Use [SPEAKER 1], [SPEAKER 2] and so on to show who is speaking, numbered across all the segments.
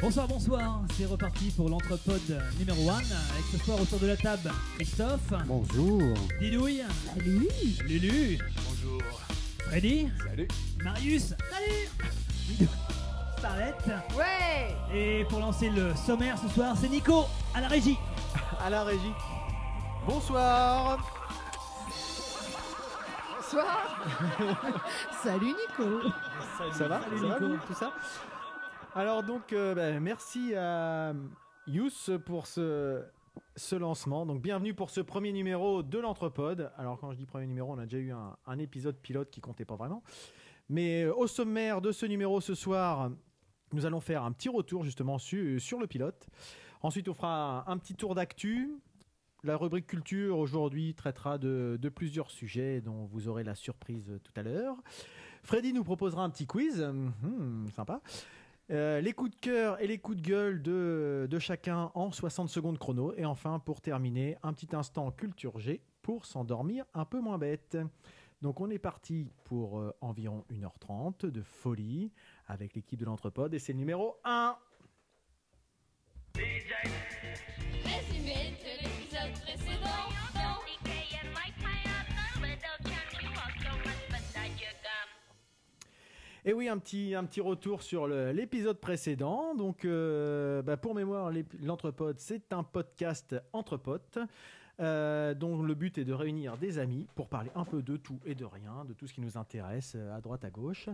[SPEAKER 1] Bonsoir, bonsoir, c'est reparti pour l'entrepode numéro 1. Avec ce soir autour de la table, Christophe,
[SPEAKER 2] Bonjour.
[SPEAKER 1] Didouille, Lulu,
[SPEAKER 3] Bonjour.
[SPEAKER 1] Freddy,
[SPEAKER 3] Salut.
[SPEAKER 1] Marius, Salut, Starlette.
[SPEAKER 4] Ouais
[SPEAKER 1] Et pour lancer le sommaire ce soir, c'est Nico à la régie.
[SPEAKER 3] À la régie. Bonsoir.
[SPEAKER 4] Bonsoir Salut Nico
[SPEAKER 3] Ça va
[SPEAKER 1] Salut,
[SPEAKER 3] Ça va
[SPEAKER 1] Nico.
[SPEAKER 3] vous, tout ça Alors donc, euh, bah, merci à Yous pour ce, ce lancement. Donc bienvenue pour ce premier numéro de l'Entrepode. Alors quand je dis premier numéro, on a déjà eu un, un épisode pilote qui comptait pas vraiment. Mais euh, au sommaire de ce numéro ce soir, nous allons faire un petit retour justement su- sur le pilote. Ensuite, on fera un, un petit tour d'actu. La rubrique culture aujourd'hui traitera de, de plusieurs sujets dont vous aurez la surprise euh, tout à l'heure. Freddy nous proposera un petit quiz, Mhm, sympa. Euh, les coups de cœur et les coups de gueule de, de chacun en 60 secondes chrono. Et enfin, pour terminer, un petit instant culture G pour s'endormir un peu moins bête. Donc on est parti pour euh, environ 1h30 de folie avec l'équipe de l'Entrepode et c'est le numéro 1.
[SPEAKER 5] Résumé de l'épisode précédent.
[SPEAKER 3] Et oui, un petit, un petit retour sur le- l'épisode précédent. Donc, euh, bah, pour mémoire, l'ép- l'Entrepode, c'est un podcast entre potes. euh, dont le but est de réunir des amis pour parler un peu de tout et de rien, de tout ce qui nous intéresse euh, à droite à gauche.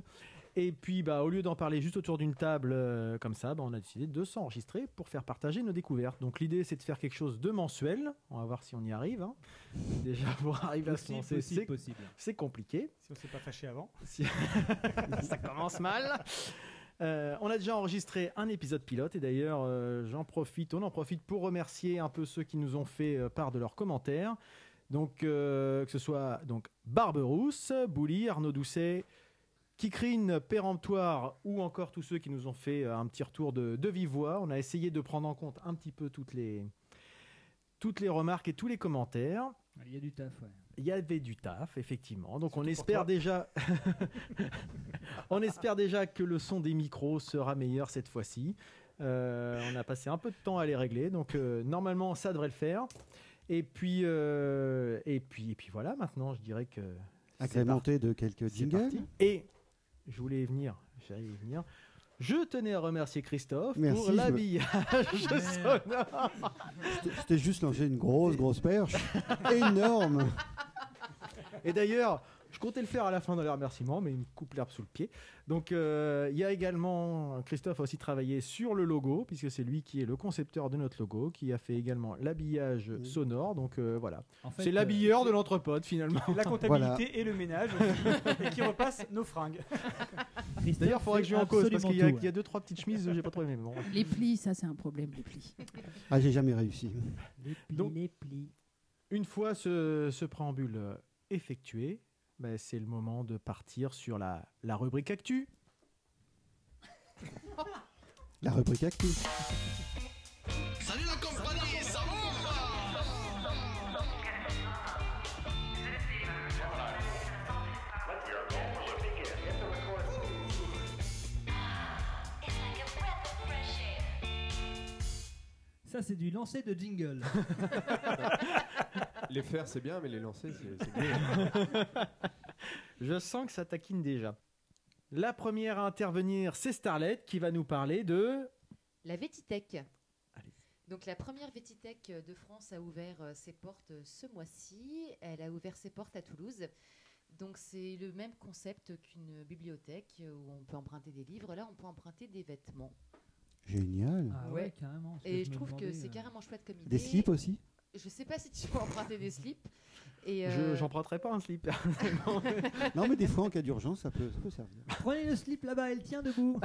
[SPEAKER 3] Et puis, bah, au lieu d'en parler juste autour d'une table euh, comme ça, bah, on a décidé de s'enregistrer pour faire partager nos découvertes. Donc, l'idée, c'est de faire quelque chose de mensuel. On va voir si on y arrive. hein. Déjà, pour arriver à se
[SPEAKER 1] Possible,
[SPEAKER 3] lancer,
[SPEAKER 1] possible,
[SPEAKER 3] c'est-
[SPEAKER 1] possible.
[SPEAKER 3] c'est compliqué.
[SPEAKER 6] Si on s'est pas fâché avant.
[SPEAKER 3] Si- ça commence mal. Euh, on a déjà enregistré un épisode pilote et d'ailleurs euh, j'en profite, on en profite pour remercier un peu ceux qui nous ont fait euh, part de leurs commentaires. Donc euh, que ce soit donc Barberousse, Bouli, Arnaud Doucet, Kikrine, Péremptoire ou encore tous ceux qui nous ont fait euh, un petit retour de, de vive voix. On a essayé de prendre en compte un petit peu toutes les, toutes les remarques et tous les commentaires.
[SPEAKER 1] Il y a du taf, ouais.
[SPEAKER 3] Il y avait du taf, effectivement. Donc on
[SPEAKER 6] pour
[SPEAKER 3] espère
[SPEAKER 6] toi.
[SPEAKER 3] déjà, on espère déjà que le son des micros sera meilleur cette fois-ci. Euh, on a passé un peu de temps à les régler, donc euh, normalement ça devrait le faire. Et puis, euh, et puis, et puis voilà. Maintenant, je dirais que c'est parti.
[SPEAKER 2] Agrémenté de quelques
[SPEAKER 3] C'est
[SPEAKER 2] jingles.
[SPEAKER 3] parti. Et je voulais y venir, j'allais y venir. Je tenais à remercier Christophe
[SPEAKER 2] Merci,
[SPEAKER 3] pour
[SPEAKER 2] je me-
[SPEAKER 3] l'habillage sonore.
[SPEAKER 2] C'était- C'était juste lancé une grosse, grosse perche. Énorme.
[SPEAKER 3] Et d'ailleurs, je comptais le faire à la fin dans les remerciements, mais il me coupe l'herbe sous le pied. Donc, euh, il y a également, Christophe a aussi travaillé sur le logo, puisque c'est lui qui est le concepteur de notre logo, qui a fait également l'habillage
[SPEAKER 2] Oui.
[SPEAKER 3] sonore. Donc, euh, voilà.
[SPEAKER 1] En fait, euh,
[SPEAKER 3] c'est l'habilleur de l'entrepôt, finalement.
[SPEAKER 6] La comptabilité
[SPEAKER 2] Voilà.
[SPEAKER 6] et le ménage aussi, et qui repasse nos fringues.
[SPEAKER 1] euh, Christophe
[SPEAKER 3] D'ailleurs, il faudrait que je lui en
[SPEAKER 1] fait
[SPEAKER 3] cause, parce qu'il y, a-
[SPEAKER 1] absolument
[SPEAKER 3] il y a deux, trois petites chemises, j'ai pas trouvé. Mais bon.
[SPEAKER 4] Les plis, ça c'est un problème, les plis.
[SPEAKER 2] Ah, j'ai jamais réussi.
[SPEAKER 1] tout, ouais. Les plis,
[SPEAKER 3] Donc-
[SPEAKER 1] les plis.
[SPEAKER 3] Une fois ce, ce préambule euh, effectué, ben, c'est le moment de partir sur la, la rubrique Actu.
[SPEAKER 2] La rubrique active.
[SPEAKER 1] Ça, c'est du lancer de jingle.
[SPEAKER 6] Ah
[SPEAKER 7] Les faire, c'est bien, mais les lancer, c'est c'est mieux.
[SPEAKER 3] Je sens que ça taquine déjà. La première à intervenir, c'est Starlet qui va nous parler de.
[SPEAKER 8] La Vétitech.
[SPEAKER 3] Allez.
[SPEAKER 8] Donc la première Vétitech de France a ouvert euh, ses portes euh, ce mois-ci. Elle a ouvert ses portes à Toulouse. Donc c'est le même concept qu'une bibliothèque euh, où on peut emprunter des livres. Là, on peut emprunter des vêtements.
[SPEAKER 2] Génial.
[SPEAKER 1] Ah
[SPEAKER 8] ouais,
[SPEAKER 1] carrément. parce
[SPEAKER 8] Et je,
[SPEAKER 1] me
[SPEAKER 8] trouve que
[SPEAKER 1] demandais,
[SPEAKER 8] c'est
[SPEAKER 1] euh,
[SPEAKER 8] carrément chouette comme idée.
[SPEAKER 2] Des slips aussi.
[SPEAKER 8] Je sais pas si tu peux emprunter des slips. Et
[SPEAKER 3] Je
[SPEAKER 8] euh,
[SPEAKER 3] J'emprunterai pas un slip.
[SPEAKER 2] Non, mais des fois, en cas d'urgence, ça peut, ça peut servir.
[SPEAKER 1] Prenez le slip là-bas, elle tient debout.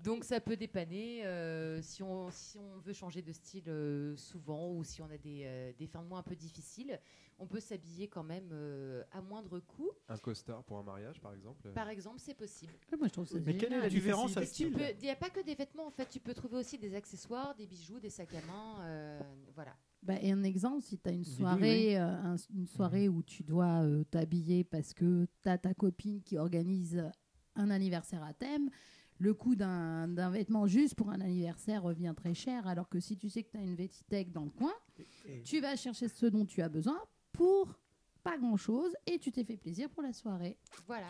[SPEAKER 8] donc ça peut dépanner euh, si, on, si on veut changer de style euh, souvent ou si on a des, euh, des fins de mois un peu difficiles. On peut s'habiller quand même euh, à moindre coût.
[SPEAKER 7] Un costard pour un mariage, par exemple.
[SPEAKER 8] Par exemple, c'est possible.
[SPEAKER 4] moi je trouve ça
[SPEAKER 3] Mais quelle est la
[SPEAKER 4] génial.
[SPEAKER 3] différence à
[SPEAKER 8] Et tu
[SPEAKER 3] style
[SPEAKER 8] peux- Il n'y a pas que des vêtements en fait, tu peux trouver aussi des accessoires, des bijoux, des sacs à main, euh, voilà.
[SPEAKER 4] Bah, et un exemple, si tu as une
[SPEAKER 3] Dis-lui,
[SPEAKER 4] soirée, euh, un- une soirée
[SPEAKER 3] Mhm.
[SPEAKER 4] où tu dois euh, t'habiller parce que tu as ta copine qui organise un anniversaire à thème, le coût d'un d'un vêtement juste pour un anniversaire revient très cher, alors que si tu sais que tu as une vétitech dans le coin,
[SPEAKER 6] Et-
[SPEAKER 4] tu vas chercher ce dont tu as besoin pour pas grand-chose et tu t'es fait plaisir pour la soirée.
[SPEAKER 8] Voilà.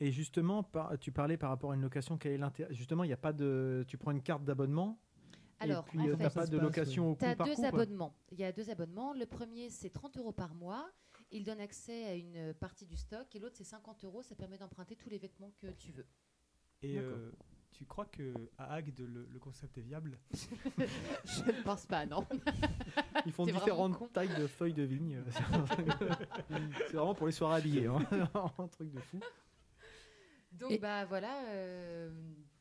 [SPEAKER 3] Et justement, par- tu parlais par rapport à une location, quel est l'intérêt Justement, il n'y a pas de. Tu prends une carte d'abonnement.
[SPEAKER 8] Alors,
[SPEAKER 3] et puis,
[SPEAKER 8] en
[SPEAKER 3] euh,
[SPEAKER 8] fait,
[SPEAKER 3] t'as pas de location au coup
[SPEAKER 8] Tu as
[SPEAKER 3] par
[SPEAKER 8] deux
[SPEAKER 3] coup, quoi.
[SPEAKER 8] abonnements. Il y a deux abonnements. Le premier, c'est 30 euros par mois. Il donne accès à une partie du stock. Et l'autre, c'est 50 euros. Ça permet d'emprunter tous les vêtements que tu veux.
[SPEAKER 6] Et
[SPEAKER 3] D'accord.
[SPEAKER 6] euh, tu crois que à Agde le, le concept est viable
[SPEAKER 8] Je ne pense pas, non.
[SPEAKER 3] Ils font
[SPEAKER 8] T'es vraiment con.
[SPEAKER 3] différentes tailles de feuilles de vigne. C'est vraiment pour les soirées habillées. hein. Un truc de fou.
[SPEAKER 8] Donc,
[SPEAKER 4] Et-
[SPEAKER 8] bah voilà. euh,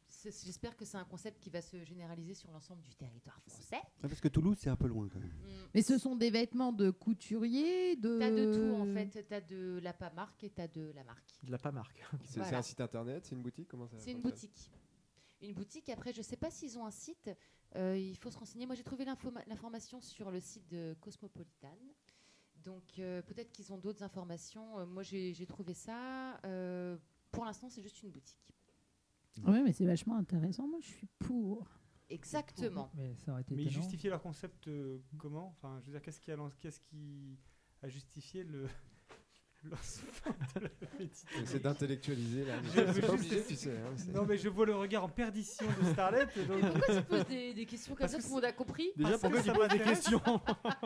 [SPEAKER 8] c'est- J'espère que c'est un concept qui va se généraliser sur l'ensemble du territoire français.
[SPEAKER 2] Ouais, Parce que Toulouse, c'est un peu loin quand même.
[SPEAKER 8] Mm.
[SPEAKER 4] Mais ce sont des vêtements de couturier, de...
[SPEAKER 8] T'as de tout en fait, t'as de la pas marque et t'as de la marque.
[SPEAKER 3] De la pas marque.
[SPEAKER 7] C'est
[SPEAKER 8] Voilà.
[SPEAKER 7] c'est un site internet, c'est une boutique Comment ça
[SPEAKER 8] C'est une
[SPEAKER 7] comment ça-
[SPEAKER 8] boutique. Une boutique, après je sais pas s'ils ont un site, euh, il faut se renseigner. Moi j'ai trouvé l'info- l'information sur le site de Cosmopolitan. Donc euh, peut-être qu'ils ont d'autres informations. Euh, moi j'ai j'ai trouvé ça. Euh, pour l'instant c'est juste une boutique.
[SPEAKER 4] Oui, mais c'est vachement intéressant. Moi, je suis pour.
[SPEAKER 8] Exactement.
[SPEAKER 1] Mais ça aurait été
[SPEAKER 6] Mais
[SPEAKER 1] étonnant.
[SPEAKER 6] justifier leur concept euh, comment Enfin, je veux dire, qu'est-ce qui a, lan- qu'est-ce qui a justifié le lancement de la petite
[SPEAKER 7] Mais C'est d'intellectualiser là.
[SPEAKER 6] Je veux
[SPEAKER 7] C'est pas
[SPEAKER 6] juste-
[SPEAKER 7] obligé, tu sais. hein, c'est-
[SPEAKER 6] Non, mais je vois le regard en perdition de Starlet.
[SPEAKER 8] Mais
[SPEAKER 6] donc-
[SPEAKER 8] pourquoi tu poses des, des questions comme
[SPEAKER 6] Parce
[SPEAKER 8] ça
[SPEAKER 6] que
[SPEAKER 8] tout le monde a compris
[SPEAKER 3] Déjà,
[SPEAKER 6] Parce
[SPEAKER 3] pourquoi
[SPEAKER 6] que
[SPEAKER 3] tu
[SPEAKER 6] ça
[SPEAKER 3] poses des
[SPEAKER 6] m'intéresse.
[SPEAKER 3] questions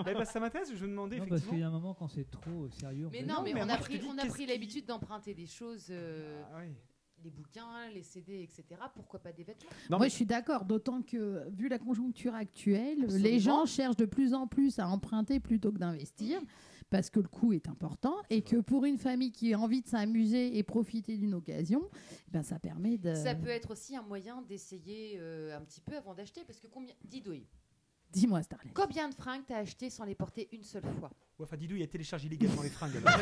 [SPEAKER 6] Mais bah, ça m'intéresse, je me demandais
[SPEAKER 1] Non, parce qu'il y
[SPEAKER 6] effectivement.
[SPEAKER 1] a un moment quand c'est trop euh, sérieux. on
[SPEAKER 8] Mais
[SPEAKER 1] fait-
[SPEAKER 8] non,
[SPEAKER 6] Non,
[SPEAKER 8] mais,
[SPEAKER 6] mais
[SPEAKER 8] on,
[SPEAKER 6] moi,
[SPEAKER 8] a
[SPEAKER 6] je te
[SPEAKER 8] pris,
[SPEAKER 6] dis,
[SPEAKER 8] on a
[SPEAKER 6] qu'est-ce
[SPEAKER 8] pris
[SPEAKER 6] qui-
[SPEAKER 8] l'habitude d'emprunter des choses, euh,
[SPEAKER 6] Ah, oui.
[SPEAKER 8] les bouquins, les CD, etc. Pourquoi pas des vêtements
[SPEAKER 3] Non,
[SPEAKER 4] Moi,
[SPEAKER 3] mais-
[SPEAKER 4] je suis d'accord, d'autant que, vu la conjoncture actuelle,
[SPEAKER 8] Absolument.
[SPEAKER 4] les gens cherchent de plus en plus à emprunter plutôt que d'investir, parce que le coût est important, et que pour une famille qui a envie de s'amuser et profiter d'une occasion, ben, ça permet de...
[SPEAKER 8] Ça peut être aussi un moyen d'essayer euh, un petit peu avant d'acheter, parce que combien, Didouille,
[SPEAKER 4] Dis-moi, Starlet.
[SPEAKER 8] combien de fringues t'as acheté sans les porter une seule fois
[SPEAKER 6] Ouais, enfin, Didou, il a téléchargé illégalement les fringues. alors.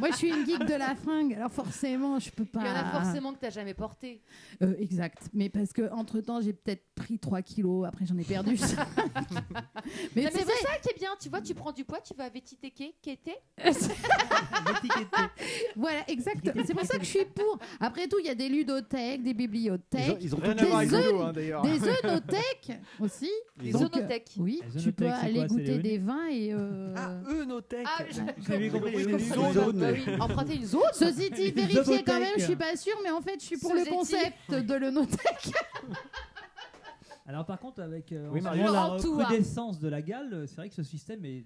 [SPEAKER 4] Moi, je suis une geek de la fringue, alors forcément, je peux pas...
[SPEAKER 8] Il y en a forcément que t'as jamais porté.
[SPEAKER 4] Euh, exact, mais parce que entre temps j'ai peut-être pris 3 kilos, après j'en ai perdu. cinq. mais
[SPEAKER 8] Non, mais
[SPEAKER 4] c'est vrai,
[SPEAKER 8] c'est ça qui est bien, tu vois, tu prends du poids, tu vas à Betty Teke, Kete.
[SPEAKER 4] voilà, exact. C'est pour ça que je suis pour. Après tout, il y a des ludothèques, des
[SPEAKER 2] Ils ont,
[SPEAKER 4] bibliothèques,
[SPEAKER 2] ils ont
[SPEAKER 3] Rien
[SPEAKER 2] toutes
[SPEAKER 3] à voir
[SPEAKER 2] les-
[SPEAKER 3] avec
[SPEAKER 4] zones-
[SPEAKER 3] Ludo, hein, d'ailleurs.
[SPEAKER 4] des zoonothèques aussi.
[SPEAKER 8] les
[SPEAKER 4] Donc, euh,
[SPEAKER 8] zonothèques.
[SPEAKER 4] Oui,
[SPEAKER 1] La
[SPEAKER 4] tu
[SPEAKER 1] zoonothèque,
[SPEAKER 4] peux
[SPEAKER 1] c'est
[SPEAKER 4] aller
[SPEAKER 1] quoi, c'est
[SPEAKER 4] goûter
[SPEAKER 1] les
[SPEAKER 4] des vins et. euh,
[SPEAKER 3] Ah, eux, nos techs.
[SPEAKER 8] Ah, je-
[SPEAKER 6] Vous avez compris les
[SPEAKER 2] les
[SPEAKER 6] zones.
[SPEAKER 2] zones.
[SPEAKER 8] Bah oui, emprunter une zone
[SPEAKER 4] Ceci dit, vérifiez quand même,
[SPEAKER 1] zoonothèques.
[SPEAKER 4] je suis pas sûre, mais en fait, je suis pour le
[SPEAKER 8] Ceci dit.
[SPEAKER 4] concept de le noter.
[SPEAKER 1] Alors par contre, avec euh,
[SPEAKER 3] Oui,
[SPEAKER 1] en ce
[SPEAKER 3] Mario.
[SPEAKER 1] moment, la
[SPEAKER 8] Laurent Touard.
[SPEAKER 1] recrudescence de la gale, euh, c'est vrai que ce système est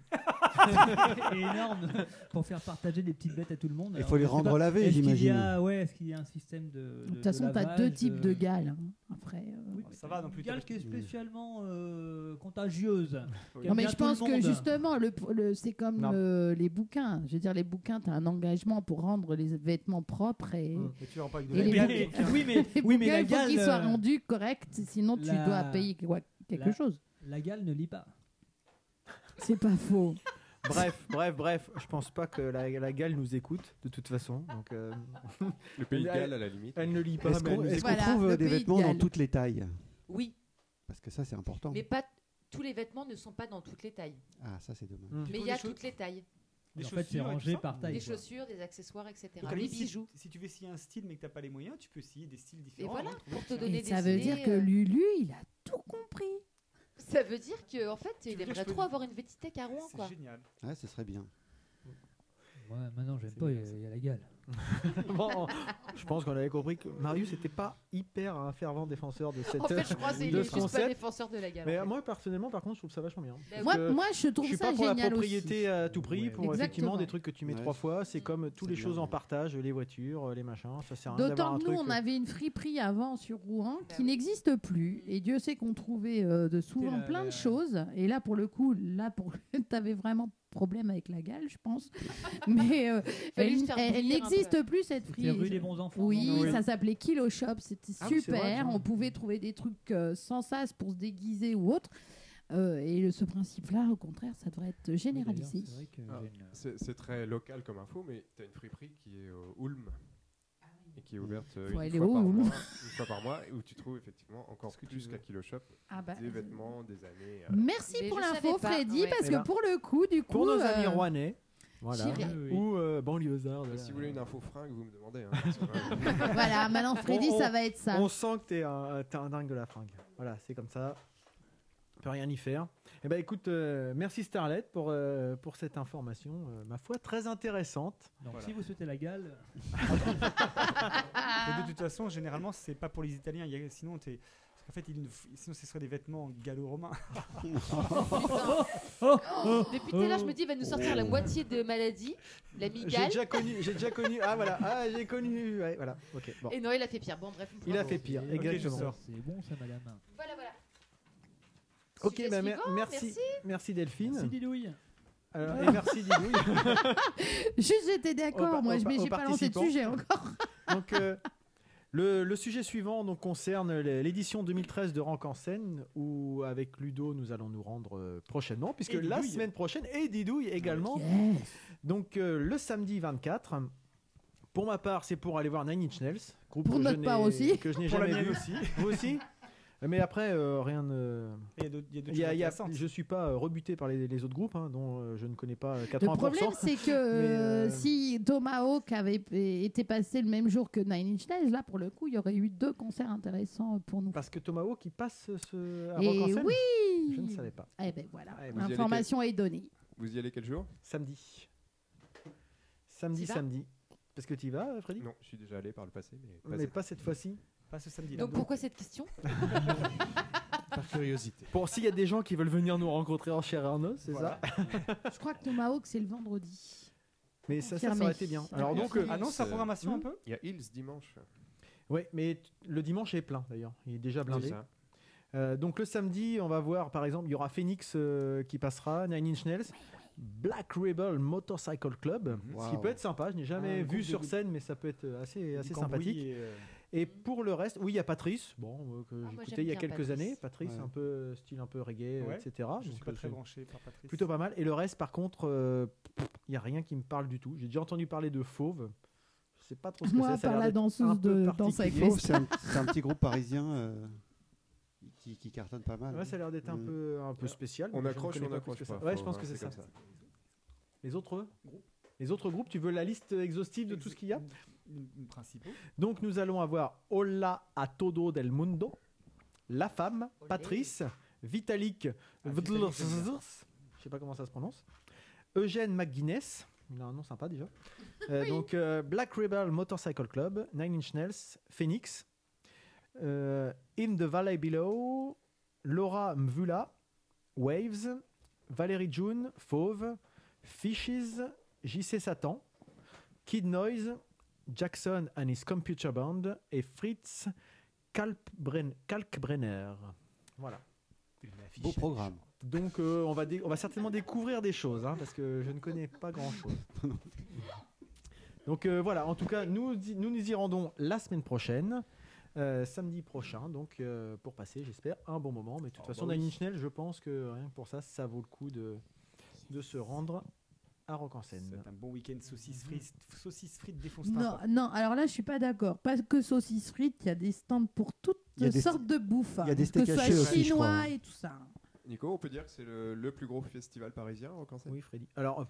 [SPEAKER 1] est énorme pour faire partager des petites bêtes à tout le monde.
[SPEAKER 2] Il faut les
[SPEAKER 1] Alors, je sais
[SPEAKER 2] rendre
[SPEAKER 1] pas,
[SPEAKER 2] lavées,
[SPEAKER 1] est-ce qu'il y a-
[SPEAKER 2] j'imagine.
[SPEAKER 1] Ouais, est-ce qu'il y a un système de. euh,
[SPEAKER 4] De toute façon, t'as deux types de gales. hein. Après. euh,
[SPEAKER 6] Ça va non plus.
[SPEAKER 1] Une gale
[SPEAKER 6] t'as-
[SPEAKER 1] qui est spécialement euh, contagieuse.
[SPEAKER 7] Oui.
[SPEAKER 1] qui
[SPEAKER 4] Non
[SPEAKER 1] aime
[SPEAKER 4] mais
[SPEAKER 1] bien
[SPEAKER 4] je
[SPEAKER 1] tout le
[SPEAKER 4] pense que euh,
[SPEAKER 1] monde.
[SPEAKER 4] justement le, le- c'est comme
[SPEAKER 3] Non.
[SPEAKER 4] euh, les bouquins. Je veux dire les bouquins, t'as un engagement pour rendre les vêtements propres et,
[SPEAKER 3] Mm.
[SPEAKER 6] Mais tu rends pas avec de
[SPEAKER 4] Et
[SPEAKER 6] la
[SPEAKER 4] les
[SPEAKER 6] bière.
[SPEAKER 1] Mais- oui, mais,
[SPEAKER 4] les
[SPEAKER 1] oui, mais
[SPEAKER 4] bouquins,
[SPEAKER 1] la
[SPEAKER 4] il faut
[SPEAKER 1] gale.
[SPEAKER 4] qu'ils soient
[SPEAKER 1] euh,
[SPEAKER 4] rendus corrects, sinon
[SPEAKER 1] la-
[SPEAKER 4] tu dois payer quoi- quelque
[SPEAKER 1] la-
[SPEAKER 4] chose.
[SPEAKER 1] La gale ne lit pas.
[SPEAKER 4] C'est pas faux.
[SPEAKER 3] Bref, bref, bref. Je pense pas que la, la gale nous écoute, de toute façon. Donc, euh,
[SPEAKER 7] Le pays de Galles à la limite.
[SPEAKER 3] elle ne lit pas.
[SPEAKER 2] Est-ce
[SPEAKER 3] mais elle
[SPEAKER 2] qu'on
[SPEAKER 3] nous
[SPEAKER 2] est-ce
[SPEAKER 3] écoute.
[SPEAKER 2] qu'on
[SPEAKER 4] Voilà,
[SPEAKER 2] trouve
[SPEAKER 4] le
[SPEAKER 2] euh, des
[SPEAKER 4] pays de
[SPEAKER 2] vêtements dans
[SPEAKER 4] Galles.
[SPEAKER 2] toutes les tailles
[SPEAKER 8] Oui,
[SPEAKER 2] Parce que ça, c'est important.
[SPEAKER 8] mais pas tous les vêtements ne sont pas dans toutes les tailles.
[SPEAKER 2] Ah, ça, c'est dommage.
[SPEAKER 8] Mais il
[SPEAKER 6] trouves
[SPEAKER 8] y a
[SPEAKER 6] des choses-
[SPEAKER 8] toutes les tailles.
[SPEAKER 6] Des
[SPEAKER 1] en fait, c'est
[SPEAKER 6] chaussures et tout
[SPEAKER 1] rangé
[SPEAKER 6] ça
[SPEAKER 1] par taille.
[SPEAKER 8] Des
[SPEAKER 1] quoi.
[SPEAKER 8] chaussures, des accessoires, etc.
[SPEAKER 6] Donc, à la
[SPEAKER 8] Des
[SPEAKER 6] limite, si-
[SPEAKER 8] bijoux.
[SPEAKER 6] Si, tu veux essayer un style mais que t'as pas les moyens, tu peux essayer des styles
[SPEAKER 8] Et
[SPEAKER 6] différents.
[SPEAKER 8] voilà,
[SPEAKER 6] avant de trouver
[SPEAKER 8] pour te
[SPEAKER 6] le tien.
[SPEAKER 8] donner
[SPEAKER 4] Et
[SPEAKER 8] des
[SPEAKER 4] ça veut
[SPEAKER 8] idées,
[SPEAKER 4] dire que
[SPEAKER 8] euh,
[SPEAKER 4] Lulu, il a tout compris.
[SPEAKER 8] Ça veut dire qu'en fait, il
[SPEAKER 6] veux dire,
[SPEAKER 8] devrait
[SPEAKER 6] je peux-
[SPEAKER 8] trop avoir une Betty Tech à Rouen, quoi.
[SPEAKER 6] C'est génial.
[SPEAKER 2] Ouais, ce serait bien.
[SPEAKER 1] Ouais, maintenant, j'aime
[SPEAKER 3] C'est
[SPEAKER 1] pas, il
[SPEAKER 3] bien,
[SPEAKER 1] y a- il y a la gale.
[SPEAKER 3] Bon, je pense qu'on avait compris que Marius n'était pas hyper un fervent défenseur de cette.
[SPEAKER 8] En fait, je crois qu'il
[SPEAKER 3] de
[SPEAKER 8] est
[SPEAKER 3] ce
[SPEAKER 8] juste pas
[SPEAKER 3] concept.
[SPEAKER 8] défenseur de la gale.
[SPEAKER 3] Mais
[SPEAKER 8] en fait.
[SPEAKER 3] moi, personnellement, par contre, je trouve ça vachement bien.
[SPEAKER 8] Bah
[SPEAKER 4] Moi,
[SPEAKER 3] que
[SPEAKER 4] moi, je trouve
[SPEAKER 3] Je suis
[SPEAKER 4] ça
[SPEAKER 3] pas pour la
[SPEAKER 4] génial
[SPEAKER 3] propriété euh,
[SPEAKER 4] aussi.
[SPEAKER 3] à tout prix,
[SPEAKER 1] Ouais.
[SPEAKER 3] pour effectivement
[SPEAKER 4] Exactement.
[SPEAKER 3] des trucs que tu mets
[SPEAKER 2] Ouais.
[SPEAKER 3] trois fois. C'est comme toutes
[SPEAKER 2] C'est
[SPEAKER 3] les
[SPEAKER 2] bien,
[SPEAKER 3] choses en
[SPEAKER 2] ouais.
[SPEAKER 3] partage, les voitures, les machins. Ça sert à rien d'avoir
[SPEAKER 4] D'autant
[SPEAKER 3] un
[SPEAKER 4] que nous,
[SPEAKER 3] truc. euh.
[SPEAKER 4] on avait une friperie avant sur Rouen
[SPEAKER 8] Bah
[SPEAKER 4] qui
[SPEAKER 8] oui.
[SPEAKER 4] n'existe plus. Et Dieu sait qu'on trouvait euh, de souvent
[SPEAKER 1] la-
[SPEAKER 4] plein
[SPEAKER 1] la-
[SPEAKER 4] de choses. Et là, pour le coup, là, pour... t'avais vraiment problème avec la gale, je pense. Mais euh,
[SPEAKER 8] Fallait
[SPEAKER 4] elle,
[SPEAKER 8] juste faire
[SPEAKER 4] elle- elle
[SPEAKER 8] bouillir un peu.
[SPEAKER 4] n'existe plus, cette
[SPEAKER 1] C'était
[SPEAKER 4] friperie.
[SPEAKER 1] rue des bons enfants.
[SPEAKER 4] Oui,
[SPEAKER 1] non
[SPEAKER 4] ça s'appelait Kilo Shop, c'était
[SPEAKER 3] Ah oui, c'est
[SPEAKER 4] super.
[SPEAKER 3] vrai, tiens.
[SPEAKER 4] on pouvait trouver des trucs euh, sans sas pour se déguiser ou autre. Euh, et le- ce principe-là, au contraire, ça devrait être
[SPEAKER 1] Oui, d'ailleurs,
[SPEAKER 4] généralisé.
[SPEAKER 1] c'est vrai que
[SPEAKER 7] Ah.
[SPEAKER 1] j'ai une-
[SPEAKER 7] C'est c'est très local comme info, mais tu as une friperie qui est au Ulm et qui est ouverte euh,
[SPEAKER 4] Ah Faut
[SPEAKER 7] une,
[SPEAKER 4] aller
[SPEAKER 7] fois
[SPEAKER 4] au
[SPEAKER 7] par
[SPEAKER 4] Ulm.
[SPEAKER 7] mois, une fois par mois, où tu trouves effectivement encore
[SPEAKER 6] Ce que tu
[SPEAKER 7] plus
[SPEAKER 6] veux.
[SPEAKER 7] qu'à Kilo Shop
[SPEAKER 4] Ah bah,
[SPEAKER 7] des vêtements, des années. euh,
[SPEAKER 4] Merci
[SPEAKER 8] Mais
[SPEAKER 4] pour
[SPEAKER 8] je
[SPEAKER 4] l'info,
[SPEAKER 8] savais pas,
[SPEAKER 4] Freddy,
[SPEAKER 8] ouais.
[SPEAKER 4] parce
[SPEAKER 3] Eh
[SPEAKER 4] que
[SPEAKER 3] ben,
[SPEAKER 4] pour le coup, du coup,
[SPEAKER 3] Pour nos amis
[SPEAKER 4] euh,
[SPEAKER 3] rouennais, Voilà.
[SPEAKER 4] J'irai.
[SPEAKER 6] Oui, oui.
[SPEAKER 3] Ou euh, banlieusard.
[SPEAKER 7] Bah,
[SPEAKER 3] là.
[SPEAKER 7] si vous voulez une info fringue, vous me demandez. hein, parce que, euh,
[SPEAKER 4] Voilà, maintenant Freddy,
[SPEAKER 3] On- on-
[SPEAKER 4] ça va être ça.
[SPEAKER 3] On sent que t'es un, euh, t'es un dingue de la fringue. Voilà, c'est comme ça. On peut rien y faire. Eh ben écoute, euh, merci Starlet pour, euh, pour cette information, euh, ma foi, très intéressante.
[SPEAKER 1] Donc
[SPEAKER 7] Voilà.
[SPEAKER 1] si vous souhaitez la gale, Ah.
[SPEAKER 6] Mais de toute façon, généralement, c'est pas pour les Italiens. Il y a- sinon, t'es. Parce qu'en fait, ils ne f- sinon, ce serait des vêtements gallo-romains.
[SPEAKER 3] Oh.
[SPEAKER 8] Depuis tout à l'heure, je me dis, il va nous sortir la moitié de maladie,
[SPEAKER 3] J'ai
[SPEAKER 8] l'amigale.
[SPEAKER 3] déjà connu, j'ai déjà connu. Ah voilà, ah j'ai connu. ouais, voilà. Ok. Bon.
[SPEAKER 8] Et non, il a fait pire. Bon, bref.
[SPEAKER 3] Il a
[SPEAKER 8] bravo.
[SPEAKER 3] fait pire.
[SPEAKER 1] c'est-
[SPEAKER 3] Exactement.
[SPEAKER 6] je sors.
[SPEAKER 1] C'est bon ça, madame.
[SPEAKER 8] Voilà, voilà.
[SPEAKER 3] Ok,
[SPEAKER 8] Sujet
[SPEAKER 3] bah, mer-
[SPEAKER 8] suivant,
[SPEAKER 3] merci, merci Delphine.
[SPEAKER 1] C'est Didouille.
[SPEAKER 3] Alors, et merci Didouille.
[SPEAKER 4] Juste, j'étais
[SPEAKER 3] Au pa-
[SPEAKER 4] d'accord, moi,
[SPEAKER 3] au
[SPEAKER 4] je- mais
[SPEAKER 3] pa- au
[SPEAKER 4] j'ai pas lancé de
[SPEAKER 3] participant.
[SPEAKER 4] sujet encore.
[SPEAKER 3] Donc, euh, le, le sujet suivant donc, concerne les- l'édition 2013 de Rank en scène, où avec Ludo, nous allons nous rendre euh, prochainement, puisque
[SPEAKER 6] Et
[SPEAKER 3] la
[SPEAKER 6] Didouille.
[SPEAKER 3] semaine prochaine, et Didouille également,
[SPEAKER 4] Yes.
[SPEAKER 3] donc euh, le samedi 24. Pour ma part, c'est pour aller voir Nine Inch Nails, groupe
[SPEAKER 4] Pour
[SPEAKER 3] que je
[SPEAKER 4] notre
[SPEAKER 3] n'ai-
[SPEAKER 4] part aussi.
[SPEAKER 3] que je n'ai
[SPEAKER 6] Pour la
[SPEAKER 3] jamais
[SPEAKER 6] mienne
[SPEAKER 3] vu.
[SPEAKER 6] aussi.
[SPEAKER 3] Vous aussi Mais après, euh, rien ne...
[SPEAKER 6] Il y a d'autres il y a d'autres
[SPEAKER 3] il y a- il
[SPEAKER 6] choses
[SPEAKER 3] y a-
[SPEAKER 6] intéressantes.
[SPEAKER 3] je suis pas euh, rebuté par les, les autres groupes, hein, dont euh, je ne connais pas euh, 80%.
[SPEAKER 4] Le problème, c'est que euh,
[SPEAKER 3] euh,
[SPEAKER 4] si Tomahawk avait p- été passé le même jour que Nine Inch Nails, là, pour le coup, il y aurait eu deux concerts intéressants pour nous.
[SPEAKER 3] Parce que Tomahawk qui passe ce... à Rock en
[SPEAKER 4] Et
[SPEAKER 3] scène
[SPEAKER 4] oui
[SPEAKER 3] Je ne savais pas.
[SPEAKER 4] Eh ben voilà,
[SPEAKER 3] Ah, et vous
[SPEAKER 7] y allez
[SPEAKER 4] l'information est donnée.
[SPEAKER 7] vous y allez quel jour
[SPEAKER 3] Samedi. Samedi,
[SPEAKER 8] T'y vas
[SPEAKER 3] samedi. Parce que tu vas, euh, Freddy
[SPEAKER 7] Non, je suis déjà allé par le passé, mais pas
[SPEAKER 3] Mais
[SPEAKER 7] cette-
[SPEAKER 3] pas cette fois-ci.
[SPEAKER 6] Pas ce samedi.
[SPEAKER 8] Donc pourquoi cette question
[SPEAKER 9] Par curiosité.
[SPEAKER 3] Bon, s'il y a des gens qui veulent venir nous rencontrer en chair et en os, c'est ça
[SPEAKER 4] Je crois que Tomahawk, c'est le vendredi.
[SPEAKER 3] Mais ça, ça, ça
[SPEAKER 4] Confirmé.
[SPEAKER 3] aurait été bien. Alors donc, euh,
[SPEAKER 6] Ah non, sa
[SPEAKER 7] Euh,
[SPEAKER 6] programmation un peu
[SPEAKER 7] Il y a Hills dimanche.
[SPEAKER 3] ouais, mais t- le dimanche est plein d'ailleurs. Il est déjà
[SPEAKER 7] C'est
[SPEAKER 3] blindé.
[SPEAKER 7] ça.
[SPEAKER 3] Euh, donc le samedi, on va voir par exemple, il y aura Phoenix euh, qui passera, Nine Inch Nails, Black Rebel Motorcycle Club,
[SPEAKER 7] Mhm.
[SPEAKER 3] ce qui
[SPEAKER 2] Waouh.
[SPEAKER 3] peut être sympa. Je n'ai jamais
[SPEAKER 6] Un
[SPEAKER 3] vu
[SPEAKER 6] Ah, groupe
[SPEAKER 3] sur
[SPEAKER 6] de-
[SPEAKER 3] scène, mais ça peut être euh, assez, assez
[SPEAKER 6] Du cambouis
[SPEAKER 3] sympathique.
[SPEAKER 6] et, euh,
[SPEAKER 3] Et pour le reste, oui, il y a Patrice, bon,
[SPEAKER 4] Ah,
[SPEAKER 3] euh, que
[SPEAKER 8] moi,
[SPEAKER 3] j'écoutais
[SPEAKER 8] j'aime
[SPEAKER 3] il y a
[SPEAKER 8] bien
[SPEAKER 3] quelques
[SPEAKER 8] Patrice.
[SPEAKER 3] années. Patrice,
[SPEAKER 2] Ouais.
[SPEAKER 3] un peu euh, style un peu reggae, euh,
[SPEAKER 6] Ouais,
[SPEAKER 3] etc.
[SPEAKER 6] Ah, Je suis
[SPEAKER 3] Donc,
[SPEAKER 6] pas
[SPEAKER 3] euh,
[SPEAKER 6] très
[SPEAKER 3] c'est
[SPEAKER 6] branché par Patrice.
[SPEAKER 3] Plutôt pas mal. Et le reste, par contre, il n'y a rien qui me parle du tout. J'ai déjà entendu parler de Fauve. Je sais pas trop ce que
[SPEAKER 4] Moi,
[SPEAKER 3] c'est. ça a
[SPEAKER 4] par
[SPEAKER 3] l'air
[SPEAKER 4] la
[SPEAKER 3] d'être un
[SPEAKER 4] danseuse
[SPEAKER 3] peu
[SPEAKER 4] de Danse avec
[SPEAKER 3] particulier.
[SPEAKER 4] les
[SPEAKER 2] Fauve, c'est un, c'est un petit groupe parisien euh, qui, qui cartonne pas
[SPEAKER 6] Ah,
[SPEAKER 2] mal.
[SPEAKER 3] Ouais, ça a l'air d'être un
[SPEAKER 6] hmm.
[SPEAKER 2] Mm.
[SPEAKER 3] peu, un peu spécial.
[SPEAKER 7] On
[SPEAKER 3] Je ne
[SPEAKER 7] accroche ou
[SPEAKER 3] connais
[SPEAKER 7] on
[SPEAKER 3] pas
[SPEAKER 7] accroche
[SPEAKER 3] plus que
[SPEAKER 7] pas,
[SPEAKER 3] ça. Ouais,
[SPEAKER 7] faut-
[SPEAKER 3] je pense que
[SPEAKER 7] ouais,
[SPEAKER 3] c'est ça.
[SPEAKER 7] comme ça.
[SPEAKER 3] Les autres groupes Les autres groupes, tu veux la liste exhaustive de tout ce qu'il y a
[SPEAKER 6] Les Principaux.
[SPEAKER 3] Donc, nous allons avoir Hola a Todo del Mundo, La Femme,
[SPEAKER 8] Olé.
[SPEAKER 3] Patrice, Vitalik
[SPEAKER 6] Ah, Vitalik, j'aime bien.
[SPEAKER 3] Vdlzz, je sais pas comment ça se prononce, Eugène McGuinness, il a un nom sympa déjà. Euh, donc euh, Black Rebel Motorcycle Club, Nine Inch Nails, Phoenix, euh, In the Valley Below, Laura Mvula, Waves, Valérie June, Fauve, Fishes, JC Satan, Kid Noise, Jackson and his Computer Band et Fritz Kalkbren- Kalkbrenner. Voilà.
[SPEAKER 2] Beau programme.
[SPEAKER 3] Donc euh, on, va dé- on va certainement découvrir des choses, hein, parce que je ne connais pas grand-chose. Donc euh, voilà, en tout cas, nous, di- nous nous y rendons la semaine prochaine, euh, samedi prochain, donc euh, pour passer, j'espère, un bon moment. Mais de toute façon, Nine Inch Nails, je pense que rien que pour ça, ça vaut le coup de, de se rendre à Rock en
[SPEAKER 6] C'est
[SPEAKER 3] Seine.
[SPEAKER 6] un bon week-end saucisse frites. Saucisse frites défonce
[SPEAKER 4] Non, non, alors là, je suis pas d'accord. Pas que saucisses frites, il y a des stands pour toutes
[SPEAKER 2] Il y a des-
[SPEAKER 4] sortes de bouffes.
[SPEAKER 2] il y a des steaks
[SPEAKER 4] que ce soit
[SPEAKER 2] hachés aussi, je
[SPEAKER 4] chinois
[SPEAKER 2] crois.
[SPEAKER 4] et tout ça. hein.
[SPEAKER 7] Nico, on peut dire que c'est le, le plus gros festival parisien au cancer
[SPEAKER 3] Oui, Freddy. Alors, euh,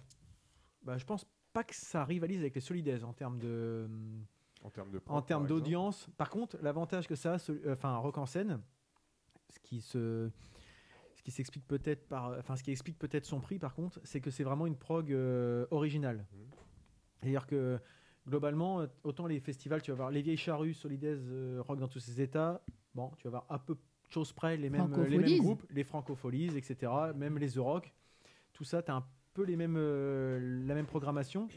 [SPEAKER 3] bah, je pense pas que ça rivalise avec les Solidaires en termes de...
[SPEAKER 7] en termes de
[SPEAKER 3] en
[SPEAKER 7] prod,
[SPEAKER 3] termes
[SPEAKER 7] par exemple.
[SPEAKER 3] d'audience. Par contre, l'avantage que ça a, celui- euh, enfin, Rock en scène, ce qui se ce qui s'explique peut-être par euh, enfin ce qui explique peut-être son prix par contre c'est que c'est vraiment une prog euh, originale
[SPEAKER 7] Mhm.
[SPEAKER 3] c'est à dire que globalement euh, autant les festivals tu vas voir les vieilles charrues solidaise rock dans tous ses états bon tu vas voir à peu de choses près les mêmes euh, les mêmes
[SPEAKER 4] Francopholies.
[SPEAKER 3] groupes les francopholies etc même les the rock tout ça tu as un peu les mêmes euh, la même programmation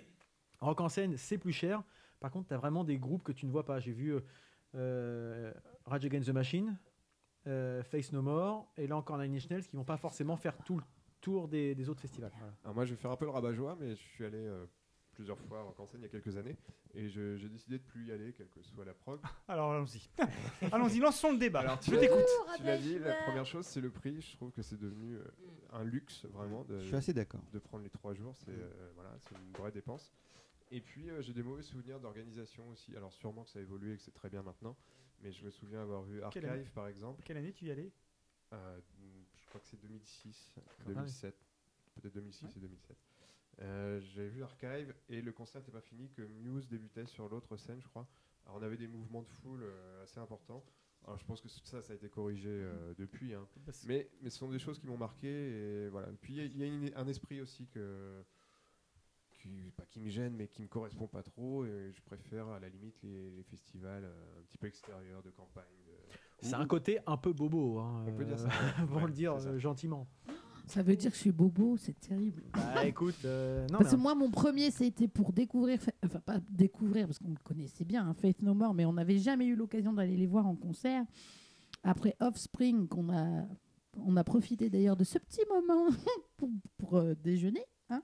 [SPEAKER 3] rock en scène c'est plus cher par contre tu as vraiment des groupes que tu ne vois pas j'ai vu euh, euh, Rage Against the Machine, euh, Face No More, et là encore Nine Inch Nails, qui vont pas forcément faire tout le tour des, des autres festivals. Voilà.
[SPEAKER 7] Alors moi, je vais faire un peu le rabat-joie, mais je suis allé euh, plusieurs fois en Cancun il y a quelques années, et je- j'ai décidé de plus y aller, quelle que soit la prog.
[SPEAKER 6] Alors allons-y. allons-y, lançons le débat.
[SPEAKER 7] Alors, tu
[SPEAKER 6] je
[SPEAKER 7] l'as-
[SPEAKER 6] t'écoute.
[SPEAKER 7] tu l'as dit, la première chose, c'est le prix. Je trouve que c'est devenu euh, un luxe vraiment de,
[SPEAKER 2] Je suis assez d'accord.
[SPEAKER 7] de prendre les trois jours.
[SPEAKER 3] Mm.
[SPEAKER 7] C'est euh, voilà, c'est une vraie dépense. Et puis euh, j'ai des mauvais souvenirs d'organisation aussi. Alors sûrement que ça a évolué et que c'est très bien maintenant. Mais je me souviens avoir vu
[SPEAKER 6] Quelle année
[SPEAKER 7] Archive par exemple.
[SPEAKER 6] Quelle année tu y allais
[SPEAKER 7] Euh, je crois que c'est 2006,
[SPEAKER 3] même.
[SPEAKER 7] 2007, peut-être 2006 et 2007. Euh, J'avais vu Archive et le concert n'était pas fini que Muse débutait sur l'autre scène, je crois. Alors on avait des mouvements de foule euh, assez importants. Alors je pense que ça, ça a été corrigé euh, depuis. hein.
[SPEAKER 6] Parce que-
[SPEAKER 7] Mais, mais ce sont des choses qui m'ont marqué. Et voilà. Puis il y a- il y a, une- un esprit aussi que, qui, pas qui me gêne, mais qui me correspond pas trop. Et je préfère à la limite les, les festivals euh, un petit peu extérieurs, de campagne. de-
[SPEAKER 3] C'est un côté un peu bobo, hein,
[SPEAKER 7] On peut dire ça.
[SPEAKER 3] euh, pour
[SPEAKER 7] Ouais,
[SPEAKER 3] le dire
[SPEAKER 7] c'est ça.
[SPEAKER 3] euh, gentiment.
[SPEAKER 4] Ça veut dire que je suis bobo, c'est terrible.
[SPEAKER 3] Bah écoute, euh, non,
[SPEAKER 4] parce que
[SPEAKER 3] mais
[SPEAKER 4] moi, mon premier, c'était pour découvrir, Fa- enfin pas découvrir, parce qu'on le connaissait bien, hein, Faith No More, mais on n'avait jamais eu l'occasion d'aller les voir en concert. Après Offspring, qu'on a, on a profité d'ailleurs de ce petit moment pour, pour, euh, déjeuner.
[SPEAKER 3] après,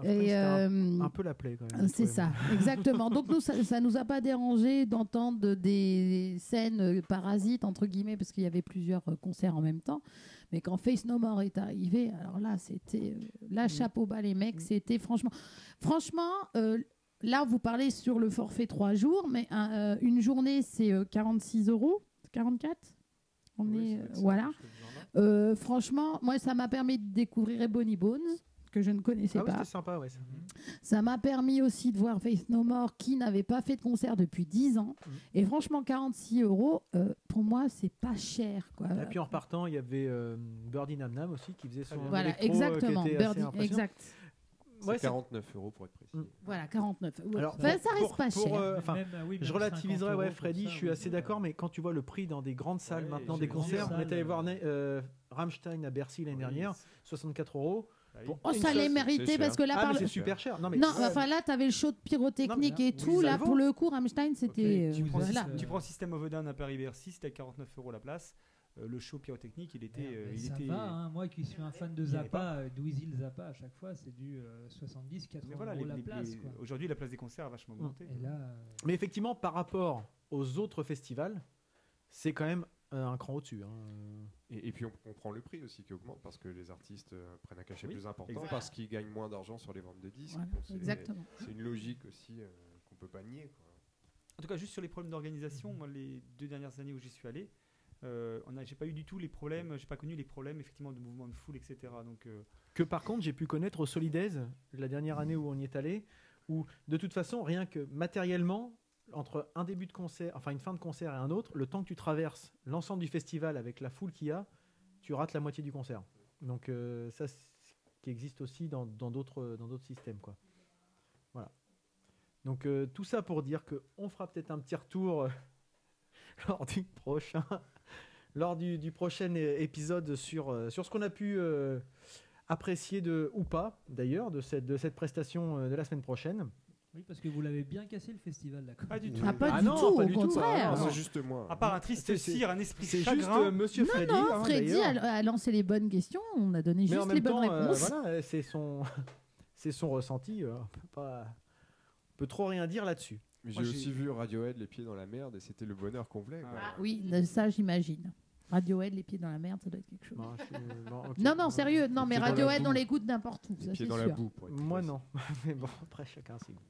[SPEAKER 3] c'était
[SPEAKER 4] Et,
[SPEAKER 3] un-
[SPEAKER 4] euh,
[SPEAKER 3] un, peu la plaie quand
[SPEAKER 4] euh,
[SPEAKER 3] même.
[SPEAKER 4] C'est ça, exactement. Donc nous, ça, ça nous a pas dérangé d'entendre des scènes euh, parasites entre guillemets parce qu'il y avait plusieurs euh, concerts en même temps. Mais quand Face No More est arrivé, alors là, c'était euh, là chapeau bas les mecs.
[SPEAKER 3] Mm.
[SPEAKER 4] C'était franchement, franchement. euh, Là, vous parlez sur le forfait 3 jours, mais un, euh, une journée, c'est euh, 46 euros, 44 On
[SPEAKER 7] Oui, ça
[SPEAKER 4] est, euh,
[SPEAKER 7] doit être ça,
[SPEAKER 4] voilà.
[SPEAKER 7] quelque chose du genre.
[SPEAKER 4] Euh, franchement, moi, ça m'a permis de découvrir Ebony Bones, que je ne connaissais
[SPEAKER 3] Ah oui,
[SPEAKER 4] pas.
[SPEAKER 3] c'était sympa, ouais. ça.
[SPEAKER 4] Ça m'a permis aussi de voir Faith No More qui n'avait pas fait de concert depuis 10 ans.
[SPEAKER 3] Mhm.
[SPEAKER 4] Et franchement, 46 euros, euh, pour moi, c'est pas cher. Quoi.
[SPEAKER 3] Et puis en repartant, il y avait euh, Birdie Nam Nam aussi qui faisait son
[SPEAKER 6] bien.
[SPEAKER 4] voilà,
[SPEAKER 3] électro, euh, qui
[SPEAKER 4] exactement.
[SPEAKER 3] était assez
[SPEAKER 4] Birdie,
[SPEAKER 3] impressionnant.
[SPEAKER 4] exact.
[SPEAKER 3] Ouais,
[SPEAKER 7] C'est
[SPEAKER 3] c'est-
[SPEAKER 7] 49 euros pour être précis.
[SPEAKER 3] Mm.
[SPEAKER 4] Voilà, 49. Ouais.
[SPEAKER 3] Alors,
[SPEAKER 4] Enfin, ça reste
[SPEAKER 3] pour-
[SPEAKER 4] pas
[SPEAKER 3] pour,
[SPEAKER 4] cher.
[SPEAKER 3] euh, enfin,
[SPEAKER 1] Même, euh, oui, même
[SPEAKER 3] Je
[SPEAKER 1] 50
[SPEAKER 3] relativiserais,
[SPEAKER 1] euros
[SPEAKER 3] ouais,
[SPEAKER 1] pour
[SPEAKER 3] Freddy,
[SPEAKER 1] ça,
[SPEAKER 3] je suis
[SPEAKER 1] oui.
[SPEAKER 3] assez d'accord, mais quand tu vois le prix dans des grandes salles
[SPEAKER 7] Ouais,
[SPEAKER 3] maintenant,
[SPEAKER 7] et
[SPEAKER 3] des
[SPEAKER 7] sur les
[SPEAKER 3] concerts,
[SPEAKER 7] grandes
[SPEAKER 3] on est allé
[SPEAKER 1] salles,
[SPEAKER 3] voir
[SPEAKER 1] euh,
[SPEAKER 3] Ne- euh, Rammstein à Bercy l'année
[SPEAKER 7] Oui,
[SPEAKER 3] dernière, 64 euros.
[SPEAKER 7] Bah
[SPEAKER 3] Pour
[SPEAKER 7] oui.
[SPEAKER 4] Oh,
[SPEAKER 3] une
[SPEAKER 4] ça
[SPEAKER 3] seule-
[SPEAKER 4] les
[SPEAKER 7] c'est- c'est
[SPEAKER 4] méritait parce
[SPEAKER 7] cher.
[SPEAKER 4] que là,
[SPEAKER 3] Ah,
[SPEAKER 4] par
[SPEAKER 3] mais
[SPEAKER 4] le-
[SPEAKER 3] c'est super cher. Non, mais
[SPEAKER 4] Non, enfin là, t'avais le show de pyrotechnique
[SPEAKER 1] Non, mais
[SPEAKER 4] et
[SPEAKER 1] là,
[SPEAKER 4] tout.
[SPEAKER 3] ils
[SPEAKER 4] Là,
[SPEAKER 3] le
[SPEAKER 4] pour le coup, Rammstein, c'était.
[SPEAKER 1] Tu
[SPEAKER 4] euh,
[SPEAKER 1] prends-
[SPEAKER 4] voilà.
[SPEAKER 1] euh,
[SPEAKER 6] Tu prends System of a Down à Paris-Bercy, c'était à 49 euros la place. Euh, le show pyrotechnique, il était.
[SPEAKER 1] Merde,
[SPEAKER 6] euh,
[SPEAKER 1] mais
[SPEAKER 6] il
[SPEAKER 1] ça
[SPEAKER 6] était
[SPEAKER 1] va, hein, moi qui suis un fan de
[SPEAKER 6] Il y avait
[SPEAKER 1] Zappa, euh, d'Ouizil Zappa à chaque fois, c'est du 70-80
[SPEAKER 6] mais voilà,
[SPEAKER 1] euros
[SPEAKER 6] les-
[SPEAKER 1] la
[SPEAKER 6] les-
[SPEAKER 1] place.
[SPEAKER 6] les-
[SPEAKER 1] quoi.
[SPEAKER 6] aujourd'hui, la place des concerts a vachement
[SPEAKER 3] Mm.
[SPEAKER 6] augmenté.
[SPEAKER 1] Et là, euh,
[SPEAKER 3] Mais effectivement, par rapport aux autres festivals, c'est quand même euh, un cran au-dessus. hein.
[SPEAKER 7] Et, et puis on comprend le prix aussi qui augmente parce que les artistes euh, prennent un cachet
[SPEAKER 6] Oui,
[SPEAKER 7] plus important
[SPEAKER 6] exact.
[SPEAKER 7] parce qu'ils gagnent moins d'argent sur les ventes de disques.
[SPEAKER 4] Voilà,
[SPEAKER 7] Donc c'est-
[SPEAKER 4] exactement.
[SPEAKER 3] Ah,
[SPEAKER 7] C'est une logique aussi euh, qu'on peut pas nier. quoi.
[SPEAKER 6] En tout cas, juste sur les problèmes
[SPEAKER 3] Mhm.
[SPEAKER 6] d'organisation, moi, les deux dernières années où j'y suis allé, euh, on a- j'ai pas eu du tout les problèmes, j'ai pas connu les problèmes effectivement de mouvement de foule, etc. Donc, euh,
[SPEAKER 3] Que par contre, j'ai pu connaître au Solidaise, la dernière année où on y est allé, où de toute façon, rien que matériellement, entre un début de concert, enfin une fin de concert et un autre, le temps que tu traverses l'ensemble du festival avec la foule qu'il y a, tu rates la moitié du concert. Donc euh, ça, c'est ce qui existe aussi dans dans d'autres dans d'autres systèmes, quoi. Voilà. Donc euh, tout ça pour dire que on fera peut-être un petit retour euh, lors du prochain, lors du, du prochain é- épisode sur euh, sur ce qu'on a pu euh, apprécier de ou pas d'ailleurs de cette de cette prestation euh, de la semaine prochaine.
[SPEAKER 1] oui, parce que vous l'avez bien cassé le festival, d'accord
[SPEAKER 6] pas du tout.
[SPEAKER 4] Ah, pas
[SPEAKER 3] Ah
[SPEAKER 4] du
[SPEAKER 3] non,
[SPEAKER 4] tout,
[SPEAKER 3] pas
[SPEAKER 4] au
[SPEAKER 3] du tout,
[SPEAKER 4] contraire.
[SPEAKER 3] ah
[SPEAKER 7] Ah,
[SPEAKER 3] non.
[SPEAKER 7] c'est juste moi.
[SPEAKER 6] À part un triste
[SPEAKER 3] C'est- c'est-
[SPEAKER 6] cire, un esprit
[SPEAKER 3] C'est
[SPEAKER 6] chagrin.
[SPEAKER 3] juste euh, Monsieur
[SPEAKER 4] Non,
[SPEAKER 3] Freddy.
[SPEAKER 4] non,
[SPEAKER 3] hein,
[SPEAKER 4] Freddy
[SPEAKER 3] d'ailleurs.
[SPEAKER 4] a, a lancé les bonnes questions. On a donné
[SPEAKER 3] Mais en
[SPEAKER 4] juste
[SPEAKER 3] même
[SPEAKER 4] les bonnes
[SPEAKER 3] temps, euh,
[SPEAKER 4] réponses.
[SPEAKER 3] voilà, c'est son c'est son ressenti. euh, on peut pas on peut trop rien dire là-dessus.
[SPEAKER 7] Mais j'ai
[SPEAKER 6] Moi, j'ai-
[SPEAKER 7] aussi vu Radiohead les pieds dans la merde et c'était le bonheur qu'on voulait. quoi.
[SPEAKER 4] Ah Oui, ça, j'imagine. Radiohead, les pieds dans la merde, ça doit être quelque chose.
[SPEAKER 3] Non, je- non, ok.
[SPEAKER 4] Non, non, sérieux, non,
[SPEAKER 7] Les
[SPEAKER 4] mais
[SPEAKER 7] pieds dans la
[SPEAKER 4] Radiohead,
[SPEAKER 7] boue.
[SPEAKER 4] on l'écoute n'importe où,
[SPEAKER 7] Les
[SPEAKER 4] ça
[SPEAKER 7] pieds
[SPEAKER 4] c'est
[SPEAKER 7] dans la
[SPEAKER 4] sûr.
[SPEAKER 7] boue. pour être
[SPEAKER 3] Moi
[SPEAKER 7] précis.
[SPEAKER 3] non, mais bon après chacun ses goûts.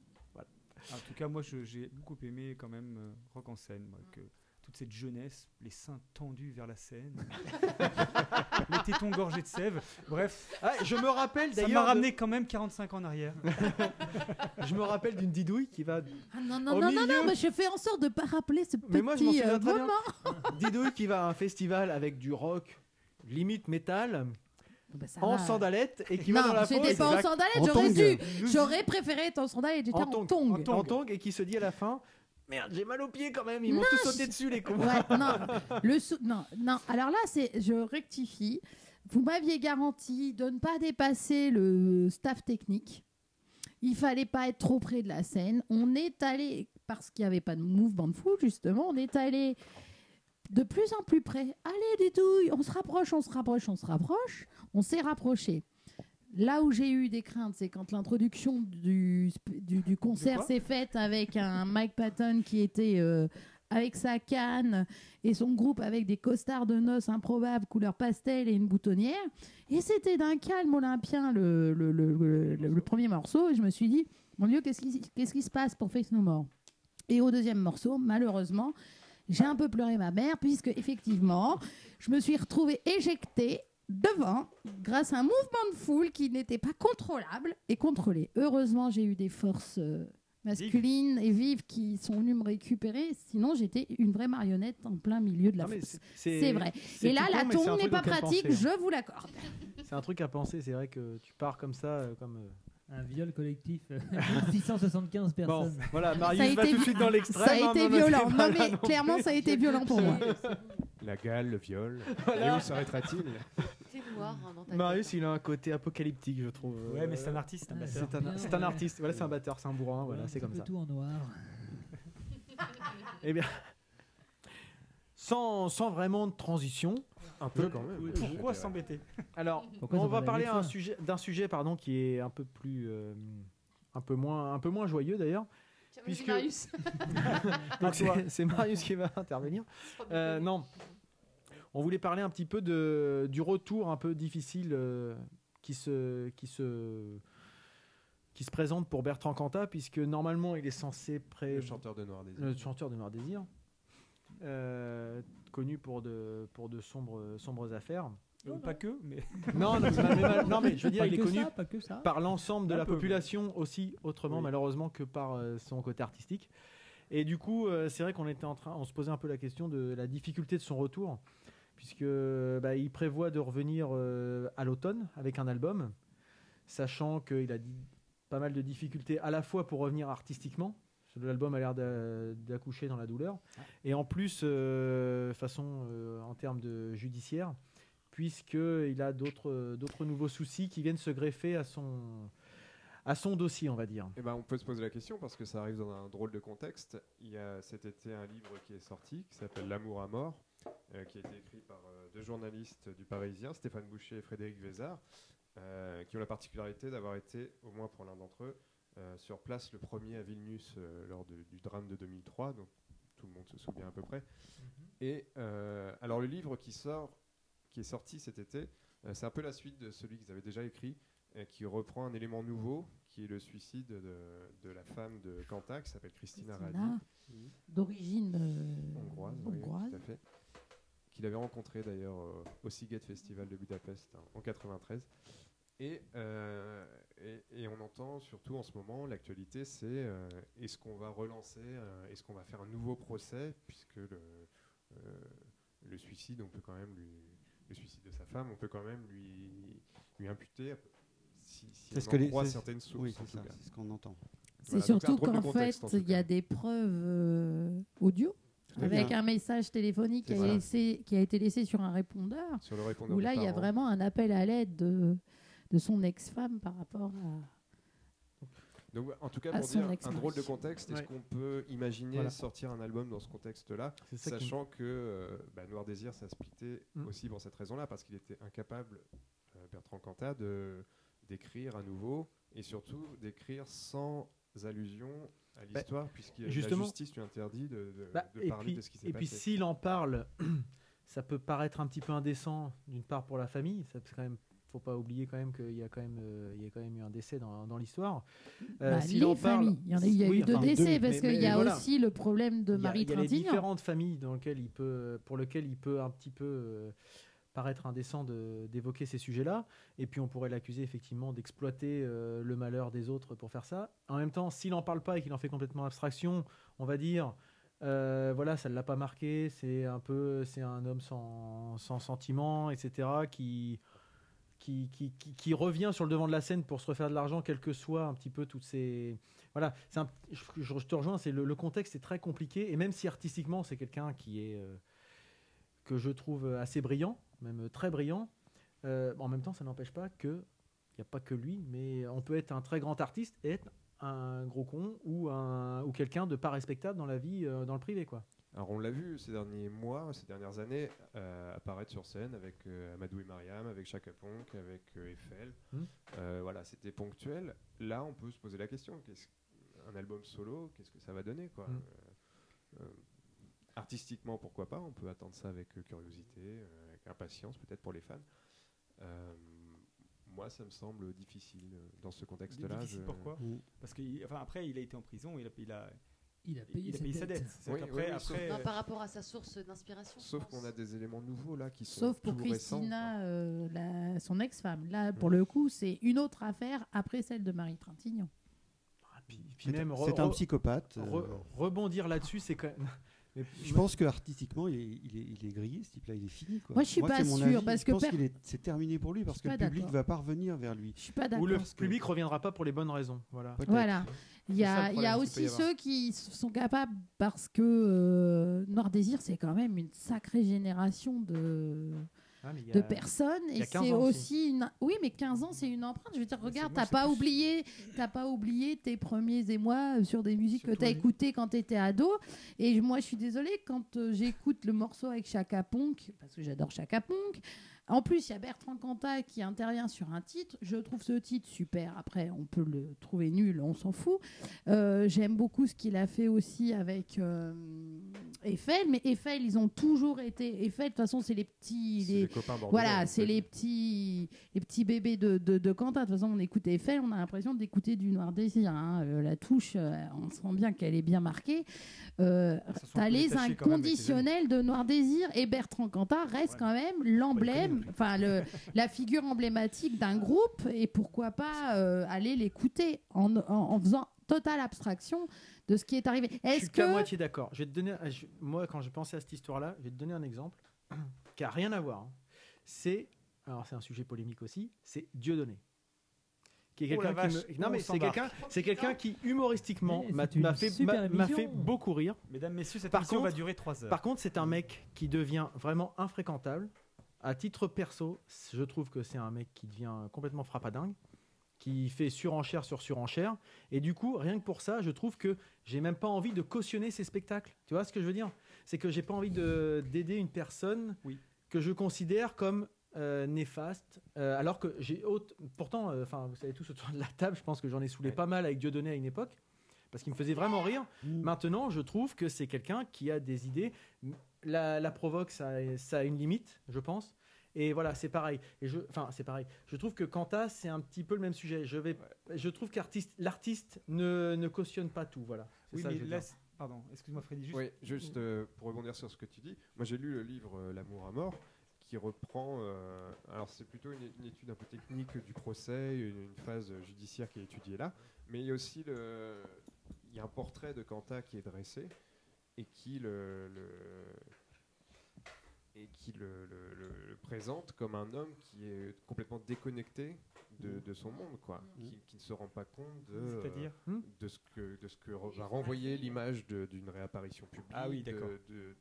[SPEAKER 6] En tout cas, moi, je- j'ai beaucoup aimé quand même euh, Rock en scène. moi, que toute cette jeunesse, les seins tendus vers la scène, les tétons gorgés de sève. Bref,
[SPEAKER 3] Ah, je me rappelle
[SPEAKER 6] ça m'a
[SPEAKER 3] d'ailleurs, de-
[SPEAKER 6] ramené quand même 45 ans en arrière.
[SPEAKER 3] je me rappelle d'une didouille qui va
[SPEAKER 4] Ah non,
[SPEAKER 3] Au
[SPEAKER 4] non, non, non,
[SPEAKER 3] milieu.
[SPEAKER 4] non, mais je fais en sorte de pas rappeler ce
[SPEAKER 3] Mais moi, je m'en
[SPEAKER 4] petit
[SPEAKER 3] souviens
[SPEAKER 4] euh,
[SPEAKER 3] très bien.
[SPEAKER 4] moment.
[SPEAKER 3] didouille qui va à un festival avec du rock limite métal
[SPEAKER 4] Bah, ça
[SPEAKER 3] en
[SPEAKER 4] va.
[SPEAKER 3] sandalette et qui va dans
[SPEAKER 4] Non,
[SPEAKER 3] la
[SPEAKER 4] j'étais
[SPEAKER 3] fosse
[SPEAKER 4] pas en sandalette,
[SPEAKER 2] En
[SPEAKER 4] j'aurais
[SPEAKER 2] tongs.
[SPEAKER 4] dû. J'aurais préféré être en sandalette, j'étais en,
[SPEAKER 3] tongs,
[SPEAKER 4] tongs.
[SPEAKER 3] en tongs, et qui se dit à la fin Merde, j'ai mal aux pieds quand même, ils m'ont
[SPEAKER 4] Non,
[SPEAKER 3] tous sauté
[SPEAKER 4] c'est-
[SPEAKER 3] dessus les cons.
[SPEAKER 4] Ouais, non, le sou- non, non. Alors là, c'est, je rectifie. Vous m'aviez garanti de ne pas dépasser le staff technique. Il fallait pas être trop près de la scène. On est allé parce qu'il n'y avait pas de mouvement de foule justement. On est allé de plus en plus près. Allez, des douilles, on se rapproche, on se rapproche, on se rapproche. On s'est rapproché. Là où j'ai eu des craintes, c'est quand l'introduction du, sp- du, du concert
[SPEAKER 3] quoi
[SPEAKER 4] s'est faite avec un Mike Patton qui était euh, avec sa canne et son groupe avec des costards de noces improbables, couleur pastel et une boutonnière. Et c'était d'un calme olympien le, le, le- le- le- le premier morceau. Et je me suis dit, mon Dieu, qu'est-ce qui, qu'est-ce qui se passe pour Face No More Et au deuxième morceau, malheureusement, j'ai un peu pleuré ma mère, puisque effectivement, je me suis retrouvée éjectée devant grâce à un mouvement de foule qui n'était pas contrôlable et contrôlé. Heureusement, j'ai eu des forces euh, masculines et vives qui sont venues me récupérer, sinon j'étais une vraie marionnette en plein milieu de la
[SPEAKER 3] Non, mais
[SPEAKER 4] foule.
[SPEAKER 3] c'est-
[SPEAKER 4] C'est vrai.
[SPEAKER 3] c'est
[SPEAKER 4] Et là,
[SPEAKER 3] tout con,
[SPEAKER 4] la
[SPEAKER 3] mais c'est un
[SPEAKER 4] tombe
[SPEAKER 3] truc
[SPEAKER 4] n'est pas
[SPEAKER 3] auquel
[SPEAKER 4] pratique,
[SPEAKER 3] penser, hein.
[SPEAKER 4] je vous l'accorde.
[SPEAKER 3] C'est un truc à penser, c'est vrai que tu pars comme ça, euh, comme. euh.
[SPEAKER 1] Un viol collectif. euh,
[SPEAKER 6] Ah.
[SPEAKER 1] 675
[SPEAKER 3] Bon,
[SPEAKER 1] personnes.
[SPEAKER 3] voilà,
[SPEAKER 4] Ça a
[SPEAKER 3] Marius Ah, va
[SPEAKER 4] été-
[SPEAKER 3] tout de suite dans l'extrême.
[SPEAKER 4] Ça a
[SPEAKER 3] hein,
[SPEAKER 4] été
[SPEAKER 3] non, non,
[SPEAKER 4] violent.
[SPEAKER 3] c'est pas
[SPEAKER 4] Non,
[SPEAKER 3] là
[SPEAKER 4] mais
[SPEAKER 3] non plus.
[SPEAKER 4] clairement, ça a été violent pour moi.
[SPEAKER 7] La gale, le viol. Et où s'arrêtera-t-il
[SPEAKER 8] T'es noir hein, dans ta
[SPEAKER 3] Marius,
[SPEAKER 8] tête.
[SPEAKER 3] il a un côté apocalyptique, je trouve.
[SPEAKER 6] Ouais, mais c'est un
[SPEAKER 3] Euh,
[SPEAKER 6] artiste, un
[SPEAKER 1] Ah,
[SPEAKER 6] batteur.
[SPEAKER 3] c'est un, c'est un artiste, voilà, c'est un batteur, c'est un bourrin, voilà,
[SPEAKER 1] Voilà,
[SPEAKER 3] c'est
[SPEAKER 1] un
[SPEAKER 3] comme
[SPEAKER 1] peu
[SPEAKER 3] ça.
[SPEAKER 1] tout en noir.
[SPEAKER 3] Sans, sans vraiment de transition,
[SPEAKER 7] Un peu quand même. euh,
[SPEAKER 6] Pourquoi
[SPEAKER 7] Je dirais.
[SPEAKER 6] s'embêter
[SPEAKER 3] alors
[SPEAKER 1] Pourquoi
[SPEAKER 3] on
[SPEAKER 1] ça
[SPEAKER 3] va
[SPEAKER 1] fait la
[SPEAKER 3] parler
[SPEAKER 1] même
[SPEAKER 3] à un
[SPEAKER 1] fois
[SPEAKER 3] sujet- d'un sujet, pardon, qui est un peu plus, euh, un peu moins, un peu moins joyeux d'ailleurs.
[SPEAKER 8] Tiens, vas-y,
[SPEAKER 3] puisque-
[SPEAKER 8] Marius.
[SPEAKER 3] Donc c'est- c'est Marius qui va intervenir. Euh, non, on voulait parler un petit peu de, du retour un peu difficile euh, qui se, qui se, qui se présente pour Bertrand Cantat, puisque normalement il est censé pré
[SPEAKER 7] Le chanteur de Noir Désir.
[SPEAKER 3] le chanteur de Noir Désir, euh, connu pour de, pour de sombres, sombres affaires.
[SPEAKER 6] Euh, Pas que, mais
[SPEAKER 3] Non, non, mais- mais- non, mais je veux dire,
[SPEAKER 1] Pas
[SPEAKER 3] il est
[SPEAKER 1] que
[SPEAKER 3] connu
[SPEAKER 1] ça, pas que ça.
[SPEAKER 3] par l'ensemble de
[SPEAKER 6] Un
[SPEAKER 3] la
[SPEAKER 6] peu, oui.
[SPEAKER 3] population aussi, autrement
[SPEAKER 6] Oui.
[SPEAKER 3] malheureusement que par euh, son côté artistique. Et du coup, euh, c'est vrai qu'on était en train, on se posait un peu la question de la difficulté de son retour, puisque bah, il prévoit de revenir euh, à l'automne avec un album, sachant qu'il a dit pas mal de difficultés à la fois pour revenir artistiquement. parce que L'album a l'air d'a- d'accoucher dans la douleur.
[SPEAKER 6] Ah.
[SPEAKER 3] Et en plus, euh, façon euh, en termes de judiciaire, puisqu'il a d'autres d'autres nouveaux soucis qui viennent se greffer à son, à son dossier, on va dire.
[SPEAKER 7] Eh ben, on peut se poser la question parce que ça arrive dans un drôle de contexte. Il y a cet été un livre qui est sorti qui s'appelle L'amour à mort, euh, qui a été écrit par euh, deux journalistes du Parisien, Stéphane Boucher et Frédéric Vézard, euh, qui ont la particularité d'avoir été, au moins pour l'un d'entre eux, euh, sur place le premier à Vilnius euh, lors de- du drame de 2003, donc tout le monde se souvient à peu près. Et euh, alors le livre qui sort, qui est sorti cet été, euh, c'est un peu la suite de celui qu'ils avaient déjà écrit, euh, qui reprend un élément nouveau, qui est le suicide de, de la femme de Cantat, qui s'appelle Christina Radi,
[SPEAKER 4] Christina, D'origine euh,
[SPEAKER 7] hongroise, oui, tout à fait, qu'il avait rencontré d'ailleurs euh, au Siget Festival de Budapest hein, en 93. Et, euh, et, et on entend surtout en ce moment, l'actualité, c'est euh, est-ce qu'on va relancer, euh, est-ce qu'on va faire un nouveau procès, puisque le, euh, le suicide, on peut quand même lui, le suicide de sa femme, on peut quand même lui, lui imputer euh, si, si
[SPEAKER 2] C'est ce
[SPEAKER 7] on
[SPEAKER 2] que
[SPEAKER 7] en
[SPEAKER 2] les-
[SPEAKER 7] croit
[SPEAKER 2] c'est-
[SPEAKER 7] certaines sources.
[SPEAKER 2] Oui,
[SPEAKER 7] en
[SPEAKER 2] c'est
[SPEAKER 7] tout
[SPEAKER 2] ça,
[SPEAKER 7] cas.
[SPEAKER 2] c'est ce qu'on entend.
[SPEAKER 4] C'est
[SPEAKER 7] Voilà, donc c'est un
[SPEAKER 4] surtout
[SPEAKER 7] drôle de
[SPEAKER 4] qu'en
[SPEAKER 7] contexte,
[SPEAKER 4] fait,
[SPEAKER 7] en tout
[SPEAKER 4] il y a
[SPEAKER 7] cas.
[SPEAKER 4] des preuves euh, audio
[SPEAKER 2] à
[SPEAKER 4] avec
[SPEAKER 2] fait.
[SPEAKER 4] un message téléphonique qui
[SPEAKER 7] C'est
[SPEAKER 4] a,
[SPEAKER 7] ça.
[SPEAKER 4] laissé- qui a été laissé sur un répondeur,
[SPEAKER 7] Sur le répondeur
[SPEAKER 4] où
[SPEAKER 7] des
[SPEAKER 4] là, il y a
[SPEAKER 7] parents.
[SPEAKER 4] vraiment un appel à l'aide de, de son ex-femme par rapport à...
[SPEAKER 7] Donc, en tout cas,
[SPEAKER 4] à
[SPEAKER 7] pour
[SPEAKER 4] son
[SPEAKER 7] dire un
[SPEAKER 4] ex-mari.
[SPEAKER 7] drôle de contexte, est-ce
[SPEAKER 3] Ouais.
[SPEAKER 7] qu'on peut imaginer
[SPEAKER 3] Voilà.
[SPEAKER 7] sortir un album dans ce contexte-là,
[SPEAKER 3] C'est ça qui-
[SPEAKER 7] sachant que euh, bah, Noir Désir, ça splittait
[SPEAKER 3] Mm.
[SPEAKER 7] aussi pour cette raison-là, parce qu'il était incapable, euh, Bertrand Cantat, de d'écrire à nouveau et surtout d'écrire sans allusion à l'histoire, puisque la
[SPEAKER 3] Bah, justement.
[SPEAKER 7] justice lui interdit de, de-
[SPEAKER 3] Bah,
[SPEAKER 7] de
[SPEAKER 3] et
[SPEAKER 7] parler
[SPEAKER 3] puis,
[SPEAKER 7] de ce qui s'est
[SPEAKER 3] et puis
[SPEAKER 7] passé.
[SPEAKER 3] s'il en parle, ça peut paraître un petit peu indécent d'une part pour la famille. Ça peut quand même, faut pas oublier quand même qu'il y a quand même, euh, il y a quand même eu un décès dans, dans l'histoire. Euh,
[SPEAKER 4] bah,
[SPEAKER 3] s'il
[SPEAKER 4] les
[SPEAKER 3] en parle-
[SPEAKER 4] familles. Il y en a, il y a
[SPEAKER 3] Oui,
[SPEAKER 4] eu deux
[SPEAKER 3] enfin,
[SPEAKER 4] décès,
[SPEAKER 3] deux,
[SPEAKER 4] parce
[SPEAKER 3] mais-
[SPEAKER 4] qu'il y a
[SPEAKER 3] mais voilà.
[SPEAKER 4] aussi le problème de
[SPEAKER 3] Il y a-
[SPEAKER 4] Marie
[SPEAKER 3] il y a les
[SPEAKER 4] Trintignant.
[SPEAKER 3] différentes familles dans lesquelles il peut, pour lesquelles il peut un petit peu euh, paraître indécent de- d'évoquer ces sujets-là. Et puis on pourrait l'accuser effectivement d'exploiter euh, le malheur des autres pour faire ça. En même temps, s'il n'en parle pas et qu'il en fait complètement abstraction, on va dire. euh, voilà, ça ne l'a pas marqué. C'est un peu, c'est un homme sans, sans sentiment, etc. Qui, qui, qui, qui- qui revient sur le devant de la scène pour se refaire de l'argent, quel que soit un petit peu toutes ces. Voilà, c'est un- je, je- je te rejoins, c'est le, le contexte est très compliqué, et même si artistiquement c'est quelqu'un qui est. euh, que je trouve assez brillant, même très brillant, euh, en même temps ça n'empêche pas que. Il n'y a pas que lui, mais on peut être un très grand artiste et être un gros con ou, un- ou quelqu'un de pas respectable dans la vie, euh, dans le privé, quoi.
[SPEAKER 7] Alors on l'a vu ces derniers mois, ces dernières années, euh, apparaître sur scène avec euh, Amadou et Mariam, avec Chaka Ponk, avec euh, Eiffel.
[SPEAKER 3] Hmm.
[SPEAKER 7] Euh, voilà, c'était ponctuel. Là, on peut se poser la question qu'est-ce un album solo, qu'est-ce que ça va donner quoi
[SPEAKER 3] Hmm.
[SPEAKER 7] Euh, euh, Artistiquement, pourquoi pas On peut attendre ça avec euh, curiosité, euh, avec impatience, peut-être pour les fans. Euh, moi, ça me semble difficile euh, dans ce contexte-là.
[SPEAKER 6] difficile.
[SPEAKER 7] je-
[SPEAKER 3] Mmh.
[SPEAKER 6] Pourquoi
[SPEAKER 2] Mm.
[SPEAKER 6] Parce que, il- enfin, après, il a été en prison, il a, il a,
[SPEAKER 1] Il a payé,
[SPEAKER 6] il a payé sa dette. C'est
[SPEAKER 7] Oui,
[SPEAKER 6] après,
[SPEAKER 7] oui, oui,
[SPEAKER 6] après,
[SPEAKER 8] Non,
[SPEAKER 6] euh,
[SPEAKER 8] par rapport à sa source d'inspiration. je
[SPEAKER 7] Sauf
[SPEAKER 8] pense.
[SPEAKER 7] qu'on a des éléments nouveaux là qui sont
[SPEAKER 4] Sauf pour
[SPEAKER 7] tout récents. Hein.
[SPEAKER 4] Christina, euh, la- son ex-femme. Là, pour le coup, c'est une autre affaire après celle de Marie Trintignant.
[SPEAKER 3] Ah, puis- puis
[SPEAKER 2] C'est
[SPEAKER 3] même
[SPEAKER 2] un-
[SPEAKER 3] re-
[SPEAKER 2] c'est un
[SPEAKER 3] re-
[SPEAKER 2] psychopathe. euh,
[SPEAKER 3] re- rebondir là-dessus, c'est quand même. Mais-
[SPEAKER 2] Je pense que artistiquement, il est, il est- il est grillé, ce type-là, il est fini. Quoi.
[SPEAKER 4] Moi, je suis pas
[SPEAKER 2] c'est mon
[SPEAKER 4] sûre,
[SPEAKER 2] avis,
[SPEAKER 4] parce
[SPEAKER 2] je
[SPEAKER 4] que
[SPEAKER 2] pense
[SPEAKER 4] per-
[SPEAKER 2] qu'il est, c'est terminé pour lui parce
[SPEAKER 4] suis
[SPEAKER 2] que le
[SPEAKER 4] pas
[SPEAKER 2] public
[SPEAKER 4] d'accord.
[SPEAKER 2] va pas revenir vers lui.
[SPEAKER 4] Je suis pas
[SPEAKER 3] Ou
[SPEAKER 4] d'accord.
[SPEAKER 3] le
[SPEAKER 2] Parce que-
[SPEAKER 3] public reviendra pas pour les bonnes raisons. Voilà.
[SPEAKER 2] Peut-être.
[SPEAKER 4] Voilà. Il y
[SPEAKER 7] C'est ça
[SPEAKER 4] a,
[SPEAKER 7] le
[SPEAKER 4] il y
[SPEAKER 7] problème, c'est
[SPEAKER 4] a
[SPEAKER 7] qu'il
[SPEAKER 4] aussi
[SPEAKER 7] peut y avoir.
[SPEAKER 4] ceux qui s- sont capables parce que euh, Noir Désir, c'est quand même une sacrée génération de,
[SPEAKER 3] Ah, mais il y a-
[SPEAKER 4] de personnes.
[SPEAKER 3] il y a
[SPEAKER 4] Et
[SPEAKER 3] 15
[SPEAKER 4] c'est
[SPEAKER 3] ans aussi.
[SPEAKER 4] aussi une. Oui, mais 15 ans, c'est une empreinte. Je veux dire,
[SPEAKER 6] Ouais,
[SPEAKER 4] regarde,
[SPEAKER 6] c'est- moi,
[SPEAKER 4] t'as
[SPEAKER 6] c'est
[SPEAKER 4] pas
[SPEAKER 6] plus-
[SPEAKER 4] oublié, t'as pas oublié tes premiers émois euh, sur des musiques que
[SPEAKER 6] Surtout
[SPEAKER 4] t'as
[SPEAKER 6] les-
[SPEAKER 4] écoutées quand t'étais ado. Et je- moi, je suis désolée quand euh, j'écoute le morceau avec Chaka Ponk, parce que j'adore Chaka Ponk. En plus, il y a Bertrand Cantat qui intervient sur un titre. Je trouve ce titre super. Après, on peut le trouver nul, on s'en fout. Euh, J'aime beaucoup ce qu'il a fait aussi avec euh, Eiffel. Mais Eiffel, ils ont toujours été. Eiffel, de toute façon, c'est les petits.
[SPEAKER 7] C'est
[SPEAKER 4] les-
[SPEAKER 7] des copains bordelais,
[SPEAKER 4] voilà,
[SPEAKER 7] en
[SPEAKER 4] c'est
[SPEAKER 7] fait.
[SPEAKER 4] les petits, les petits bébés de, de, de Quentin. De toute façon, on écoute Eiffel, on a l'impression d'écouter du Noir Désir. hein. Euh, la touche, euh, on sent bien qu'elle est bien marquée. Euh,
[SPEAKER 6] Ça sent
[SPEAKER 4] T'as
[SPEAKER 6] le
[SPEAKER 4] les
[SPEAKER 6] détaché quand même avec les années.
[SPEAKER 4] inconditionnels de Noir Désir et Bertrand Cantat reste
[SPEAKER 6] Ouais.
[SPEAKER 4] quand même l'emblème, enfin le- la figure emblématique d'un groupe et pourquoi pas euh, aller l'écouter en, en, en faisant totale abstraction de ce qui est arrivé.
[SPEAKER 3] Je suis
[SPEAKER 4] Est-ce
[SPEAKER 3] qu'à
[SPEAKER 4] que
[SPEAKER 3] moitié d'accord. Je vais te donner, je- moi, quand j'ai pensé à cette histoire-là, je vais te donner un exemple qui a rien à voir. hein. C'est, alors c'est un sujet polémique aussi. C'est Dieudonné, qui est
[SPEAKER 6] Oh la
[SPEAKER 3] quelqu'un qui
[SPEAKER 6] vache,
[SPEAKER 3] me- non
[SPEAKER 6] on
[SPEAKER 3] mais c'est
[SPEAKER 6] s'embarque.
[SPEAKER 3] quelqu'un, c'est quelqu'un qui humoristiquement
[SPEAKER 1] Eh,
[SPEAKER 3] m'a
[SPEAKER 1] c'est une
[SPEAKER 3] m'a fait
[SPEAKER 1] super
[SPEAKER 3] m'a- m'a
[SPEAKER 1] émission.
[SPEAKER 3] fait beaucoup rire.
[SPEAKER 6] Mesdames, messieurs, cette
[SPEAKER 3] Par
[SPEAKER 6] émission va
[SPEAKER 3] contre-
[SPEAKER 6] durer 3 heures.
[SPEAKER 3] Par contre, c'est un mec qui devient vraiment infréquentable. À titre perso, je trouve que c'est un mec qui devient complètement frappadingue, qui fait surenchère sur surenchère. Et du coup, rien que pour ça, je trouve que j'ai même pas envie de cautionner ces spectacles. Tu vois ce que je veux dire C'est que j'ai pas envie de- d'aider une personne
[SPEAKER 6] Oui.
[SPEAKER 3] que je considère comme euh, néfaste, euh, alors que j'ai haute. Pourtant, euh, enfin, vous savez tous autour de la table, je pense que j'en ai saoulé
[SPEAKER 6] Ouais.
[SPEAKER 3] pas mal avec Dieudonné à une époque, parce qu'il me faisait vraiment rire.
[SPEAKER 7] Mmh.
[SPEAKER 3] Maintenant, je trouve que c'est quelqu'un qui a des idées. La, la provoque, ça, a- ça a une limite, je pense. Et voilà, c'est pareil. Et je, enfin, c'est pareil. Je trouve que Quanta, c'est un petit peu le même sujet. Je vais, je trouve qu'artiste, l'artiste ne, ne cautionne pas tout. Voilà. C'est
[SPEAKER 6] oui,
[SPEAKER 3] ça que
[SPEAKER 6] mais
[SPEAKER 3] je veux
[SPEAKER 6] là,
[SPEAKER 3] dire.
[SPEAKER 6] c'est- pardon, excuse-moi Freddy, juste.
[SPEAKER 7] Oui, juste euh, pour rebondir sur ce que tu dis, moi j'ai lu le livre euh, L'amour à mort qui reprend, euh, alors c'est plutôt une, une étude un peu technique du procès, une, une phase judiciaire qui est étudiée là, mais il y a aussi le, il y a un portrait de Quentin qui est dressé et qui le, le- et qui le, le- le- le présente comme un homme qui est complètement déconnecté de, de son monde, quoi,
[SPEAKER 2] Mhm.
[SPEAKER 7] qui, qui ne se rend pas compte de euh,
[SPEAKER 6] C'est-à-dire
[SPEAKER 7] de ce que de ce que re- va renvoyer l'image de- d'une réapparition publique
[SPEAKER 6] Ah oui,
[SPEAKER 7] de-
[SPEAKER 6] d'accord.
[SPEAKER 7] de-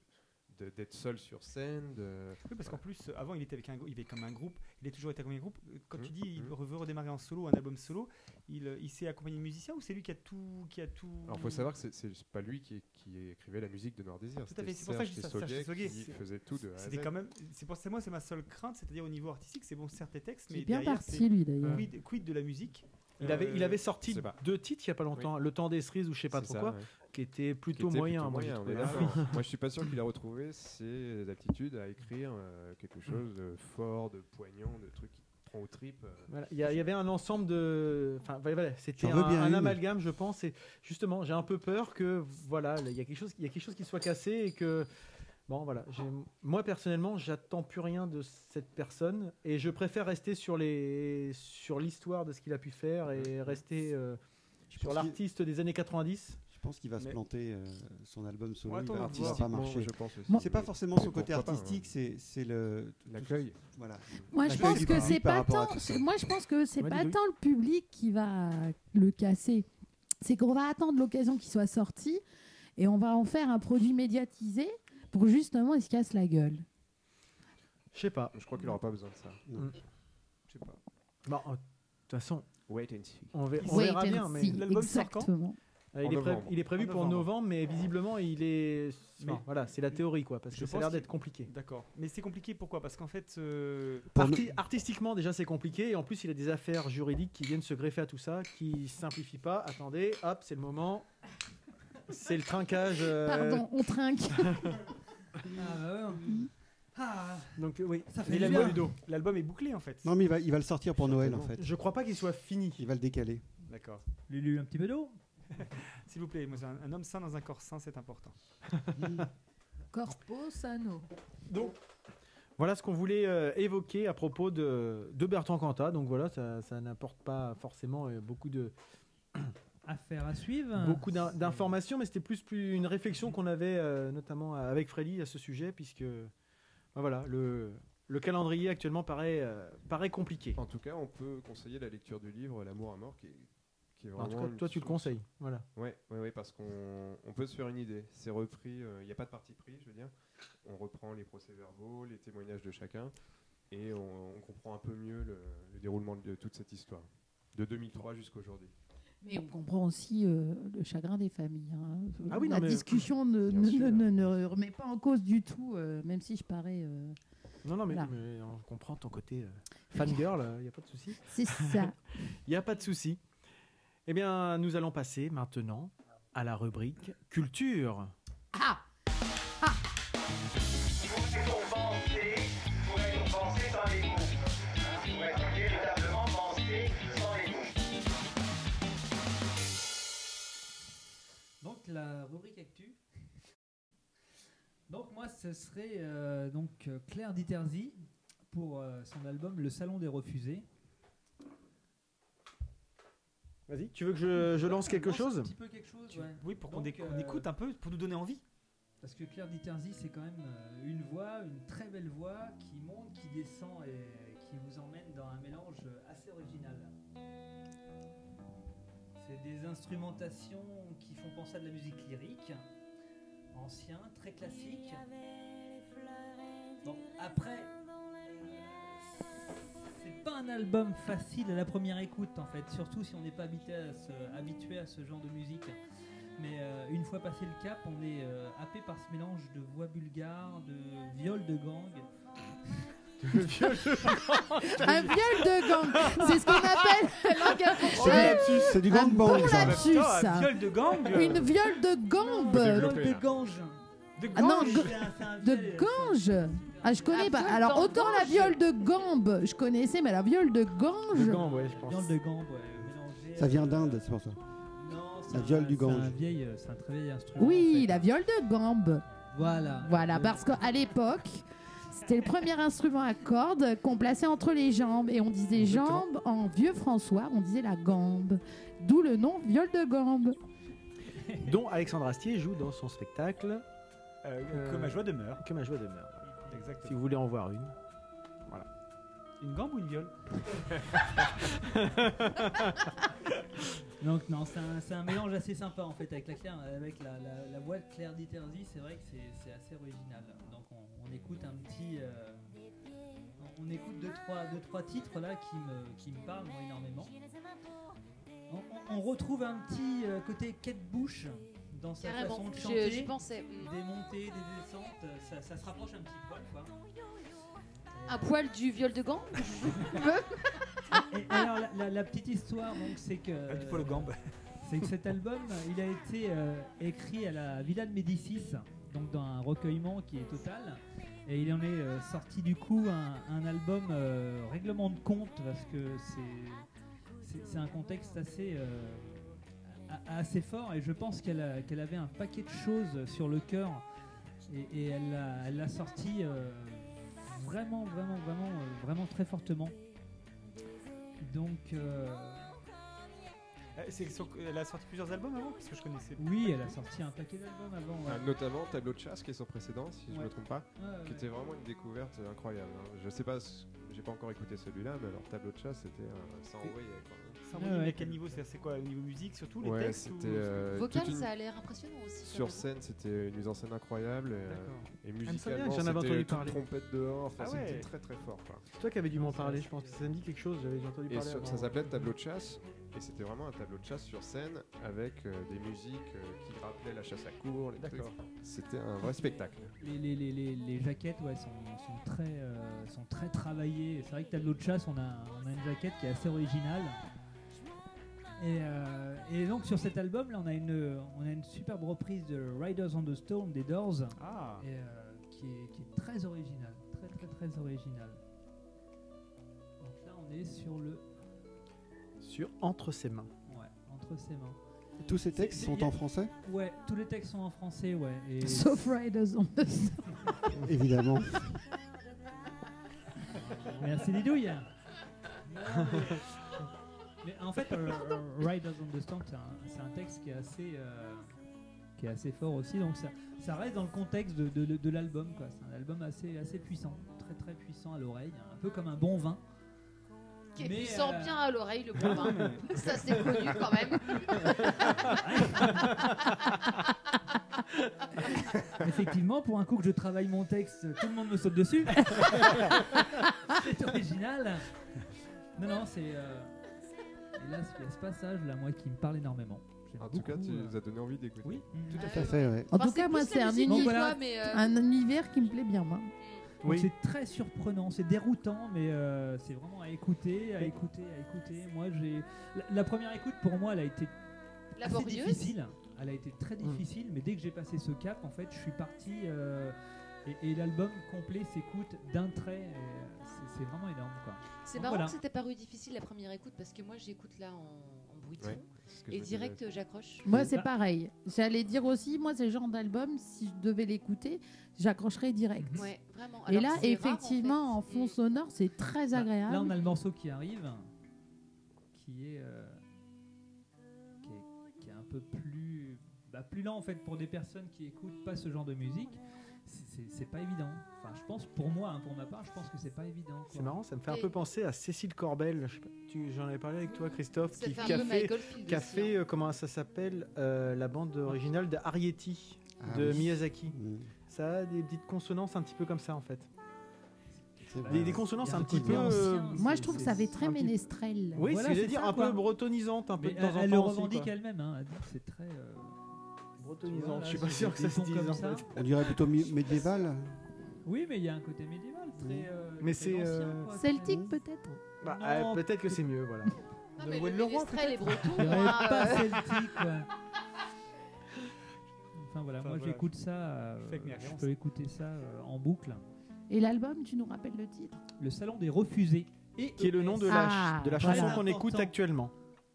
[SPEAKER 7] de- d'être seul sur scène de-
[SPEAKER 6] Oui, parce qu'en plus, euh, avant, il était avec un, grou- il était comme un groupe. Il est toujours été comme un groupe. Euh, Quand
[SPEAKER 3] Mmh,
[SPEAKER 7] Mhm.
[SPEAKER 6] tu dis, il
[SPEAKER 7] Mhm.
[SPEAKER 6] veut redémarrer en solo, un album solo, il, euh, il s'est accompagné de musiciens ou c'est lui qui a tout, qui a tout.
[SPEAKER 7] alors faut savoir que c'est- c'est pas lui qui, qui écrivait la musique de Noir Désir
[SPEAKER 6] Mm. à
[SPEAKER 7] c'était
[SPEAKER 6] fait, c'est pour ça que je dis ça, Serge Tessoguet,
[SPEAKER 7] qui
[SPEAKER 6] c'est-
[SPEAKER 7] faisait tout de A à
[SPEAKER 6] C'était
[SPEAKER 7] Z.
[SPEAKER 6] quand même. C'est pour ça, moi, c'est ma seule crainte, c'est-à-dire au niveau artistique, c'est bon, certes les textes,
[SPEAKER 4] il est
[SPEAKER 6] mais
[SPEAKER 4] bien
[SPEAKER 6] derrière,
[SPEAKER 4] parti lui
[SPEAKER 6] c'est
[SPEAKER 4] d'ailleurs
[SPEAKER 6] quid, quid de la musique.
[SPEAKER 3] Il avait, il
[SPEAKER 6] Euh,
[SPEAKER 3] avait sorti
[SPEAKER 7] je sais pas.
[SPEAKER 3] deux titres il y a pas longtemps, Le temps des cerises ou je sais pas
[SPEAKER 7] C'est
[SPEAKER 3] trop
[SPEAKER 7] ça,
[SPEAKER 3] quoi,
[SPEAKER 7] ouais.
[SPEAKER 3] qui était
[SPEAKER 7] Qui
[SPEAKER 3] plutôt
[SPEAKER 7] était
[SPEAKER 3] moyen. moi,
[SPEAKER 7] moyen,
[SPEAKER 3] j'ai
[SPEAKER 7] on est
[SPEAKER 3] trouvé. Ah oui.
[SPEAKER 7] d'accord. moi je suis pas sûr qu'il a retrouvé ses aptitudes à écrire euh, quelque
[SPEAKER 6] Mm.
[SPEAKER 7] chose de fort de poignant de truc qui te prend aux tripes euh.
[SPEAKER 3] Voilà, Il y, a- il y avait un ensemble de. Enfin, voilà, voilà, c'était
[SPEAKER 2] J'en
[SPEAKER 3] un,
[SPEAKER 2] veux bien
[SPEAKER 3] un
[SPEAKER 2] une.
[SPEAKER 3] amalgame, je pense. Et justement, j'ai un peu peur que, voilà, il y a quelque chose, il y a quelque chose qui soit cassé et que. Bon, voilà. j'ai- Moi, personnellement, j'attends plus rien de cette personne et je préfère rester sur les sur l'histoire de ce qu'il a pu faire et rester euh,
[SPEAKER 2] Je
[SPEAKER 3] sur
[SPEAKER 2] pense qu'il-
[SPEAKER 3] l'artiste des années 90.
[SPEAKER 2] Je pense qu'il va se
[SPEAKER 6] Mais-
[SPEAKER 2] planter euh, son album solo.
[SPEAKER 6] On
[SPEAKER 2] il
[SPEAKER 6] attend
[SPEAKER 2] va-
[SPEAKER 6] de
[SPEAKER 2] il va
[SPEAKER 6] voir.
[SPEAKER 2] pas
[SPEAKER 7] Artistiquement,
[SPEAKER 2] marcher.
[SPEAKER 7] je pense aussi
[SPEAKER 2] C'est pas forcément son côté artistique, c'est c'est le
[SPEAKER 7] l'accueil
[SPEAKER 2] Voilà.
[SPEAKER 4] Moi, je
[SPEAKER 2] L'accueil
[SPEAKER 4] pense
[SPEAKER 2] du
[SPEAKER 4] que
[SPEAKER 2] public
[SPEAKER 4] c'est
[SPEAKER 2] par
[SPEAKER 4] pas
[SPEAKER 2] rapport à
[SPEAKER 4] tant.
[SPEAKER 2] tout ça.
[SPEAKER 4] Moi, je pense que c'est
[SPEAKER 3] Ouais,
[SPEAKER 4] pas
[SPEAKER 3] dis-le.
[SPEAKER 4] tant le public qui va le casser. C'est qu'on va attendre l'occasion qu'il soit sorti et on va en faire un produit médiatisé pour justement il se casse la gueule.
[SPEAKER 3] Je sais pas.
[SPEAKER 7] je crois qu'il aura pas besoin de ça
[SPEAKER 6] Je sais pas.
[SPEAKER 3] Bon, euh, de toute façon,
[SPEAKER 7] wait and see
[SPEAKER 3] on, ver- on
[SPEAKER 4] Wait
[SPEAKER 3] verra
[SPEAKER 4] and
[SPEAKER 3] bien. Mais
[SPEAKER 4] see,
[SPEAKER 6] l'album sort quand
[SPEAKER 4] exactement.
[SPEAKER 3] Euh,
[SPEAKER 7] En
[SPEAKER 3] il, est pré-
[SPEAKER 7] novembre.
[SPEAKER 3] il est prévu
[SPEAKER 6] En
[SPEAKER 3] pour
[SPEAKER 6] novembre.
[SPEAKER 3] novembre, mais visiblement, il est.
[SPEAKER 6] Mais-
[SPEAKER 3] Enfin, voilà, c'est la théorie, quoi, parce
[SPEAKER 6] Je
[SPEAKER 3] que ça a
[SPEAKER 6] pense
[SPEAKER 3] l'air
[SPEAKER 6] qu'il-
[SPEAKER 3] d'être compliqué.
[SPEAKER 6] D'accord. Mais c'est compliqué, pourquoi Parce qu'en fait. euh,
[SPEAKER 2] Pour
[SPEAKER 3] Arti- Artistiquement, déjà, c'est compliqué. Et en plus, il y a des affaires juridiques qui viennent se greffer à tout ça, qui simplifient pas. Attendez, hop, c'est le moment. C'est le trinquage. euh,
[SPEAKER 4] Pardon, on trinque.
[SPEAKER 1] Ah, bah ouais. Ah,
[SPEAKER 3] Donc, euh, oui,
[SPEAKER 1] Ça fait
[SPEAKER 3] Mais
[SPEAKER 1] du
[SPEAKER 3] l'album,
[SPEAKER 1] bien.
[SPEAKER 3] Ludo.
[SPEAKER 6] L'album est bouclé en fait.
[SPEAKER 2] Non mais il va, il va le sortir pour Noël en fait.
[SPEAKER 3] Je crois pas qu'il soit fini.
[SPEAKER 2] Il va le décaler.
[SPEAKER 6] D'accord.
[SPEAKER 1] Lulu, un petit peu d'eau
[SPEAKER 6] S'il vous plaît, moi, j'ai un, un homme sain dans un corps sain, c'est important.
[SPEAKER 4] Corpo Sano.
[SPEAKER 3] Donc, voilà ce qu'on voulait euh, évoquer à propos de, de Bertrand Cantat. Donc voilà, ça, ça n'apporte pas forcément euh, beaucoup de
[SPEAKER 1] Affaire à suivre.
[SPEAKER 3] beaucoup d'in-
[SPEAKER 1] C'est-
[SPEAKER 3] d'informations, mais c'était plus, plus une réflexion qu'on avait euh, notamment avec Frélie à ce sujet, puisque ben voilà le, le calendrier actuellement paraît, euh, paraît compliqué.
[SPEAKER 7] En tout cas, on peut conseiller la lecture du livre L'amour à mort, qui est, qui est
[SPEAKER 3] En
[SPEAKER 7] vraiment.
[SPEAKER 3] tout cas,
[SPEAKER 7] une
[SPEAKER 3] toi tu le
[SPEAKER 7] source-
[SPEAKER 3] conseilles. Voilà.
[SPEAKER 7] Ouais, ouais, ouais, parce qu'on on peut se faire une idée. C'est repris, euh, il n'y a pas de parti pris, je veux dire. On reprend les procès-verbaux, les témoignages de chacun, et on, on comprend un peu mieux le, le déroulement de toute cette histoire, de 2003 jusqu'à aujourd'hui.
[SPEAKER 4] Mais on comprend aussi euh, le chagrin des familles. hein.
[SPEAKER 3] Ah oui,
[SPEAKER 4] La
[SPEAKER 3] non, mais-
[SPEAKER 4] discussion ne,
[SPEAKER 7] Bien
[SPEAKER 4] ne-
[SPEAKER 7] sûr.
[SPEAKER 4] ne- ne remet pas en cause du tout, euh, même si je parais. euh,
[SPEAKER 3] Non, non, mais,
[SPEAKER 4] Voilà.
[SPEAKER 3] mais on comprend ton côté euh, fangirl, il n'y a pas de souci.
[SPEAKER 4] C'est ça.
[SPEAKER 3] Il n'y a pas de souci. Eh bien, nous allons passer maintenant à la rubrique culture.
[SPEAKER 4] ah
[SPEAKER 1] Donc la rubrique actu. Donc moi ce serait euh, donc euh, Claire Diterzi pour euh, son album Le Salon des Refusés.
[SPEAKER 3] Vas-y, tu veux que je, je lance quelque
[SPEAKER 1] Lance Un
[SPEAKER 3] chose
[SPEAKER 1] petit peu quelque chose,
[SPEAKER 6] Tu-
[SPEAKER 1] ouais.
[SPEAKER 6] Oui, pour qu'on
[SPEAKER 1] Donc,
[SPEAKER 6] éc- qu'on
[SPEAKER 1] euh,
[SPEAKER 6] écoute un peu, pour nous donner envie.
[SPEAKER 1] Parce que Claire Diterzi c'est quand même euh, une voix, une très belle voix qui monte, qui descend et qui vous emmène dans un mélange assez original. C'est des instrumentations qui font penser à de la musique lyrique, ancien, très classique. Bon, après, euh, c'est pas un album facile à la première écoute en fait, surtout si on n'est pas habité à ce- habitué à ce genre de musique. Mais euh, une fois passé le cap, on est euh, happé par ce mélange de voix bulgare, de viol de gang.
[SPEAKER 4] Ah, Un viol de gang. C'est ce qu'on appelle l'orga- euh,
[SPEAKER 2] C'est du
[SPEAKER 4] un bon
[SPEAKER 2] gangbang, ça.
[SPEAKER 4] lapsus,
[SPEAKER 6] Ah,
[SPEAKER 4] ça.
[SPEAKER 6] viol de gang euh,
[SPEAKER 4] Une viol de
[SPEAKER 1] Le
[SPEAKER 4] gambe.
[SPEAKER 1] viol Euh, de gange.
[SPEAKER 6] De
[SPEAKER 4] Ah non,
[SPEAKER 6] gange.
[SPEAKER 4] go-
[SPEAKER 1] C'est un- c'est un
[SPEAKER 4] de
[SPEAKER 1] viol,
[SPEAKER 4] gange. Ah, je connais
[SPEAKER 8] Un
[SPEAKER 4] pas.
[SPEAKER 8] viol
[SPEAKER 4] Alors,
[SPEAKER 8] dans
[SPEAKER 4] autant la
[SPEAKER 8] gange.
[SPEAKER 4] viol de gambe, je connaissais, mais la viol de
[SPEAKER 3] Le
[SPEAKER 4] gange.
[SPEAKER 3] gant, ouais, je pense.
[SPEAKER 1] euh, Viol de gang, ouais, mélangé.
[SPEAKER 2] Ça vient
[SPEAKER 1] euh,
[SPEAKER 2] d'Inde, c'est pour ça.
[SPEAKER 1] Non,
[SPEAKER 2] La
[SPEAKER 1] c'est un-
[SPEAKER 2] viol du
[SPEAKER 1] C'est
[SPEAKER 2] gange.
[SPEAKER 1] un vieil, euh, c'est un très vieil instrument. en
[SPEAKER 4] Oui,
[SPEAKER 1] fait.
[SPEAKER 4] la viol de gambe.
[SPEAKER 1] Voilà.
[SPEAKER 4] Voilà,
[SPEAKER 1] Le-
[SPEAKER 4] parce qu'à l'époque, c'était le premier instrument à cordes qu'on plaçait entre les jambes. Et on disait
[SPEAKER 3] Exactement.
[SPEAKER 4] jambes en vieux François, on disait la gambe. D'où le nom viol de gambe.
[SPEAKER 3] Dont Alexandre Astier joue dans son spectacle
[SPEAKER 6] Euh, Que ma joie demeure.
[SPEAKER 3] Que ma joie demeure. Si
[SPEAKER 6] Exactement.
[SPEAKER 3] vous voulez en voir une.
[SPEAKER 6] Une gambe ou une viol
[SPEAKER 1] Donc non, c'est un, c'est un mélange assez sympa en fait avec la Claire, avec la, la- la voix de Claire Diterzi, c'est vrai que c'est- c'est assez original. Donc on, on écoute un petit, euh, on, on écoute deux trois, deux, trois titres là qui me, qui me parlent moi, énormément. On, on- on retrouve un petit euh, côté quête bouche dans sa façon
[SPEAKER 8] Carrément,
[SPEAKER 1] de
[SPEAKER 8] je,
[SPEAKER 1] chanter,
[SPEAKER 8] je pensais. mm.
[SPEAKER 1] des montées, des descentes, euh, ça, ça se rapproche un petit poil quoi. Et-
[SPEAKER 8] Un poil du viol de gants
[SPEAKER 1] et alors la, la- la petite histoire donc c'est que
[SPEAKER 6] Ah, Du poil aux gambes.
[SPEAKER 1] C'est que cet album, il a été euh, écrit à la Villa de Médicis, donc dans un recueillement qui est total. Et il en est euh, sorti du coup un, un album euh, règlement de compte, parce que c'est- c'est c'est un contexte assez, euh, a- a- assez fort. Et je pense qu'elle a- qu'elle avait un paquet de choses sur le cœur. Et, et elle l'a- elle l'a sorti euh, vraiment, vraiment, vraiment, euh, vraiment très fortement. Donc. euh,
[SPEAKER 6] Euh, c'est sur- Elle a sorti plusieurs albums avant Parce que je connaissais.
[SPEAKER 1] Oui, elle a sorti un paquet d'albums avant.
[SPEAKER 7] Ah,
[SPEAKER 1] ouais.
[SPEAKER 7] notamment Tableau de chasse, qui est son précédent, si je
[SPEAKER 1] Ouais.
[SPEAKER 7] me trompe pas,
[SPEAKER 1] Ouais, ouais.
[SPEAKER 7] Ah, qui était vraiment une découverte incroyable. hein. Je sais pas, ce- j'ai pas encore écouté celui-là, mais alors Tableau de chasse, c'était un- ça envoyait. quoi.
[SPEAKER 6] Ça,
[SPEAKER 1] Ah ouais.
[SPEAKER 6] mais à quel niveau C'est c'est quoi Au niveau musique surtout Les
[SPEAKER 7] Ouais,
[SPEAKER 6] textes ou-
[SPEAKER 7] c'était euh,
[SPEAKER 8] Vocal,
[SPEAKER 7] toute une-
[SPEAKER 8] ça a l'air impressionnant aussi.
[SPEAKER 7] Sur
[SPEAKER 8] carrément.
[SPEAKER 7] scène, c'était une mise en scène incroyable. Et, euh,
[SPEAKER 6] D'accord.
[SPEAKER 3] me
[SPEAKER 7] et
[SPEAKER 3] semblait
[SPEAKER 7] musicalement,
[SPEAKER 3] que j'en avais
[SPEAKER 7] c'était
[SPEAKER 3] entendu
[SPEAKER 7] toute
[SPEAKER 3] parler.
[SPEAKER 7] trompette dehors. Enfin,
[SPEAKER 6] Ah ouais.
[SPEAKER 7] C'était très très fort. quoi.
[SPEAKER 3] Toi qui avais dû m'en parler, je pense. Ça me dit quelque chose, j'avais entendu
[SPEAKER 7] Et
[SPEAKER 3] parler.
[SPEAKER 7] sur-
[SPEAKER 3] avant.
[SPEAKER 7] ça s'appelait Tableau de chasse. Et c'était vraiment un tableau de chasse sur scène avec euh, des musiques euh, qui rappelaient la chasse à cour. les trucs.
[SPEAKER 6] D'accord.
[SPEAKER 7] C'était un vrai spectacle.
[SPEAKER 1] Les, les- les- les- les jaquettes ouais, sont, sont très, euh, sont très travaillées. C'est vrai que Tableau de chasse, on a, on a une jaquette qui est assez originale. Et, euh, et donc sur cet album, là, on a, une, on a une superbe reprise de Riders on the Storm des Doors, et,
[SPEAKER 6] Ah
[SPEAKER 1] euh, qui, est, qui est très originale. Très, très, très originale. Donc là, on est sur le.
[SPEAKER 3] Sur Entre ses mains.
[SPEAKER 1] Ouais, entre ses mains.
[SPEAKER 2] Tous ces textes
[SPEAKER 1] c'est-
[SPEAKER 2] sont
[SPEAKER 1] y a-
[SPEAKER 2] en français
[SPEAKER 1] Ouais, tous les textes sont en français, ouais. et-
[SPEAKER 4] Sauf Riders on the Sun.
[SPEAKER 2] Évidemment.
[SPEAKER 1] Merci Didouille. Mais en fait, euh, Riders on the Storm, c'est un, c'est un texte qui est assez, euh, qui est assez fort aussi. Donc ça, ça reste dans le contexte de, de- de- de l'album. quoi. C'est un album assez, assez puissant, très très puissant à l'oreille, hein. un peu comme un bon vin.
[SPEAKER 5] Qui
[SPEAKER 1] Mais,
[SPEAKER 5] est puissant
[SPEAKER 1] euh,
[SPEAKER 5] bien à l'oreille, le bon
[SPEAKER 8] hein.
[SPEAKER 5] vin.
[SPEAKER 6] mais-
[SPEAKER 5] Ça, c'est connu quand même.
[SPEAKER 1] Effectivement, pour un coup que je travaille mon texte, tout le monde me saute dessus. c'est original. Non, non, c'est. euh, Et là, il y a ce passage-là, moi, qui me parle énormément. J'aime
[SPEAKER 7] En tout cas,
[SPEAKER 1] beaucoup,
[SPEAKER 7] tu
[SPEAKER 1] euh,
[SPEAKER 7] nous as donné envie d'écouter.
[SPEAKER 1] Oui, Mm-hmm. tout
[SPEAKER 5] à
[SPEAKER 2] Tout à fait, ouais.
[SPEAKER 4] En
[SPEAKER 5] Enfin,
[SPEAKER 4] tout cas, moi,
[SPEAKER 5] plus
[SPEAKER 4] c'est
[SPEAKER 5] la
[SPEAKER 4] un,
[SPEAKER 5] musique,
[SPEAKER 1] Donc
[SPEAKER 4] uni-
[SPEAKER 5] toi,
[SPEAKER 1] voilà. Ah,
[SPEAKER 5] mais, euh,
[SPEAKER 4] un univers qui me plaît bien, moi.
[SPEAKER 1] Donc
[SPEAKER 6] Oui.
[SPEAKER 1] C'est très surprenant, c'est déroutant, mais euh, c'est vraiment à écouter, à écouter, à écouter. Moi, j'ai la, la première écoute pour moi, elle a été assez
[SPEAKER 5] laborieuse.
[SPEAKER 1] difficile. Elle a été très difficile, mais dès que j'ai passé ce cap, en fait, je suis parti euh, et, et l'album complet s'écoute d'un trait. et, euh, c'est- C'est vraiment énorme, quoi.
[SPEAKER 8] C'est
[SPEAKER 1] Donc
[SPEAKER 8] marrant
[SPEAKER 1] voilà.
[SPEAKER 8] que c'était paru difficile la première écoute parce que moi j'écoute là en, en bruit de
[SPEAKER 7] Ouais,
[SPEAKER 8] fond
[SPEAKER 7] c'est ce que je
[SPEAKER 8] et
[SPEAKER 7] me disais.
[SPEAKER 8] direct j'accroche.
[SPEAKER 4] Moi,
[SPEAKER 1] Bah-
[SPEAKER 4] c'est pareil. J'allais dire aussi, moi, c'est le genre d'album, si je devais l'écouter, j'accrocherais direct.
[SPEAKER 8] Ouais, vraiment.
[SPEAKER 4] Et
[SPEAKER 8] Alors
[SPEAKER 4] là,
[SPEAKER 8] que c'est rare,
[SPEAKER 4] effectivement, en,
[SPEAKER 8] fait. Hmm.
[SPEAKER 4] fond sonore, c'est très
[SPEAKER 1] Là-
[SPEAKER 4] agréable.
[SPEAKER 1] Bah, Là, on a le morceau qui arrive, qui est, euh, qui est, qui est un peu plus, bah, plus lent en fait pour des personnes qui écoutent pas ce genre de musique. C'est- C'est c'est pas évident. Enfin, je pense pour moi, hein, pour ma part, je pense que c'est pas évident.
[SPEAKER 3] C'est
[SPEAKER 1] quoi.
[SPEAKER 3] marrant, ça me fait un
[SPEAKER 8] Et-
[SPEAKER 3] peu penser à Cécile Corbel. Je sais pas, tu- J'en avais parlé avec toi, Christophe,
[SPEAKER 8] Ça
[SPEAKER 3] qui,
[SPEAKER 8] fait un
[SPEAKER 3] qui a
[SPEAKER 8] peu
[SPEAKER 3] fait,
[SPEAKER 8] Michael Field
[SPEAKER 3] qui a
[SPEAKER 8] aussi,
[SPEAKER 3] fait,
[SPEAKER 8] hein.
[SPEAKER 3] euh, comment ça s'appelle, euh, la bande originale de Arietti
[SPEAKER 2] Ah
[SPEAKER 3] de
[SPEAKER 2] oui.
[SPEAKER 3] Miyazaki.
[SPEAKER 2] Mm.
[SPEAKER 3] Ça a des petites consonances un petit peu comme ça en fait.
[SPEAKER 2] C'est vrai.
[SPEAKER 3] Des, des consonances
[SPEAKER 1] Il y a
[SPEAKER 3] un
[SPEAKER 1] un
[SPEAKER 3] petit
[SPEAKER 1] côté
[SPEAKER 3] peu.
[SPEAKER 1] ancien,
[SPEAKER 3] euh,
[SPEAKER 4] Moi,
[SPEAKER 8] hein.
[SPEAKER 1] c'est-
[SPEAKER 4] je trouve que
[SPEAKER 1] c'est-
[SPEAKER 4] ça fait
[SPEAKER 1] c'est
[SPEAKER 4] très
[SPEAKER 3] un petit-
[SPEAKER 4] ménestrel.
[SPEAKER 3] Oui,
[SPEAKER 1] Voilà,
[SPEAKER 3] ce que
[SPEAKER 1] c'est
[SPEAKER 3] j'allais dire,
[SPEAKER 1] ça,
[SPEAKER 3] un
[SPEAKER 1] quoi.
[SPEAKER 3] peu bretonnisante, un peu
[SPEAKER 1] Mais
[SPEAKER 3] de temps
[SPEAKER 1] elle,
[SPEAKER 3] en
[SPEAKER 1] elle le
[SPEAKER 3] temps. aussi,
[SPEAKER 1] revendique
[SPEAKER 3] quoi.
[SPEAKER 1] elle-même. hein. Elle dit que C'est très. euh, tu vois,
[SPEAKER 3] Bretonnisante,
[SPEAKER 1] là,
[SPEAKER 3] je suis pas
[SPEAKER 1] c'est
[SPEAKER 3] sûr que
[SPEAKER 1] des
[SPEAKER 3] ça se
[SPEAKER 1] sons
[SPEAKER 3] dise.
[SPEAKER 1] comme
[SPEAKER 3] en
[SPEAKER 1] ça.
[SPEAKER 3] fait.
[SPEAKER 2] On dirait plutôt mi- médiéval.
[SPEAKER 1] Oui, mais il y a un côté médiéval. Très, euh, très
[SPEAKER 3] Mais c'est,
[SPEAKER 1] ancien,
[SPEAKER 3] euh,
[SPEAKER 1] quoi,
[SPEAKER 4] Celtique, peut-être
[SPEAKER 3] Bah,
[SPEAKER 1] Non,
[SPEAKER 3] euh, Peut-être que c'est mieux, voilà.
[SPEAKER 8] Non,
[SPEAKER 6] De
[SPEAKER 8] Ah, mais
[SPEAKER 6] Wayne
[SPEAKER 8] le
[SPEAKER 6] Leroy,
[SPEAKER 8] Ménestrel et Breton,
[SPEAKER 1] Je dirais
[SPEAKER 8] moi,
[SPEAKER 1] pas
[SPEAKER 8] euh,
[SPEAKER 1] celtique. quoi. Enfin voilà,
[SPEAKER 6] Enfin,
[SPEAKER 1] moi
[SPEAKER 6] voilà.
[SPEAKER 1] j'écoute ça, euh,
[SPEAKER 6] Faites mes
[SPEAKER 1] je
[SPEAKER 6] références.
[SPEAKER 1] peux écouter ça euh, en boucle.
[SPEAKER 4] Et l'album, tu nous rappelles le titre
[SPEAKER 1] Le salon des refusés. Et
[SPEAKER 3] qui est le nom de la,
[SPEAKER 4] Ah,
[SPEAKER 3] de la
[SPEAKER 1] voilà.
[SPEAKER 3] chanson qu'on écoute
[SPEAKER 1] Important.
[SPEAKER 3] actuellement.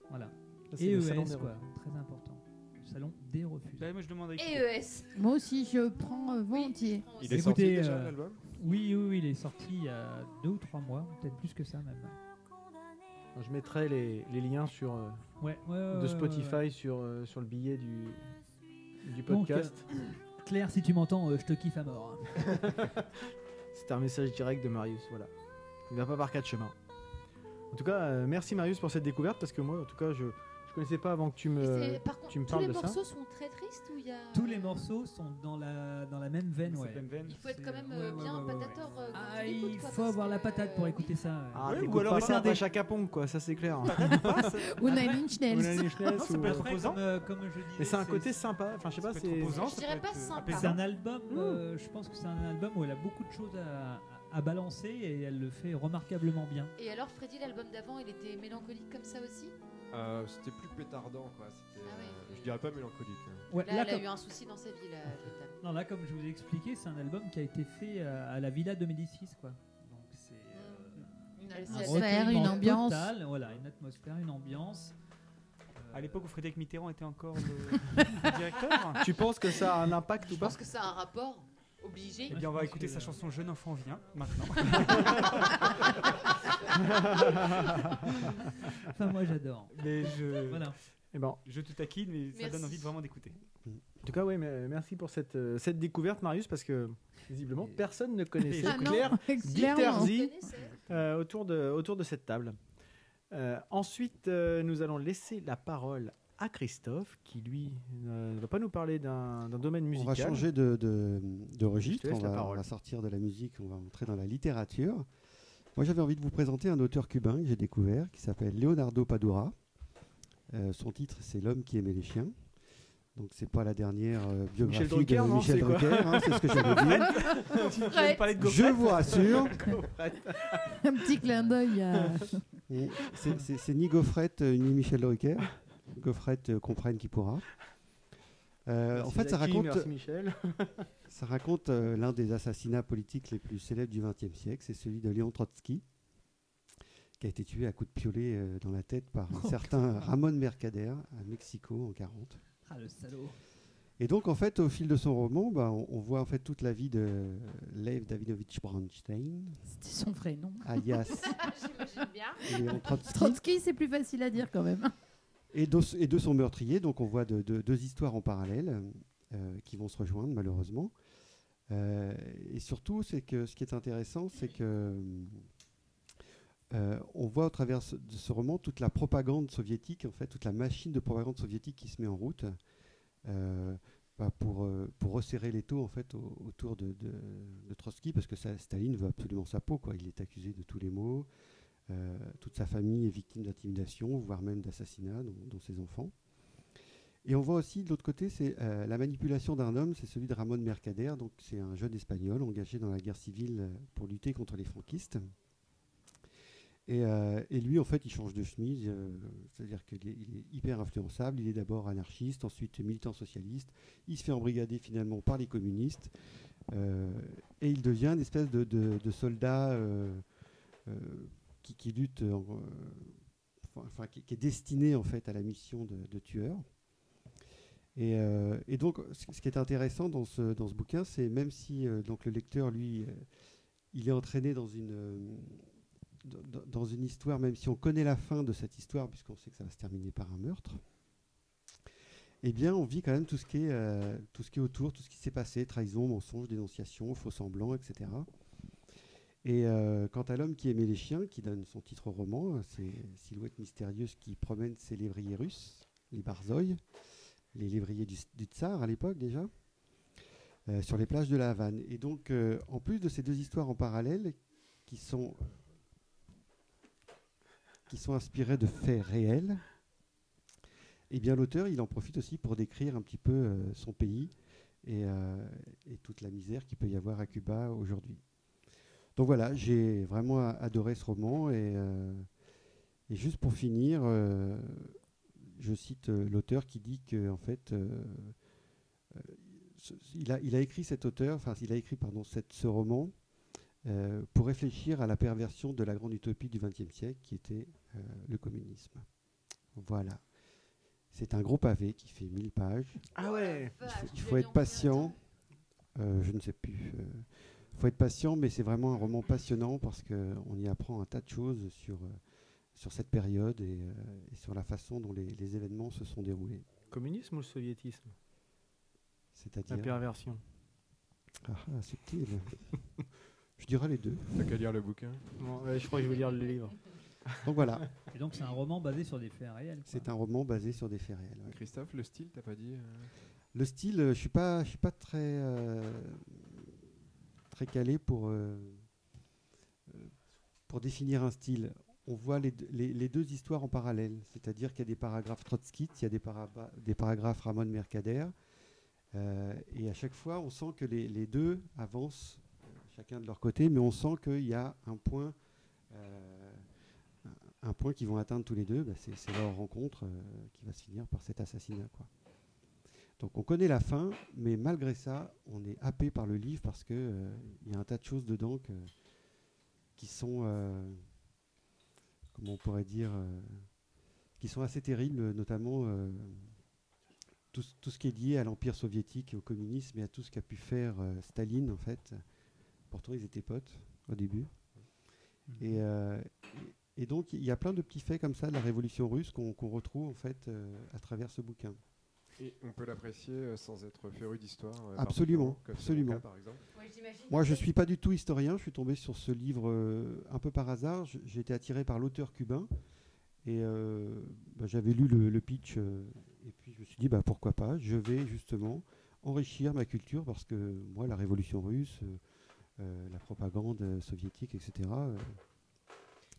[SPEAKER 1] Voilà.
[SPEAKER 3] Ça, Eh c'est
[SPEAKER 1] EES
[SPEAKER 3] le salon des
[SPEAKER 1] quoi, très important. Le salon des refusés.
[SPEAKER 6] Ouais, Bah, moi je demande à
[SPEAKER 8] E euh,
[SPEAKER 6] écouter.
[SPEAKER 5] EES.
[SPEAKER 4] Moi aussi, je prends euh, volontiers.
[SPEAKER 7] Il est
[SPEAKER 1] Écoutez,
[SPEAKER 7] sorti déjà
[SPEAKER 1] euh,
[SPEAKER 7] l'album
[SPEAKER 1] Oui, oui, oui, il est sorti il y a deux ou trois mois, peut-être plus que ça même.
[SPEAKER 3] Je mettrai les, les liens sur, euh,
[SPEAKER 1] Ouais, ouais, ouais, ouais,
[SPEAKER 3] de
[SPEAKER 1] ouais,
[SPEAKER 3] Spotify
[SPEAKER 1] ouais.
[SPEAKER 3] Sur, euh, sur le billet du, du
[SPEAKER 1] Donc,
[SPEAKER 3] podcast.
[SPEAKER 1] Claire, si tu m'entends, euh, je te kiffe à mort.
[SPEAKER 3] C'était un message direct de Marius, voilà. Il va pas par quatre chemins. En tout cas, euh, merci Marius pour cette découverte parce que moi, en tout cas, je je connaissais pas avant que tu me.
[SPEAKER 8] c'est- Par contre,
[SPEAKER 3] euh, tu me
[SPEAKER 8] tous
[SPEAKER 3] parles
[SPEAKER 8] les
[SPEAKER 3] de ça
[SPEAKER 8] morceaux sont très tristes ou il y a.
[SPEAKER 1] Tous les morceaux sont dans la, dans la même veine,
[SPEAKER 6] C'est
[SPEAKER 1] Ben, ouais.
[SPEAKER 6] Pen Ven.
[SPEAKER 8] Il faut être
[SPEAKER 1] c'est-
[SPEAKER 8] quand même
[SPEAKER 1] ouais,
[SPEAKER 8] euh,
[SPEAKER 1] ouais,
[SPEAKER 8] bien
[SPEAKER 1] ouais, ouais, ouais.
[SPEAKER 8] patateur. euh, quand
[SPEAKER 1] Ah,
[SPEAKER 8] tu l'écoutes,
[SPEAKER 1] il
[SPEAKER 8] quoi,
[SPEAKER 1] faut
[SPEAKER 8] parce
[SPEAKER 1] avoir la
[SPEAKER 8] que,
[SPEAKER 1] patate pour
[SPEAKER 8] euh,
[SPEAKER 1] écouter ça. ouais.
[SPEAKER 3] Ah,
[SPEAKER 6] Ouais,
[SPEAKER 3] t'écoutes
[SPEAKER 6] ou alors
[SPEAKER 3] pas
[SPEAKER 6] c'est
[SPEAKER 3] ça
[SPEAKER 6] un
[SPEAKER 3] à
[SPEAKER 6] des-
[SPEAKER 3] Chaca Pong, quoi, ça c'est clair.
[SPEAKER 6] Ah,
[SPEAKER 8] Euh,
[SPEAKER 4] Ou Nine Inch
[SPEAKER 3] Ou
[SPEAKER 4] Nails.
[SPEAKER 3] Nanny Schnells
[SPEAKER 6] ça
[SPEAKER 3] ou-
[SPEAKER 6] peut être-
[SPEAKER 1] Après,
[SPEAKER 6] reposant.
[SPEAKER 1] comme, euh, comme je disais,
[SPEAKER 3] Mais c'est un
[SPEAKER 1] c'est-
[SPEAKER 3] côté sympa, enfin je sais pas,
[SPEAKER 6] Ça peut être
[SPEAKER 3] c'est.
[SPEAKER 6] reposant,
[SPEAKER 8] Je
[SPEAKER 6] ça
[SPEAKER 8] dirais
[SPEAKER 6] peut
[SPEAKER 8] pas
[SPEAKER 6] être
[SPEAKER 8] sympa.
[SPEAKER 1] C'est
[SPEAKER 6] apaisant.
[SPEAKER 1] un album, euh, je pense que c'est un album où elle a beaucoup de choses à, à balancer et elle le fait remarquablement bien.
[SPEAKER 8] Et alors, Freddy, l'album d'avant, il était mélancolique comme ça aussi
[SPEAKER 7] Euh, C'était plus pétardant, quoi. C'était,
[SPEAKER 8] Ah ouais.
[SPEAKER 7] euh, Je dirais pas mélancolique. hein.
[SPEAKER 1] Ouais,
[SPEAKER 8] Là,
[SPEAKER 1] là,
[SPEAKER 8] elle a
[SPEAKER 1] comme,
[SPEAKER 8] eu un souci dans sa vie, là, cette dame.
[SPEAKER 1] non, là, comme je vous ai expliqué, c'est un album qui a été fait euh, à la Villa 2006. Quoi. Donc c'est euh,
[SPEAKER 8] Elle
[SPEAKER 1] un
[SPEAKER 8] s'est-
[SPEAKER 4] atmosphère,
[SPEAKER 1] recueillement
[SPEAKER 4] une ambiance.
[SPEAKER 1] total, voilà, une atmosphère, une ambiance. Euh,
[SPEAKER 6] À l'époque où Frédéric Mitterrand était encore le directeur.
[SPEAKER 3] Tu penses que ça a un impact
[SPEAKER 8] Je
[SPEAKER 3] ou pas
[SPEAKER 8] pense que ça a un rapport obligé.
[SPEAKER 6] Eh
[SPEAKER 1] Ouais, je
[SPEAKER 6] bien, on va
[SPEAKER 1] pense
[SPEAKER 6] écouter
[SPEAKER 1] que-
[SPEAKER 6] sa chanson Jeune enfant vient maintenant.
[SPEAKER 1] Enfin, moi j'adore.
[SPEAKER 6] Mais je,
[SPEAKER 1] Voilà.
[SPEAKER 3] Eh ben,
[SPEAKER 6] je te taquine, mais ça
[SPEAKER 8] Merci.
[SPEAKER 6] donne envie de vraiment d'écouter.
[SPEAKER 3] En tout cas, ouais, mais merci pour cette, euh, cette découverte, Marius, parce que visiblement
[SPEAKER 1] Et-
[SPEAKER 3] personne ne connaissait
[SPEAKER 6] Ah
[SPEAKER 4] non,
[SPEAKER 3] Claire
[SPEAKER 4] clairement.
[SPEAKER 3] Guitterzi.
[SPEAKER 8] Vous connaissez
[SPEAKER 3] euh, autour, de, autour de cette table. Euh, ensuite, euh, nous allons laisser la parole à Christophe, qui lui euh, ne va pas nous parler d'un d'un domaine
[SPEAKER 2] On
[SPEAKER 3] musical.
[SPEAKER 2] va changer de, de- de registre, on
[SPEAKER 3] laisse la
[SPEAKER 2] va,
[SPEAKER 3] parole.
[SPEAKER 2] on va sortir de la musique, on va entrer dans la littérature. Moi, j'avais envie de vous présenter un auteur cubain que j'ai découvert, qui s'appelle Leonardo Padura. Euh, son titre, c'est L'homme qui aimait les chiens. Donc, c'est pas la dernière euh, biographie
[SPEAKER 3] Michel Drucker,
[SPEAKER 2] de
[SPEAKER 3] non,
[SPEAKER 2] Michel
[SPEAKER 3] c'est quoi
[SPEAKER 2] Drucker, hein, c'est ce que je veux dire.
[SPEAKER 6] Tu viens de parler de
[SPEAKER 2] Je
[SPEAKER 6] Gaufret
[SPEAKER 2] vous rassure,
[SPEAKER 4] Un petit clin d'œil. à-
[SPEAKER 2] Et c'est- C'est c'est ni Gaufrette euh, ni Michel Drucker. Gaufrette euh, comprenne qui pourra. Euh,
[SPEAKER 3] Merci
[SPEAKER 2] en fait, ça
[SPEAKER 3] Zaki,
[SPEAKER 2] raconte,
[SPEAKER 3] Merci Michel.
[SPEAKER 2] ça raconte euh, l'un des assassinats politiques les plus célèbres du XXe siècle, c'est celui de Léon Trotsky, qui a été tué à coups de piolet euh, dans la tête par
[SPEAKER 3] Oh,
[SPEAKER 2] un certain Ramon Mercader à Mexico en 40.
[SPEAKER 1] Ah, le salaud.
[SPEAKER 2] Et donc, en fait, au fil de son roman, bah, on, on voit en fait toute la vie de euh, Lev Davidovich Bronstein,
[SPEAKER 4] C'était son vrai nom.
[SPEAKER 2] alias
[SPEAKER 5] J'imagine bien.
[SPEAKER 2] Léon Trotsky,
[SPEAKER 4] Trotsky, c'est plus facile à dire quand même.
[SPEAKER 2] et de, et de son meurtrier. Donc, on voit de- de- deux histoires en parallèle euh, qui vont se rejoindre, malheureusement. Euh, et surtout, c'est que ce qui est intéressant, c'est que euh, on voit au travers ce- de ce roman toute la propagande soviétique, en fait, toute la machine de propagande soviétique qui se met en route euh, bah, pour, euh, pour resserrer les taux en fait au- autour de, de, de Trotsky, parce que ça, Staline veut absolument sa peau, quoi. Il est accusé de tous les maux. Euh, toute sa famille est victime d'intimidation, voire même d'assassinat, dont, dont ses enfants. Et on voit aussi de l'autre côté, c'est euh, la manipulation d'un homme, c'est celui de Ramon Mercader, donc c'est un jeune espagnol engagé dans la guerre civile euh, pour lutter contre les franquistes. Et, euh, et lui, en fait, il change de chemise, euh, c'est-à-dire qu'il est, il est hyper influençable. Il est d'abord anarchiste, ensuite militant socialiste. Il se fait embrigader finalement par les communistes euh, et il devient une espèce de, de- de soldat euh, euh, qui, qui lutte, en- euh, enfin qui, qui est destiné en fait à la mission de, de tueur. Et, euh, et donc, ce ce qui est intéressant dans ce, dans ce bouquin, c'est même si euh, donc le lecteur, lui, euh, il est entraîné dans une, euh, dans- dans une histoire, même si on connaît la fin de cette histoire, puisqu'on sait que ça va se terminer par un meurtre, eh bien, on vit quand même tout ce qui est, euh, tout ce qui est autour, tout ce qui s'est passé, trahison, mensonge, dénonciation, faux semblant, etc. Et euh, quant à l'homme qui aimait les chiens, qui donne son titre au roman, euh, c'est Silhouette mystérieuse qui promène ses lévriers russes, les barzoïs, les lévriers du, du tsar à l'époque déjà, euh, sur les plages de la Havane. Et donc, euh, en plus de ces deux histoires en parallèle, qui sont, qui sont inspirées de faits réels, eh bien l'auteur, il en profite aussi pour décrire un petit peu euh, son pays et, euh, et toute la misère qu'il peut y avoir à Cuba aujourd'hui. Donc voilà, j'ai vraiment a- adoré ce roman. Et, euh, et juste pour finir, euh, je cite euh, l'auteur qui dit que en fait, euh, euh, ce- il, a, il a écrit cet auteur, enfin il a écrit pardon cette- ce roman euh, pour réfléchir à la perversion de la grande utopie du XXe siècle qui était euh, le communisme. Voilà. C'est un gros pavé qui fait 1000 pages.
[SPEAKER 3] Ah ouais
[SPEAKER 2] Il faut, il faut être patient. Euh, je ne sais plus. Il faut être patient, mais c'est vraiment un roman passionnant parce qu'on y apprend un tas de choses sur, euh, sur cette période et, euh, et sur la façon dont les, les événements se sont déroulés.
[SPEAKER 3] Communisme ou le soviétisme La
[SPEAKER 2] C'est-à-dire.
[SPEAKER 3] perversion.
[SPEAKER 2] Ah, ah, subtil. je dirais les deux.
[SPEAKER 7] T'as qu'à lire le bouquin.
[SPEAKER 3] Bon, ouais, je crois que je vais lire le livre.
[SPEAKER 2] Donc voilà,
[SPEAKER 1] Et donc, c'est un roman basé sur des faits réels. quoi.
[SPEAKER 2] c'est un roman basé sur des faits réels. ouais.
[SPEAKER 7] Christophe, le style, t'as pas dit euh,
[SPEAKER 2] Le style, euh, je suis pas, je suis pas très, euh, très calé pour, euh, euh, pour définir un style. On voit les, deux- les- les deux histoires en parallèle, c'est-à-dire qu'il y a des paragraphes Trotsky, il y a des, paraba- des paragraphes Ramon Mercader, euh, et à chaque fois, on sent que les, les deux avancent euh, chacun de leur côté, mais on sent qu'il y a un point, euh, un- un point qu'ils vont atteindre tous les deux. Bah, c'est c'est leur rencontre euh, qui va se finir par cet assassinat, quoi. Donc on connaît la fin, mais malgré ça, on est happé par le livre parce que euh, il y a un tas de choses dedans que- qui sont, euh, comment on pourrait dire, euh, qui sont assez terribles, notamment euh, tout, ce- tout ce qui est lié à l'empire soviétique, et au communisme et à tout ce qu'a pu faire euh, Staline en fait. Pourtant, ils étaient potes au début. Et, euh, et- et donc, il y a plein de petits faits comme ça de la révolution russe qu'on qu'on retrouve en fait euh, à travers ce bouquin.
[SPEAKER 7] Et on peut l'apprécier euh, sans être féru d'histoire. euh,
[SPEAKER 2] Absolument,
[SPEAKER 7] particulièrement, comme c'est mon
[SPEAKER 2] absolument.
[SPEAKER 7] cas, par exemple.
[SPEAKER 2] Moi, je ne suis pas du tout historien. Je suis tombé sur ce livre euh, un peu par hasard. J- J'ai été attiré par l'auteur cubain. Et euh, bah, j'avais lu le, le pitch. euh, et puis, je me suis dit, bah, pourquoi pas Je vais justement enrichir ma culture parce que moi, la révolution russe, euh, euh, la propagande euh, soviétique, etc., euh,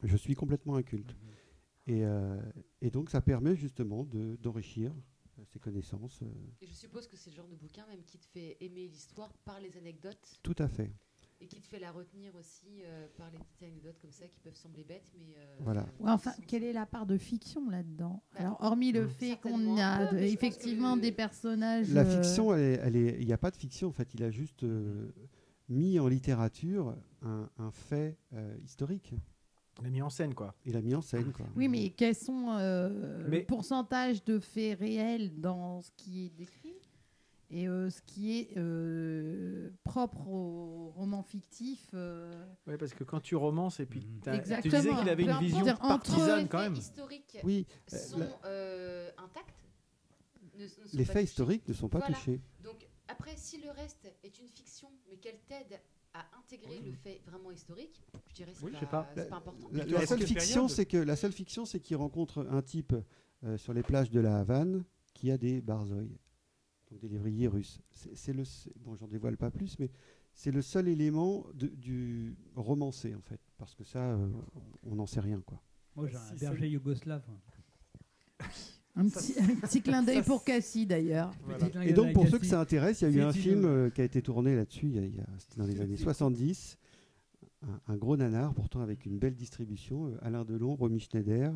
[SPEAKER 2] je suis complètement inculte. Et, euh, et donc, ça permet justement de- d'enrichir euh, ses connaissances. euh,
[SPEAKER 8] Et je suppose que c'est le genre de bouquin même qui te fait aimer l'histoire par les anecdotes
[SPEAKER 2] tout à fait.
[SPEAKER 8] et qui te fait la retenir aussi euh, par les petites anecdotes comme ça qui peuvent sembler bêtes, mais. euh,
[SPEAKER 2] Voilà.
[SPEAKER 4] Ouais, enfin,
[SPEAKER 8] qui sont-
[SPEAKER 4] quelle est la part de fiction là-dedans
[SPEAKER 8] Bah,
[SPEAKER 4] Alors, hormis le
[SPEAKER 2] hmm.
[SPEAKER 4] fait qu'on
[SPEAKER 8] certainement un
[SPEAKER 4] a
[SPEAKER 8] peu,
[SPEAKER 4] de-
[SPEAKER 8] mais je pense
[SPEAKER 4] effectivement
[SPEAKER 8] que-
[SPEAKER 4] des personnages.
[SPEAKER 2] La
[SPEAKER 4] euh,
[SPEAKER 2] fiction, elle est- elle est- il n'y a pas de fiction en fait. Il a juste euh, mis en littérature un, un fait euh, historique.
[SPEAKER 3] Il a mis en scène, quoi.
[SPEAKER 2] Il a mis en scène, quoi.
[SPEAKER 4] Oui, mais quels sont euh,
[SPEAKER 3] Mais-
[SPEAKER 4] le pourcentage de faits réels dans ce qui est décrit et euh, ce qui est euh, propre au roman fictif euh,
[SPEAKER 3] Oui, parce que quand tu romances et puis
[SPEAKER 2] Mm.
[SPEAKER 3] t'as- tu
[SPEAKER 4] Exactement.
[SPEAKER 3] disais qu'il avait
[SPEAKER 4] Peu
[SPEAKER 3] une
[SPEAKER 4] importe.
[SPEAKER 3] vision
[SPEAKER 4] C'est-à-dire entre
[SPEAKER 3] partisane
[SPEAKER 8] les
[SPEAKER 3] quand
[SPEAKER 8] faits
[SPEAKER 3] même.
[SPEAKER 8] historiques
[SPEAKER 2] Oui, euh,
[SPEAKER 8] sont
[SPEAKER 2] la-
[SPEAKER 8] euh, intacts. ne- ne sont
[SPEAKER 2] les
[SPEAKER 8] pas
[SPEAKER 2] faits
[SPEAKER 8] touchés.
[SPEAKER 2] historiques ne sont pas
[SPEAKER 8] Voilà.
[SPEAKER 2] touchés.
[SPEAKER 8] Donc après, si le reste est une fiction, mais qu'elle t'aide à intégrer le fait vraiment historique, je dirais que c'est
[SPEAKER 3] Oui, je sais
[SPEAKER 8] pas,
[SPEAKER 3] pas.
[SPEAKER 8] c'est pas important.
[SPEAKER 2] La,
[SPEAKER 6] Plutôt
[SPEAKER 2] la
[SPEAKER 6] à
[SPEAKER 2] seule
[SPEAKER 6] quelle
[SPEAKER 2] fiction,
[SPEAKER 6] période
[SPEAKER 2] c'est que la seule fiction, c'est qu'il rencontre un type euh, sur les plages de la Havane qui a des barzoïs, donc des lévriers russes. C'est c'est le se- bon, j'en dévoile pas plus, mais c'est le seul élément de- du romancé en fait, parce que ça, euh, on n'en sait rien quoi.
[SPEAKER 1] Moi, j'ai
[SPEAKER 6] Si
[SPEAKER 1] un
[SPEAKER 6] c'est-
[SPEAKER 1] berger yougoslave.
[SPEAKER 4] un,
[SPEAKER 6] Ça,
[SPEAKER 4] petit, un petit clin d'œil
[SPEAKER 6] ça,
[SPEAKER 4] pour Cassie d'ailleurs.
[SPEAKER 6] Voilà.
[SPEAKER 1] Petite
[SPEAKER 2] Et
[SPEAKER 1] linguette
[SPEAKER 2] donc
[SPEAKER 1] à
[SPEAKER 2] pour ceux que
[SPEAKER 1] Cassie.
[SPEAKER 2] ça intéresse, il y a eu
[SPEAKER 1] c'est
[SPEAKER 2] un
[SPEAKER 1] une-
[SPEAKER 2] film euh, qui a été tourné là-dessus, il y a- il y a- c'était dans les années 70, un, un gros nanar, pourtant avec une belle distribution, euh, Alain Delon, Romy Schneider,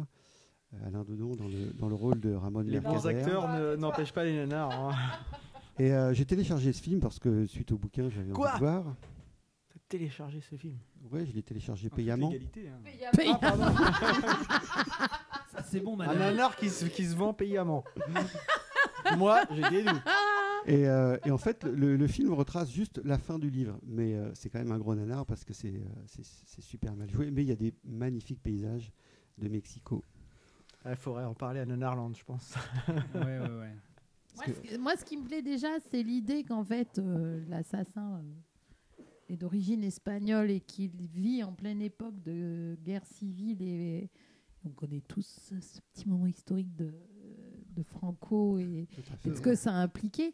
[SPEAKER 2] euh, Alain Delon dans le, dans le rôle de Ramon
[SPEAKER 3] Les bons
[SPEAKER 2] Mercader.
[SPEAKER 3] acteurs ne- n'empêchent pas les nanars. hein.
[SPEAKER 2] Et euh, j'ai téléchargé ce film parce que suite au bouquin, j'avais envie
[SPEAKER 3] Quoi
[SPEAKER 2] de voir.
[SPEAKER 3] T'as téléchargé ce film.
[SPEAKER 2] Ouais, je l'ai téléchargé
[SPEAKER 6] En toute
[SPEAKER 2] payamment.
[SPEAKER 6] légalité, hein.
[SPEAKER 4] Payant.
[SPEAKER 1] C'est bon,
[SPEAKER 3] Un
[SPEAKER 6] Ah
[SPEAKER 1] madame.
[SPEAKER 3] nanar qui se, qui se vend payamment. Moi, j'ai des doutes.
[SPEAKER 2] Et, euh, et en fait, le, le film retrace juste la fin du livre. Mais euh, c'est quand même un gros nanar parce que c'est euh, c'est- c'est super mal joué. Mais il y a des magnifiques paysages de Mexico.
[SPEAKER 3] Ah, Il faudrait en parler à Nanarland, je pense.
[SPEAKER 1] Ouais, ouais, ouais.
[SPEAKER 4] Moi, ce- Ah, moi, ce qui me plaît déjà, c'est l'idée qu'en fait, euh, l'assassin euh, est d'origine espagnole et qu'il vit en pleine époque de guerre civile. Et, on connaît tous ce- ce petit moment historique de, de Franco et,
[SPEAKER 2] Tout à fait.
[SPEAKER 4] et ce que ça a impliqué.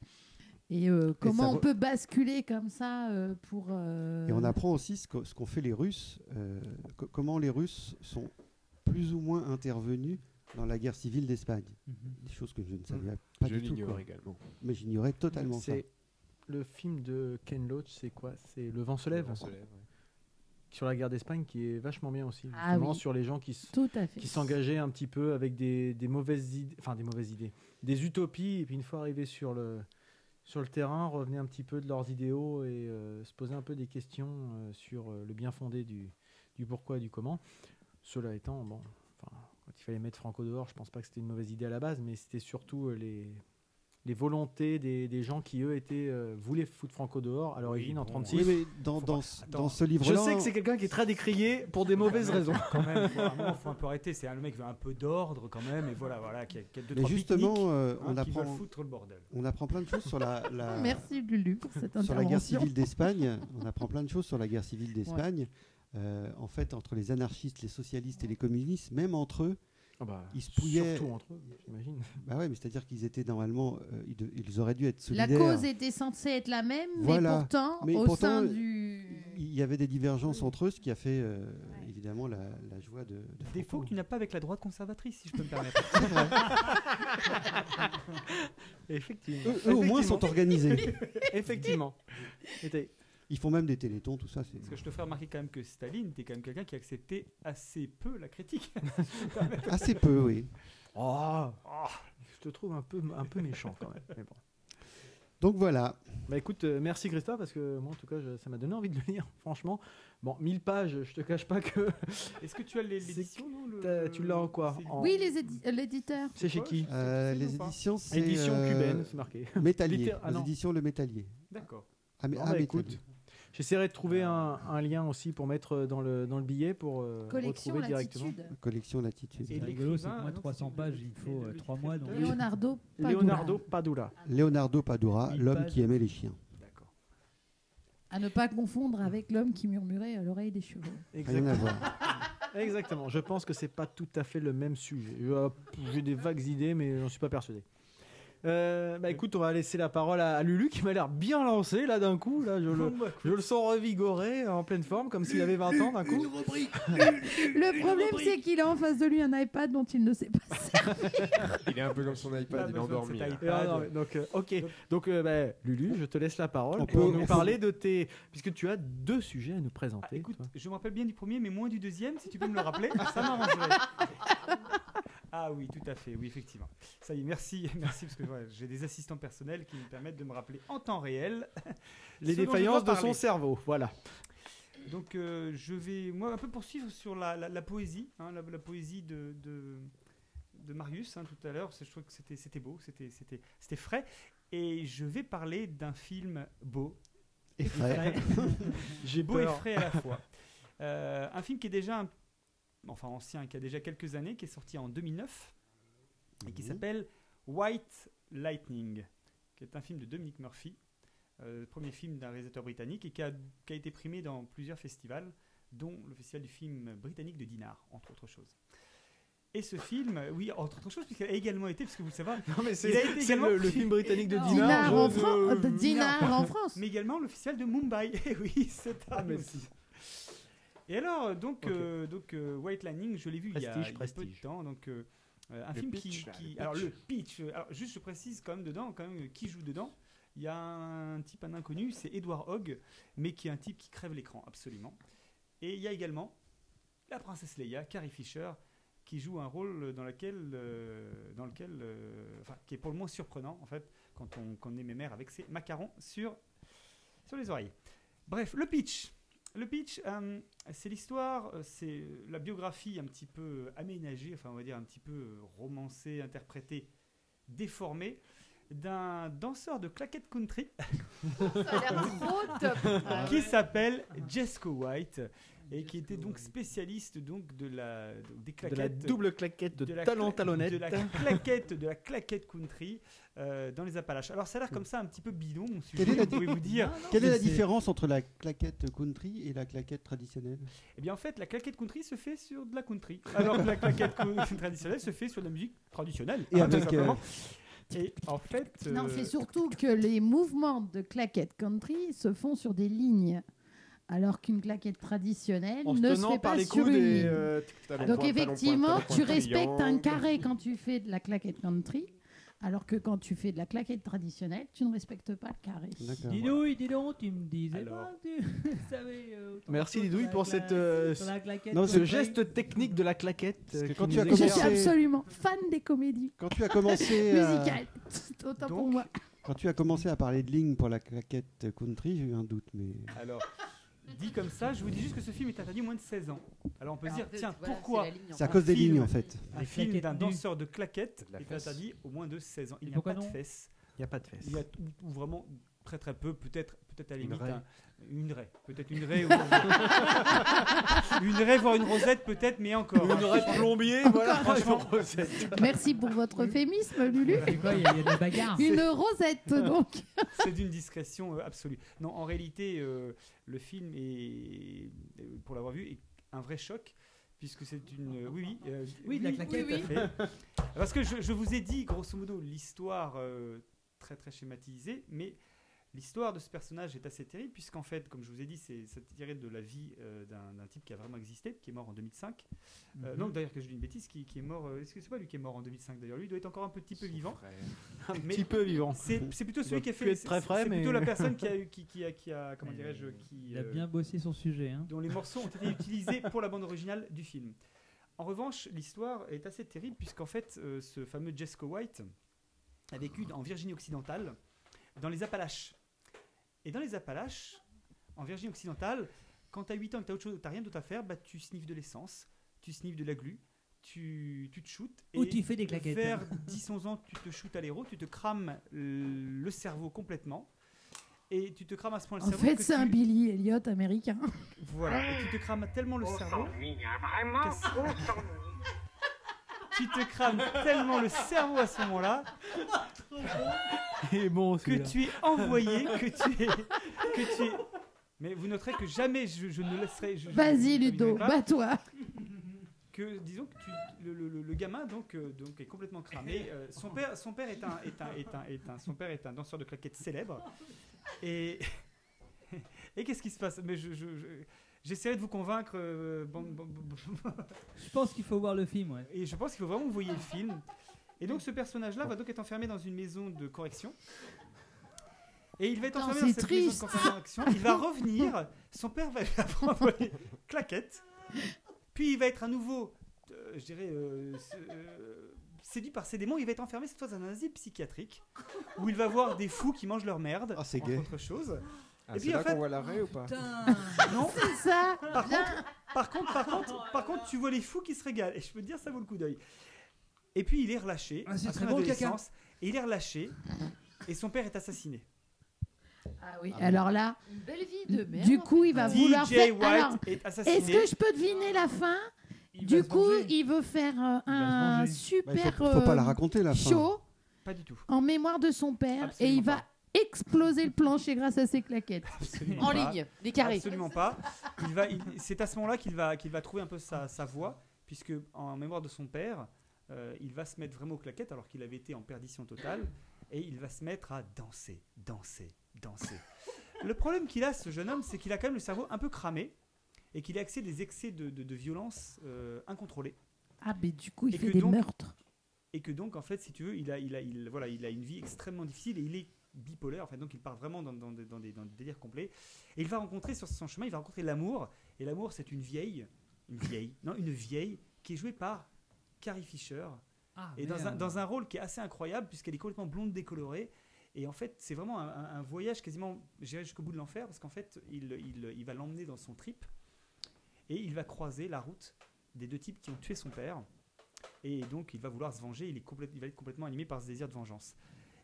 [SPEAKER 4] Et euh, comment
[SPEAKER 2] ça
[SPEAKER 4] on
[SPEAKER 2] re-
[SPEAKER 4] peut basculer comme ça euh, pour. euh,
[SPEAKER 2] Et on apprend aussi ce que- ce qu'ont fait les Russes, euh, co- comment les Russes sont plus ou moins intervenus dans la guerre civile d'Espagne.
[SPEAKER 1] Mhm.
[SPEAKER 2] Des choses que je ne savais pas
[SPEAKER 7] je
[SPEAKER 2] du tout.
[SPEAKER 7] l'ignore
[SPEAKER 2] quoi.
[SPEAKER 7] également.
[SPEAKER 2] Mais j'ignorais totalement ça.
[SPEAKER 3] C'est le film de Ken Loach, c'est quoi C'est Le vent se lève,
[SPEAKER 7] On se lève, ouais.
[SPEAKER 3] sur la guerre d'Espagne, qui est vachement bien aussi,
[SPEAKER 4] Ah
[SPEAKER 3] justement,
[SPEAKER 4] oui.
[SPEAKER 3] sur les gens qui, s-
[SPEAKER 4] Tout à fait.
[SPEAKER 3] qui s'engageaient un petit peu avec des, des mauvaises idées, enfin des mauvaises idées, des utopies, et puis une fois arrivés sur le sur le terrain, revenaient un petit peu de leurs idéaux et euh, se posaient un peu des questions euh, sur euh, le bien fondé du, du pourquoi et du comment. Cela étant, bon, enfin, quand il fallait mettre Franco dehors, je pense pas que c'était une mauvaise idée à la base, mais c'était surtout euh, les les volontés des, des gens qui eux étaient euh, voulaient foutre Franco dehors à l'origine en
[SPEAKER 6] bon,
[SPEAKER 3] 36.
[SPEAKER 2] Oui, mais dans,
[SPEAKER 6] Faut
[SPEAKER 2] dans
[SPEAKER 6] pas-
[SPEAKER 2] ce-
[SPEAKER 6] Attends,
[SPEAKER 2] dans ce
[SPEAKER 3] Je
[SPEAKER 2] livre-là.
[SPEAKER 3] sais que c'est quelqu'un qui est très décrié pour des mauvaises raisons.
[SPEAKER 6] Quand même, faut, à un moment, faut un peu arrêter. C'est un le mec qui veut un peu d'ordre quand même, et voilà, voilà, qui a, qui a deux
[SPEAKER 2] Mais
[SPEAKER 6] trois
[SPEAKER 2] justement,
[SPEAKER 6] pique-niques,
[SPEAKER 2] euh,
[SPEAKER 6] hein,
[SPEAKER 2] on,
[SPEAKER 6] qui veulent
[SPEAKER 2] apprend,
[SPEAKER 6] foutre le bordel.
[SPEAKER 2] on apprend plein de choses sur la, la-
[SPEAKER 4] Oh, Merci Lulu pour cette intervention.
[SPEAKER 2] sur la guerre civile d'Espagne. on apprend plein de choses sur la guerre civile d'Espagne. Euh, en fait, entre les anarchistes, les socialistes et les communistes, même entre eux,
[SPEAKER 3] Ah bah,
[SPEAKER 2] Ils se pouillaient-
[SPEAKER 3] Surtout entre eux, j'imagine.
[SPEAKER 2] bah ouais, mais c'est-à-dire qu'ils étaient normalement, euh, ils, de- ils auraient dû être
[SPEAKER 4] La
[SPEAKER 2] solidaires.
[SPEAKER 4] cause était censée être la même,
[SPEAKER 2] Voilà.
[SPEAKER 4] mais pourtant,
[SPEAKER 2] Mais
[SPEAKER 4] au
[SPEAKER 2] pourtant, euh,
[SPEAKER 4] sein du.
[SPEAKER 2] Il y avait des divergences entre eux, ce qui a fait euh, évidemment la, la joie de. de
[SPEAKER 6] Défaut
[SPEAKER 2] Franco.
[SPEAKER 6] que tu n'as pas avec la droite conservatrice, si je peux me permettre.
[SPEAKER 2] Eux,
[SPEAKER 3] Effectivement.
[SPEAKER 2] eux, au moins sont organisés.
[SPEAKER 3] Effectivement. Et t'es-
[SPEAKER 2] Ils font même des télétons, tout ça. C'est
[SPEAKER 6] Parce que je te ferai remarquer quand même que Staline, t'es quand même quelqu'un qui acceptait assez peu la critique.
[SPEAKER 2] assez peu, oui.
[SPEAKER 3] Oh, oh, je te trouve un peu, un peu méchant quand même. Mais bon.
[SPEAKER 2] Donc voilà.
[SPEAKER 3] Bah écoute, euh, merci Christophe, parce que moi en tout cas, je- ça m'a donné envie de le lire, franchement. Bon, 1000 pages, je te cache pas que.
[SPEAKER 6] Est-ce que tu as les-
[SPEAKER 3] C'est-
[SPEAKER 6] l'édition non, le-
[SPEAKER 3] t'as- tu l'as en quoi
[SPEAKER 6] c'est-
[SPEAKER 3] En-
[SPEAKER 4] Oui, les édi- euh, l'éditeur.
[SPEAKER 3] C'est chez qui
[SPEAKER 2] Euh,
[SPEAKER 6] C'est
[SPEAKER 2] les
[SPEAKER 6] ou pas
[SPEAKER 2] éditions, c'est.
[SPEAKER 3] Édition
[SPEAKER 2] euh,
[SPEAKER 3] cubaine, c'est marqué.
[SPEAKER 2] Métallier.
[SPEAKER 3] Littér- ah
[SPEAKER 2] les
[SPEAKER 3] non.
[SPEAKER 2] éditions Le Métallier.
[SPEAKER 6] D'accord.
[SPEAKER 2] Ah, mais,
[SPEAKER 3] Bon,
[SPEAKER 2] ah,
[SPEAKER 3] bah,
[SPEAKER 2] mais
[SPEAKER 3] écoute,
[SPEAKER 2] écoute.
[SPEAKER 3] J'essaierai de trouver un, un lien aussi pour mettre euh, dans le, dans le billet pour euh,
[SPEAKER 4] Collection
[SPEAKER 3] retrouver directement.
[SPEAKER 4] Latitude.
[SPEAKER 2] Collection Latitude.
[SPEAKER 1] C'est
[SPEAKER 6] Et
[SPEAKER 1] rigolo, c'est
[SPEAKER 6] l'écrivain,
[SPEAKER 1] que moi,
[SPEAKER 6] non,
[SPEAKER 1] 300
[SPEAKER 6] c'est-
[SPEAKER 1] pages, il me faut
[SPEAKER 6] le-
[SPEAKER 1] 3 mois. Donc...
[SPEAKER 4] Leonardo Padula.
[SPEAKER 3] Leonardo Padula.
[SPEAKER 2] Leonardo Padura,
[SPEAKER 1] Mille
[SPEAKER 2] l'homme
[SPEAKER 1] pages.
[SPEAKER 2] qui aimait les chiens.
[SPEAKER 6] D'accord.
[SPEAKER 4] À ne pas confondre avec l'homme qui murmurait à l'oreille des chevaux.
[SPEAKER 2] Rien à
[SPEAKER 3] Exactement.
[SPEAKER 2] voir.
[SPEAKER 3] Exactement. Je pense que c'est pas tout à fait le même sujet. Euh, J'ai des vagues idées, mais j'en suis pas persuadé. Euh, bah écoute, on va laisser la parole à, à Lulu qui m'a l'air bien lancé là d'un coup. Là, je le, je le sens revigoré en pleine forme comme s'il avait 20 ans d'un coup.
[SPEAKER 4] Le problème, c'est qu'il a en face de lui un iPad dont il ne sait pas. servir.
[SPEAKER 7] Il est un peu comme son
[SPEAKER 6] Pas
[SPEAKER 7] iPad, il est
[SPEAKER 6] besoin de
[SPEAKER 7] endormi.
[SPEAKER 6] cet
[SPEAKER 7] là.
[SPEAKER 6] iPad.
[SPEAKER 3] Et, ah, non, mais donc euh, ok. Donc euh, bah, Lulu, je te laisse la parole
[SPEAKER 2] On
[SPEAKER 3] pour
[SPEAKER 2] peut-
[SPEAKER 3] nous
[SPEAKER 2] on
[SPEAKER 3] parler de tes puisque tu as deux sujets à nous présenter.
[SPEAKER 6] Ah, écoute,
[SPEAKER 3] toi.
[SPEAKER 6] je me rappelle bien du premier, mais moins du deuxième, si tu peux me le rappeler, ça m'arrangerait. Ah oui, tout à fait, oui, effectivement. Ça y est, merci, merci, parce que ouais, j'ai des assistants personnels qui me permettent de me rappeler en temps réel
[SPEAKER 3] les
[SPEAKER 6] ce dont je
[SPEAKER 3] défaillances
[SPEAKER 6] dois
[SPEAKER 3] de son
[SPEAKER 6] parler.
[SPEAKER 3] cerveau. Voilà.
[SPEAKER 6] Donc euh, je vais, moi, un peu poursuivre sur la, la- la poésie, hein, la, la poésie de, de, de Marius hein, tout à l'heure. C'est- Je trouve que c'était c'était beau, c'était c'était c'était frais. Et je vais parler d'un film beau
[SPEAKER 9] Et frais.
[SPEAKER 6] J'ai beau et
[SPEAKER 3] peur.
[SPEAKER 6] frais à la fois. Euh, un film qui est déjà, un- enfin ancien, qui a déjà quelques années, qui est sorti en 2009 et qui
[SPEAKER 2] Mhm.
[SPEAKER 6] s'appelle White Lightning, qui est un film de Dominic Murphy, euh, premier film d'un réalisateur britannique et qui a, qui a été primé dans plusieurs festivals, dont le festival du film britannique de Dinard, entre autres choses. Et ce film, euh, oui, entre autres choses, puisqu'il a également été, parce que vous le savez,
[SPEAKER 3] Non, mais
[SPEAKER 6] Il a été
[SPEAKER 3] c'est c'est
[SPEAKER 6] également-
[SPEAKER 3] le, le film britannique de
[SPEAKER 5] Énorme.
[SPEAKER 3] Dinard.
[SPEAKER 4] Dinard
[SPEAKER 3] je-
[SPEAKER 4] en,
[SPEAKER 3] je-
[SPEAKER 4] Fran-
[SPEAKER 3] je-
[SPEAKER 4] de Dinard en France.
[SPEAKER 6] mais également le festival de Mumbai. Et oui, c'est un.
[SPEAKER 3] Ah, mais
[SPEAKER 6] aussi. Et alors, donc,
[SPEAKER 3] Ok.
[SPEAKER 6] euh, donc euh, White Lightning, je l'ai vu il y a- il y a,
[SPEAKER 9] Prestige,
[SPEAKER 6] peu de
[SPEAKER 9] prestige.
[SPEAKER 6] temps. Donc, euh, euh, un
[SPEAKER 9] Le
[SPEAKER 6] film qui,
[SPEAKER 9] pitch, là,
[SPEAKER 6] qui-
[SPEAKER 9] le
[SPEAKER 6] alors
[SPEAKER 9] pitch.
[SPEAKER 6] le pitch. euh, Alors, juste, je précise quand même dedans, quand même, euh, qui joue dedans. Il y a un type, un inconnu, c'est Edward Hogg, mais qui est un type qui crève l'écran absolument. Et il y a également la princesse Leia, Carrie Fisher, qui joue un rôle dans lequel, euh, dans lequel, euh, enfin, qui est pour le moins surprenant en fait, quand on, quand on est mémère avec ses macarons sur, sur les oreilles. Bref, le pitch. Le pitch, euh, c'est l'histoire, euh, c'est la biographie un petit peu euh, aménagée, enfin on va dire un petit peu euh, romancée, interprétée, déformée, d'un danseur de claquette country
[SPEAKER 5] Ça a l'air trop top.
[SPEAKER 8] Ah
[SPEAKER 6] qui s'appelle Jesco White et qui était donc spécialiste donc de la des
[SPEAKER 3] de la
[SPEAKER 6] claquettes
[SPEAKER 3] double claquette de,
[SPEAKER 6] de la
[SPEAKER 3] talon
[SPEAKER 6] cla-
[SPEAKER 3] talonnette.
[SPEAKER 6] De la claquette, de la claquette country euh, dans les Appalaches. Alors ça a l'air comme ça un petit peu bidon, mon sujet,
[SPEAKER 2] Quelle est la
[SPEAKER 6] vous pouvez vous
[SPEAKER 8] Ah
[SPEAKER 6] dire.
[SPEAKER 2] Quelle est la
[SPEAKER 1] c'est-
[SPEAKER 2] différence entre la claquette country et la claquette traditionnelle
[SPEAKER 3] Ah,
[SPEAKER 6] Eh bien en fait, la claquette country se fait sur de la country, alors que la claquette cou- traditionnelle se fait sur de la musique traditionnelle.
[SPEAKER 2] Et
[SPEAKER 6] hein,
[SPEAKER 2] avec, euh,
[SPEAKER 6] tout simplement. Et en fait...
[SPEAKER 4] Non,
[SPEAKER 6] euh,
[SPEAKER 4] c'est surtout que les mouvements de claquette country se font sur des lignes, alors qu'une claquette traditionnelle
[SPEAKER 3] En se
[SPEAKER 4] ne se
[SPEAKER 3] tenant
[SPEAKER 4] fait
[SPEAKER 3] par
[SPEAKER 4] pas
[SPEAKER 3] les
[SPEAKER 4] sur
[SPEAKER 3] coudes
[SPEAKER 4] une
[SPEAKER 3] et.
[SPEAKER 4] ligne.
[SPEAKER 3] euh,
[SPEAKER 7] Talon
[SPEAKER 4] Donc
[SPEAKER 7] pointe, talon pointe,
[SPEAKER 4] effectivement,
[SPEAKER 7] talon pointe,
[SPEAKER 4] tu respectes un
[SPEAKER 7] triangle.
[SPEAKER 4] carré quand tu fais de la claquette country, alors que quand tu fais de la claquette traditionnelle, tu ne respectes pas le carré.
[SPEAKER 2] D'accord.
[SPEAKER 1] Dis donc, dis donc, tu me disais
[SPEAKER 6] Alors.
[SPEAKER 1] pas que tu savais. euh, autant
[SPEAKER 3] Merci,
[SPEAKER 1] de choses
[SPEAKER 3] Didouille,
[SPEAKER 1] sur la
[SPEAKER 3] pour
[SPEAKER 1] cla-
[SPEAKER 3] cette, euh,
[SPEAKER 1] sur la claquette
[SPEAKER 2] non,
[SPEAKER 3] ce
[SPEAKER 1] country.
[SPEAKER 3] geste technique de la claquette.
[SPEAKER 2] Parce
[SPEAKER 3] euh,
[SPEAKER 2] que
[SPEAKER 3] qui
[SPEAKER 2] quand tu
[SPEAKER 3] nous
[SPEAKER 2] as
[SPEAKER 4] Je
[SPEAKER 3] éclaire.
[SPEAKER 4] suis
[SPEAKER 2] Commencer-
[SPEAKER 4] absolument fan des comédies
[SPEAKER 2] Quand tu as commencé, euh, à-
[SPEAKER 4] musicales, autant pour
[SPEAKER 6] euh, donc,
[SPEAKER 4] moi.
[SPEAKER 2] quand tu as commencé à parler de ligne pour la claquette country, j'ai eu un doute, mais
[SPEAKER 6] Alors, dit comme ça, je vous dis juste que ce film est interdit aux moins de 16 ans. Alors on peut se
[SPEAKER 1] Ah,
[SPEAKER 6] dire, tiens,
[SPEAKER 8] Voilà,
[SPEAKER 6] pourquoi
[SPEAKER 8] c'est la ligne hein. en
[SPEAKER 2] c'est à
[SPEAKER 8] fait.
[SPEAKER 2] cause des
[SPEAKER 6] film.
[SPEAKER 2] lignes en fait.
[SPEAKER 6] un
[SPEAKER 1] La
[SPEAKER 6] film
[SPEAKER 1] claquette
[SPEAKER 6] d'un
[SPEAKER 1] nue.
[SPEAKER 6] danseur de claquette
[SPEAKER 7] De la
[SPEAKER 6] est
[SPEAKER 7] fesse.
[SPEAKER 6] interdit aux moins de 16 ans. Il
[SPEAKER 1] Et
[SPEAKER 6] n'y a
[SPEAKER 1] pourquoi
[SPEAKER 6] pas de
[SPEAKER 1] non
[SPEAKER 6] fesses.
[SPEAKER 3] Il n'y a pas de fesses.
[SPEAKER 6] Il y a t- ou, ou vraiment très très peu, peut-être peut-être à la
[SPEAKER 7] Une
[SPEAKER 6] limite
[SPEAKER 7] raie.
[SPEAKER 6] un- une raie, peut-être une raie, ou... une raie voire une rosette peut-être, mais encore. hein.
[SPEAKER 3] Une raie de plombier, voilà, franchement.
[SPEAKER 4] Merci pour votre euphémisme, Lulu.
[SPEAKER 1] C'est quoi, Il y, a- il y a des bagarres.
[SPEAKER 4] Une rosette donc.
[SPEAKER 6] C'est d'une discrétion euh, absolue. Non, en réalité, euh, le film est, euh, pour l'avoir vu, est un vrai choc. Puisque c'est une. euh, oui, oui. euh,
[SPEAKER 1] Oui, de la claquette.
[SPEAKER 6] tout à fait. Parce que je, je vous ai dit, grosso modo, l'histoire euh, très très schématisée, mais l'histoire de ce personnage est assez terrible, puisqu'en fait, comme je vous ai dit, c'est c'est tiré de la vie euh, d'un d'un type qui a vraiment existé, qui est mort en 2005. Euh,
[SPEAKER 3] Mhm.
[SPEAKER 6] Non, d'ailleurs, que je dis une bêtise, qui, qui est mort. euh, Est-ce que c'est pas lui qui est mort en 2005 d'ailleurs Lui, il doit être encore un petit peu
[SPEAKER 7] Son
[SPEAKER 6] vivant.
[SPEAKER 7] frère.
[SPEAKER 3] Un
[SPEAKER 6] Mais-
[SPEAKER 3] petit peu vivant.
[SPEAKER 6] C'est c'est plutôt
[SPEAKER 3] doit
[SPEAKER 6] celui qui a
[SPEAKER 3] plus
[SPEAKER 6] fait.
[SPEAKER 3] être très
[SPEAKER 6] c'est-
[SPEAKER 3] frais,
[SPEAKER 6] C'est
[SPEAKER 3] mais-
[SPEAKER 6] plutôt la personne qui a eu, qui, qui a, qui a, comment dirais-je, qui.
[SPEAKER 1] Il a
[SPEAKER 6] euh,
[SPEAKER 1] bien bossé son sujet. Hein.
[SPEAKER 6] dont les morceaux ont été utilisés pour la bande originale du film. En revanche, l'histoire est assez terrible puisqu'en fait, euh, ce fameux Jesco White a vécu en Virginie occidentale, dans les Appalaches. Et dans les Appalaches, en Virginie occidentale, quand t'as 8 ans et que t'as autre chose, t'as rien d'autre à faire, bah tu sniffes de l'essence, tu sniffes de la glu, tu, tu te shootes.
[SPEAKER 1] Ou
[SPEAKER 6] et-
[SPEAKER 1] tu fais des claquettes.
[SPEAKER 6] vers
[SPEAKER 1] hein.
[SPEAKER 6] 10-11 ans, tu te shootes à l'héros, tu te crames euh, le cerveau complètement. Et tu te crames à ce point le
[SPEAKER 4] En
[SPEAKER 6] cerveau.
[SPEAKER 4] fait,
[SPEAKER 6] que
[SPEAKER 4] c'est un
[SPEAKER 6] tu-
[SPEAKER 4] Billy Elliot américain.
[SPEAKER 6] Voilà, et tu te crames tellement le cerveau. qu'à- Tu te crames tellement le cerveau à ce moment-là
[SPEAKER 3] Et bon,
[SPEAKER 6] que tu es envoyé, que tu es. Que tu es... Mais vous noterez que jamais je, je ne laisserai. je- je- je- je-
[SPEAKER 4] Vas-y,
[SPEAKER 6] je- je-
[SPEAKER 4] Ludo,
[SPEAKER 6] je-
[SPEAKER 4] bats-toi.
[SPEAKER 6] que disons que tu- le, le- le- le gamin donc euh, donc est complètement cramé. Euh, son père son père est un est un- est un- est un- son père est un danseur de claquettes célèbre. Et et qu'est-ce qui se passe Mais je, je- je- j'essaierai de vous convaincre. euh, bon- bon- bon- bon-
[SPEAKER 1] Je pense qu'il faut voir le film. Ouais.
[SPEAKER 6] et je pense qu'il faut vraiment que vous voyez le film. Et donc ce personnage-là va donc être enfermé dans une maison de correction. Et il va être
[SPEAKER 4] Attends,
[SPEAKER 6] enfermé dans
[SPEAKER 4] c'est
[SPEAKER 6] cette maison de
[SPEAKER 4] triste.
[SPEAKER 6] correction. Il va revenir. Son père va lui apprendre les claquettes. Puis il va être à nouveau, euh, je dirais, euh, s- euh, séduit par ses démons. Il va être enfermé cette fois dans un asile psychiatrique où il va voir des fous qui mangent leur merde.
[SPEAKER 2] Ah, c'est
[SPEAKER 6] entre
[SPEAKER 2] gay.
[SPEAKER 6] autres choses.
[SPEAKER 7] Ah,
[SPEAKER 6] et
[SPEAKER 7] c'est
[SPEAKER 6] puis en
[SPEAKER 7] là qu'on
[SPEAKER 6] fait,
[SPEAKER 7] voit l'arrêt ou pas
[SPEAKER 6] non.
[SPEAKER 4] C'est ça.
[SPEAKER 6] Par contre, par contre, par contre, par contre, tu vois les fous qui se régalent. Et je peux te dire, ça vaut le coup d'œil. Et puis il est relâché.
[SPEAKER 1] Ah, c'est
[SPEAKER 6] à
[SPEAKER 1] très
[SPEAKER 6] son
[SPEAKER 1] bon, le caca.
[SPEAKER 6] adolescence, Et il est relâché. Et son père est assassiné.
[SPEAKER 4] Ah oui, alors là,
[SPEAKER 8] Une belle vie de merde.
[SPEAKER 4] du coup, il va vouloir
[SPEAKER 6] DJ
[SPEAKER 4] faire.
[SPEAKER 6] Ah. White
[SPEAKER 4] alors,
[SPEAKER 6] est assassiné.
[SPEAKER 4] est-ce que je peux deviner la fin Du coup, il veut faire euh, un
[SPEAKER 1] venger.
[SPEAKER 2] Bah, il
[SPEAKER 4] super
[SPEAKER 2] faut, faut pas la
[SPEAKER 4] euh,
[SPEAKER 2] raconter la fin. hein.
[SPEAKER 4] show
[SPEAKER 6] Pas du tout.
[SPEAKER 4] en mémoire de son père et il
[SPEAKER 6] Absolument
[SPEAKER 4] va exploser le plancher grâce à ses claquettes.
[SPEAKER 6] Absolument
[SPEAKER 8] En
[SPEAKER 6] pas.
[SPEAKER 8] ligne, des carrés.
[SPEAKER 6] Bah, Absolument pas. Il va, il- c'est à ce moment-là qu'il va, qu'il va trouver un peu sa, sa voie, puisque en mémoire de son père, euh, il va se mettre vraiment aux claquettes alors qu'il avait été en perdition totale, et il va se mettre à danser, danser, danser. Le problème qu'il a, ce jeune homme, c'est qu'il a quand même le cerveau un peu cramé, et qu'il a accès des excès de, de- de violence euh, incontrôlés.
[SPEAKER 4] Ah, mais du coup, il
[SPEAKER 6] Et
[SPEAKER 4] fait
[SPEAKER 6] que
[SPEAKER 4] des
[SPEAKER 6] donc-
[SPEAKER 4] meurtres.
[SPEAKER 6] Et que donc, en fait, si tu veux, il a, il a, il, voilà, il a une vie extrêmement difficile et il est bipolaire. Enfin, donc, il part vraiment dans, dans, des- dans des, dans des délires complets. Et il va rencontrer sur son chemin, il va rencontrer l'amour. Et l'amour, c'est une vieille, une vieille, non, une vieille qui est jouée par Carrie Fisher.
[SPEAKER 1] Ah,
[SPEAKER 6] et dans un, dans un rôle qui est assez incroyable, puisqu'elle est complètement blonde décolorée. Et en fait, c'est vraiment un, un- un voyage quasiment, j'irai jusqu'au bout de l'enfer, parce qu'en fait, il, il, il va l'emmener dans son trip. Et il va croiser la route des deux types qui ont tué son père. Et donc, il va vouloir se venger. Il, est complète- il va être complètement animé par ce désir de vengeance.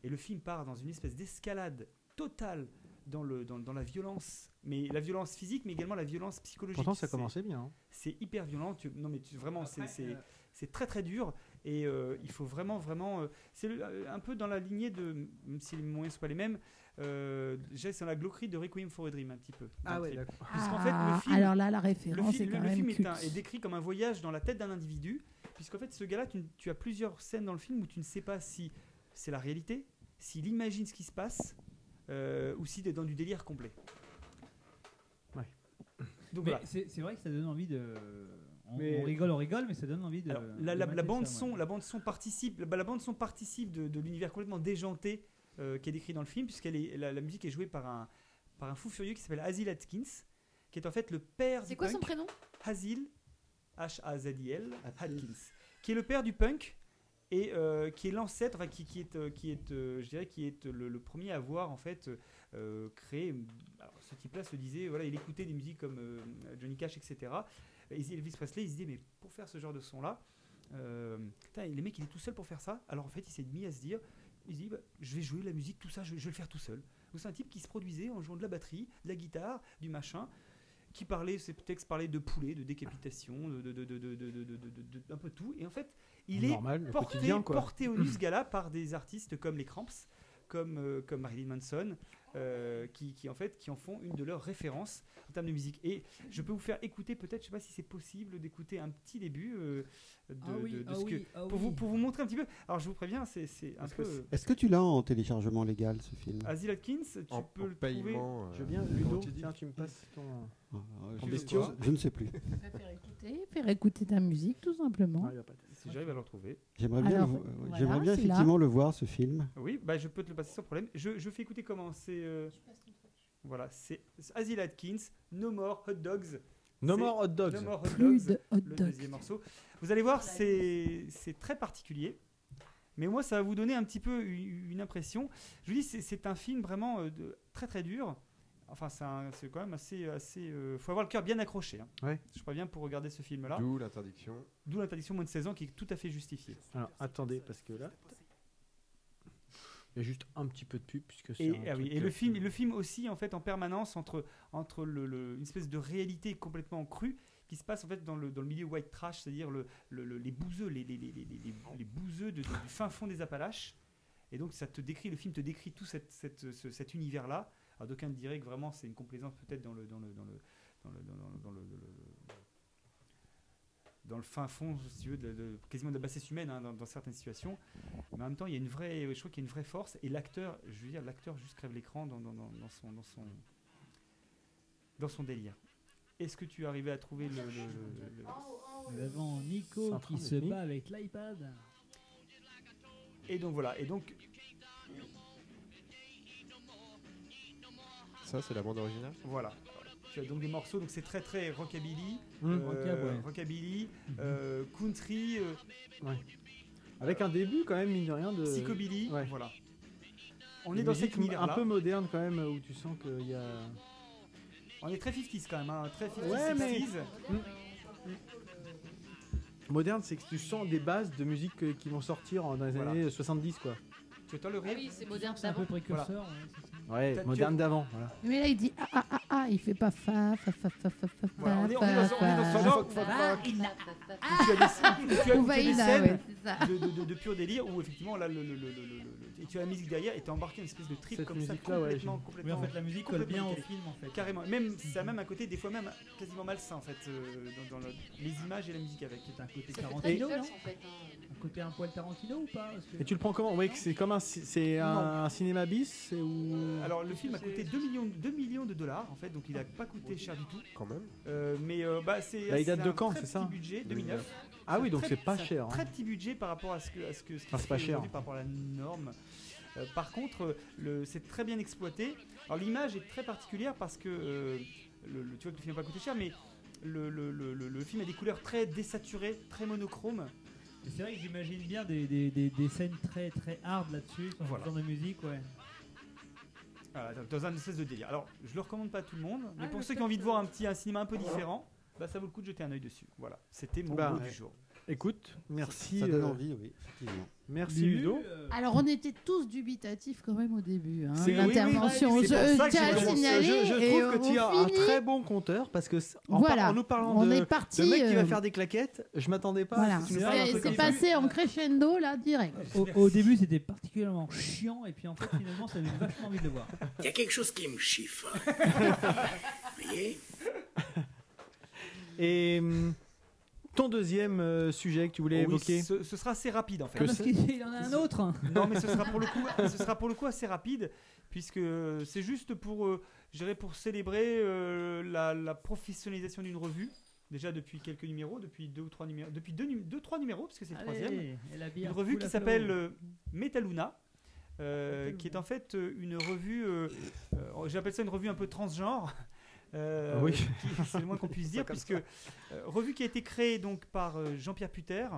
[SPEAKER 6] Et le film part dans une espèce d'escalade totale dans, le, dans, dans la violence, mais la violence physique, mais également la violence psychologique.
[SPEAKER 3] Pourtant, ça
[SPEAKER 6] C'est-
[SPEAKER 3] commençait bien. hein.
[SPEAKER 6] C'est hyper violent. tu- non, mais tu- vraiment, c'est-
[SPEAKER 3] euh,
[SPEAKER 6] c'est c'est très très dur. Et euh, il faut vraiment, vraiment. euh, c'est le- euh, un peu dans la lignée de, même si les moyens ne sont pas les mêmes, euh, j'ai- c'est dans la gloquerie de Requiem for a Dream, un petit peu.
[SPEAKER 3] Ah
[SPEAKER 6] Donc,
[SPEAKER 3] ouais,
[SPEAKER 6] c'est-
[SPEAKER 3] d'accord.
[SPEAKER 6] Puisqu'en fait, le
[SPEAKER 4] Ah,
[SPEAKER 6] film-
[SPEAKER 4] alors là, la
[SPEAKER 6] le,
[SPEAKER 4] référence
[SPEAKER 6] film-
[SPEAKER 4] est
[SPEAKER 6] le-
[SPEAKER 4] quand
[SPEAKER 6] le
[SPEAKER 4] même
[SPEAKER 6] film est,
[SPEAKER 4] culte.
[SPEAKER 6] un- est décrit comme un voyage dans la tête d'un individu, puisqu'en fait, ce gars-là, tu, tu as plusieurs scènes dans le film où tu ne sais pas si c'est la réalité, s'il imagine ce qui se passe, euh, ou s'il est dans du délire complet.
[SPEAKER 3] Ouais.
[SPEAKER 6] Donc
[SPEAKER 1] Mais
[SPEAKER 6] voilà.
[SPEAKER 1] c'est c'est vrai que ça donne envie de. On,
[SPEAKER 6] Mais-
[SPEAKER 1] on rigole, on rigole, mais ça donne envie de.
[SPEAKER 6] Alors, la,
[SPEAKER 1] de
[SPEAKER 6] la-
[SPEAKER 1] mater
[SPEAKER 6] la bande
[SPEAKER 1] ça, ouais.
[SPEAKER 6] son, la bande son participe, la, la bande son participe de, de l'univers complètement déjanté euh, qui est décrit dans le film, puisqu'elle est la, la musique est jouée par un par un fou furieux qui s'appelle Azil Atkins, qui est en fait le père.
[SPEAKER 8] C'est
[SPEAKER 6] du
[SPEAKER 8] quoi son
[SPEAKER 6] punk.
[SPEAKER 8] prénom
[SPEAKER 6] Hazil, H-A-Z-I-L, Atkins, qui est le père du punk et euh, qui est l'ancêtre, enfin, qui, qui est, euh, qui est euh, je dirais, qui est le, le premier à avoir en fait euh, créé. Alors, ce type-là se disait, voilà, il écoutait des musiques comme euh, Johnny Cash, etc. Et Elvis Presley, il se disait, mais pour faire ce genre de son-là, euh, putain, les mecs, il est tout seul pour faire ça. Alors en fait, il s'est mis à se dire, il se dit, bah, je vais jouer la musique, tout ça, je, je vais le faire tout seul. Donc c'est un type qui se produisait en jouant de la batterie, de la guitare, du machin, qui parlait, ses textes parlaient de poulet, de décapitation, de, de, de, de, de, de, de- de- de- de- d'un peu tout. Et en fait, il est
[SPEAKER 3] Normal, le
[SPEAKER 6] porté,
[SPEAKER 3] quotidien, quoi.
[SPEAKER 6] porté au Nus Gala par des artistes comme les Cramps, comme, euh, comme Marilyn Manson, euh, qui, qui, en fait, qui en font une de leurs références en termes de musique. Et je peux vous faire écouter, peut-être, je sais pas si c'est possible, d'écouter un petit début euh, de,
[SPEAKER 1] Ah oui,
[SPEAKER 6] de- de
[SPEAKER 1] ah
[SPEAKER 6] ce que.
[SPEAKER 1] oui, ah
[SPEAKER 6] Pour vous,
[SPEAKER 1] oui.
[SPEAKER 6] pour vous montrer un petit peu. Alors je vous préviens, c'est c'est un
[SPEAKER 7] Parce que
[SPEAKER 6] peu.
[SPEAKER 2] Est-ce que tu l'as en téléchargement légal ce film
[SPEAKER 6] Asile Atkins, tu
[SPEAKER 7] En,
[SPEAKER 6] peux
[SPEAKER 7] en
[SPEAKER 6] le trouver.
[SPEAKER 7] paiement. euh,
[SPEAKER 3] Je viens,
[SPEAKER 7] comment
[SPEAKER 3] Ludo,
[SPEAKER 7] tu dis
[SPEAKER 3] tiens, tu me passes ton. hein.
[SPEAKER 2] Alors,
[SPEAKER 6] En
[SPEAKER 2] je-
[SPEAKER 6] bestiaux
[SPEAKER 2] je ne sais plus.
[SPEAKER 4] Faire écouter, faire écouter ta musique, tout simplement.
[SPEAKER 3] Ah, il va pas t'aider.
[SPEAKER 6] Si j'arrive à le retrouver.
[SPEAKER 2] J'aimerais bien,
[SPEAKER 4] Alors,
[SPEAKER 2] le vo-
[SPEAKER 4] euh,
[SPEAKER 2] ouais,
[SPEAKER 4] voilà,
[SPEAKER 2] j'aimerais bien
[SPEAKER 4] c'est là.
[SPEAKER 2] effectivement le voir ce film.
[SPEAKER 6] Oui, bah je peux te le passer sans problème. Je, je fais écouter comment c'est. euh, Voilà, c'est Asile Atkins, No More Hot Dogs.
[SPEAKER 3] No
[SPEAKER 6] C'est-
[SPEAKER 3] more hot dogs.
[SPEAKER 6] No More Hot
[SPEAKER 4] Plus
[SPEAKER 6] Dogs.
[SPEAKER 4] de hot
[SPEAKER 6] le
[SPEAKER 4] dog.
[SPEAKER 6] deuxième morceau. Vous allez voir, c'est c'est très particulier. Mais moi, ça va vous donner un petit peu u- une impression. Je vous dis, c'est- c'est un film vraiment euh, de- très très dur. Enfin, c'est un- c'est quand même assez. assez euh, faut avoir le cœur bien accroché. hein.
[SPEAKER 3] Ouais.
[SPEAKER 6] Je préviens pour regarder ce film-là.
[SPEAKER 7] D'où l'interdiction.
[SPEAKER 6] D'où l'interdiction moins de 16 ans qui est tout à fait justifiée.
[SPEAKER 3] Alors attendez, parce que là. Il y a juste un petit peu de pub, puisque c'est.
[SPEAKER 6] Et,
[SPEAKER 3] un
[SPEAKER 6] ah oui,
[SPEAKER 3] truc,
[SPEAKER 6] et
[SPEAKER 3] euh,
[SPEAKER 6] le, film, le film aussi, en fait, en permanence, entre, entre le- le- une espèce de réalité complètement crue qui se passe en fait dans le, dans le milieu white trash, c'est-à-dire le, le- le- les bouseux, les, les, les, les, les- les- les bouseux de- de- du fin fond des Appalaches. Et donc, ça te décrit, le film te décrit tout cette, cette- ce- cet univers-là. Alors, d'aucuns te diraient que vraiment, c'est une complaisance peut-être dans le, dans le, dans le, dans le, dans le- dans le- dans le- dans le fin fond, si tu veux, de, de- quasiment de la bassesse humaine hein, dans, dans certaines situations. Mais en même temps, il y a une vraie, je trouve qu'il y a une vraie force. Et l'acteur, je veux dire, l'acteur juste crève l'écran dans, dans- dans- dans son, dans, son, dans son délire. Est-ce que tu es arrivé à trouver le. le- le- le-
[SPEAKER 1] Nous avons
[SPEAKER 3] C'est
[SPEAKER 1] Nico
[SPEAKER 3] en train
[SPEAKER 1] qui
[SPEAKER 3] de
[SPEAKER 1] se
[SPEAKER 3] finir.
[SPEAKER 1] bat avec l'iPad.
[SPEAKER 6] Et donc voilà. Et donc,
[SPEAKER 7] Ça, c'est la bande originale
[SPEAKER 6] voilà. Tu as donc des morceaux, donc c'est très très rockabilly, euh,
[SPEAKER 3] Hum.
[SPEAKER 1] rockab, ouais.
[SPEAKER 6] rockabilly,
[SPEAKER 3] Mmh.
[SPEAKER 6] euh, country, euh,
[SPEAKER 3] Avec un début, quand même, mine de rien, de.
[SPEAKER 6] psychobilly,
[SPEAKER 3] Euh, Ouais.
[SPEAKER 6] voilà. On
[SPEAKER 3] Une
[SPEAKER 6] est dans
[SPEAKER 3] musique
[SPEAKER 6] cet univers-là.
[SPEAKER 3] Un peu moderne quand même, où tu sens qu'il y a.
[SPEAKER 6] On est très 50 quand même, hein, très 50
[SPEAKER 3] Ouais, mais-
[SPEAKER 6] 60s.
[SPEAKER 3] Moderne, c'est que tu sens des bases de musique euh, qui vont sortir en- dans les
[SPEAKER 6] Voilà.
[SPEAKER 3] années 70, quoi.
[SPEAKER 6] Tu entends le
[SPEAKER 8] Ah
[SPEAKER 6] rire
[SPEAKER 8] oui, c'est moderne
[SPEAKER 1] C'est un peu
[SPEAKER 8] d'avant.
[SPEAKER 1] précurseur.
[SPEAKER 6] Voilà.
[SPEAKER 1] ouais, c'est ça.
[SPEAKER 3] Ouais,
[SPEAKER 6] T'as- tu-
[SPEAKER 3] moderne d'avant. Voilà.
[SPEAKER 4] Mais là, il dit ah ah ah ah, il fait pas fa fa fa fa fa fa
[SPEAKER 6] Voilà, on est- on est
[SPEAKER 4] fa,
[SPEAKER 6] dans- on est dans ce
[SPEAKER 4] fa.
[SPEAKER 6] genre.
[SPEAKER 8] Ah,
[SPEAKER 6] où tu as des, où tu as- où tu as des
[SPEAKER 4] Ouvaïla,
[SPEAKER 6] scènes
[SPEAKER 4] ouais, c'est ça.
[SPEAKER 6] de, de- de- de pur délire où effectivement là le, le- le- le- le- le- et tu as la musique derrière et t'es embarqué dans une espèce de trip
[SPEAKER 3] Cette
[SPEAKER 6] comme ça
[SPEAKER 3] musique-là, ouais,
[SPEAKER 6] complètement,
[SPEAKER 1] Oui,
[SPEAKER 6] complètement
[SPEAKER 1] en fait, la musique colle bien au
[SPEAKER 6] complètement
[SPEAKER 1] film, en fait.
[SPEAKER 6] carrément même ça a même un côté des fois même quasiment malsain en fait euh, dans, dans le- les images et la musique avec
[SPEAKER 1] C'est un côté
[SPEAKER 8] ça fait très
[SPEAKER 1] Tarantino,
[SPEAKER 8] Beatles,
[SPEAKER 1] non
[SPEAKER 8] en fait. hein.
[SPEAKER 1] Un côté un poil Tarantino ou pas Parce que-
[SPEAKER 3] Et tu le prends comment Ouais, que c'est comme un, ci- c'est un, un cinéma bis c'est où...
[SPEAKER 6] alors le film a coûté 2 millions, 2 millions de dollars en fait donc il a pas coûté cher du tout
[SPEAKER 7] quand même.
[SPEAKER 6] Euh, mais euh, bah c'est
[SPEAKER 3] Bah, il date
[SPEAKER 6] c'est
[SPEAKER 3] de
[SPEAKER 6] un
[SPEAKER 3] quand,
[SPEAKER 6] très
[SPEAKER 3] c'est ça
[SPEAKER 6] petit budget 2009
[SPEAKER 3] Ah oui, donc
[SPEAKER 6] très-
[SPEAKER 3] c'est pas
[SPEAKER 6] un
[SPEAKER 3] cher. hein.
[SPEAKER 6] Très petit budget par rapport à ce que, à ce que ce qui
[SPEAKER 3] Ah, c'est
[SPEAKER 6] se
[SPEAKER 3] pas
[SPEAKER 6] fait
[SPEAKER 3] cher.
[SPEAKER 6] aujourd'hui, par rapport à la norme. Euh, par contre, euh, le- c'est très bien exploité. Alors l'image est très particulière parce que euh, le, le- tu vois que le film n'a pas coûté cher, mais le, le- le- le- le film a des couleurs très désaturées, très monochromes.
[SPEAKER 1] Mais C'est vrai que j'imagine bien des, des- des- des scènes très très hard là-dessus, sur
[SPEAKER 6] Voilà.
[SPEAKER 1] ce genre de musique, ouais.
[SPEAKER 6] Voilà, euh, dans- dans un espèce de délire. Alors je le recommande pas à tout le monde, mais
[SPEAKER 1] Ah,
[SPEAKER 6] pour
[SPEAKER 1] mais
[SPEAKER 6] ceux qui
[SPEAKER 1] peut-être
[SPEAKER 6] ont envie de
[SPEAKER 1] que-
[SPEAKER 6] voir un petit un cinéma un peu différent, bah, ça vaut le coup de jeter un œil dessus. Voilà, c'était mon
[SPEAKER 3] Bah,
[SPEAKER 6] mot
[SPEAKER 3] ouais.
[SPEAKER 6] du jour.
[SPEAKER 3] Écoute, merci.
[SPEAKER 2] Ça donne
[SPEAKER 3] euh,
[SPEAKER 2] envie, oui, effectivement.
[SPEAKER 3] Merci
[SPEAKER 1] Lulu,
[SPEAKER 3] Ah, Ludo.
[SPEAKER 1] euh,
[SPEAKER 4] Alors on était tous dubitatifs quand même au début. Hein,
[SPEAKER 3] C'est- oui, oui,
[SPEAKER 4] L'intervention,
[SPEAKER 6] oui,
[SPEAKER 4] je
[SPEAKER 6] c'est pour
[SPEAKER 4] euh,
[SPEAKER 6] ça que j'ai
[SPEAKER 4] tiens à le
[SPEAKER 6] commencé.
[SPEAKER 4] signaler.
[SPEAKER 3] je, je
[SPEAKER 4] et
[SPEAKER 3] trouve que
[SPEAKER 4] on
[SPEAKER 3] tu as un
[SPEAKER 4] finit.
[SPEAKER 3] très bon compteur parce que c'est- en,
[SPEAKER 4] Voilà.
[SPEAKER 3] par- en nous parlant
[SPEAKER 4] On
[SPEAKER 3] de,
[SPEAKER 4] est
[SPEAKER 3] de
[SPEAKER 4] parti.
[SPEAKER 3] mec qui va
[SPEAKER 4] euh,
[SPEAKER 3] faire des claquettes, je m'attendais pas
[SPEAKER 4] Voilà,
[SPEAKER 3] à ce que tu nous parles un
[SPEAKER 4] c'est
[SPEAKER 3] truc
[SPEAKER 4] c'est
[SPEAKER 3] comme ça.
[SPEAKER 4] passé en crescendo là direct.
[SPEAKER 1] au, au début, c'était particulièrement chiant, et puis en fait, finalement, ça donne vachement envie de le voir.
[SPEAKER 10] Il y a quelque chose qui me chiffre. Vous voyez
[SPEAKER 3] Et hum, ton deuxième euh, sujet que tu voulais
[SPEAKER 6] Oh oui,
[SPEAKER 3] évoquer
[SPEAKER 6] ce, ce sera assez rapide en fait.
[SPEAKER 1] Ah, parce qu'il y en a un autre hein.
[SPEAKER 6] Non, mais ce sera pour le coup, ce sera pour le coup assez rapide, puisque c'est juste pour, euh, je dirais pour célébrer euh, la, la professionnalisation d'une revue. Déjà depuis quelques numéros, depuis deux ou trois numéros, depuis deux, nu- deux, trois numéros, parce que c'est le troisième.
[SPEAKER 1] Allez, et la bière
[SPEAKER 6] Une revue
[SPEAKER 1] coule
[SPEAKER 6] qui
[SPEAKER 1] à flot.
[SPEAKER 6] s'appelle euh, Metaluna, euh, qui est
[SPEAKER 1] Metaluna.
[SPEAKER 6] en fait euh, une revue, euh, euh, j'appelle ça une revue un peu transgenre. euh,
[SPEAKER 3] Oui.
[SPEAKER 6] qui- c'est le moins qu'on puisse dire, puisque euh, revue qui a été créée donc par euh, Jean-Pierre Puter,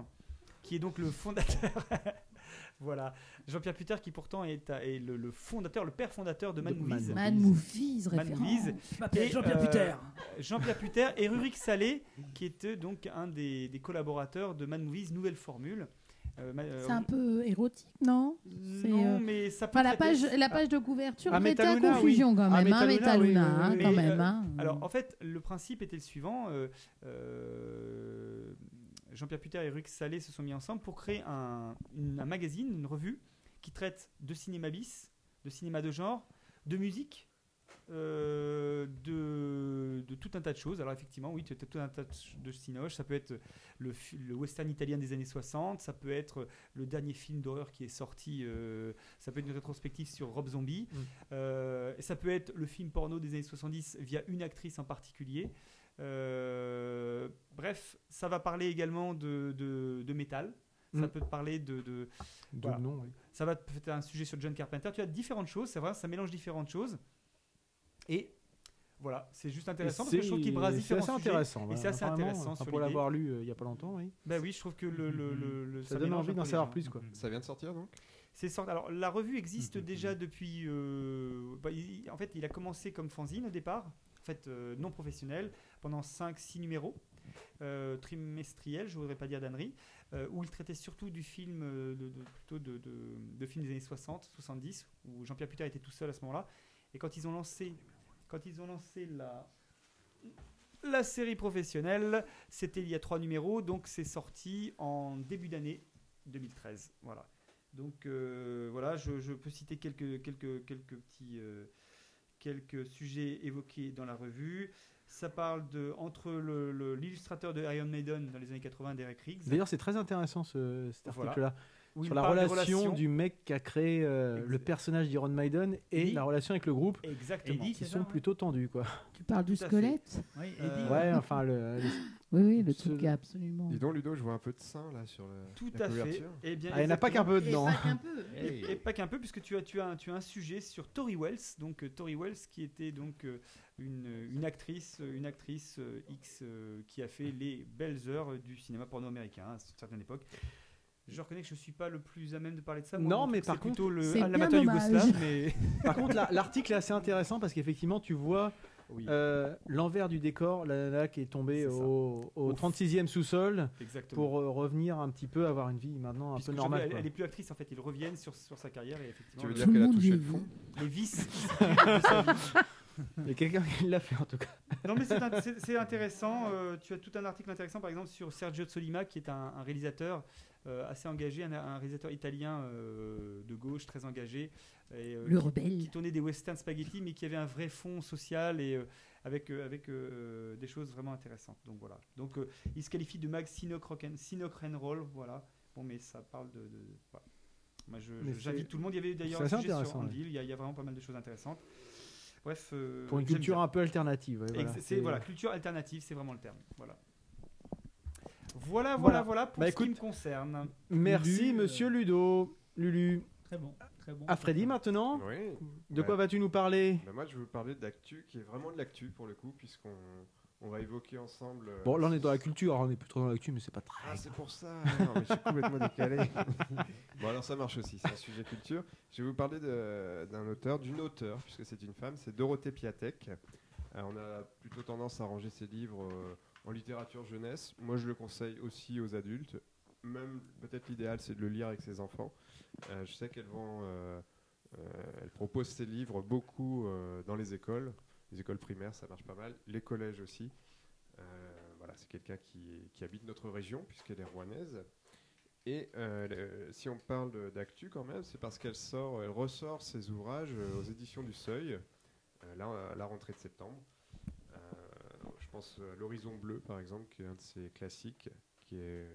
[SPEAKER 6] qui est donc le fondateur. voilà, Jean-Pierre Puter qui pourtant est, à- est le, le fondateur, le père fondateur de Mad
[SPEAKER 3] De
[SPEAKER 6] Movies.
[SPEAKER 3] Mad
[SPEAKER 4] Man Movies,
[SPEAKER 6] Mad
[SPEAKER 4] référence.
[SPEAKER 6] Movies.
[SPEAKER 1] Je m'appelle
[SPEAKER 6] Et,
[SPEAKER 1] Jean-Pierre
[SPEAKER 6] euh,
[SPEAKER 1] Puter.
[SPEAKER 6] Jean-Pierre Puter et Rurik Salé, qui était donc un des, des collaborateurs de Mad Movies Nouvelle Formule. Euh, ma- euh,
[SPEAKER 4] C'est un peu érotique, non c'est,
[SPEAKER 6] non,
[SPEAKER 4] euh,
[SPEAKER 6] mais ça peut
[SPEAKER 4] Enfin, la page,
[SPEAKER 6] traiter-
[SPEAKER 4] la page de couverture
[SPEAKER 3] Ah,
[SPEAKER 4] prêtait à
[SPEAKER 3] Metaluna,
[SPEAKER 4] confusion quand
[SPEAKER 3] Ah,
[SPEAKER 4] même, hein,
[SPEAKER 3] Metaluna, oui, ah,
[SPEAKER 4] Metaluna, hein,
[SPEAKER 3] oui, oui.
[SPEAKER 4] quand
[SPEAKER 6] Mais,
[SPEAKER 4] même.
[SPEAKER 6] euh,
[SPEAKER 4] hein.
[SPEAKER 6] Alors, en fait, le principe était le suivant. euh, euh, Jean-Pierre Puter et Ruc Salé se sont mis ensemble pour créer un, une- un magazine, une revue, qui traite de cinéma bis, de cinéma de genre, de musique, euh, de, de tout un tas de choses. Alors, effectivement, oui, tu as tout un tas de ch- de cinoches. Ça peut être le, fi- le western italien des années 60, ça peut être le dernier film d'horreur qui est sorti, euh, ça peut être une rétrospective sur Rob Zombie. Euh, ça peut être le film porno des années 70 via une actrice en particulier. Euh, bref, ça va parler également de, de, de métal. Ça
[SPEAKER 3] Mm.
[SPEAKER 6] peut te parler de, de-
[SPEAKER 3] D'où
[SPEAKER 6] Voilà.
[SPEAKER 3] le nom, oui.
[SPEAKER 6] Ça va te faire un sujet sur John Carpenter. Tu as différentes choses, c'est vrai, ça mélange différentes choses. Et voilà, c'est juste intéressant parce que je trouve qu'il brasse
[SPEAKER 3] C'est- c'est
[SPEAKER 6] différents
[SPEAKER 3] assez
[SPEAKER 6] sujets.
[SPEAKER 3] intéressant. voilà.
[SPEAKER 6] c'est assez
[SPEAKER 3] Vraiment,
[SPEAKER 6] intéressant
[SPEAKER 3] enfin,
[SPEAKER 6] sur
[SPEAKER 3] pour
[SPEAKER 6] l'idée.
[SPEAKER 3] l'avoir lu euh, il y a pas longtemps, oui.
[SPEAKER 6] Ben oui, je trouve que le, le- le- le-
[SPEAKER 3] Ça, donne
[SPEAKER 6] mélange un
[SPEAKER 3] envie
[SPEAKER 6] peu
[SPEAKER 3] d'en
[SPEAKER 6] les
[SPEAKER 3] savoir
[SPEAKER 6] gens.
[SPEAKER 3] plus, quoi.
[SPEAKER 7] Ça vient de sortir donc
[SPEAKER 6] C'est sorti- Alors, la revue existe déjà depuis. euh, bah, il- en fait, il a commencé comme fanzine au départ, en fait euh, non professionnel, pendant 5-6 numéros euh, trimestriels, je voudrais pas dire d'annerie, euh, où il traitait surtout du film, euh, de, de- plutôt de, de- de films des années 60, 70, où Jean-Pierre Puter était tout seul à ce moment-là. Et quand ils ont lancé, quand ils ont lancé la, la série professionnelle, c'était il y a 3 numéros, donc c'est sorti en début d'année 2013. Voilà. Donc euh, voilà, je, je peux citer quelques, quelques, quelques petits euh, quelques sujets évoqués dans la revue. Ça parle de entre le- le- l'illustrateur de Iron Maiden dans les années 80, Derek Riggs.
[SPEAKER 3] D'ailleurs, c'est très intéressant ce, cet
[SPEAKER 6] Voilà.
[SPEAKER 3] article-là.
[SPEAKER 6] où il
[SPEAKER 3] Sur la
[SPEAKER 6] parle des
[SPEAKER 3] relation
[SPEAKER 6] relations.
[SPEAKER 3] du mec qui a créé euh,
[SPEAKER 6] Exact.
[SPEAKER 3] le personnage d'Iron Maiden et
[SPEAKER 1] Eddie.
[SPEAKER 3] la relation avec le groupe
[SPEAKER 6] Exactement.
[SPEAKER 1] Eddie,
[SPEAKER 3] qui
[SPEAKER 1] c'est
[SPEAKER 3] sont
[SPEAKER 1] ça, ouais.
[SPEAKER 3] plutôt tendus, quoi.
[SPEAKER 4] tu parles du
[SPEAKER 6] tout à fait.
[SPEAKER 4] squelette
[SPEAKER 1] Oui, Eddie.
[SPEAKER 6] Euh,
[SPEAKER 3] Ouais, enfin, le, le-
[SPEAKER 4] Oui, oui, le
[SPEAKER 3] Ce-
[SPEAKER 4] truc, absolument.
[SPEAKER 7] Dis donc Ludo, je vois un peu de sein là sur le,
[SPEAKER 6] Tout
[SPEAKER 7] la
[SPEAKER 6] à fait.
[SPEAKER 7] couverture.
[SPEAKER 6] Eh bien,
[SPEAKER 3] Ah, il n'y en a pas
[SPEAKER 6] exactement.
[SPEAKER 3] qu'un peu
[SPEAKER 4] Et
[SPEAKER 3] dedans.
[SPEAKER 4] pas qu'un peu.
[SPEAKER 6] Et, et pas qu'un peu, puisque tu as, tu, as, un- tu as un sujet sur Tori Wells, donc euh, Tori Wells qui était donc euh, une, une actrice, euh, une actrice
[SPEAKER 3] Ah.
[SPEAKER 6] euh, X euh, qui a fait les belles heures euh, du cinéma porno américain à une certaine époque. Je reconnais que je suis pas le plus à même de parler de ça. Moi,
[SPEAKER 3] Non,
[SPEAKER 6] mon
[SPEAKER 3] mais
[SPEAKER 6] truc, c'est
[SPEAKER 3] par contre,
[SPEAKER 6] plutôt le à l'amateur yougoslave. Mais...
[SPEAKER 3] Par contre, la- l'article est assez intéressant parce qu'effectivement, tu vois euh, l'envers du décor, la nana qui est tombée au, au 36e sous-sol
[SPEAKER 6] Exactement.
[SPEAKER 3] pour euh, revenir un petit peu, avoir une vie maintenant un
[SPEAKER 6] Puisque
[SPEAKER 3] peu
[SPEAKER 6] aujourd'hui,
[SPEAKER 3] normale.
[SPEAKER 6] elle,
[SPEAKER 3] quoi.
[SPEAKER 6] elle est plus actrice en fait, ils reviennent sur, sur sa carrière et effectivement.
[SPEAKER 3] Tu veux
[SPEAKER 6] le-
[SPEAKER 3] dire Tout qu'elle a le monde touché le vieillit. fond
[SPEAKER 6] Les vices. qui circulent de sa vie.
[SPEAKER 3] Il y a quelqu'un qui l'a fait en tout cas.
[SPEAKER 6] Non mais c'est int- c'est c'est intéressant. euh, tu as tout un article intéressant par exemple sur Sergio Solima qui est un, un réalisateur euh, assez engagé, un, un réalisateur italien euh, de gauche très engagé. et, euh,
[SPEAKER 4] Le
[SPEAKER 6] qui-
[SPEAKER 4] rebelle.
[SPEAKER 6] Qui tournait des western spaghetti mais qui avait un vrai fond social et euh, avec, euh, avec euh, des choses vraiment intéressantes. Donc voilà. Donc euh, il se qualifie de mag Sinoc Rock and, Sinoc Roll. Voilà. Bon mais ça parle de... de- voilà. Moi, je-
[SPEAKER 3] Mais
[SPEAKER 6] je- j'invite
[SPEAKER 3] c'est-
[SPEAKER 6] tout le monde. Il y avait d'ailleurs
[SPEAKER 3] c'est assez
[SPEAKER 6] un sujet sur
[SPEAKER 3] intéressant, ouais.
[SPEAKER 6] Anvil. Il y, a- il y a vraiment pas mal de choses intéressantes. Bref. euh,
[SPEAKER 3] Pour une
[SPEAKER 6] j'aime
[SPEAKER 3] culture
[SPEAKER 6] bien.
[SPEAKER 3] un peu alternative. ouais,
[SPEAKER 6] Ex-
[SPEAKER 3] voilà.
[SPEAKER 6] c'est euh, voilà, culture alternative, c'est vraiment le terme. Voilà. Voilà, voilà, voilà pour
[SPEAKER 3] Bah,
[SPEAKER 6] ce qui
[SPEAKER 3] écoute,
[SPEAKER 6] me concerne.
[SPEAKER 3] Merci,
[SPEAKER 6] Lulu, euh,
[SPEAKER 3] monsieur Ludo. Lulu.
[SPEAKER 1] Très bon, très
[SPEAKER 6] Ah,
[SPEAKER 1] bon.
[SPEAKER 3] À Freddy maintenant
[SPEAKER 7] Oui.
[SPEAKER 3] De quoi
[SPEAKER 7] Ouais.
[SPEAKER 3] vas-tu nous parler
[SPEAKER 7] Bah, Moi, je vais vous parler d'actu qui est vraiment de l'actu pour le coup, puisqu'on on va évoquer ensemble. euh,
[SPEAKER 3] Bon, là on est dans la culture, alors on est plus trop dans l'actu, mais c'est pas très.
[SPEAKER 7] Ah, c'est pour ça. Non, mais je suis complètement décalé. bon, alors ça marche aussi, c'est un sujet culture. Je vais vous parler de- d'un auteur, d'une auteure, puisque c'est une femme, c'est Dorothée Piatek. Euh, on a plutôt tendance à ranger ses livres euh, en littérature jeunesse. Moi, je le conseille aussi aux adultes. Même, peut-être l'idéal, c'est de le lire avec ses enfants. Euh, je sais qu'elle vend, euh, euh, elle propose ses livres beaucoup euh, dans les écoles. Les écoles primaires, ça marche pas mal. Les collèges aussi. Euh, voilà, c'est quelqu'un qui, qui habite notre région, puisqu'elle est rouennaise. Et euh, le- si on parle de- d'actu quand même, c'est parce qu'elle sort, elle ressort ses ouvrages euh, aux éditions du Seuil, euh, là, à la rentrée de septembre. Euh, je pense à L'Horizon Bleu, par exemple, qui est un de ses classiques, qui est,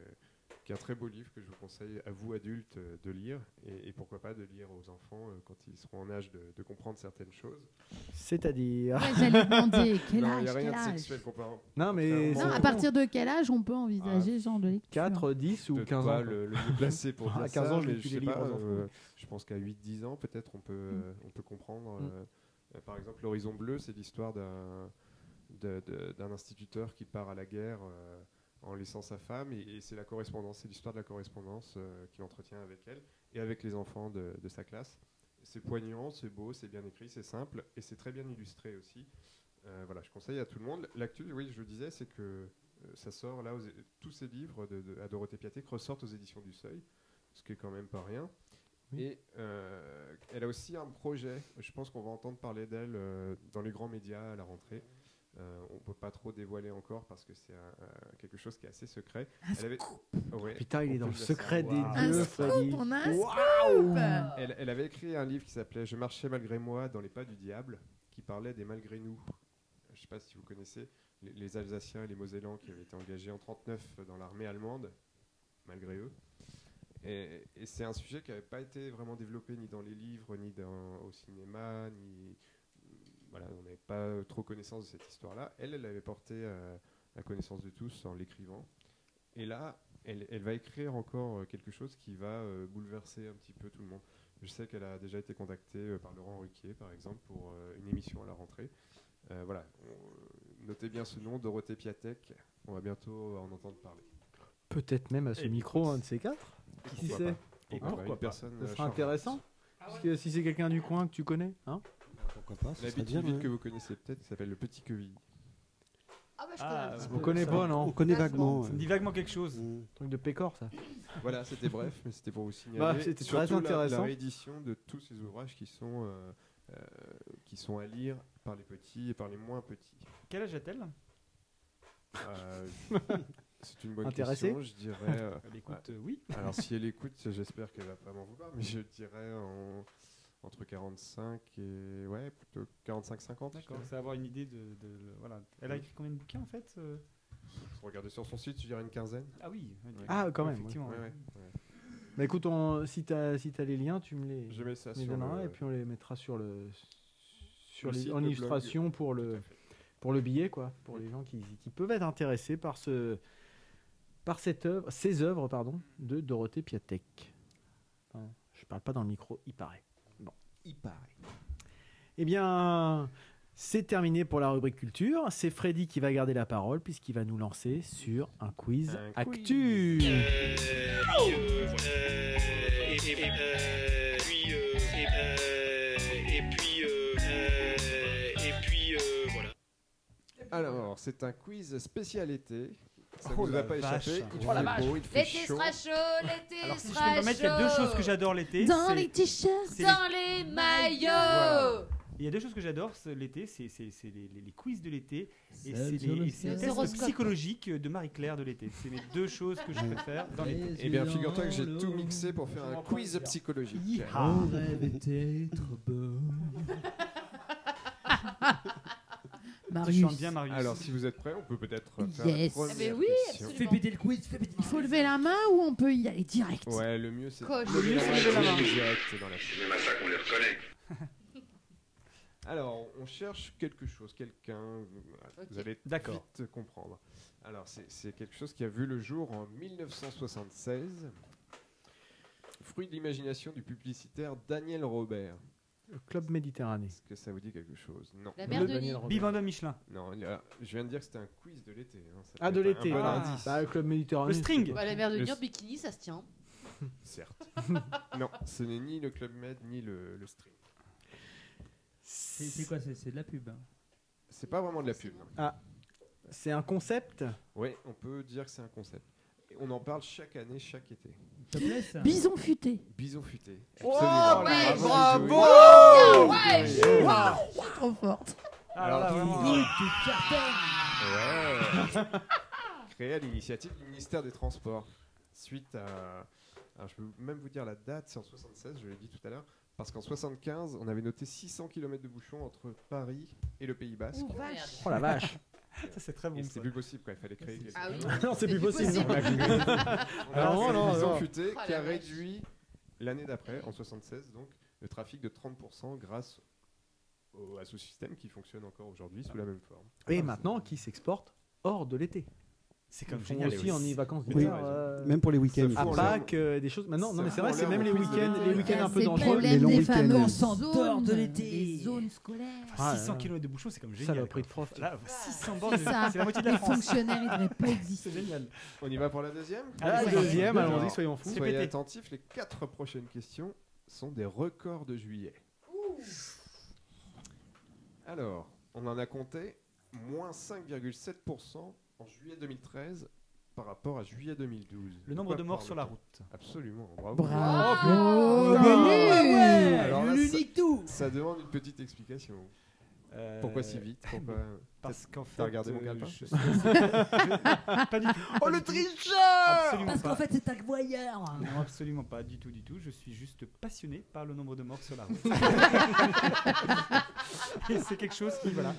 [SPEAKER 7] qui est un très beau livre que je vous conseille à vous, adultes, euh, de lire, et, et pourquoi pas de lire aux enfants euh, quand ils seront en âge de- de comprendre certaines choses.
[SPEAKER 3] C'est-à-dire.
[SPEAKER 4] Ouais, j'allais demander quel
[SPEAKER 7] Non, il
[SPEAKER 4] âge,
[SPEAKER 7] n'y a rien
[SPEAKER 4] quel
[SPEAKER 7] de
[SPEAKER 4] âge.
[SPEAKER 7] sexuel comparant.
[SPEAKER 3] Non, mais.
[SPEAKER 4] Non, à partir de quel âge on peut
[SPEAKER 3] Ah,
[SPEAKER 4] envisager ce genre de lecture
[SPEAKER 3] 4, 10 ou
[SPEAKER 7] Peut-être
[SPEAKER 3] 15
[SPEAKER 7] pas
[SPEAKER 3] ans
[SPEAKER 7] le, le mieux placé pour
[SPEAKER 3] Ah,
[SPEAKER 7] dire
[SPEAKER 3] à 15
[SPEAKER 7] ça,
[SPEAKER 3] ans, je
[SPEAKER 7] mais
[SPEAKER 3] lis plus
[SPEAKER 7] sais
[SPEAKER 3] les livres
[SPEAKER 7] pas,
[SPEAKER 3] aux enfants.
[SPEAKER 7] euh, je pense qu'à 8-10 ans, peut-être, on peut, euh, on peut comprendre.
[SPEAKER 3] Mm.
[SPEAKER 7] euh, euh, par exemple, l'horizon bleu, c'est l'histoire d'un de- de- d'un instituteur qui part à la guerre euh, en laissant sa femme, et, et c'est la correspondance, c'est l'histoire de la correspondance euh, qu'il entretient avec elle et avec les enfants de, de sa classe. C'est poignant, c'est beau, c'est bien écrit, c'est simple, et c'est très bien illustré aussi. Euh, voilà, je conseille à tout le monde. L'actu, oui, je le disais, c'est que euh, ça sort là, aux é- tous ces livres de, de- à Dorothée Piatek ressortent aux éditions du Seuil, ce qui est quand même pas rien. Et euh, elle a aussi un projet, je pense qu'on va entendre parler d'elle euh, dans les grands médias à la rentrée. Euh, on peut pas trop dévoiler encore parce que c'est un- un- quelque chose qui est assez secret. Elle avait- Ouais,
[SPEAKER 3] Putain, il
[SPEAKER 7] on
[SPEAKER 3] est dans
[SPEAKER 7] peut
[SPEAKER 3] le
[SPEAKER 7] dire ça.
[SPEAKER 3] secret des
[SPEAKER 7] Waouh.
[SPEAKER 3] dieux,
[SPEAKER 4] Un scoop,
[SPEAKER 3] Freddy.
[SPEAKER 4] on a un scoop.
[SPEAKER 7] Elle, elle avait écrit un livre qui s'appelait Je marchais malgré moi dans les pas du diable, qui parlait des malgré nous. Je ne sais pas si vous connaissez les, les Alsaciens et les Mosellans qui avaient été engagés en 39 dans l'armée allemande, malgré eux. Et, et c'est un sujet qui n'avait pas été vraiment développé ni dans les livres, ni dans- au cinéma, ni. Voilà, on n'avait pas euh, trop connaissance de cette histoire-là. Elle, elle l'avait portée euh, à connaissance de tous en l'écrivant. Et là, elle, elle va écrire encore euh, quelque chose qui va euh, bouleverser un petit peu tout le monde. Je sais qu'elle a déjà été contactée euh, par Laurent Ruquier, par exemple, pour euh, une émission à la rentrée. Euh, voilà, On- notez bien ce nom, Dorothée Piatek. On va bientôt en entendre parler.
[SPEAKER 3] Peut-être même à ce
[SPEAKER 7] Et
[SPEAKER 3] micro, un de ces quatre. Qui
[SPEAKER 7] pourquoi
[SPEAKER 3] sait
[SPEAKER 7] pas. Et
[SPEAKER 3] Hein
[SPEAKER 7] pourquoi pas.
[SPEAKER 3] Ce
[SPEAKER 7] Euh,
[SPEAKER 3] sera
[SPEAKER 7] charmante.
[SPEAKER 3] intéressant. Parce que si c'est quelqu'un du coin que tu connais, hein
[SPEAKER 2] Pourquoi pas
[SPEAKER 7] La bitivide que vous connaissez peut-être qui s'appelle le Petit Queville.
[SPEAKER 5] Ah bah je
[SPEAKER 6] Ah,
[SPEAKER 5] connais un petit
[SPEAKER 3] On
[SPEAKER 5] peu.
[SPEAKER 3] connaît pas, non
[SPEAKER 2] On connaît vaguement. euh,
[SPEAKER 6] Ça me dit vaguement quelque chose.
[SPEAKER 3] Truc de Pécor, ça.
[SPEAKER 7] Voilà, c'était bref, mais c'était pour vous signaler.
[SPEAKER 3] Bah, c'était
[SPEAKER 7] surtout
[SPEAKER 3] très
[SPEAKER 7] la-
[SPEAKER 3] intéressant.
[SPEAKER 7] La, réédition de tous ces ouvrages qui sont, euh, euh, qui sont à lire par les petits et par les moins petits.
[SPEAKER 6] Quel âge a-t-elle
[SPEAKER 7] Euh, je- c'est une bonne
[SPEAKER 3] Intéressée
[SPEAKER 7] question, je dirais. euh,
[SPEAKER 6] Elle écoute, euh, oui.
[SPEAKER 7] ouais. Alors si elle écoute, j'espère qu'elle va pas m'en vouloir, mais je dirais en- entre 45 et ouais, plutôt 45-50.
[SPEAKER 6] D'accord, c'est avoir une idée de, de- de- voilà. Elle a écrit combien de bouquins en fait euh
[SPEAKER 7] Regardez sur son site, je dirais une quinzaine.
[SPEAKER 6] Ah oui. elle dit-
[SPEAKER 3] Ah, quand même,
[SPEAKER 6] Effectivement.
[SPEAKER 7] Ouais, ouais, ouais.
[SPEAKER 3] Bah écoute, on- si t'as si t'as les liens, tu me les,
[SPEAKER 7] Je mets ça
[SPEAKER 3] tu me les
[SPEAKER 7] sur
[SPEAKER 3] donneras
[SPEAKER 7] le-
[SPEAKER 3] et puis on les mettra sur le sur
[SPEAKER 7] Le
[SPEAKER 3] les-
[SPEAKER 7] site,
[SPEAKER 3] en
[SPEAKER 7] le
[SPEAKER 3] illustration
[SPEAKER 7] blog.
[SPEAKER 3] pour le
[SPEAKER 6] euh,
[SPEAKER 7] Tout à fait.
[SPEAKER 3] pour le billet quoi, pour les gens qui, qui peuvent être intéressés par ce par cette œuvre, ces œuvres pardon de Dorothée Piatek. Hein, je parle pas dans le micro, il paraît. Bon, il paraît. Eh bien, C'est terminé pour la rubrique culture. C'est Freddy qui va garder la parole puisqu'il va nous lancer sur un quiz actu.
[SPEAKER 7] Alors, c'est un quiz spécial été. Ça ne
[SPEAKER 6] Oh
[SPEAKER 7] vous a
[SPEAKER 6] la
[SPEAKER 7] pas
[SPEAKER 6] vache.
[SPEAKER 7] échappé. Il
[SPEAKER 6] Oh la
[SPEAKER 7] fait
[SPEAKER 6] vache.
[SPEAKER 7] beau, il fait
[SPEAKER 8] L'été
[SPEAKER 7] chaud.
[SPEAKER 8] sera chaud, l'été
[SPEAKER 6] Alors, si je peux
[SPEAKER 8] sera
[SPEAKER 6] me permettre, il y a deux
[SPEAKER 8] chaud.
[SPEAKER 6] choses que j'adore l'été.
[SPEAKER 4] Dans
[SPEAKER 6] c'est-
[SPEAKER 4] les t-shirts.
[SPEAKER 6] c'est
[SPEAKER 8] Dans les maillots.
[SPEAKER 6] Voilà. Il y a deux choses que j'adore ce- l'été, c'est c'est- c'est les, les- les quiz de l'été et
[SPEAKER 11] Seul
[SPEAKER 6] c'est
[SPEAKER 11] sur
[SPEAKER 6] les,
[SPEAKER 11] le
[SPEAKER 6] et c'est les
[SPEAKER 11] ciel.
[SPEAKER 6] tests
[SPEAKER 11] Horoscope.
[SPEAKER 6] psychologiques de Marie-Claire de l'été. C'est les deux choses que je préfère dans l'été.
[SPEAKER 7] Eh bien, figure-toi que j'ai tout mixé pour faire un quiz
[SPEAKER 1] Ah.
[SPEAKER 7] psychologique.
[SPEAKER 6] Mon
[SPEAKER 1] rêve était trop beau.
[SPEAKER 4] Marius.
[SPEAKER 6] Tu chantes bien, Marius.
[SPEAKER 7] Alors, si vous êtes prêts, on peut peut-être faire la
[SPEAKER 4] Yes.
[SPEAKER 7] première
[SPEAKER 8] Mais Eh ben oui,
[SPEAKER 7] question.
[SPEAKER 8] absolument.
[SPEAKER 1] Fais péter le quiz, fais péter
[SPEAKER 4] Il faut lever la main ou on peut y aller direct
[SPEAKER 7] Ouais, le mieux c'est
[SPEAKER 8] Coche.
[SPEAKER 7] lever
[SPEAKER 8] Le mieux,
[SPEAKER 7] la
[SPEAKER 8] c'est
[SPEAKER 7] main
[SPEAKER 8] lever la
[SPEAKER 7] et
[SPEAKER 8] main.
[SPEAKER 7] le direct dans la chaîne.
[SPEAKER 10] C'est même à ça qu'on les reconnaît.
[SPEAKER 7] Alors, on cherche quelque chose, quelqu'un. voilà,
[SPEAKER 8] Ok.
[SPEAKER 7] Vous allez
[SPEAKER 6] D'accord.
[SPEAKER 7] vite comprendre. Alors, c'est- c'est quelque chose qui a vu le jour en 1976. Fruit de l'imagination du publicitaire Daniel Robert.
[SPEAKER 3] Le club Méditerranée.
[SPEAKER 7] Est-ce que ça vous dit quelque chose Non.
[SPEAKER 8] La mère de Nîmes.
[SPEAKER 6] Bibendum Michelin.
[SPEAKER 7] Non, là, je viens de dire que c'était un quiz de l'été. hein, ça
[SPEAKER 3] Ah,
[SPEAKER 7] peut
[SPEAKER 3] de
[SPEAKER 7] être un
[SPEAKER 3] l'été.
[SPEAKER 7] bon
[SPEAKER 6] Ah.
[SPEAKER 7] indice,
[SPEAKER 3] Bah, le club Méditerranée.
[SPEAKER 6] Le string.
[SPEAKER 3] c'est pas-
[SPEAKER 8] Bah, la mère de
[SPEAKER 7] Le
[SPEAKER 8] Nîmes,
[SPEAKER 7] s-
[SPEAKER 8] bikini, ça se tient.
[SPEAKER 7] certes. non, ce n'est ni le Club Med ni le, le stream.
[SPEAKER 1] C'est c'est quoi C'est c'est de la pub. hein.
[SPEAKER 7] C'est pas vraiment de la pub. non.
[SPEAKER 3] C'est un concept.
[SPEAKER 7] Ouais, on peut dire que c'est un concept. Et on en parle chaque année, chaque été.
[SPEAKER 1] Ça te plaît, ça
[SPEAKER 4] Bison futé.
[SPEAKER 7] Bison futé.
[SPEAKER 3] Oh,
[SPEAKER 7] Absolument.
[SPEAKER 8] ouais,
[SPEAKER 7] bravo, Zoé.
[SPEAKER 8] ouais,
[SPEAKER 7] Zoé.
[SPEAKER 4] Je suis trop forte.
[SPEAKER 6] Alors Ah là, vraiment.
[SPEAKER 1] Oui, tu cartonnes.
[SPEAKER 7] Ouais. Créé à l'initiative du ministère des Transports. Suite à. Alors, je peux même vous dire la date, c'est en 76, je l'ai dit tout à l'heure. Parce qu'en 75, on avait noté 600 km de bouchons entre Paris et le Pays Basque.
[SPEAKER 8] Oh, merde.
[SPEAKER 3] Oh la vache.
[SPEAKER 6] Ça, c'est très bon.
[SPEAKER 7] Et
[SPEAKER 6] ça.
[SPEAKER 7] c'était plus possible, quoi. Il fallait créer. quelque
[SPEAKER 8] Ah oui.
[SPEAKER 7] chose.
[SPEAKER 3] non, c'est
[SPEAKER 8] plus
[SPEAKER 3] plus possible.
[SPEAKER 8] possible.
[SPEAKER 7] On a créé-
[SPEAKER 6] Ah
[SPEAKER 7] on a
[SPEAKER 3] Alors,
[SPEAKER 7] créé
[SPEAKER 3] non,
[SPEAKER 7] Bison
[SPEAKER 3] non.
[SPEAKER 7] Futé
[SPEAKER 8] Oh, la
[SPEAKER 7] qui a
[SPEAKER 8] vache.
[SPEAKER 7] réduit l'année d'après, en 76, donc, le trafic de 30% grâce au, à ce système qui fonctionne encore aujourd'hui sous la même forme.
[SPEAKER 3] Et maintenant, qui s'exporte hors de l'été.
[SPEAKER 6] C'est
[SPEAKER 3] Ils
[SPEAKER 6] comme
[SPEAKER 3] font
[SPEAKER 6] génial.
[SPEAKER 3] aussi en y vacances
[SPEAKER 7] Oui.
[SPEAKER 3] d'hiver.
[SPEAKER 7] T'as raison.
[SPEAKER 3] euh,
[SPEAKER 2] mm. Même pour les week-ends.
[SPEAKER 7] Ça
[SPEAKER 3] à
[SPEAKER 7] Pour
[SPEAKER 3] Pâques, euh, des choses. Maintenant, non, mais c'est
[SPEAKER 7] Ça
[SPEAKER 3] vrai,
[SPEAKER 7] pour
[SPEAKER 3] c'est même
[SPEAKER 7] l'air, on
[SPEAKER 3] les
[SPEAKER 7] quiz de
[SPEAKER 3] week-ends,
[SPEAKER 7] l'été.
[SPEAKER 3] les week-ends un peu
[SPEAKER 4] C'est le
[SPEAKER 3] dangereux.
[SPEAKER 4] problème
[SPEAKER 2] longs
[SPEAKER 4] des
[SPEAKER 2] week-ends.
[SPEAKER 4] fameuses
[SPEAKER 1] On s'endort
[SPEAKER 4] zones,
[SPEAKER 1] de l'été.
[SPEAKER 4] les zones scolaires.
[SPEAKER 3] Ah,
[SPEAKER 6] 600
[SPEAKER 3] là.
[SPEAKER 6] km de bouchons, c'est comme génial.
[SPEAKER 3] Saloperie de
[SPEAKER 6] quoi.
[SPEAKER 3] prof.
[SPEAKER 6] Là, 600 bornes,
[SPEAKER 4] C'est ça.
[SPEAKER 6] c'est la moitié de
[SPEAKER 4] Les
[SPEAKER 6] la France.
[SPEAKER 4] fonctionnaires, ils devraient pas
[SPEAKER 6] C'est
[SPEAKER 4] exister.
[SPEAKER 6] génial.
[SPEAKER 7] On y va pour la deuxième
[SPEAKER 3] Ah,
[SPEAKER 6] Allez,
[SPEAKER 3] deuxième,
[SPEAKER 7] Alors,
[SPEAKER 3] allons-y, soyons fous.
[SPEAKER 6] C'est
[SPEAKER 7] Soyez
[SPEAKER 6] pété.
[SPEAKER 7] attentifs, les quatre prochaines questions sont des records de juillet. Alors, on en a compté moins 5,7% en juillet 2013 par rapport à juillet 2012.
[SPEAKER 6] Le nombre
[SPEAKER 7] Quoi
[SPEAKER 6] de morts
[SPEAKER 7] par
[SPEAKER 6] sur
[SPEAKER 7] le
[SPEAKER 6] la
[SPEAKER 7] temps.
[SPEAKER 6] route.
[SPEAKER 7] Absolument, bravo.
[SPEAKER 1] oh,
[SPEAKER 4] Bravo, Manu.
[SPEAKER 7] Alors là, ça,
[SPEAKER 1] L'unique tout.
[SPEAKER 7] ça demande une petite explication. Pourquoi si vite Pourquoi
[SPEAKER 6] Euh, Parce qu'en fait.
[SPEAKER 7] T'as regardé mon
[SPEAKER 6] euh,
[SPEAKER 7] calepin
[SPEAKER 6] je- Pas du tout. Oh le tricheur Absolument
[SPEAKER 1] Parce
[SPEAKER 6] pas.
[SPEAKER 1] qu'en fait, c'est un voyeur.
[SPEAKER 6] Non, absolument pas, du tout, du tout. Je suis juste passionné par le nombre de morts sur la route. Et c'est quelque chose qui, voilà,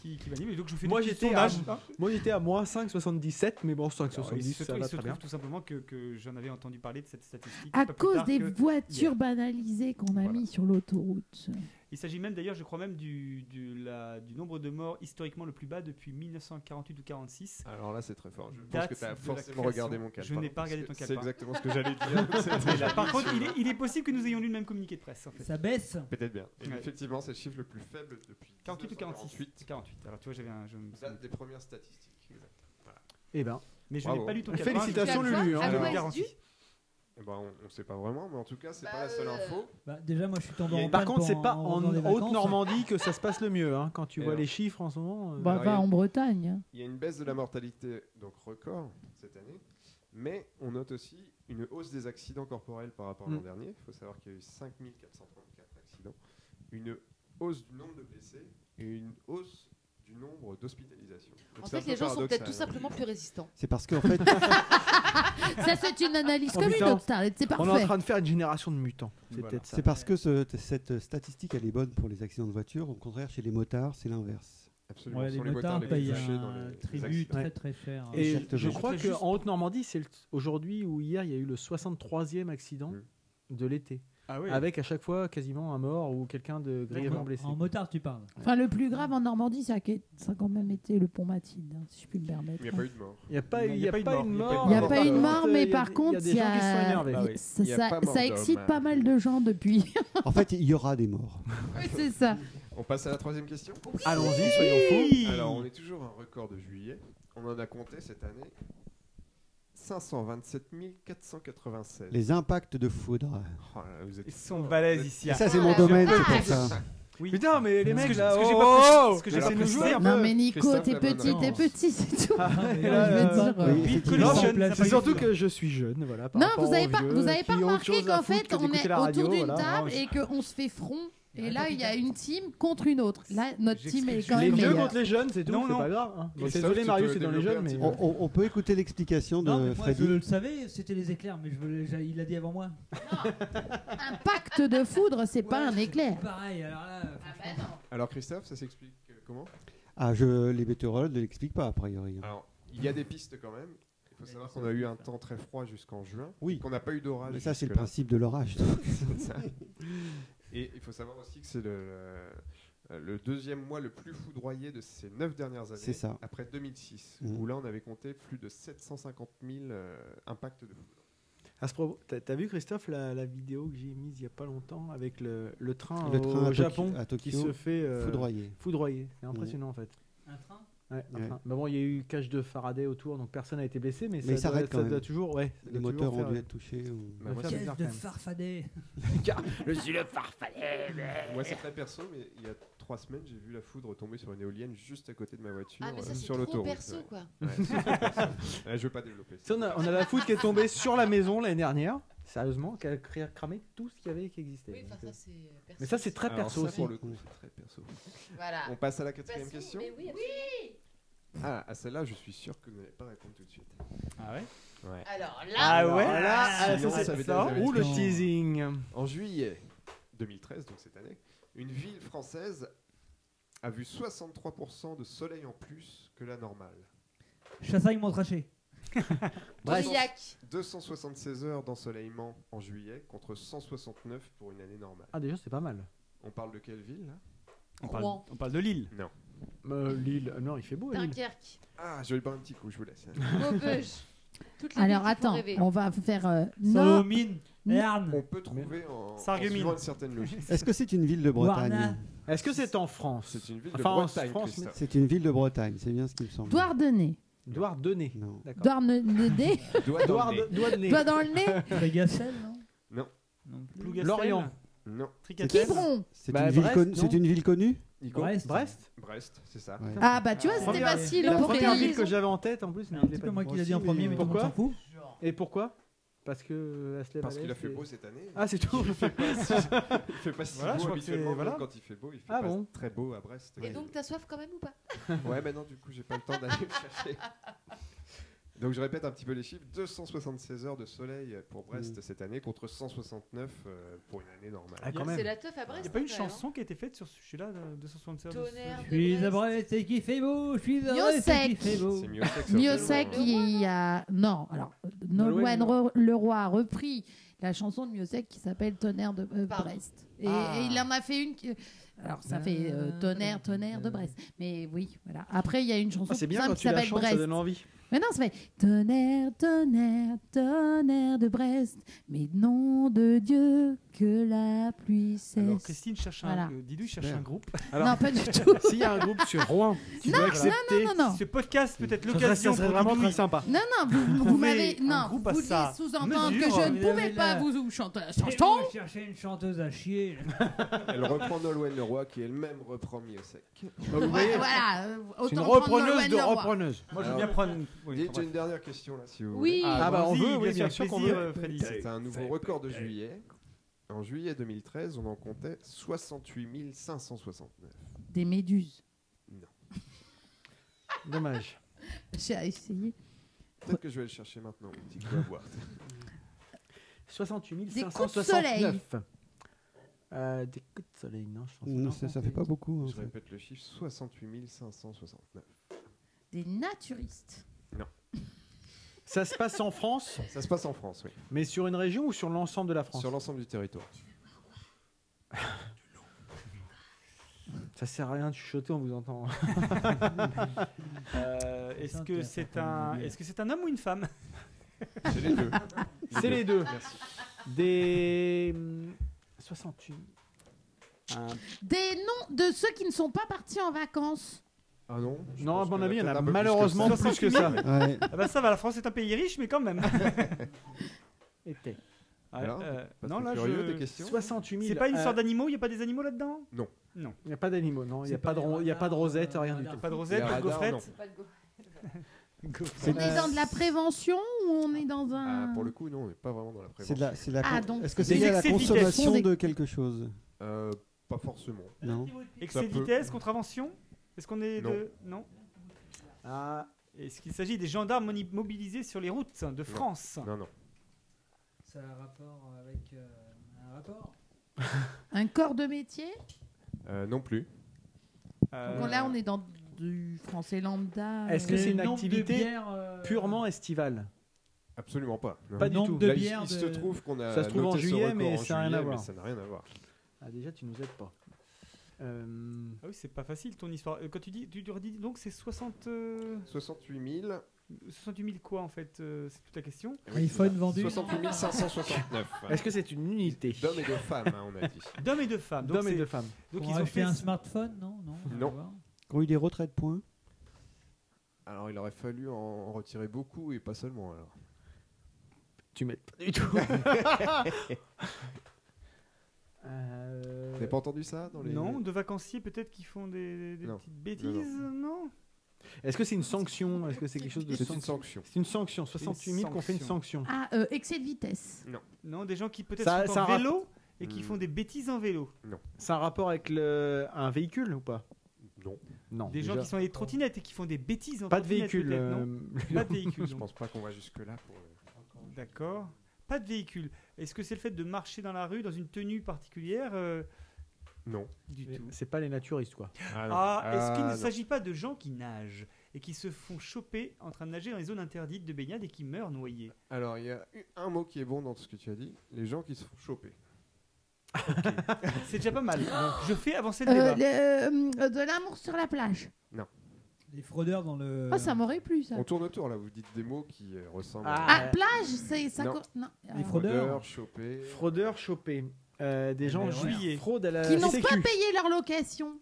[SPEAKER 6] qui, qui m'anime. Et donc, je vous fais
[SPEAKER 3] Moi,
[SPEAKER 6] des petits
[SPEAKER 3] j'étais à-
[SPEAKER 6] sondages. hein.
[SPEAKER 3] Moi, j'étais à moins 5,77, mais bon,
[SPEAKER 6] Alors, il
[SPEAKER 3] 5,70,
[SPEAKER 6] se,
[SPEAKER 3] ça
[SPEAKER 6] il
[SPEAKER 3] va très
[SPEAKER 6] se trouve
[SPEAKER 3] bien.
[SPEAKER 6] tout simplement que, que j'en avais entendu parler de cette statistique.
[SPEAKER 4] À
[SPEAKER 6] pas plus
[SPEAKER 4] cause
[SPEAKER 6] tard
[SPEAKER 4] des
[SPEAKER 6] que-
[SPEAKER 4] voitures banalisées qu'on a
[SPEAKER 6] Voilà.
[SPEAKER 4] mis sur l'autoroute.
[SPEAKER 6] Il s'agit même d'ailleurs, je crois même, du, du, la- du nombre de morts historiquement le plus bas depuis 1948 ou 46.
[SPEAKER 7] Alors là, c'est très fort. Je pense
[SPEAKER 6] Date
[SPEAKER 7] que tu as
[SPEAKER 6] de la
[SPEAKER 7] forcément
[SPEAKER 6] création.
[SPEAKER 7] regardé mon
[SPEAKER 6] Je
[SPEAKER 7] calepin.
[SPEAKER 6] n'ai pas regardé
[SPEAKER 7] Parce
[SPEAKER 6] ton
[SPEAKER 7] que C'est
[SPEAKER 6] calepin.
[SPEAKER 7] exactement ce que j'allais dire. C'était
[SPEAKER 6] Là, par contre, il est, il est possible que nous ayons lu le même communiqué de presse. En fait.
[SPEAKER 1] Ça baisse.
[SPEAKER 7] Peut-être bien. Et
[SPEAKER 6] Ouais.
[SPEAKER 7] Effectivement, c'est le chiffre le plus faible depuis
[SPEAKER 6] 48 ou 46
[SPEAKER 7] 1948,
[SPEAKER 6] 48. Alors tu vois, j'avais un. je me souviens.
[SPEAKER 7] date des premières statistiques. Exact.
[SPEAKER 3] Eh ben,
[SPEAKER 6] Mais je n'ai
[SPEAKER 7] Bravo.
[SPEAKER 6] pas lu ton calepin.
[SPEAKER 3] félicitations,
[SPEAKER 8] Tu as
[SPEAKER 3] Lulu.
[SPEAKER 8] quoi
[SPEAKER 6] je
[SPEAKER 3] hein.
[SPEAKER 6] te le
[SPEAKER 8] quoi est-ce
[SPEAKER 6] garantis.
[SPEAKER 8] dû
[SPEAKER 7] Eh ben, on ne sait pas vraiment, mais en tout cas, c'est pas
[SPEAKER 8] Bah,
[SPEAKER 7] la seule
[SPEAKER 8] euh,
[SPEAKER 7] info.
[SPEAKER 1] Bah, déjà, moi, je suis tombé
[SPEAKER 7] Il y a
[SPEAKER 1] en
[SPEAKER 7] une-
[SPEAKER 3] Par
[SPEAKER 1] panne
[SPEAKER 3] contre, c'est
[SPEAKER 1] pour-
[SPEAKER 3] pas
[SPEAKER 1] en
[SPEAKER 3] en
[SPEAKER 1] revenant des vacances.
[SPEAKER 3] Haute-Normandie que ça se passe le mieux. hein. Quand tu
[SPEAKER 7] Et
[SPEAKER 3] vois
[SPEAKER 7] alors
[SPEAKER 3] les chiffres en ce moment. euh,
[SPEAKER 4] Bah,
[SPEAKER 7] Alors,
[SPEAKER 4] va
[SPEAKER 7] il y a-
[SPEAKER 4] en Bretagne.
[SPEAKER 7] Il y a une baisse de la mortalité, donc record, cette année. Mais on note aussi une hausse des accidents corporels par rapport à l'an
[SPEAKER 3] Mm.
[SPEAKER 7] dernier. Il faut savoir qu'il y a eu 5434 accidents. Une hausse du nombre de blessés et une hausse du nombre d'hospitalisations. Donc
[SPEAKER 8] En
[SPEAKER 7] c'est un
[SPEAKER 8] fait,
[SPEAKER 7] peu
[SPEAKER 8] les gens sont peut-être
[SPEAKER 7] paradoxal,
[SPEAKER 8] tout
[SPEAKER 7] hein.
[SPEAKER 8] simplement plus résistants.
[SPEAKER 2] C'est parce qu'en fait,
[SPEAKER 4] Ça, c'est une analyse
[SPEAKER 3] Oh,
[SPEAKER 4] comme une
[SPEAKER 3] putain.
[SPEAKER 4] autre, ça, c'est
[SPEAKER 3] On est en
[SPEAKER 4] parfait.
[SPEAKER 3] train de faire une génération de mutants. C'est
[SPEAKER 6] Voilà.
[SPEAKER 3] peut-être ça.
[SPEAKER 2] c'est parce que ce- cette statistique elle est bonne pour les accidents de voiture. Au contraire, chez les motards, c'est l'inverse.
[SPEAKER 7] Absolument.
[SPEAKER 1] Ouais,
[SPEAKER 7] Ce
[SPEAKER 1] les
[SPEAKER 7] sont les motards
[SPEAKER 1] motards
[SPEAKER 7] les plus
[SPEAKER 1] payent
[SPEAKER 7] touchés dans
[SPEAKER 1] un
[SPEAKER 7] les- les
[SPEAKER 1] tribut
[SPEAKER 7] accidents.
[SPEAKER 1] très
[SPEAKER 3] Ouais.
[SPEAKER 1] très cher.
[SPEAKER 3] Et
[SPEAKER 2] Exactement.
[SPEAKER 3] je crois
[SPEAKER 6] Je voudrais
[SPEAKER 3] qu'en Haute-Normandie, c'est le- aujourd'hui ou hier, il y a eu le 63e accident
[SPEAKER 7] Mm.
[SPEAKER 3] de l'été.
[SPEAKER 6] Ah oui.
[SPEAKER 3] Avec à chaque fois quasiment un mort ou quelqu'un de grièvement
[SPEAKER 1] En-
[SPEAKER 3] blessé.
[SPEAKER 1] En motard, tu parles.
[SPEAKER 4] Enfin, le plus grave en Normandie, ça a été- ça a quand même été le pont Mathilde, hein, si je puis me
[SPEAKER 7] Il
[SPEAKER 4] permettre.
[SPEAKER 7] n'y a pas eu de mort.
[SPEAKER 3] Il n'y a pas eu
[SPEAKER 6] Il y a pas eu de
[SPEAKER 3] de
[SPEAKER 6] mort.
[SPEAKER 3] mort.
[SPEAKER 4] Il n'y a
[SPEAKER 7] Par
[SPEAKER 4] pas eu de
[SPEAKER 7] contre,
[SPEAKER 4] mort,
[SPEAKER 3] euh,
[SPEAKER 4] mais
[SPEAKER 3] il y a
[SPEAKER 4] par
[SPEAKER 3] des-
[SPEAKER 4] contre,
[SPEAKER 3] il y a des gens qui se sont énervés.
[SPEAKER 4] il-
[SPEAKER 7] Ah oui.
[SPEAKER 4] ça,
[SPEAKER 7] Il y a
[SPEAKER 4] ça-
[SPEAKER 7] pas mort
[SPEAKER 4] ça
[SPEAKER 7] d'homme.
[SPEAKER 4] excite pas mal de gens depuis.
[SPEAKER 2] En fait, il y aura des morts.
[SPEAKER 4] oui, c'est ça.
[SPEAKER 7] On passe à la troisième question
[SPEAKER 3] Allons-y, soyons fous.
[SPEAKER 7] Alors, on est toujours un record de juillet. On en a compté cette année 527 496.
[SPEAKER 2] Les impacts de foudre.
[SPEAKER 7] Oh là là, vous êtes
[SPEAKER 6] Ils sont balèzes ici. hein.
[SPEAKER 2] Et ça, c'est mon domaine, c'est pour ça.
[SPEAKER 6] Oui.
[SPEAKER 3] Putain, mais les mecs,
[SPEAKER 6] que j'ai-
[SPEAKER 3] là,
[SPEAKER 6] ce que j'ai
[SPEAKER 3] oh,
[SPEAKER 6] pas précisé-
[SPEAKER 3] oh,
[SPEAKER 6] ce que
[SPEAKER 3] mais
[SPEAKER 6] j'essaie de
[SPEAKER 3] alors,
[SPEAKER 6] nous
[SPEAKER 3] Christophe,
[SPEAKER 6] dire.
[SPEAKER 4] Non, mais Nico,
[SPEAKER 7] Christophe,
[SPEAKER 4] t'es
[SPEAKER 7] la bonne
[SPEAKER 4] petit, t'es
[SPEAKER 7] réponse.
[SPEAKER 4] petit, c'est tout.
[SPEAKER 3] Ah,
[SPEAKER 4] Je vais te dire, euh,
[SPEAKER 2] Oui,
[SPEAKER 6] Big
[SPEAKER 2] effectivement.
[SPEAKER 6] Collection,
[SPEAKER 3] Non,
[SPEAKER 6] ça
[SPEAKER 3] C'est
[SPEAKER 6] passe
[SPEAKER 3] surtout
[SPEAKER 6] vite.
[SPEAKER 3] que je suis jeune, voilà. par
[SPEAKER 4] Non,
[SPEAKER 3] rapport
[SPEAKER 4] vous n'avez
[SPEAKER 3] aux
[SPEAKER 4] pas,
[SPEAKER 3] vieux
[SPEAKER 4] vous avez
[SPEAKER 3] qui
[SPEAKER 4] pas
[SPEAKER 3] ont autre
[SPEAKER 4] remarqué
[SPEAKER 3] chose à
[SPEAKER 4] qu'en
[SPEAKER 3] foutre
[SPEAKER 4] fait,
[SPEAKER 3] que
[SPEAKER 4] on
[SPEAKER 3] d'écouter
[SPEAKER 4] est
[SPEAKER 3] la radio,
[SPEAKER 4] autour d'une
[SPEAKER 3] voilà. hein. Ah,
[SPEAKER 6] Non,
[SPEAKER 4] table
[SPEAKER 6] je-
[SPEAKER 4] et qu'on se fait front. Et là, il y a une team contre une autre. Là, notre team est
[SPEAKER 6] J'explique.
[SPEAKER 4] quand
[SPEAKER 3] Les
[SPEAKER 4] même
[SPEAKER 3] vieux
[SPEAKER 4] meilleure.
[SPEAKER 3] contre les jeunes, c'est tout,
[SPEAKER 6] Non,
[SPEAKER 3] c'est
[SPEAKER 6] non.
[SPEAKER 3] pas grave. hein.
[SPEAKER 7] Christophe,
[SPEAKER 3] désolé,
[SPEAKER 7] tu
[SPEAKER 3] Marius,
[SPEAKER 7] peux
[SPEAKER 3] c'est dans les
[SPEAKER 7] développer
[SPEAKER 3] jeunes,
[SPEAKER 7] un
[SPEAKER 3] mais.
[SPEAKER 7] petit
[SPEAKER 2] On, on- on peut écouter l'explication de
[SPEAKER 1] Non, mais moi, je
[SPEAKER 2] Euh, Freddy.
[SPEAKER 1] le savais, c'était les éclairs, mais je voulais- j'ai- il l'a dit avant moi.
[SPEAKER 4] Un pacte de foudre, c'est pas
[SPEAKER 1] Ouais,
[SPEAKER 4] un
[SPEAKER 1] c'est
[SPEAKER 4] éclair.
[SPEAKER 1] Pareil, alors là.
[SPEAKER 7] Alors, Christophe, ça s'explique euh, comment
[SPEAKER 2] Ah, je, les météorologues ne l'expliquent pas, a priori.
[SPEAKER 7] Alors, il y a des pistes quand même. Il faut savoir qu'on a eu un temps très froid jusqu'en juin.
[SPEAKER 2] Oui.
[SPEAKER 7] et Qu'on n'a pas eu d'orage.
[SPEAKER 2] Mais ça, c'est le
[SPEAKER 7] jusque-là.
[SPEAKER 2] principe de l'orage.
[SPEAKER 7] Ça. Et il faut savoir aussi que c'est le, euh, le deuxième mois le plus foudroyé de ces neuf dernières années.
[SPEAKER 2] C'est ça.
[SPEAKER 7] Après 2006,
[SPEAKER 2] Mhm.
[SPEAKER 7] où là on avait compté plus de 750 000 euh, impacts de foudre.
[SPEAKER 3] À ce propos, t'as t'as vu, Christophe, la, la vidéo que j'ai mise il y a pas longtemps avec le, le train
[SPEAKER 2] Le
[SPEAKER 3] au
[SPEAKER 2] train à, Toki-
[SPEAKER 3] Japon
[SPEAKER 2] à
[SPEAKER 3] qui
[SPEAKER 2] Tokyo,
[SPEAKER 3] se fait euh,
[SPEAKER 2] foudroyé.
[SPEAKER 3] foudroyer. C'est impressionnant, en fait.
[SPEAKER 1] Un train
[SPEAKER 3] Ouais, un
[SPEAKER 2] Ouais.
[SPEAKER 3] train. Mais bon, il y a eu cage de Faraday autour, donc personne n'a été blessé, mais,
[SPEAKER 2] Mais il
[SPEAKER 3] ça, doit,
[SPEAKER 2] s'arrête quand
[SPEAKER 3] ça doit
[SPEAKER 2] même.
[SPEAKER 3] toujours. Ouais, ça
[SPEAKER 2] Les
[SPEAKER 3] doit
[SPEAKER 2] moteurs
[SPEAKER 3] toujours
[SPEAKER 2] ont dû
[SPEAKER 3] faire-
[SPEAKER 2] être touchés. ou-
[SPEAKER 7] Bah,
[SPEAKER 3] Ouais,
[SPEAKER 7] moi,
[SPEAKER 3] ça-
[SPEAKER 7] c'est-
[SPEAKER 3] bizarre,
[SPEAKER 1] Caisse de
[SPEAKER 3] quand même.
[SPEAKER 1] farfadet.
[SPEAKER 7] moi, c'est très perso, mais il y a trois semaines, j'ai vu la foudre tomber sur une éolienne juste à côté de ma voiture,
[SPEAKER 8] Ah, mais
[SPEAKER 7] euh,
[SPEAKER 8] ça, c'est
[SPEAKER 7] sur
[SPEAKER 8] trop
[SPEAKER 7] l'autoroute.
[SPEAKER 8] perso,
[SPEAKER 7] ouais.
[SPEAKER 8] quoi.
[SPEAKER 7] Ouais, c'est trop perso. Ouais, je veux pas développer.
[SPEAKER 3] Tu sais, On a, on a la foudre qui est tombée sur la maison l'année dernière, sérieusement, qui a cr- cramé tout ce qu'il y avait qui existait.
[SPEAKER 8] Oui, enfin,
[SPEAKER 3] Donc, euh,
[SPEAKER 8] ça, c'est euh, perso.
[SPEAKER 3] mais ça, c'est très
[SPEAKER 7] Alors,
[SPEAKER 3] perso
[SPEAKER 7] ça,
[SPEAKER 3] aussi.
[SPEAKER 7] pour le coup, c'est très perso.
[SPEAKER 8] Voilà.
[SPEAKER 7] On passe à la
[SPEAKER 8] Bah,
[SPEAKER 7] quatrième
[SPEAKER 8] si,
[SPEAKER 7] question.
[SPEAKER 8] mais oui, absolument.
[SPEAKER 7] Ah, à celle-là, je suis sûr que vous n'allez pas répondre tout de suite.
[SPEAKER 6] Ah ouais
[SPEAKER 8] Alors là,
[SPEAKER 6] Ah ouais
[SPEAKER 3] Là,
[SPEAKER 7] sinon,
[SPEAKER 3] ça,
[SPEAKER 7] ça
[SPEAKER 3] c'est
[SPEAKER 7] veut
[SPEAKER 3] ça.
[SPEAKER 7] dire-
[SPEAKER 3] Ou le
[SPEAKER 1] Non.
[SPEAKER 3] teasing.
[SPEAKER 7] En juillet 2013, donc cette année, une ville française a vu 63% de soleil en plus que la normale.
[SPEAKER 1] Chassagne Montrachet.
[SPEAKER 3] Bref.
[SPEAKER 8] Briac.
[SPEAKER 7] 276 heures d'ensoleillement en juillet contre 169 pour une année normale.
[SPEAKER 3] Ah, déjà, c'est pas mal.
[SPEAKER 7] On parle de quelle ville là
[SPEAKER 6] on parle,
[SPEAKER 8] Rouen.
[SPEAKER 6] on parle de Lille.
[SPEAKER 3] Euh, Lille, euh, non, il fait beau. à Lille.
[SPEAKER 8] Dunkerque,
[SPEAKER 7] Ah, je vais boire un petit coup, je vous laisse.
[SPEAKER 8] Maubeuge. Toutes les
[SPEAKER 4] Alors
[SPEAKER 8] villes qui font
[SPEAKER 4] attends,
[SPEAKER 8] rêver.
[SPEAKER 4] on va faire. euh, non,
[SPEAKER 1] Saumine,
[SPEAKER 4] Non.
[SPEAKER 7] On
[SPEAKER 1] Erne,
[SPEAKER 7] peut trouver en, en
[SPEAKER 6] Sarreguemines.
[SPEAKER 7] suivant une certaine logique.
[SPEAKER 2] Est-ce que c'est une ville de Bretagne
[SPEAKER 1] Warna.
[SPEAKER 3] Est-ce que c'est en France
[SPEAKER 7] C'est une ville
[SPEAKER 3] Enfin, en
[SPEAKER 7] de Bretagne,
[SPEAKER 3] France,
[SPEAKER 7] Christophe.
[SPEAKER 2] C'est une ville de Bretagne, c'est bien ce qu'il me semble.
[SPEAKER 4] Douarnenez.
[SPEAKER 3] Doit donner.
[SPEAKER 2] Non.
[SPEAKER 3] D'accord.
[SPEAKER 4] Douarnenez,
[SPEAKER 7] Doigt dans
[SPEAKER 3] Doit
[SPEAKER 7] le nez.
[SPEAKER 3] donner.
[SPEAKER 4] doigt dans le nez.
[SPEAKER 1] Frégassel, non
[SPEAKER 7] Non.
[SPEAKER 1] Non plus.
[SPEAKER 6] Plougastel,
[SPEAKER 3] Lorient.
[SPEAKER 7] Non.
[SPEAKER 6] Tricatel.
[SPEAKER 4] Quiberon.
[SPEAKER 2] C'est
[SPEAKER 3] Bah,
[SPEAKER 2] une, ville
[SPEAKER 3] Brest,
[SPEAKER 2] connu-
[SPEAKER 3] non
[SPEAKER 2] c'est une ville connue
[SPEAKER 7] Nico
[SPEAKER 1] Brest.
[SPEAKER 3] Brest
[SPEAKER 7] Brest, c'est ça.
[SPEAKER 2] Ouais.
[SPEAKER 4] Ah bah tu vois, c'était
[SPEAKER 3] Première-
[SPEAKER 4] facile.
[SPEAKER 3] La
[SPEAKER 4] on
[SPEAKER 3] première
[SPEAKER 4] fait-
[SPEAKER 3] ville que j'avais en tête en plus. mais
[SPEAKER 1] Un
[SPEAKER 3] je l'ai
[SPEAKER 1] petit
[SPEAKER 3] pas
[SPEAKER 1] peu
[SPEAKER 3] dit.
[SPEAKER 1] moi qui l'a dit en
[SPEAKER 2] Moi aussi,
[SPEAKER 1] premier, mais
[SPEAKER 2] mais
[SPEAKER 1] tout le monde s'en fout.
[SPEAKER 3] Et pourquoi Parce que Astley
[SPEAKER 7] Parce qu'il a
[SPEAKER 3] Valley,
[SPEAKER 7] fait
[SPEAKER 3] c'est-
[SPEAKER 7] beau cette année.
[SPEAKER 3] Ah, c'est tout.
[SPEAKER 7] Il fait pas si
[SPEAKER 6] Voilà, je
[SPEAKER 7] beau
[SPEAKER 6] crois que c'est-
[SPEAKER 7] habituellement.
[SPEAKER 6] voilà.
[SPEAKER 7] même Quand il fait beau, il fait
[SPEAKER 3] Ah
[SPEAKER 7] pas
[SPEAKER 3] bon
[SPEAKER 7] très beau à Brest.
[SPEAKER 8] Et donc, t'as soif quand même ou pas
[SPEAKER 7] Ouais, mais non, du coup, j'ai pas le temps d'aller le chercher. Donc, je répète un petit peu les chiffres 276 heures de soleil pour Brest cette année contre 169 euh, pour une année normale.
[SPEAKER 3] Ah, quand
[SPEAKER 8] C'est
[SPEAKER 3] même.
[SPEAKER 8] la teuf à
[SPEAKER 6] Il
[SPEAKER 8] Brest.
[SPEAKER 6] n'y a pas une
[SPEAKER 8] hein, quand même,
[SPEAKER 6] chanson qui a été faite sur ce sujet-là, de 276
[SPEAKER 8] hein. Tonnerre
[SPEAKER 1] Je
[SPEAKER 8] de
[SPEAKER 1] suis à
[SPEAKER 8] Brest.
[SPEAKER 1] Brest, c'est qui fait beau, je suis à Brest, c'est qui
[SPEAKER 4] Miosec.
[SPEAKER 1] fait beau.
[SPEAKER 7] C'est mieux sec.
[SPEAKER 4] Miossec, il y a. Non, alors, Nolwenn
[SPEAKER 3] Nolwenn.
[SPEAKER 4] Re- Leroy a repris la chanson de Miossec qui s'appelle Tonnerre de euh,
[SPEAKER 8] Pardon.
[SPEAKER 4] Brest. Et,
[SPEAKER 3] Ah.
[SPEAKER 4] et il en a fait une. qui- Alors, ça fait euh, Tonnerre, Tonnerre de Brest. Mais oui, voilà. Après, il y a une chanson
[SPEAKER 3] Ah, C'est
[SPEAKER 4] plus
[SPEAKER 3] bien quand
[SPEAKER 4] simple qui
[SPEAKER 3] tu la
[SPEAKER 4] s'appelle
[SPEAKER 3] chantes, ça
[SPEAKER 4] Brest.
[SPEAKER 3] donne envie.
[SPEAKER 4] Mais non, ça fait Tonnerre, Tonnerre, Tonnerre de Brest. Mais nom de Dieu, que la pluie
[SPEAKER 6] Alors,
[SPEAKER 4] cesse.
[SPEAKER 6] Christine cherche un,
[SPEAKER 4] Voilà.
[SPEAKER 6] euh, Didou cherche
[SPEAKER 2] Super.
[SPEAKER 6] un groupe.
[SPEAKER 4] Non,
[SPEAKER 3] Alors,
[SPEAKER 4] pas du tout.
[SPEAKER 3] s'il y a un groupe sur Rouen, tu dois accepter.
[SPEAKER 4] Non, non.
[SPEAKER 6] Ce podcast peut être
[SPEAKER 3] Ça serait-
[SPEAKER 6] l'occasion
[SPEAKER 3] ça serait
[SPEAKER 6] pour
[SPEAKER 3] vraiment
[SPEAKER 6] Didou,
[SPEAKER 3] très sympa.
[SPEAKER 4] Non, non, vous, vous
[SPEAKER 6] Trouver
[SPEAKER 4] m'avez.
[SPEAKER 6] un
[SPEAKER 4] Non, vous
[SPEAKER 6] groupe à
[SPEAKER 4] vouliez
[SPEAKER 6] sa
[SPEAKER 4] sous-entendre que
[SPEAKER 6] mesure.
[SPEAKER 4] je ne
[SPEAKER 1] Mais là,
[SPEAKER 4] pouvais
[SPEAKER 1] mais
[SPEAKER 4] pas
[SPEAKER 1] là-
[SPEAKER 4] vous chanter la
[SPEAKER 1] Et
[SPEAKER 4] chanson.
[SPEAKER 1] vous cherchez une chanteuse à chier.
[SPEAKER 7] Elle reprend Nolwenn Leroy qui elle-même reprend mieux sec.
[SPEAKER 4] Ouais, voilà, euh,
[SPEAKER 3] C'est une
[SPEAKER 4] autant prendre
[SPEAKER 3] repreneuse
[SPEAKER 4] Nolwenn
[SPEAKER 3] de
[SPEAKER 4] Leroy.
[SPEAKER 3] repreneuse.
[SPEAKER 6] Moi, je veux
[SPEAKER 7] Alors,
[SPEAKER 6] bien prendre. oui,
[SPEAKER 7] J'ai
[SPEAKER 6] enfin,
[SPEAKER 7] une dernière question là, si vous
[SPEAKER 8] Oui.
[SPEAKER 7] voulez.
[SPEAKER 3] Ah, bah, on
[SPEAKER 6] vas-y,
[SPEAKER 3] veut, oui,
[SPEAKER 6] bien
[SPEAKER 3] bien
[SPEAKER 6] sûr
[SPEAKER 3] sûr qu'on
[SPEAKER 6] plaisir,
[SPEAKER 3] veut.
[SPEAKER 6] euh, Freddy.
[SPEAKER 7] C'est un nouveau record de juillet. En juillet 2013, on en comptait 68 569.
[SPEAKER 4] Des méduses.
[SPEAKER 3] Dommage.
[SPEAKER 4] J'ai essayé.
[SPEAKER 7] Peut-être que je vais le chercher maintenant, mon petit coup à boire.
[SPEAKER 3] 68
[SPEAKER 4] Des coups de soleil.
[SPEAKER 3] 569. Euh, des coups de soleil, non, je pense
[SPEAKER 2] Non, ça, ça fait pas beaucoup. hein,
[SPEAKER 7] Je
[SPEAKER 2] ça.
[SPEAKER 7] répète le chiffre 68 569.
[SPEAKER 4] Des naturistes.
[SPEAKER 3] Ça se passe en France,
[SPEAKER 7] Ça se passe en France, oui.
[SPEAKER 3] mais sur une région ou sur l'ensemble de la France
[SPEAKER 7] Sur l'ensemble du territoire.
[SPEAKER 3] Ça sert à rien de chuchoter, on vous entend.
[SPEAKER 6] Euh, Est-ce que c'est un, est-ce que c'est un homme ou une femme
[SPEAKER 7] C'est les deux.
[SPEAKER 3] C'est les deux.
[SPEAKER 7] Merci.
[SPEAKER 3] Des. hum, 68.
[SPEAKER 4] Des noms de ceux qui ne sont pas partis en vacances.
[SPEAKER 7] Ah non
[SPEAKER 3] Non, à mon avis, il y en a
[SPEAKER 7] peu plus que
[SPEAKER 3] malheureusement
[SPEAKER 7] ça.
[SPEAKER 3] plus que ça.
[SPEAKER 2] Ouais.
[SPEAKER 6] Ah bah ça va, la France est un pays riche, mais quand même. Ah,
[SPEAKER 7] Alors,
[SPEAKER 6] euh,
[SPEAKER 7] pas
[SPEAKER 6] non,
[SPEAKER 7] trop
[SPEAKER 6] là,
[SPEAKER 7] curieux,
[SPEAKER 6] je-
[SPEAKER 7] tes questions
[SPEAKER 3] 68 000.
[SPEAKER 6] C'est pas une
[SPEAKER 3] Euh,
[SPEAKER 6] histoire d'animaux, il n'y a pas des animaux là-dedans
[SPEAKER 7] Non.
[SPEAKER 6] Non.
[SPEAKER 3] Il n'y a pas d'animaux, non. Il n'y a,
[SPEAKER 6] C'est
[SPEAKER 3] pas
[SPEAKER 6] pas
[SPEAKER 3] de
[SPEAKER 6] les
[SPEAKER 3] ron- il y a pas de rosette, rien du tout.
[SPEAKER 6] Pas de rosette, pas de
[SPEAKER 8] hein.
[SPEAKER 6] gaufrette
[SPEAKER 3] Eh
[SPEAKER 4] On
[SPEAKER 3] ben,
[SPEAKER 4] est dans de la prévention ou on est dans
[SPEAKER 7] Ah,
[SPEAKER 4] un.
[SPEAKER 7] pour le coup, non, on n'est pas vraiment dans la prévention.
[SPEAKER 2] C'est de la, c'est de la
[SPEAKER 4] Ah,
[SPEAKER 2] con-
[SPEAKER 4] donc
[SPEAKER 2] Est-ce que
[SPEAKER 4] c'est
[SPEAKER 2] c'est lié à la
[SPEAKER 6] des excès de vitesse.
[SPEAKER 2] consommation
[SPEAKER 6] Des-
[SPEAKER 2] de quelque chose
[SPEAKER 7] Euh, pas forcément.
[SPEAKER 2] Non.
[SPEAKER 6] Excès
[SPEAKER 7] Ça
[SPEAKER 6] de
[SPEAKER 7] peut.
[SPEAKER 6] vitesse, contravention Est-ce qu'on est
[SPEAKER 7] Non.
[SPEAKER 6] de. Non Est-ce qu'il s'agit des gendarmes moni- mobilisés sur les routes de France
[SPEAKER 3] Ah.
[SPEAKER 7] Non, non.
[SPEAKER 1] euh, Ça a un rapport avec euh, un rapport
[SPEAKER 4] Un corps de métier
[SPEAKER 7] Euh, non plus.
[SPEAKER 6] Euh,
[SPEAKER 4] Donc là, on est dans du français lambda.
[SPEAKER 3] Est-ce que
[SPEAKER 4] euh,
[SPEAKER 3] c'est une
[SPEAKER 1] nombre de
[SPEAKER 3] activité
[SPEAKER 1] bières, euh,
[SPEAKER 3] purement estivale
[SPEAKER 7] Absolument pas. Non.
[SPEAKER 3] Pas du
[SPEAKER 1] Nombre
[SPEAKER 3] tout.
[SPEAKER 1] de
[SPEAKER 7] Là, il-
[SPEAKER 1] bières
[SPEAKER 7] il, se
[SPEAKER 1] de-
[SPEAKER 7] trouve qu'on a
[SPEAKER 3] Ça se trouve en
[SPEAKER 7] noté ce
[SPEAKER 3] juillet,
[SPEAKER 7] record
[SPEAKER 3] mais
[SPEAKER 7] en
[SPEAKER 3] ça n'a rien à
[SPEAKER 7] juillet, mais
[SPEAKER 3] voir.
[SPEAKER 7] ça n'a rien à voir.
[SPEAKER 3] Ah, déjà, tu nous aides pas. Euh,
[SPEAKER 6] Ah oui, c'est pas facile ton histoire. Euh, quand tu dis, tu tu redis donc c'est 60, euh,
[SPEAKER 7] 68 000.
[SPEAKER 6] 68 000 quoi en fait euh, C'est toute la question.
[SPEAKER 7] Eh oui,
[SPEAKER 1] iPhone
[SPEAKER 7] c'est ça.
[SPEAKER 1] vendu.
[SPEAKER 7] 68 569.
[SPEAKER 3] Est-ce que c'est une unité
[SPEAKER 7] D'hommes et de femmes, hein, on a dit.
[SPEAKER 6] D'hommes et de femmes. Donc,
[SPEAKER 3] D'hommes et
[SPEAKER 6] c'est-
[SPEAKER 3] de femmes.
[SPEAKER 6] donc
[SPEAKER 1] Pour
[SPEAKER 6] ils ont
[SPEAKER 1] acheter
[SPEAKER 6] fait.
[SPEAKER 1] un smartphone, non Non. on va
[SPEAKER 7] Non.
[SPEAKER 1] voir.
[SPEAKER 2] Qui ont eu des retraits de points
[SPEAKER 7] Alors, il aurait fallu en, en retirer beaucoup et pas seulement. Alors.
[SPEAKER 3] Tu m'aides pas du tout. Euh,
[SPEAKER 7] Vous n'avez pas entendu ça dans les.
[SPEAKER 6] Non, de vacanciers peut-être qui font des, des
[SPEAKER 7] Non.
[SPEAKER 6] petites bêtises, non,
[SPEAKER 3] Est-ce que c'est une sanction Est-ce que c'est quelque chose de
[SPEAKER 7] C'est une
[SPEAKER 3] sanction
[SPEAKER 7] sanction.
[SPEAKER 3] C'est une sanction. 68 000 qu'on fait une sanction.
[SPEAKER 4] Ah, euh, excès de vitesse.
[SPEAKER 6] non des gens qui peut-être
[SPEAKER 3] Ça-
[SPEAKER 6] sont
[SPEAKER 3] ça
[SPEAKER 6] en
[SPEAKER 3] rap-
[SPEAKER 6] vélo et qui
[SPEAKER 7] Hmm.
[SPEAKER 6] font des bêtises en vélo.
[SPEAKER 3] C'est un rapport avec le... un véhicule ou pas
[SPEAKER 7] Non,
[SPEAKER 3] Non.
[SPEAKER 6] Des gens
[SPEAKER 3] déjà.
[SPEAKER 6] qui sont des trottinettes et qui font des bêtises en
[SPEAKER 3] Pas de
[SPEAKER 6] trottinette,
[SPEAKER 3] véhicule.
[SPEAKER 6] peut-être, non
[SPEAKER 3] euh,
[SPEAKER 6] Pas de véhicule.
[SPEAKER 7] je
[SPEAKER 6] donc.
[SPEAKER 7] pense pas qu'on va jusque-là pour. euh,
[SPEAKER 6] D'accord. Pas de véhicule. Est-ce que c'est le fait de marcher dans la rue dans une tenue particulière euh,
[SPEAKER 7] Non.
[SPEAKER 6] Du tout.
[SPEAKER 3] C'est pas les naturistes, quoi.
[SPEAKER 7] Ah, non.
[SPEAKER 6] Ah, est-ce qu'il
[SPEAKER 7] Ah,
[SPEAKER 6] ne
[SPEAKER 7] non.
[SPEAKER 6] s'agit pas de gens qui nagent et qui se font choper en train de nager dans les zones interdites de baignade et qui meurent noyés
[SPEAKER 7] Alors, il y a eu un mot qui est bon dans ce que tu as dit les gens qui se font choper.
[SPEAKER 6] C'est déjà pas mal. Je fais avancer le
[SPEAKER 4] Euh,
[SPEAKER 6] débat.
[SPEAKER 4] le- euh, de l'amour sur la plage.
[SPEAKER 1] Les fraudeurs dans le.
[SPEAKER 4] Oh, ça m'aurait plu, ça.
[SPEAKER 7] On tourne autour là, vous dites des mots qui euh, ressemblent
[SPEAKER 3] Ah,
[SPEAKER 7] à
[SPEAKER 4] Ah, plage, c'est ça.
[SPEAKER 7] Non.
[SPEAKER 4] co- non.
[SPEAKER 1] Les
[SPEAKER 4] Ah.
[SPEAKER 1] fraudeurs.
[SPEAKER 7] odeur, choper.
[SPEAKER 3] Fraudeurs chopés. Euh,
[SPEAKER 7] Eh
[SPEAKER 3] des
[SPEAKER 7] ben
[SPEAKER 3] gens
[SPEAKER 1] Mais
[SPEAKER 3] qui
[SPEAKER 6] ouais.
[SPEAKER 3] fraudent à la
[SPEAKER 4] Qui n'ont
[SPEAKER 3] euh, sécu.
[SPEAKER 4] pas payé leur location.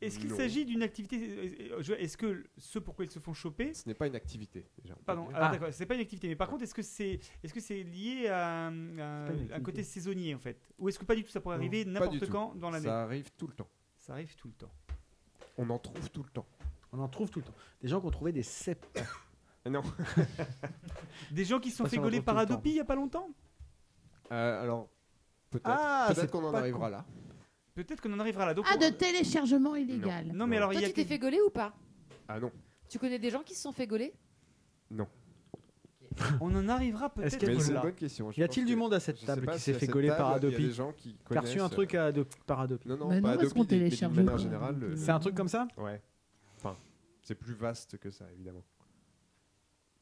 [SPEAKER 6] Est-ce qu'il
[SPEAKER 7] Non.
[SPEAKER 6] s'agit d'une activité euh, euh, Est-ce que ce pourquoi ils se font choper
[SPEAKER 7] Ce n'est pas une activité déjà. on peut
[SPEAKER 6] Pardon,
[SPEAKER 7] dire.
[SPEAKER 6] ah, d'accord, c'est pas une activité. Mais par contre, est-ce que c'est est-ce que c'est lié à,
[SPEAKER 3] C'est
[SPEAKER 6] un- à
[SPEAKER 3] pas une
[SPEAKER 6] un-
[SPEAKER 3] activité.
[SPEAKER 6] un côté saisonnier en fait Ou est-ce que pas du tout ça pourrait
[SPEAKER 3] Non,
[SPEAKER 6] arriver
[SPEAKER 7] du
[SPEAKER 6] n'importe
[SPEAKER 7] tout.
[SPEAKER 6] quand dans l'année ça...
[SPEAKER 7] Ça arrive tout le temps.
[SPEAKER 6] arrive tout le temps.
[SPEAKER 7] On en trouve tout le temps.
[SPEAKER 3] On en trouve tout le temps. Des gens qui ont trouvé des ceps.
[SPEAKER 7] Non.
[SPEAKER 6] Des gens qui se sont
[SPEAKER 3] Pas
[SPEAKER 6] fait
[SPEAKER 3] sur la
[SPEAKER 6] gauler
[SPEAKER 3] route
[SPEAKER 6] par
[SPEAKER 3] tout le temps.
[SPEAKER 6] Adopi il y a pas longtemps
[SPEAKER 7] Euh, alors, peut-être
[SPEAKER 3] Ah,
[SPEAKER 7] peut
[SPEAKER 3] c'est
[SPEAKER 7] qu'on en
[SPEAKER 3] pas
[SPEAKER 7] arrivera là.
[SPEAKER 6] Peut-être qu'on en arrivera là. Donc
[SPEAKER 4] Ah,
[SPEAKER 6] on-
[SPEAKER 4] de téléchargement illégal.
[SPEAKER 6] Non mais alors
[SPEAKER 8] Toi,
[SPEAKER 6] il y a
[SPEAKER 8] tu t'es
[SPEAKER 6] que-
[SPEAKER 8] fait gauler ou pas
[SPEAKER 7] Ah non.
[SPEAKER 8] Tu connais des gens qui se sont fait gauler
[SPEAKER 6] on en arrivera
[SPEAKER 3] Est-ce
[SPEAKER 6] peut-être
[SPEAKER 3] qu'il y a
[SPEAKER 7] Mais c'est
[SPEAKER 3] Voilà.
[SPEAKER 7] une
[SPEAKER 6] là.
[SPEAKER 7] bonne question. je
[SPEAKER 3] Y a-t-il
[SPEAKER 7] pense
[SPEAKER 3] du
[SPEAKER 7] que-
[SPEAKER 3] monde à cette
[SPEAKER 7] je sais
[SPEAKER 3] table
[SPEAKER 7] pas
[SPEAKER 3] qui
[SPEAKER 7] si
[SPEAKER 3] s'est
[SPEAKER 7] à
[SPEAKER 3] fait
[SPEAKER 7] cette
[SPEAKER 3] gauler par
[SPEAKER 7] table, il y a
[SPEAKER 3] Adopi
[SPEAKER 7] des gens qui
[SPEAKER 3] Qui a
[SPEAKER 7] connaissent. euh,
[SPEAKER 3] reçu un truc à Adopi- par Adopi.
[SPEAKER 7] Non, non,
[SPEAKER 4] Mais non,
[SPEAKER 7] pas
[SPEAKER 4] parce
[SPEAKER 7] Adopi,
[SPEAKER 4] qu'on
[SPEAKER 7] mais- mais d'une
[SPEAKER 4] télécharge
[SPEAKER 7] manière
[SPEAKER 4] pas.
[SPEAKER 7] générale, le-
[SPEAKER 3] C'est un truc comme ça
[SPEAKER 7] Ouais. Enfin, c'est plus vaste que ça, évidemment.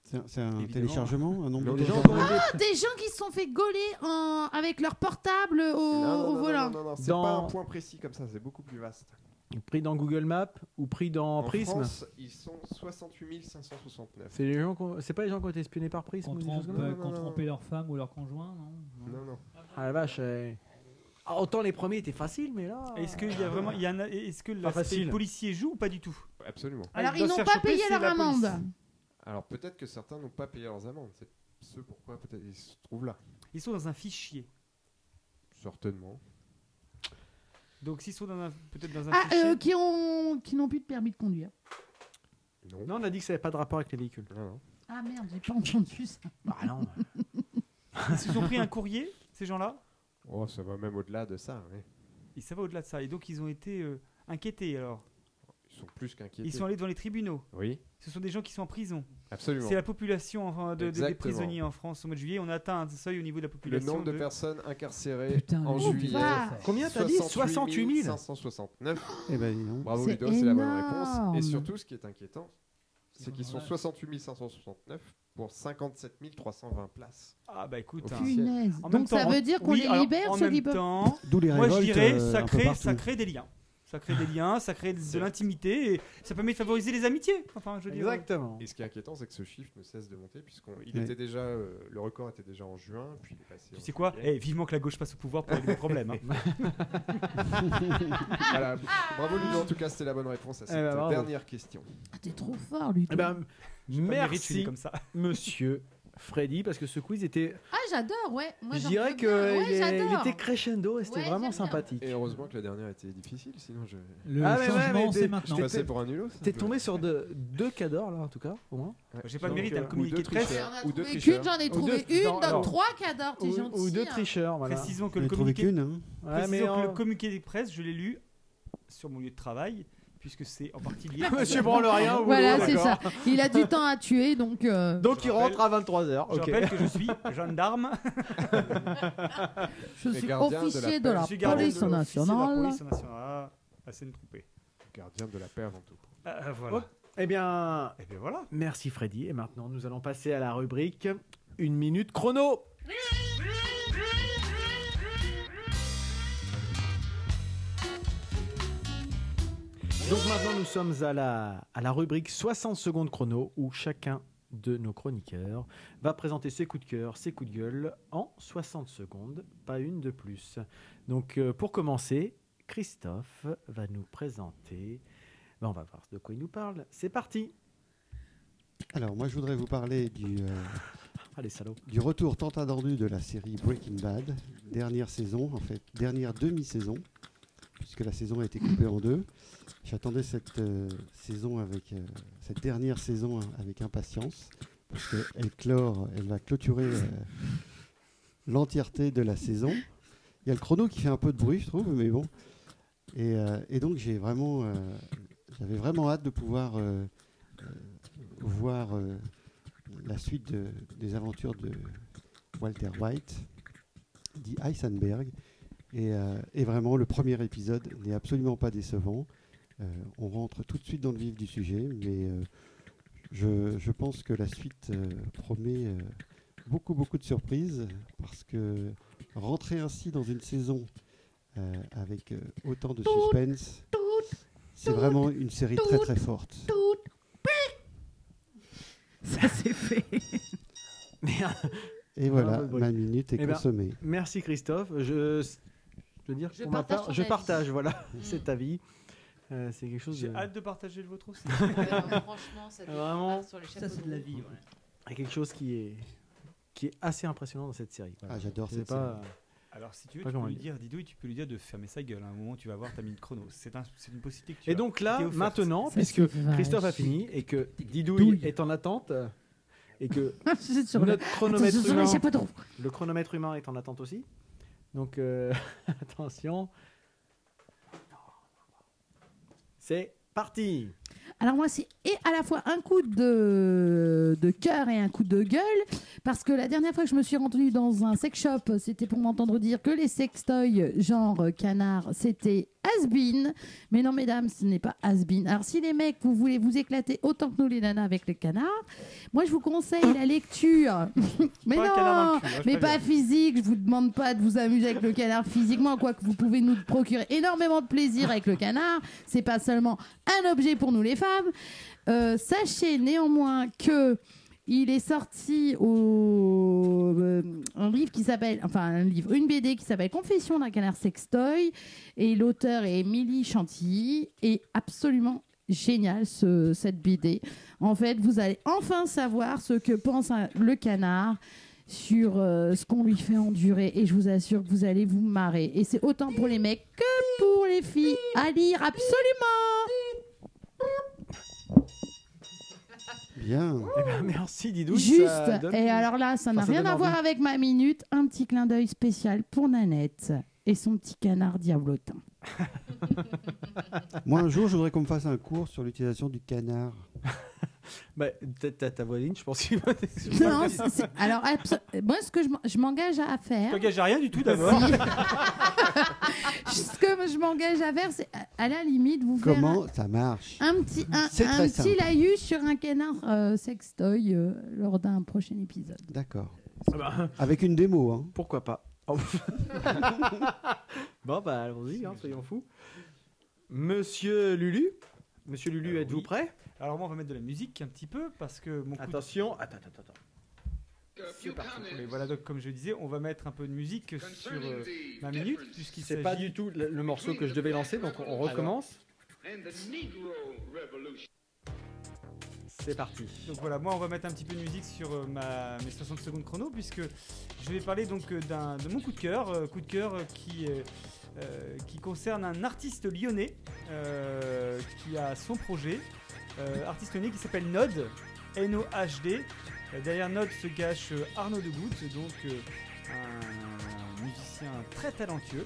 [SPEAKER 2] C'est un- c'est un
[SPEAKER 6] Évidemment.
[SPEAKER 2] téléchargement, un nombre
[SPEAKER 7] Non,
[SPEAKER 2] de
[SPEAKER 7] des gens
[SPEAKER 2] téléchargements
[SPEAKER 3] qui ont
[SPEAKER 4] Ah, des gens qui se sont fait gauler en... avec leur portable au,
[SPEAKER 7] non, non,
[SPEAKER 4] au
[SPEAKER 7] non,
[SPEAKER 4] volant.
[SPEAKER 7] non, non, non, c'est
[SPEAKER 3] Dans-
[SPEAKER 7] pas un point précis comme ça, c'est beaucoup plus vaste.
[SPEAKER 3] été pris dans Google Maps ou pris dans
[SPEAKER 7] Mm. En
[SPEAKER 3] Prism
[SPEAKER 7] France, ils sont 68 569.
[SPEAKER 3] C'est les gens qu'on- c'est pas les gens qui ont été espionnés par Prism
[SPEAKER 1] Qu'on
[SPEAKER 3] ou des
[SPEAKER 1] trompe,
[SPEAKER 3] choses comme ça
[SPEAKER 1] euh,
[SPEAKER 7] non,
[SPEAKER 1] qu'on
[SPEAKER 7] non,
[SPEAKER 1] trompait leur femme ou leur conjoint, non, Non.
[SPEAKER 7] Non, non.
[SPEAKER 3] Ah la vache. euh. Ah, autant les premiers étaient faciles, mais là.
[SPEAKER 6] Est-ce qu'il
[SPEAKER 7] Ah,
[SPEAKER 6] y a vraiment il y en a- est-ce que l'aspect
[SPEAKER 3] facile.
[SPEAKER 6] policier joue ou pas du tout
[SPEAKER 7] Absolument.
[SPEAKER 4] Alors,
[SPEAKER 6] Ah,
[SPEAKER 4] ils
[SPEAKER 6] doivent se
[SPEAKER 4] n'ont
[SPEAKER 6] faire
[SPEAKER 4] pas
[SPEAKER 6] choper,
[SPEAKER 4] payé
[SPEAKER 6] c'est
[SPEAKER 4] leur
[SPEAKER 6] la police.
[SPEAKER 4] amende.
[SPEAKER 7] Alors peut-être que certains n'ont pas payé leurs amendes. C'est ce pourquoi peut-être ils se trouvent là.
[SPEAKER 6] Ils sont dans un fichier.
[SPEAKER 7] Certainement.
[SPEAKER 6] Donc s'ils sont dans un peut-être dans un
[SPEAKER 4] Ah,
[SPEAKER 6] fichier.
[SPEAKER 4] euh, qui ont qui n'ont plus de permis de conduire.
[SPEAKER 7] Non.
[SPEAKER 3] Non, on a dit que ça n'avait pas de rapport avec les véhicules.
[SPEAKER 7] Non, non.
[SPEAKER 4] Ah merde, j'ai pas entendu ça.
[SPEAKER 3] Bah non.
[SPEAKER 6] Ils se sont pris un courrier ces gens-là
[SPEAKER 7] Oh, ça va même au-delà de ça. hein. ouais.
[SPEAKER 6] Et ça va au-delà de ça. Et donc ils ont été euh, inquiétés alors.
[SPEAKER 7] Ils sont plus qu'inquiétés.
[SPEAKER 6] Ils sont allés devant les tribunaux.
[SPEAKER 7] Oui,
[SPEAKER 6] Ce sont des gens qui sont en prison.
[SPEAKER 7] absolument.
[SPEAKER 6] C'est la population enfin, de- de- des
[SPEAKER 7] Exactement.
[SPEAKER 6] prisonniers en France au mois de juillet. On a atteint un seuil au niveau de la
[SPEAKER 7] Le
[SPEAKER 6] population.
[SPEAKER 7] nombre de personnes incarcérées
[SPEAKER 1] Putain,
[SPEAKER 7] en
[SPEAKER 1] le-
[SPEAKER 7] juillet.
[SPEAKER 4] va.
[SPEAKER 3] Combien t'as dit 68 000
[SPEAKER 7] 569.
[SPEAKER 2] Eh ben, dis donc.
[SPEAKER 7] Bravo
[SPEAKER 4] C'est
[SPEAKER 7] Ludo, c'est la bonne
[SPEAKER 4] énorme.
[SPEAKER 7] réponse. Et surtout, ce qui est inquiétant, c'est
[SPEAKER 1] Ils
[SPEAKER 7] qu'ils
[SPEAKER 1] en
[SPEAKER 7] sont
[SPEAKER 1] ont-
[SPEAKER 7] 68 569 pour 57 320 places.
[SPEAKER 6] Ah bah écoute. hein.
[SPEAKER 7] Officiel.
[SPEAKER 4] Punaise.
[SPEAKER 6] En même
[SPEAKER 4] Donc ça
[SPEAKER 6] temps,
[SPEAKER 4] veut dire qu'on
[SPEAKER 6] oui,
[SPEAKER 4] les
[SPEAKER 6] alors,
[SPEAKER 4] libère
[SPEAKER 6] en
[SPEAKER 4] ceux
[SPEAKER 6] même
[SPEAKER 4] qui peuvent.
[SPEAKER 6] temps,
[SPEAKER 2] D'où les
[SPEAKER 6] Moi, je
[SPEAKER 2] révoltes.
[SPEAKER 6] dirais,
[SPEAKER 2] euh, un
[SPEAKER 6] ça
[SPEAKER 2] peu
[SPEAKER 6] crée,
[SPEAKER 2] partout.
[SPEAKER 6] ça crée des liens. Ça crée des liens, ça crée de l'intimité et ça permet de favoriser les amitiés. Enfin, je veux dire.
[SPEAKER 3] euh,
[SPEAKER 7] Et ce qui est inquiétant, c'est que ce chiffre ne cesse de monter, puisqu'on il
[SPEAKER 6] Ouais.
[SPEAKER 7] était déjà, euh, le record était déjà en juin, puis il est passé.
[SPEAKER 6] Tu
[SPEAKER 7] en
[SPEAKER 6] sais quoi
[SPEAKER 7] juillet.
[SPEAKER 6] Eh, Vivement que la gauche passe au pouvoir pour régler le problème. hein.
[SPEAKER 7] Voilà, b- bravo Ludo, en tout cas, c'était la bonne réponse à
[SPEAKER 6] Eh
[SPEAKER 7] cette
[SPEAKER 6] ben, bravo.
[SPEAKER 7] dernière question.
[SPEAKER 4] Ah, T'es trop fort, lui.
[SPEAKER 3] Eh ben,
[SPEAKER 6] pas le mérite, je
[SPEAKER 3] merci,
[SPEAKER 6] suis comme ça.
[SPEAKER 3] monsieur Freddy, parce que ce quiz était.
[SPEAKER 4] Ah, j'adore, ouais. Moi,
[SPEAKER 3] je
[SPEAKER 4] j'en
[SPEAKER 3] dirais
[SPEAKER 4] peux
[SPEAKER 3] qu'il
[SPEAKER 4] bien. Ouais, j'adore.
[SPEAKER 3] était crescendo et c'était
[SPEAKER 4] Ouais,
[SPEAKER 3] vraiment
[SPEAKER 4] j'aime bien.
[SPEAKER 3] sympathique.
[SPEAKER 7] Et heureusement que la dernière était difficile, sinon je.
[SPEAKER 1] Le Ah, mais ouais, changement, mais c'est t'es- maintenant.
[SPEAKER 7] Je passais pour un nulot. ça.
[SPEAKER 3] T'es tombé sur deux, deux cadors là, en tout cas, au moins.
[SPEAKER 6] J'ai pas
[SPEAKER 3] Donc,
[SPEAKER 6] le mérite, hein,
[SPEAKER 3] euh,
[SPEAKER 6] le communiqué de presse.
[SPEAKER 4] J'en ai trouvé qu'une, j'en ai trouvé une, donc trois cadors, t'es
[SPEAKER 3] ou-
[SPEAKER 4] gentil.
[SPEAKER 3] ou deux
[SPEAKER 4] hein.
[SPEAKER 3] tricheurs, euh, voilà.
[SPEAKER 6] Précisons que
[SPEAKER 3] J'en
[SPEAKER 6] le
[SPEAKER 3] ai trouvé
[SPEAKER 6] communiqué,
[SPEAKER 3] qu'une, hein. Ouais,
[SPEAKER 6] Précisons
[SPEAKER 3] mais
[SPEAKER 6] que
[SPEAKER 3] en-
[SPEAKER 6] le communiqué des presses, je l'ai lu sur mon lieu de travail, puisque c'est en partie lié.
[SPEAKER 3] Monsieur Branlerien, au boulot,
[SPEAKER 4] Voilà, c'est ça.
[SPEAKER 3] Oh, d'accord.
[SPEAKER 4] Il a du temps à tuer, donc. euh,
[SPEAKER 3] Donc il rentre à 23h.
[SPEAKER 6] Je rappelle que je suis gendarme.
[SPEAKER 4] Je suis officier de la
[SPEAKER 6] Je suis gardien
[SPEAKER 4] police
[SPEAKER 6] de l'officier de la
[SPEAKER 4] nationale.
[SPEAKER 6] police nationale à Seine-Troupée.
[SPEAKER 7] Gardien de la paix avant tout.
[SPEAKER 6] Euh, voilà.
[SPEAKER 3] Eh bien,
[SPEAKER 6] eh bien voilà.
[SPEAKER 3] merci Freddy. Et maintenant, nous allons passer à la rubrique Une minute chrono. Donc maintenant, nous sommes à la, à la rubrique 60 secondes chrono où chacun de nos chroniqueurs va présenter ses coups de cœur, ses coups de gueule en 60 secondes, pas une de plus. Donc euh, pour commencer, Christophe va nous présenter... Ben, on va voir de quoi il nous parle. C'est parti
[SPEAKER 2] Alors, moi, je voudrais vous parler du, euh,
[SPEAKER 3] Ah les salauds.
[SPEAKER 2] du retour tant attendu de la série Breaking Bad, dernière saison, en fait, dernière demi-saison, puisque la saison a été coupée en deux. J'attendais cette euh, saison avec euh, cette dernière saison avec impatience, parce qu'elle clore, elle va clôturer euh, l'entièreté de la saison. Il y a le chrono qui fait un peu de bruit, je trouve, mais bon. Et, euh, et donc j'ai vraiment, euh, j'avais vraiment hâte de pouvoir euh, euh, voir euh, la suite de- des aventures de Walter White, dit Heisenberg. Et, euh, et vraiment, le premier épisode n'est absolument pas décevant. Euh, on rentre tout de suite dans le vif du sujet, mais euh, je, je pense que la suite euh, promet euh, beaucoup, beaucoup de surprises, parce que rentrer ainsi dans une saison euh, avec euh, autant de suspense, c'est vraiment une série très, très forte.
[SPEAKER 4] Ça c'est fait.
[SPEAKER 2] Et
[SPEAKER 3] Un
[SPEAKER 2] voilà,
[SPEAKER 3] peu de bruit.
[SPEAKER 2] ma minute est
[SPEAKER 3] Eh ben,
[SPEAKER 2] consommée.
[SPEAKER 3] merci Christophe. Je, je veux dire
[SPEAKER 6] Je
[SPEAKER 3] qu'on va
[SPEAKER 6] partage
[SPEAKER 3] pas-
[SPEAKER 6] ton
[SPEAKER 3] je
[SPEAKER 6] avis. Mm.
[SPEAKER 3] partage, voilà, cet avis. Euh, c'est quelque chose.
[SPEAKER 6] J'ai
[SPEAKER 3] De...
[SPEAKER 6] hâte de partager le vôtre aussi.
[SPEAKER 8] franchement, ça dépend
[SPEAKER 3] Vraiment.
[SPEAKER 8] pas sur les chapeaux
[SPEAKER 1] Ça, c'est de la vie, ouais.
[SPEAKER 3] Quelque chose qui est qui est assez impressionnant dans cette série. Voilà.
[SPEAKER 2] Ah, j'adore
[SPEAKER 3] Je sais
[SPEAKER 2] cette
[SPEAKER 3] pas,
[SPEAKER 2] série.
[SPEAKER 3] euh,
[SPEAKER 6] Alors si tu veux,
[SPEAKER 3] pas
[SPEAKER 6] tu peux
[SPEAKER 3] comment
[SPEAKER 6] lui
[SPEAKER 3] il-
[SPEAKER 6] dire, Didouille, tu peux lui dire de fermer sa gueule. À un moment, tu vas voir ta minute chrono. C'est un- c'est une possibilité que tu
[SPEAKER 3] Et
[SPEAKER 6] as,
[SPEAKER 3] donc
[SPEAKER 6] qui t'est
[SPEAKER 3] là,
[SPEAKER 6] offerte.
[SPEAKER 3] maintenant, puisque Christophe a fini et que Didouille est en attente euh, et que
[SPEAKER 4] C'est sur le-
[SPEAKER 3] notre chronomètre
[SPEAKER 4] Attends, c'est sur les
[SPEAKER 3] humain,
[SPEAKER 4] chapeaux de roue.
[SPEAKER 3] le chronomètre humain est en attente aussi. Donc euh, attention. C'est parti.
[SPEAKER 4] Alors moi, c'est et à la fois un coup de, de cœur et un coup de gueule, parce que la dernière fois que je me suis rendue dans un sex shop, c'était pour m'entendre dire que les sextoys genre canard, c'était has-been. Mais non, mesdames, ce n'est pas has-been. Alors si les mecs, vous voulez vous éclater autant que nous les nanas avec les canards, moi je vous conseille la lecture. mais
[SPEAKER 11] Pas un
[SPEAKER 4] non,
[SPEAKER 11] canard dans le cul, hein, je
[SPEAKER 4] mais pas
[SPEAKER 11] préviens.
[SPEAKER 4] physique. Je vous demande pas de vous amuser avec le canard physiquement, quoique vous pouvez nous procurer énormément de plaisir avec le canard. C'est pas seulement un objet pour nous les femmes. Euh, sachez néanmoins que il est sorti au euh, un livre qui s'appelle enfin un livre une BD qui s'appelle Confession d'un canard sextoy et l'auteur est Émilie Chantilly et absolument génial ce- cette BD. En fait, vous allez enfin savoir ce que pense un- le canard sur euh, ce qu'on lui fait endurer et je vous assure que vous allez vous marrer et c'est autant pour les mecs que pour les filles à lire absolument.
[SPEAKER 2] Bien.
[SPEAKER 3] Eh ben, merci Didou.
[SPEAKER 4] Juste,
[SPEAKER 3] ça donne-
[SPEAKER 4] et alors là, ça
[SPEAKER 3] Enfin,
[SPEAKER 4] n'a rien
[SPEAKER 3] donne
[SPEAKER 4] à voir
[SPEAKER 3] envie.
[SPEAKER 4] avec ma minute, un petit clin d'œil spécial pour Nanette et son petit canard diablotin.
[SPEAKER 2] Moi, un jour, je voudrais qu'on me fasse un cours sur l'utilisation du canard.
[SPEAKER 3] Bah, t'as- t'as ta voisine, je pense qu'il va t'expliquer.
[SPEAKER 4] Non, c'est- c'est- alors, abso- moi, ce que je m'en- je m'engage à
[SPEAKER 6] Tu
[SPEAKER 4] faire,
[SPEAKER 6] t'engages à rien du tout d'abord.
[SPEAKER 4] ce que je m'engage à faire, c'est à- à la limite vous Ah. faire
[SPEAKER 2] Comment ça marche
[SPEAKER 4] un, un petit, un,
[SPEAKER 2] C'est
[SPEAKER 4] un
[SPEAKER 2] très
[SPEAKER 4] petit
[SPEAKER 2] simple.
[SPEAKER 4] laïus sur un canard euh, sextoy euh, lors d'un prochain épisode.
[SPEAKER 2] D'accord. Avec une démo, hein.
[SPEAKER 3] Pourquoi pas bon, bah allons-y, hein, soyons fous. Monsieur Lulu Monsieur Lulu, êtes-vous prêt
[SPEAKER 6] Alors moi, on va mettre de la musique un petit peu parce que mon coup de-
[SPEAKER 3] Attention, attends, attends, attends.
[SPEAKER 6] C'est parti. Mais voilà, donc comme je disais, on va mettre un peu de musique sur euh, ma minute puisqu'il
[SPEAKER 3] C'est pas du tout le, le morceau que je devais lancer, donc on recommence.
[SPEAKER 10] and the Negro Revolution.
[SPEAKER 3] C'est parti.
[SPEAKER 6] Donc voilà, moi on va mettre un petit peu de musique sur euh, ma, mes 60 secondes chrono puisque je vais parler donc euh, d'un- de mon coup de cœur, euh, coup de cœur euh, qui, euh, euh, qui concerne un artiste lyonnais euh, qui a son projet, euh, artiste lyonnais qui s'appelle Node, N-O-H-D. Euh, Derrière Node se cache euh, Arnaud Degoutte, donc euh, un musicien très talentueux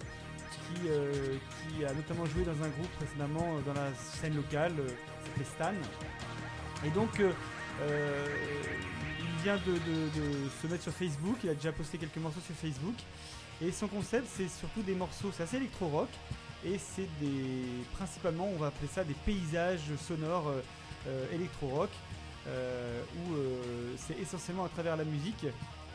[SPEAKER 6] qui, euh, qui a notamment joué dans un groupe précédemment euh, dans la scène locale, euh, qui s'appelait Stan. Et donc, euh, euh, il vient de, de- de se mettre sur Facebook, il a déjà posté quelques morceaux sur Facebook. Et son concept, c'est surtout des morceaux, c'est assez électro-rock, et c'est des, principalement, on va appeler ça des paysages sonores euh, euh, électro-rock, euh, où euh, c'est essentiellement à travers la musique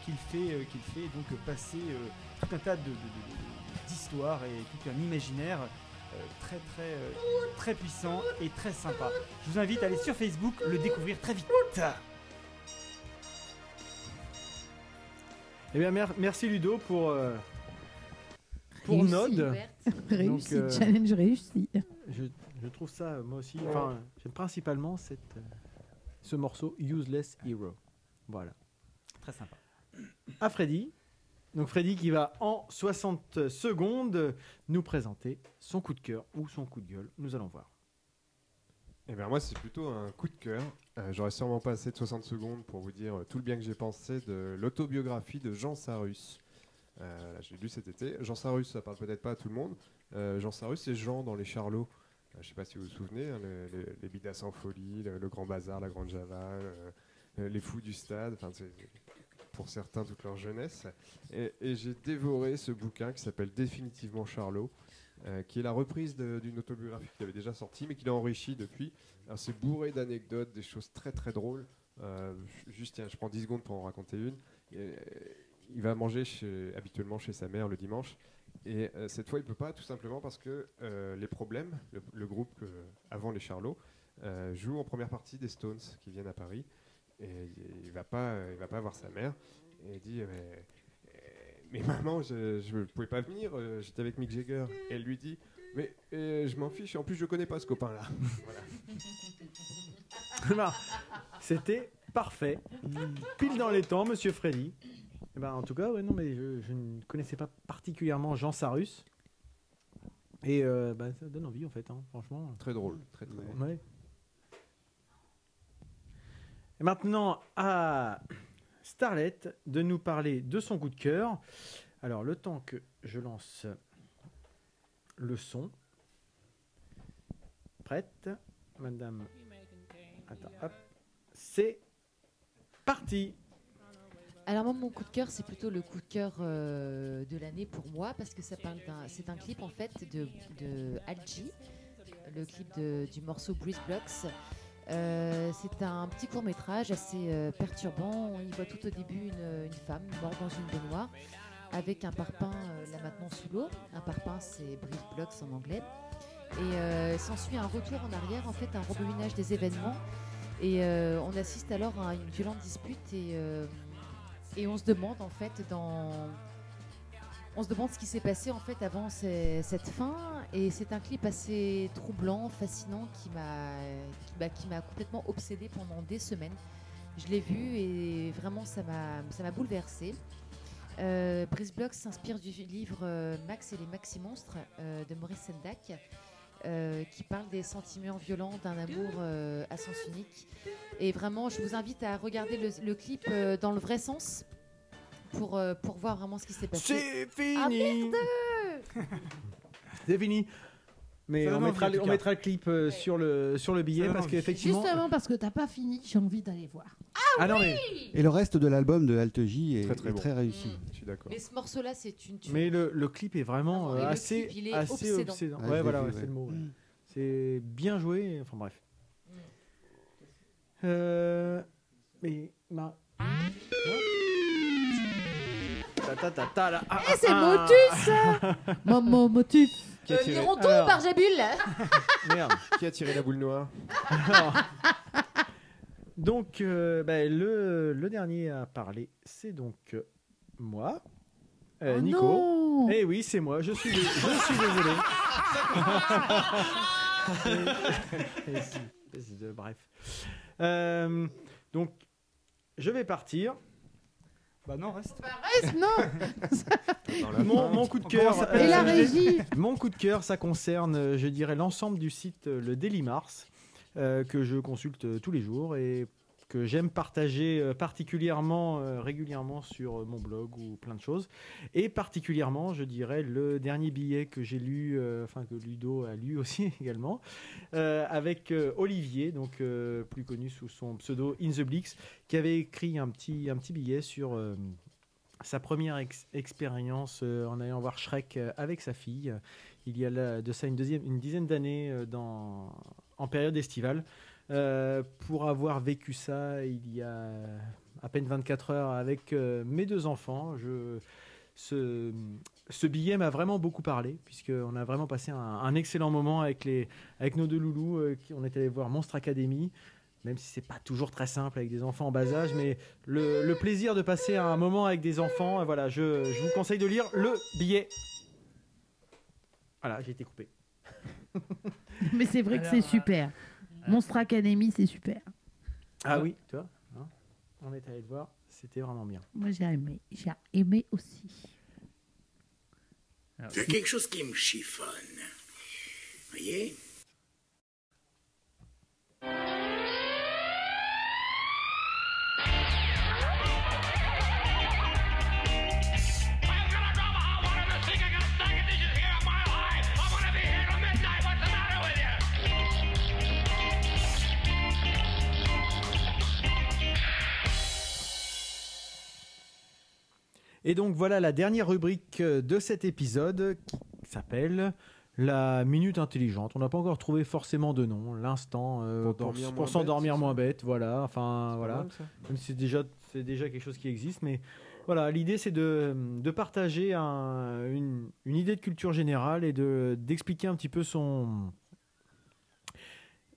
[SPEAKER 6] qu'il fait, euh, qu'il fait donc passer euh, tout un tas de- de- de- de- d'histoires et tout un imaginaire euh, très très euh, très puissant et très sympa. Je vous invite à aller sur Facebook le découvrir très vite.
[SPEAKER 3] Eh bien, mer- merci Ludo pour, euh, pour
[SPEAKER 4] Réussi.
[SPEAKER 3] Node.
[SPEAKER 4] Réussi,
[SPEAKER 3] Donc, euh,
[SPEAKER 4] challenge réussi.
[SPEAKER 3] Je, je trouve ça, euh, moi aussi, enfin, j'aime principalement cette, euh, ce morceau Useless Hero. Voilà.
[SPEAKER 6] Très sympa.
[SPEAKER 3] À Freddy. Donc Freddy qui va en 60 secondes nous présenter son coup de cœur ou son coup de gueule. Nous allons voir.
[SPEAKER 7] Eh bien, moi, c'est plutôt un coup de cœur. Euh, J'aurais sûrement pas assez de 60 secondes pour vous dire euh, tout le bien que j'ai pensé de l'autobiographie de Jean Sarus. Euh, j'ai lu cet été. Jean Sarus, ça parle peut-être pas à tout le monde. Euh, Jean Sarus, c'est Jean dans Les Charlots. Euh, je sais pas si vous vous souvenez, hein, le- le- les Bidas en folie, le, le Grand Bazar, la Grande Java, euh, les fous du stade, enfin, c'est- pour certains toute leur jeunesse. Et, et j'ai dévoré ce bouquin qui s'appelle Définitivement Charlot, euh, qui est la reprise de- d'une autobiographie qu'il avait déjà sortie, mais qu'il a enrichie depuis. Alors, C'est bourré d'anecdotes, des choses très très drôles. Euh, juste, tiens, je prends 10 secondes pour en raconter une. Et, euh, il va manger chez- habituellement chez sa mère le dimanche. Et euh, cette fois, il peut pas, tout simplement parce que euh, les problèmes, le, le groupe que- avant les Charlots, euh, joue en première partie des Stones qui viennent à Paris. Et il- il va pas, il va pas voir sa mère. Et il dit, mais, mais maman, je ne pouvais pas venir, euh, j'étais avec Mick Jagger. Et elle lui dit, mais euh, je m'en fiche, en plus je connais pas ce copain-là. Voilà.
[SPEAKER 3] Voilà. C'était parfait. Pile dans les temps, monsieur Freddy. Eh ben, en tout cas, ouais, non, mais je, je ne connaissais pas particulièrement Jean Sarus. Et euh, bah, ça donne envie, en fait, hein, franchement.
[SPEAKER 7] Très drôle, très très drôle.
[SPEAKER 3] Ouais. Et maintenant, à Starlet de nous parler de son coup de cœur. Alors, le temps que je lance le son. Prête, madame. Attends, hop. C'est parti.
[SPEAKER 8] Alors moi, mon coup de cœur, c'est plutôt le coup de cœur euh, de l'année pour moi parce que ça parle d'un, c'est un clip en fait de, de Algie, le clip de- du morceau Breeze Blocks. Euh, c'est un petit court métrage assez euh, perturbant. On y voit tout au début une, une femme morte dans une baignoire avec un parpaing euh, là maintenant sous l'eau. Un parpaing, c'est Breeze Blocks en anglais. Et euh, s'ensuit un retour en arrière, en fait, un rembobinage des événements. Et euh, on assiste alors à une violente dispute et euh, et on se demande en fait dans on se demande ce qui s'est passé en fait avant ces- cette fin et c'est un clip assez troublant, fascinant qui m'a qui m'a- qui m'a complètement obsédé pendant des semaines. Je l'ai vu et vraiment ça m'a ça m'a bouleversé. Euh, Brice Bloch s'inspire du livre euh, Max et les Maxi Monstres euh, de Maurice Sendak, euh, qui parle des sentiments violents d'un amour euh, à sens unique. Et vraiment, je vous invite à regarder le, le clip euh, dans le vrai sens pour, euh, pour voir vraiment ce qui s'est passé.
[SPEAKER 3] C'est
[SPEAKER 8] Ah
[SPEAKER 3] fini.
[SPEAKER 8] merde
[SPEAKER 3] C'est fini. Mais
[SPEAKER 6] Ça
[SPEAKER 3] on
[SPEAKER 6] donne
[SPEAKER 3] mettra,
[SPEAKER 6] envie,
[SPEAKER 3] le-
[SPEAKER 6] en tout
[SPEAKER 3] on
[SPEAKER 6] cas.
[SPEAKER 3] mettra le clip euh, sur, le, sur le billet
[SPEAKER 6] donne
[SPEAKER 3] parce
[SPEAKER 6] envie.
[SPEAKER 3] qu'effectivement.
[SPEAKER 4] Justement parce que t'as pas fini, j'ai envie d'aller voir.
[SPEAKER 3] Ah non, mais,
[SPEAKER 2] Et le reste de l'album de Alte J est est
[SPEAKER 7] Très,
[SPEAKER 2] très,
[SPEAKER 7] très bon.
[SPEAKER 2] réussi. Ah,
[SPEAKER 7] Je suis d'accord.
[SPEAKER 8] Mais ce morceau-là, c'est une tuerie.
[SPEAKER 3] mais le, le clip est vraiment
[SPEAKER 8] Vraiment, et
[SPEAKER 3] euh,
[SPEAKER 8] le
[SPEAKER 3] assez,
[SPEAKER 8] clip, il est
[SPEAKER 3] assez obsédant.
[SPEAKER 8] obsédant.
[SPEAKER 2] Ah, je
[SPEAKER 3] ouais,
[SPEAKER 2] l'ai
[SPEAKER 3] voilà,
[SPEAKER 2] vu,
[SPEAKER 3] ouais,
[SPEAKER 2] ouais.
[SPEAKER 3] c'est le mot. ouais.
[SPEAKER 2] Mm.
[SPEAKER 3] C'est bien joué. Enfin bref. Euh, mais ma. Ta ta ta ta, là. Ah,
[SPEAKER 4] Eh, c'est hein
[SPEAKER 3] ah, ah.
[SPEAKER 4] Ah. Motus Maman Motus
[SPEAKER 7] Qui a
[SPEAKER 8] Euh,
[SPEAKER 7] tiré-
[SPEAKER 8] Mironton
[SPEAKER 7] Alors.
[SPEAKER 8] par Jabul
[SPEAKER 7] Merde, qui a tiré la boule noire
[SPEAKER 6] Alors. donc, euh, bah,
[SPEAKER 3] ben,
[SPEAKER 6] le, le dernier à parler, c'est donc euh, moi, euh,
[SPEAKER 4] Oh
[SPEAKER 6] Nico.
[SPEAKER 4] non
[SPEAKER 6] Eh oui, c'est moi, je suis, dé- je suis désolé. Et- et si- et si- euh, Bref. Euh, donc, je vais partir.
[SPEAKER 12] Bah non, reste.
[SPEAKER 4] Reste, non
[SPEAKER 12] Ah,
[SPEAKER 6] mon, mon coup de cœur.
[SPEAKER 12] Comment ça
[SPEAKER 4] s'appelle Et la régie
[SPEAKER 6] Mon coup de cœur, ça concerne, euh, je dirais, l'ensemble du site euh, le Daily Mars euh, que je consulte euh, tous les jours et que j'aime partager euh, particulièrement euh, régulièrement sur euh, mon blog ou plein de choses et particulièrement je dirais le dernier billet que j'ai lu euh, enfin que Ludo a lu aussi également euh, avec euh, Olivier donc euh, plus connu sous son pseudo In the Blix qui avait écrit un petit un petit billet sur euh, sa première ex- expérience euh, en allant voir Shrek euh, avec sa fille. Il y a là, de ça une, deuxième, une dizaine d'années euh, dans- en période estivale. Euh, pour avoir vécu ça il y a à peine 24 heures avec euh, mes deux enfants, je, ce, ce billet m'a vraiment beaucoup parlé, puisqu'on a vraiment passé un, un excellent moment avec, les, avec nos deux loulous. euh, qui, on est allé voir Monstre Academy, même si c'est pas toujours très simple avec des enfants en bas âge, mais le, le plaisir de passer un moment avec des enfants, euh, voilà, je, je vous conseille de lire le billet. Voilà, j'ai été coupé.
[SPEAKER 4] Mais c'est vrai que
[SPEAKER 6] Alors,
[SPEAKER 4] c'est
[SPEAKER 6] euh,
[SPEAKER 4] super. Monstre Academy, c'est super.
[SPEAKER 6] Ah oui, tu vois, hein, on est allé le voir, c'était vraiment bien.
[SPEAKER 4] Moi, j'ai aimé. J'ai aimé aussi.
[SPEAKER 13] Il y a quelque chose qui me chiffonne. Voyez
[SPEAKER 6] Et donc voilà la dernière rubrique euh, de cet épisode qui s'appelle la minute intelligente. On n'a pas encore trouvé forcément de nom. L'instant euh,
[SPEAKER 7] Pour
[SPEAKER 6] pour
[SPEAKER 7] dormir
[SPEAKER 6] pour
[SPEAKER 7] moins bête,
[SPEAKER 6] s'endormir
[SPEAKER 7] c'est
[SPEAKER 6] moins, bête. Voilà. Enfin voilà.
[SPEAKER 7] mal, ça.
[SPEAKER 6] Même si c'est déjà c'est déjà quelque chose qui existe, mais voilà. L'idée c'est de, de partager un- une, une idée de culture générale et de d'expliquer un petit peu son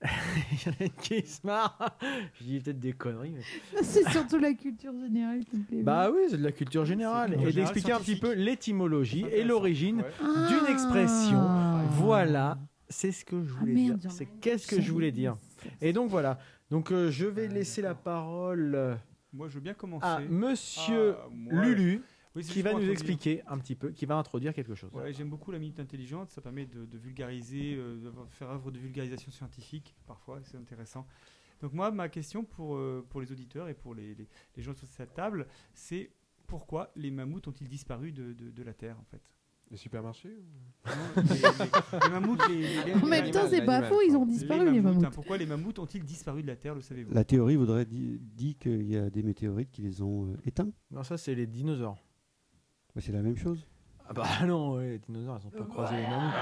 [SPEAKER 6] Il y en a une qui se marre. Je dis peut-être des conneries. mais-
[SPEAKER 4] C'est surtout la culture générale qui me plaît.
[SPEAKER 6] bah oui, c'est de la culture générale.
[SPEAKER 12] culture
[SPEAKER 6] Et
[SPEAKER 12] générale
[SPEAKER 6] d'expliquer un petit peu l'étymologie et l'origine
[SPEAKER 4] Ah.
[SPEAKER 6] d'une expression. Voilà, c'est ce que je voulais
[SPEAKER 4] Ah, merde,
[SPEAKER 6] dire.
[SPEAKER 4] j'en
[SPEAKER 6] C'est qu'est-ce que je voulais dire. Et donc voilà. Donc euh, je
[SPEAKER 12] Ah,
[SPEAKER 6] vais laisser la parole euh,
[SPEAKER 12] Moi, je veux bien commencer.
[SPEAKER 6] à Ah, monsieur
[SPEAKER 12] Ah, moi.
[SPEAKER 6] Lulu
[SPEAKER 12] Oui, c'est
[SPEAKER 6] qui
[SPEAKER 12] juste
[SPEAKER 6] va
[SPEAKER 12] pour
[SPEAKER 6] nous
[SPEAKER 12] introduire.
[SPEAKER 6] expliquer un petit peu, qui va introduire quelque chose.
[SPEAKER 12] Ouais, j'aime beaucoup la minute intelligente, ça permet de, de vulgariser, euh, de faire œuvre de vulgarisation scientifique, parfois, c'est intéressant. Donc moi, ma question pour, euh, pour les auditeurs et pour les, les- les gens sur cette table, c'est pourquoi les mammouths ont-ils disparu de, de- de la Terre, en fait
[SPEAKER 7] Les supermarchés ou-
[SPEAKER 12] Non, les, les- les mammouths, les- les-
[SPEAKER 4] En même temps,
[SPEAKER 7] L'animal,
[SPEAKER 4] c'est pas
[SPEAKER 7] l'animal,
[SPEAKER 4] faux, ils ont
[SPEAKER 7] pardon.
[SPEAKER 4] disparu, les
[SPEAKER 12] mammouths, hein.
[SPEAKER 4] mammouths.
[SPEAKER 12] Pourquoi les mammouths ont-ils disparu de la Terre, le savez-vous
[SPEAKER 2] La théorie voudrait di- dit qu'il y a des météorites qui les ont euh, éteints.
[SPEAKER 6] Non, ça c'est les dinosaures.
[SPEAKER 2] Bah, c'est la même chose.
[SPEAKER 6] Ah bah non, ouais, les dinosaures, ils ont pas croisé les mammouths.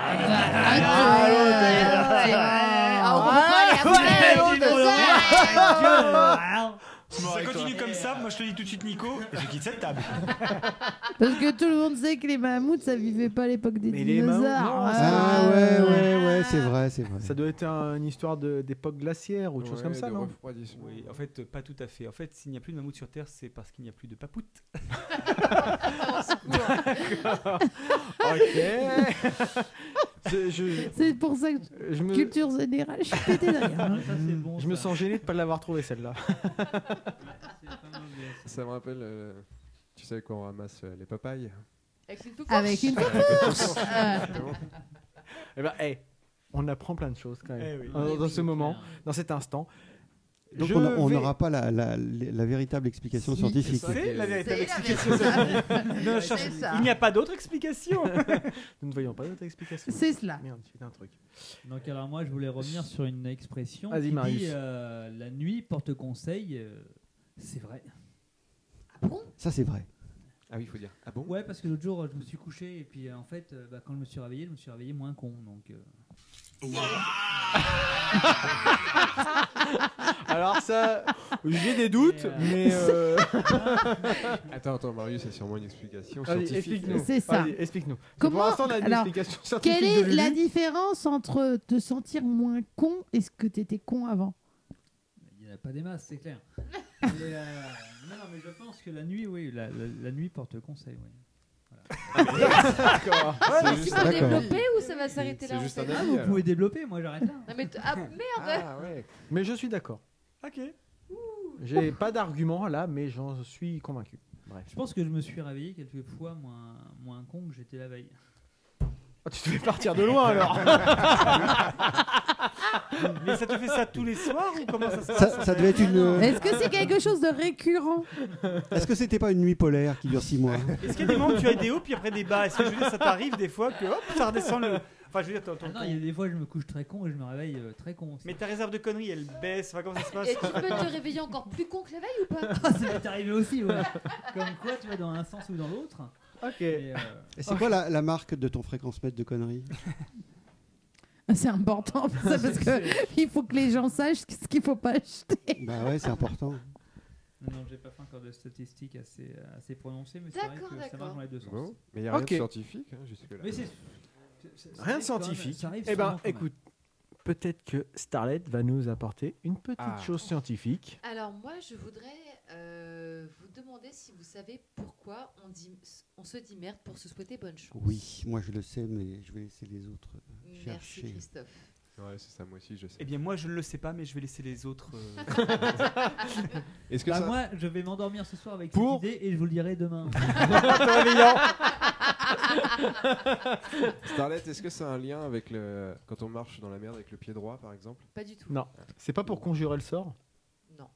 [SPEAKER 3] Si ça continue comme ça, moi je te dis tout de suite Nico, je quitte cette table.
[SPEAKER 4] Parce que tout le monde sait que les mammouths, ça vivait pas à l'époque des
[SPEAKER 6] Mais les
[SPEAKER 4] dinosaures.
[SPEAKER 6] mammouths, non,
[SPEAKER 2] Ah,
[SPEAKER 4] Ah,
[SPEAKER 2] ouais, ouais, ouais, c'est vrai, c'est vrai.
[SPEAKER 6] Ça doit être un- une histoire de- d'époque glaciaire ou de choses
[SPEAKER 7] Ouais,
[SPEAKER 6] comme ça,
[SPEAKER 7] de
[SPEAKER 6] non
[SPEAKER 7] refroidissement.
[SPEAKER 12] Oui, en fait, euh, pas tout à fait. En fait, s'il n'y a plus de mammouths sur Terre, c'est parce qu'il n'y a plus de papoutes.
[SPEAKER 6] Ok. C'est- je,
[SPEAKER 4] C'est pour ça que
[SPEAKER 6] je me,
[SPEAKER 4] culture générale, je suis pété
[SPEAKER 1] Ah,
[SPEAKER 4] derrière.
[SPEAKER 6] je me sens gêné de pas l'avoir trouvé celle-là.
[SPEAKER 7] Ça me rappelle. euh, tu sais quoi, on ramasse euh, les papayes
[SPEAKER 8] Avec une touffe.
[SPEAKER 4] Avec une course.
[SPEAKER 6] Eh ben, hey, on apprend plein de choses quand même.
[SPEAKER 12] Eh oui.
[SPEAKER 3] Euh,
[SPEAKER 6] Dans,
[SPEAKER 1] Eh
[SPEAKER 6] dans
[SPEAKER 1] oui,
[SPEAKER 6] ce
[SPEAKER 1] c'est
[SPEAKER 6] moment,
[SPEAKER 1] clair.
[SPEAKER 6] dans cet instant.
[SPEAKER 2] Donc
[SPEAKER 6] Je
[SPEAKER 2] on a- on
[SPEAKER 6] vais-
[SPEAKER 2] n'aura pas la, la- la véritable explication
[SPEAKER 7] Si,
[SPEAKER 2] scientifique.
[SPEAKER 7] c'est ça.
[SPEAKER 12] C'est la véritable
[SPEAKER 8] C'est la
[SPEAKER 12] explication. Ne
[SPEAKER 8] C'est
[SPEAKER 12] cherche-
[SPEAKER 8] ça.
[SPEAKER 12] Il n'y a pas d'autre explication.
[SPEAKER 6] Nous ne voyons pas d'autre explication.
[SPEAKER 4] C'est cela.
[SPEAKER 6] Merde, j'ai fait un truc.
[SPEAKER 1] Donc alors moi je voulais revenir sur une expression
[SPEAKER 6] Vas-y,
[SPEAKER 1] qui
[SPEAKER 6] Marius.
[SPEAKER 1] dit euh, la nuit porte conseil. euh, c'est vrai.
[SPEAKER 2] Ça, c'est vrai.
[SPEAKER 7] Ah oui, il faut dire. Ah bon
[SPEAKER 1] Ouais parce que l'autre jour je me suis couché et puis euh, en fait euh, bah, quand je me suis réveillé je me suis réveillé moins con donc. euh,
[SPEAKER 13] Voilà
[SPEAKER 3] Alors ça, j'ai des doutes, mais... euh,
[SPEAKER 7] Attends, attends, Marius, c'est sûrement une explication
[SPEAKER 3] Allez,
[SPEAKER 7] scientifique.
[SPEAKER 3] explique-nous.
[SPEAKER 4] C'est ça.
[SPEAKER 3] Allez, explique-nous.
[SPEAKER 4] Comment-
[SPEAKER 3] Pour l'instant, on a une
[SPEAKER 4] alors,
[SPEAKER 3] explication scientifique
[SPEAKER 4] Quelle est
[SPEAKER 3] de Lulu.
[SPEAKER 4] la différence entre te sentir moins con et ce que t'étais con avant
[SPEAKER 1] Il n'y en a pas des masses, c'est clair. Mais, euh, non, non, mais je pense que la nuit, oui, la, la- la nuit porte conseil. Oui.
[SPEAKER 5] D'accord. Ah, mais tu peux D'accord. développer ou ça va
[SPEAKER 1] C'est-
[SPEAKER 5] s'arrêter
[SPEAKER 1] c'est
[SPEAKER 5] là,
[SPEAKER 1] juste
[SPEAKER 5] on
[SPEAKER 1] un
[SPEAKER 5] sait
[SPEAKER 1] avis,
[SPEAKER 6] Ah,
[SPEAKER 5] pas.
[SPEAKER 1] Vous pouvez développer, moi j'arrête là.
[SPEAKER 5] Non mais t- ah merde.
[SPEAKER 3] Mais je suis d'accord.
[SPEAKER 6] Ok.
[SPEAKER 3] J'ai pas d'argument là, mais j'en suis convaincu. Bref.
[SPEAKER 1] Je pense que je me suis réveillé quelques fois moins, moins con que j'étais la veille.
[SPEAKER 3] Ah, tu te fais partir de loin alors
[SPEAKER 6] Mais ça te fait ça tous les soirs ou comment ça se passe
[SPEAKER 2] Ça, ça devait être une. euh,
[SPEAKER 4] Est-ce que c'est quelque chose de récurrent
[SPEAKER 2] Est-ce que c'était pas une nuit polaire qui dure six mois
[SPEAKER 6] Est-ce qu'il y a des moments où tu as des hauts puis après des bas Est-ce que je veux dire, ça t'arrive des fois que hop, ça redescend le. Enfin, je veux dire, ton- ton-
[SPEAKER 1] Ah non, il y a des fois je me couche très con et je me réveille euh, très con. aussi.
[SPEAKER 6] Mais ta réserve de conneries, elle baisse. Enfin, comment ça se passe
[SPEAKER 5] Et tu peux te réveiller encore plus con que la veille ou pas
[SPEAKER 1] Ah, ça m'est arrivé aussi, ouais. Comme quoi, tu vas dans un sens ou dans l'autre. euh,
[SPEAKER 3] Ok.
[SPEAKER 2] Et c'est quoi la, la marque de ton fréquence mètre de conneries
[SPEAKER 4] C'est important ça, parce que il faut que les gens sachent ce qu'il faut pas acheter.
[SPEAKER 2] Bah ouais, c'est important.
[SPEAKER 1] Non, non, j'ai pas fait encore de statistiques assez, euh, assez prononcées, mais c'est vrai
[SPEAKER 5] D'accord,
[SPEAKER 1] que ça marche
[SPEAKER 5] d'accord.
[SPEAKER 1] dans les deux sens.
[SPEAKER 7] Bon, mais il n'y a rien
[SPEAKER 3] Ok.
[SPEAKER 7] de scientifique hein, jusque-là.
[SPEAKER 1] Mais c'est.
[SPEAKER 3] Rien de scientifique. Eh ben, écoute, peut-être que Starlet va nous apporter une petite
[SPEAKER 7] Ah.
[SPEAKER 3] chose scientifique.
[SPEAKER 8] Alors moi, je voudrais euh, vous demander si vous savez pourquoi on, dit, on se dit merde pour se souhaiter bonne chance.
[SPEAKER 2] Oui, moi je le sais, mais je vais laisser les autres euh,
[SPEAKER 8] Merci,
[SPEAKER 2] chercher.
[SPEAKER 8] Christophe.
[SPEAKER 7] Ouais, c'est ça, moi aussi, je sais.
[SPEAKER 6] Eh bien, moi, je ne le sais pas, mais je vais laisser les autres. euh,
[SPEAKER 7] Est-ce que
[SPEAKER 1] Bah,
[SPEAKER 7] ça-
[SPEAKER 1] moi, je vais m'endormir ce soir avec
[SPEAKER 7] Pour-
[SPEAKER 1] cette idée et je vous le dirai demain.
[SPEAKER 7] Starlet, est-ce que ça a un lien avec le. Quand on marche dans la merde avec le pied droit, par exemple
[SPEAKER 8] Pas du tout.
[SPEAKER 3] Non, c'est pas pour conjurer le sort.
[SPEAKER 8] Non.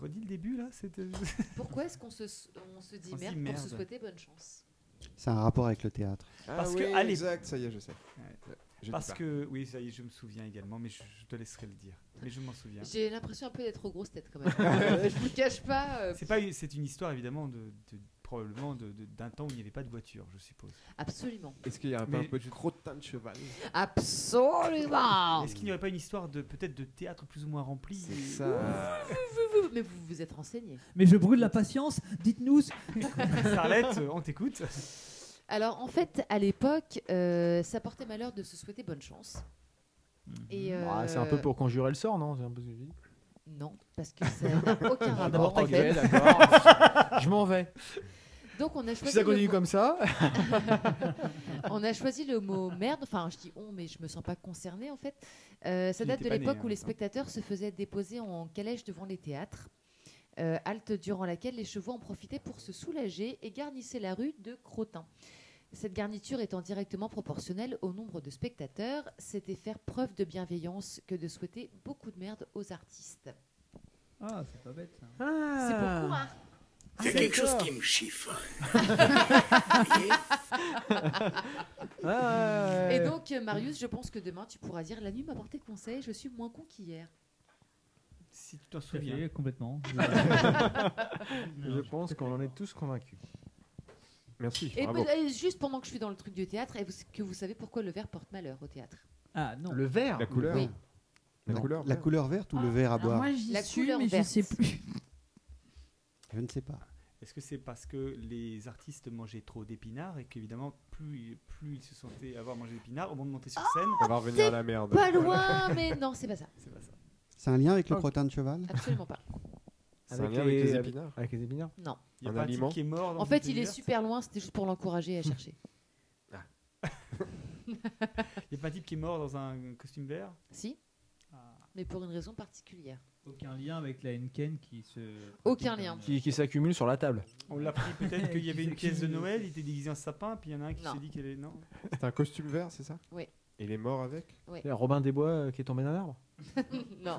[SPEAKER 6] Redis le début, là. C'était.
[SPEAKER 8] Pourquoi est-ce qu'on se, on se dit
[SPEAKER 6] On se dit
[SPEAKER 8] merde, pour
[SPEAKER 6] merde.
[SPEAKER 8] se souhaiter bonne chance
[SPEAKER 2] C'est un rapport avec le théâtre.
[SPEAKER 6] Parce
[SPEAKER 7] ah,
[SPEAKER 6] que,
[SPEAKER 7] oui,
[SPEAKER 6] allez.
[SPEAKER 7] Exact, ça y est, je sais.
[SPEAKER 6] Ouais.
[SPEAKER 7] Je
[SPEAKER 6] Parce
[SPEAKER 7] dis pas.
[SPEAKER 6] que, oui, ça y est, je me souviens également, mais je, je te laisserai le dire. Mais je m'en souviens.
[SPEAKER 8] J'ai l'impression un peu d'être aux grosses têtes quand même. Euh, je vous le cache pas. euh,
[SPEAKER 6] C'est pas, une- c'est une histoire évidemment de, de- probablement de- de- d'un temps où il n'y avait pas de voiture, je suppose.
[SPEAKER 8] Absolument.
[SPEAKER 7] Est-ce qu'il y a un, peu-
[SPEAKER 6] Mais-
[SPEAKER 7] un peu de crottin de cheval
[SPEAKER 8] Absolument. Oh.
[SPEAKER 6] Est-ce qu'il n'y aurait pas une histoire de peut-être de théâtre plus ou moins rempli
[SPEAKER 7] C'est ça.
[SPEAKER 8] Vous- vous- Mais vous vous êtes renseigné.
[SPEAKER 1] Mais je brûle la patience, dites-nous. ce-
[SPEAKER 6] Starlette, on t'écoute.
[SPEAKER 8] Alors en fait, à l'époque, euh, ça portait malheur de se souhaiter bonne chance. Et,
[SPEAKER 3] Bah, c'est un peu
[SPEAKER 8] euh,
[SPEAKER 3] pour conjurer le sort, non C'est un peu ce que je dis.
[SPEAKER 8] Non, parce que ça n'a aucun
[SPEAKER 3] Ah,
[SPEAKER 8] rapport. en
[SPEAKER 3] ok,
[SPEAKER 8] fait.
[SPEAKER 3] d'accord. je m'en vais.
[SPEAKER 8] Donc on a
[SPEAKER 3] Si
[SPEAKER 8] choisi.
[SPEAKER 3] ça
[SPEAKER 8] le
[SPEAKER 3] continue
[SPEAKER 8] mot-
[SPEAKER 3] comme ça.
[SPEAKER 8] on a choisi le mot merde. Enfin, je dis on, mais je me sens pas concernée en fait. Euh, ça
[SPEAKER 6] Il
[SPEAKER 8] date
[SPEAKER 6] était
[SPEAKER 8] de
[SPEAKER 6] pas né,
[SPEAKER 8] l'époque
[SPEAKER 6] hein,
[SPEAKER 8] où les
[SPEAKER 6] ça.
[SPEAKER 8] spectateurs se faisaient déposer en calèche devant les théâtres. euh, halte durant laquelle les chevaux en profitaient pour se soulager et garnissaient la rue de crottins. Cette garniture étant directement proportionnelle au nombre de spectateurs, c'était faire preuve de bienveillance que de souhaiter beaucoup de merde aux artistes.
[SPEAKER 1] Ah, c'est pas bête ça.
[SPEAKER 4] Ah.
[SPEAKER 8] C'est pour
[SPEAKER 3] Ah.
[SPEAKER 8] hein. moi.
[SPEAKER 10] Il y a quelque chose qui me chiffonne.
[SPEAKER 3] Ah.
[SPEAKER 8] Et donc, euh, Marius, je pense que demain, tu pourras dire La nuit m'a porté conseil, je suis moins con qu'hier.
[SPEAKER 6] Si tu
[SPEAKER 1] Tout
[SPEAKER 6] t'en
[SPEAKER 1] à
[SPEAKER 6] souviens.
[SPEAKER 1] fait, complètement. Non,
[SPEAKER 3] je
[SPEAKER 1] suis
[SPEAKER 3] pense
[SPEAKER 1] tout à
[SPEAKER 3] qu'on
[SPEAKER 1] fait
[SPEAKER 3] en est
[SPEAKER 1] d'accord.
[SPEAKER 3] tous convaincus.
[SPEAKER 7] Merci.
[SPEAKER 8] Et
[SPEAKER 7] bravo.
[SPEAKER 8] peut- et juste pendant que je suis dans le truc du théâtre, et que vous savez pourquoi le verre porte malheur au théâtre
[SPEAKER 1] Ah non.
[SPEAKER 3] Le vert.
[SPEAKER 7] La couleur hein.
[SPEAKER 8] Oui.
[SPEAKER 7] La
[SPEAKER 2] Non,
[SPEAKER 7] couleur
[SPEAKER 2] la
[SPEAKER 7] verte.
[SPEAKER 2] couleur verte ou le
[SPEAKER 6] Ah
[SPEAKER 2] verre à
[SPEAKER 6] bah.
[SPEAKER 4] Alors
[SPEAKER 2] boire
[SPEAKER 4] moi j'y
[SPEAKER 8] La
[SPEAKER 4] suis
[SPEAKER 8] couleur
[SPEAKER 4] mais
[SPEAKER 8] verte.
[SPEAKER 4] je sais plus.
[SPEAKER 2] Je ne sais pas.
[SPEAKER 6] Est-ce que c'est parce que les artistes mangeaient trop d'épinards et qu'évidemment, plus, plus ils se sentaient avoir mangé d'épinards, au moment de monter
[SPEAKER 8] Ah
[SPEAKER 6] sur scène,
[SPEAKER 7] On va revenir à la merde.
[SPEAKER 8] Pas loin, mais non, c'est pas ça.
[SPEAKER 6] c'est pas ça.
[SPEAKER 2] C'est un lien avec le
[SPEAKER 3] Ok.
[SPEAKER 2] crottin de cheval
[SPEAKER 8] Absolument pas.
[SPEAKER 7] C'est un lien avec les épinards.
[SPEAKER 3] Avec les épinards.
[SPEAKER 8] Non.
[SPEAKER 6] Il y a
[SPEAKER 7] Un
[SPEAKER 6] pas un
[SPEAKER 7] aliment
[SPEAKER 6] type qui est mort. dans
[SPEAKER 8] En
[SPEAKER 6] une
[SPEAKER 8] fait, il est
[SPEAKER 6] demi-heure
[SPEAKER 8] super loin, c'était juste pour l'encourager à chercher.
[SPEAKER 6] Il y a pas un type qui est mort dans un costume vert
[SPEAKER 8] si,
[SPEAKER 6] Ah,
[SPEAKER 8] mais pour une raison particulière.
[SPEAKER 1] Aucun lien avec la Henken qui se.
[SPEAKER 8] Aucun lien.
[SPEAKER 3] Qui, qui s'accumulent sur la table.
[SPEAKER 6] On l'a pris peut-être qu'il y avait
[SPEAKER 1] Qui
[SPEAKER 6] une pièce de
[SPEAKER 1] s'accumule.
[SPEAKER 6] Noël, il était déguisé en sapin, puis il y en a un qui
[SPEAKER 8] Non.
[SPEAKER 6] s'est dit qu'elle est. Non.
[SPEAKER 7] C'est un costume vert, c'est ça
[SPEAKER 8] Oui.
[SPEAKER 7] Et il est mort avec
[SPEAKER 3] Et Robin des Bois euh, qui est tombé d'un arbre.
[SPEAKER 8] non.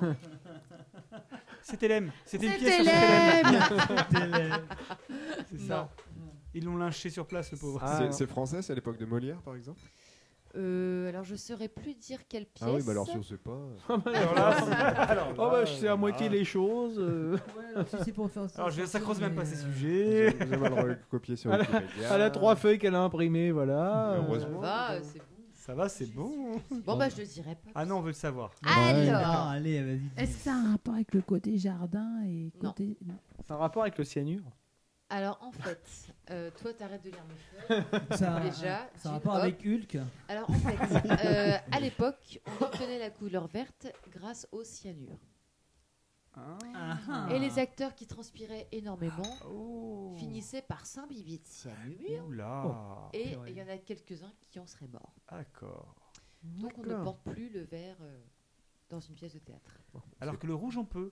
[SPEAKER 6] C'était l'aime. C'était une pièce
[SPEAKER 4] C'était
[SPEAKER 6] sur C'était
[SPEAKER 4] l'aime
[SPEAKER 6] l'aime. C'est ça.
[SPEAKER 1] Non.
[SPEAKER 6] Ils l'ont lynché sur place, le pauvre.
[SPEAKER 3] Ah,
[SPEAKER 7] C'est-
[SPEAKER 3] non.
[SPEAKER 7] C'est français, c'est à l'époque de Molière, par exemple
[SPEAKER 8] Euh, alors, je saurais plus dire quelle pièce.
[SPEAKER 7] Ah oui, bah alors si on sait pas. Ah,
[SPEAKER 6] Alors là, alors
[SPEAKER 3] Oh bah
[SPEAKER 6] là,
[SPEAKER 3] je sais à moitié
[SPEAKER 6] là.
[SPEAKER 3] les choses. euh.
[SPEAKER 1] Ouais, alors, si c'est pour faire ça. Euh,
[SPEAKER 6] Alors je ça creuse même pas ces sujets.
[SPEAKER 7] J'ai j'ai mal recopié sur
[SPEAKER 3] Elle a-
[SPEAKER 7] Wikipédia.
[SPEAKER 3] Ah. Elle a trois feuilles qu'elle a imprimées, voilà.
[SPEAKER 7] Mais
[SPEAKER 3] Euh,
[SPEAKER 7] heureusement.
[SPEAKER 8] Ça va, euh, c'est bon.
[SPEAKER 6] Ça va, c'est bon.
[SPEAKER 8] Bon, bah, je le dirai pas.
[SPEAKER 6] Ah non, on veut le savoir.
[SPEAKER 4] Alors.
[SPEAKER 1] Ah, allez, vas-y.
[SPEAKER 4] Est-ce que ça a un rapport avec le côté jardin et côté. Non.
[SPEAKER 3] C'est un rapport avec le cyanure
[SPEAKER 8] Alors, en fait, euh, toi, t'arrêtes de lire mes feuilles.
[SPEAKER 1] Ça a-
[SPEAKER 8] Déjà,
[SPEAKER 1] Ah, ça a
[SPEAKER 8] tu-
[SPEAKER 1] rapport
[SPEAKER 8] hop.
[SPEAKER 1] avec Hulk
[SPEAKER 8] Alors, en fait, euh, à l'époque, on obtenait la couleur verte grâce au cyanure.
[SPEAKER 5] ah.
[SPEAKER 8] Et les
[SPEAKER 2] Ah.
[SPEAKER 8] acteurs qui transpiraient énormément Oh.
[SPEAKER 2] Oh.
[SPEAKER 8] finissaient par s'imbiber de cyanure.
[SPEAKER 6] Oula.
[SPEAKER 8] Oh. Et
[SPEAKER 6] Purée.
[SPEAKER 8] il y en a quelques-uns qui en seraient morts.
[SPEAKER 6] D'accord.
[SPEAKER 8] Donc, on ne
[SPEAKER 6] D'accord.
[SPEAKER 8] porte plus le verre euh, dans une pièce de théâtre.
[SPEAKER 6] Alors que le rouge, on peut.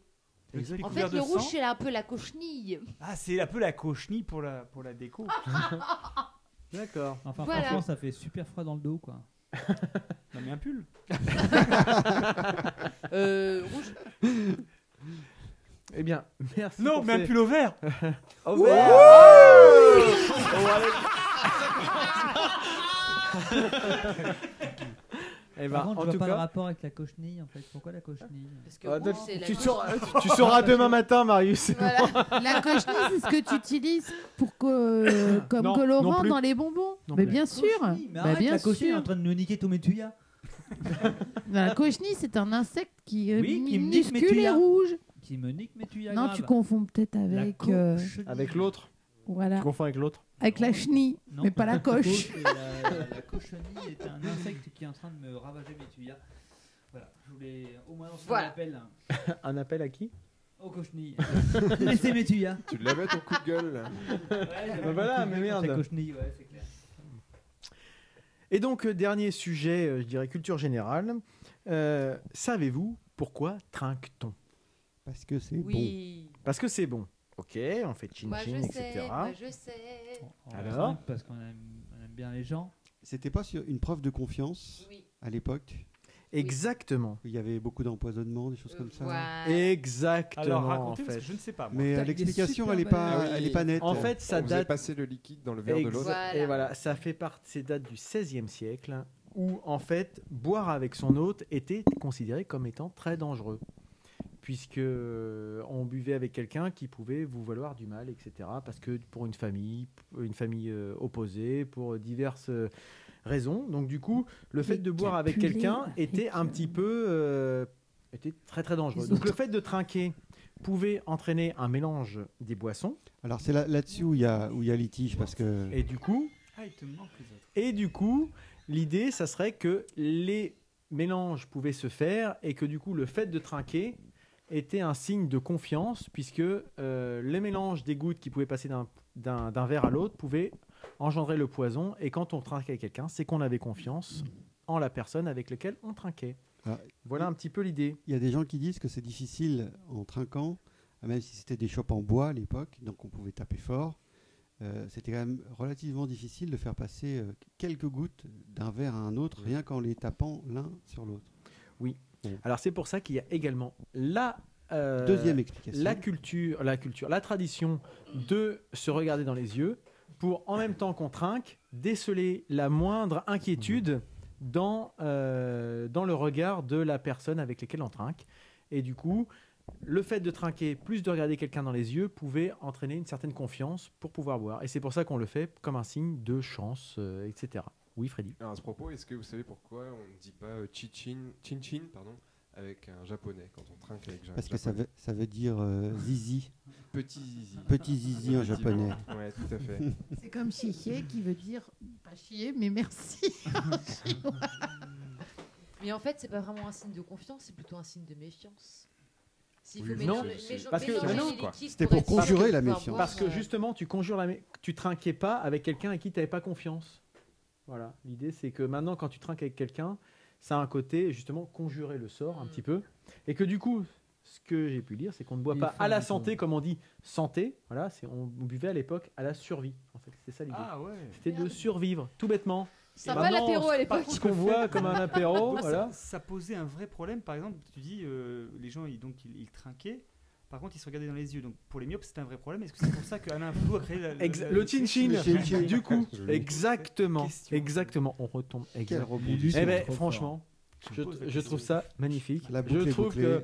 [SPEAKER 6] Le petit
[SPEAKER 8] En fait,
[SPEAKER 6] couvert de
[SPEAKER 8] le rouge,
[SPEAKER 6] sang.
[SPEAKER 8] c'est un peu la cochenille.
[SPEAKER 6] Ah, c'est un peu la cochenille pour la, pour la déco.
[SPEAKER 3] D'accord.
[SPEAKER 1] Enfin,
[SPEAKER 8] Voilà.
[SPEAKER 1] franchement, ça fait super froid dans le dos, quoi.
[SPEAKER 6] Non, mais un pull.
[SPEAKER 8] Euh, rouge.
[SPEAKER 3] Eh bien, merci.
[SPEAKER 6] Non,
[SPEAKER 3] pour
[SPEAKER 6] mais un
[SPEAKER 3] ces- bah.
[SPEAKER 6] pull au vert.
[SPEAKER 3] Au
[SPEAKER 6] Ouh
[SPEAKER 3] vert.
[SPEAKER 6] Oh,
[SPEAKER 3] Eh ben,
[SPEAKER 1] Par contre,
[SPEAKER 3] en
[SPEAKER 1] je vois
[SPEAKER 3] tout
[SPEAKER 1] pas le
[SPEAKER 3] cas-
[SPEAKER 1] rapport avec la cochenille, en fait. Pourquoi la cochenille
[SPEAKER 8] Parce
[SPEAKER 3] Ah, toi,
[SPEAKER 8] c'est la
[SPEAKER 3] tu,
[SPEAKER 8] cochenille.
[SPEAKER 3] sauras, tu sauras demain matin, Marius.
[SPEAKER 4] La cochenille, c'est ce que tu utilises pour que, comme
[SPEAKER 3] Non, non
[SPEAKER 4] colorant
[SPEAKER 3] plus.
[SPEAKER 4] dans les bonbons.
[SPEAKER 3] Non
[SPEAKER 4] mais
[SPEAKER 3] plus.
[SPEAKER 4] bien sûr.
[SPEAKER 1] Cochenille, mais
[SPEAKER 4] Bah,
[SPEAKER 1] arrête,
[SPEAKER 4] bien
[SPEAKER 1] la hein. cochenille est
[SPEAKER 4] sûr.
[SPEAKER 1] en train de nous niquer tous mes tuyas.
[SPEAKER 4] La cochenille, c'est un insecte qui est
[SPEAKER 1] Oui, qui me nique mes
[SPEAKER 4] minuscule et
[SPEAKER 1] tuyas.
[SPEAKER 4] rouge.
[SPEAKER 1] Qui me nique mes tuyas.
[SPEAKER 4] Non,
[SPEAKER 1] graves.
[SPEAKER 4] tu confonds peut-être
[SPEAKER 1] La
[SPEAKER 4] avec. euh,
[SPEAKER 1] cochenille.
[SPEAKER 3] Avec l'autre.
[SPEAKER 4] voilà.
[SPEAKER 3] Tu confonds avec l'autre.
[SPEAKER 4] Avec la chenille,
[SPEAKER 1] Non,
[SPEAKER 4] mais pas la coche.
[SPEAKER 1] c'est La, la cochenille est un insecte qui est en train de me ravager mes tuyas. Voilà, je voulais au moins lancer
[SPEAKER 8] Voilà.
[SPEAKER 1] un appel hein,
[SPEAKER 3] Un appel à qui
[SPEAKER 1] aux cochenilles. Laissez mes tuyas.
[SPEAKER 7] Tu l'avais ton coup de gueule. là.
[SPEAKER 1] Ouais,
[SPEAKER 3] Bah voilà, mais merde.
[SPEAKER 1] La cochenille, ouais, c'est clair.
[SPEAKER 3] Et donc, euh, dernier sujet, euh, je dirais culture générale. Euh, Savez-vous pourquoi trinque-t-on
[SPEAKER 2] Parce que c'est bon.
[SPEAKER 8] Oui.
[SPEAKER 3] Parce que c'est bon. Ok, on fait
[SPEAKER 8] Moi,
[SPEAKER 3] chin-chin,
[SPEAKER 8] je
[SPEAKER 3] etc.
[SPEAKER 8] sais. Moi, je sais.
[SPEAKER 1] On- on
[SPEAKER 3] Alors
[SPEAKER 1] trinque Parce qu'on aime, on aime bien les gens.
[SPEAKER 2] C'était pas sur une preuve de confiance
[SPEAKER 8] Oui.
[SPEAKER 2] à l'époque
[SPEAKER 3] Exactement.
[SPEAKER 2] Il y avait beaucoup d'empoisonnement, des choses comme ça.
[SPEAKER 8] euh,
[SPEAKER 2] hein.
[SPEAKER 8] Voilà.
[SPEAKER 3] Exactement.
[SPEAKER 6] Alors
[SPEAKER 3] en
[SPEAKER 6] racontez, parce
[SPEAKER 3] fait,
[SPEAKER 6] que je ne sais pas. moi.
[SPEAKER 2] Mais euh,
[SPEAKER 1] T'as des
[SPEAKER 2] l'explication,
[SPEAKER 1] super
[SPEAKER 2] elle est
[SPEAKER 1] Ah
[SPEAKER 2] pas,
[SPEAKER 7] oui.
[SPEAKER 2] elle est pas nette.
[SPEAKER 3] En fait, ça
[SPEAKER 7] on faisait
[SPEAKER 3] date.
[SPEAKER 7] passer le liquide dans le verre de
[SPEAKER 3] Ex-
[SPEAKER 7] l'autre.
[SPEAKER 8] Voilà.
[SPEAKER 3] Et voilà, ça fait partie, ces dates du XVIe siècle où en fait boire avec son hôte était considéré comme étant très dangereux, puisque euh, on buvait avec quelqu'un qui pouvait vous valoir du mal, etc. Parce que pour une famille, une famille euh, opposée, pour diverses euh, raisons. Donc du coup, le fait
[SPEAKER 4] Les
[SPEAKER 3] de boire avec
[SPEAKER 4] capulets
[SPEAKER 3] quelqu'un
[SPEAKER 4] avec,
[SPEAKER 3] était un
[SPEAKER 4] euh,
[SPEAKER 3] petit peu, euh, était très très dangereux.
[SPEAKER 4] Les
[SPEAKER 3] Donc le fait de trinquer pouvait entraîner un mélange des boissons
[SPEAKER 2] Alors c'est là- là-dessus où il y a où il y a litige parce que
[SPEAKER 3] et du coup
[SPEAKER 6] Ah, il te manque les autres.
[SPEAKER 3] Et du coup, l'idée, ça serait que les mélanges pouvaient se faire et que du coup, le fait de trinquer était un signe de confiance puisque euh, les mélanges des gouttes qui pouvaient passer d'un- d'un d'un verre à l'autre pouvaient engendrer le poison. Et quand on trinquait avec quelqu'un, c'est qu'on avait confiance en la personne avec laquelle on trinquait.
[SPEAKER 2] Ah.
[SPEAKER 3] Voilà un petit peu l'idée.
[SPEAKER 2] il y a des gens qui disent que c'est difficile en trinquant, euh, même si c'était des chopes en bois à l'époque, donc on pouvait taper fort. euh, c'était quand même relativement difficile de faire passer euh, quelques gouttes d'un verre à un autre, rien qu'en les tapant l'un sur l'autre.
[SPEAKER 3] Alors c'est pour ça qu'il y a également la euh,
[SPEAKER 2] Deuxième explication.
[SPEAKER 3] la culture, la culture, la tradition de se regarder dans les yeux pour, en même temps qu'on trinque, déceler la moindre inquiétude dans, euh, dans le regard de la personne avec laquelle on trinque. Et du coup, le fait de trinquer, plus de regarder quelqu'un dans les yeux, pouvait entraîner une certaine confiance pour pouvoir boire. Et c'est pour ça qu'on le fait comme un signe de chance, euh, etc. Oui, Freddy.
[SPEAKER 7] Alors, à ce propos, est-ce que vous savez pourquoi on ne dit pas euh, chichin, chinchin pardon, avec un japonais quand on trinque avec un
[SPEAKER 2] Parce que ça
[SPEAKER 7] japonais
[SPEAKER 2] veut, ça veut dire euh, zizi,
[SPEAKER 7] Petit zizi.
[SPEAKER 2] petit zizi en japonais.
[SPEAKER 7] Ouais, tout à fait.
[SPEAKER 4] C'est comme chier qui veut dire pas chier, mais merci.
[SPEAKER 8] Mais en fait, c'est pas vraiment un signe de confiance, c'est plutôt un signe de méfiance. S'il
[SPEAKER 7] Oui,
[SPEAKER 8] faut
[SPEAKER 7] oui,
[SPEAKER 8] mélanger,
[SPEAKER 7] c'est- c'est-
[SPEAKER 8] mélanger-
[SPEAKER 3] parce que-
[SPEAKER 8] mélanger
[SPEAKER 3] bah non,
[SPEAKER 8] les
[SPEAKER 7] quoi.
[SPEAKER 8] liquides
[SPEAKER 2] C'était pour
[SPEAKER 8] être sûr
[SPEAKER 2] conjurer
[SPEAKER 8] de
[SPEAKER 2] la
[SPEAKER 8] pouvoir
[SPEAKER 2] méfiance.
[SPEAKER 8] boire,
[SPEAKER 3] Parce que
[SPEAKER 8] euh,
[SPEAKER 3] justement, tu conjures la mé- tu trinquais pas avec quelqu'un avec qui tu n'avais pas confiance. Voilà, l'idée c'est que maintenant quand tu trinques avec quelqu'un, ça a un côté justement conjurer le sort un
[SPEAKER 8] Mm.
[SPEAKER 3] petit peu et que du coup, ce que j'ai pu lire, c'est qu'on ne boit
[SPEAKER 1] Il
[SPEAKER 3] pas
[SPEAKER 1] faut
[SPEAKER 3] à la
[SPEAKER 1] un
[SPEAKER 3] santé
[SPEAKER 1] peu.
[SPEAKER 3] comme on dit santé, voilà, c'est on buvait à l'époque à la survie en fait, c'est ça l'idée.
[SPEAKER 6] Ah ouais.
[SPEAKER 3] C'était de survivre tout bêtement.
[SPEAKER 5] Ça
[SPEAKER 3] Et
[SPEAKER 5] va
[SPEAKER 3] maintenant,
[SPEAKER 5] l'apéro à l'époque.
[SPEAKER 3] Ce qu'on voit comme un apéro,
[SPEAKER 6] Donc, ça-
[SPEAKER 3] voilà.
[SPEAKER 6] ça, posait un vrai problème. Par exemple, tu dis, euh, les gens, ils, donc, ils, ils trinquaient. Par contre, ils se regardaient dans les yeux. Donc, pour les myopes, c'était un vrai problème. Est-ce que c'est pour ça qu'Alain Flou a créé la, la-
[SPEAKER 3] Ex-
[SPEAKER 6] la-
[SPEAKER 3] le chin-chin,
[SPEAKER 2] Le chin-chin.
[SPEAKER 3] du coup,
[SPEAKER 7] Joli.
[SPEAKER 3] exactement,
[SPEAKER 6] Question.
[SPEAKER 3] exactement, on retombe
[SPEAKER 2] Quel
[SPEAKER 3] exactement.
[SPEAKER 2] rebondissement.
[SPEAKER 3] Eh ben,
[SPEAKER 1] trop
[SPEAKER 3] franchement, je,
[SPEAKER 6] pose la
[SPEAKER 3] je
[SPEAKER 6] question.
[SPEAKER 3] trouve ça magnifique.
[SPEAKER 2] La boucle
[SPEAKER 3] je
[SPEAKER 2] est
[SPEAKER 3] trouve
[SPEAKER 2] bouclée.
[SPEAKER 3] que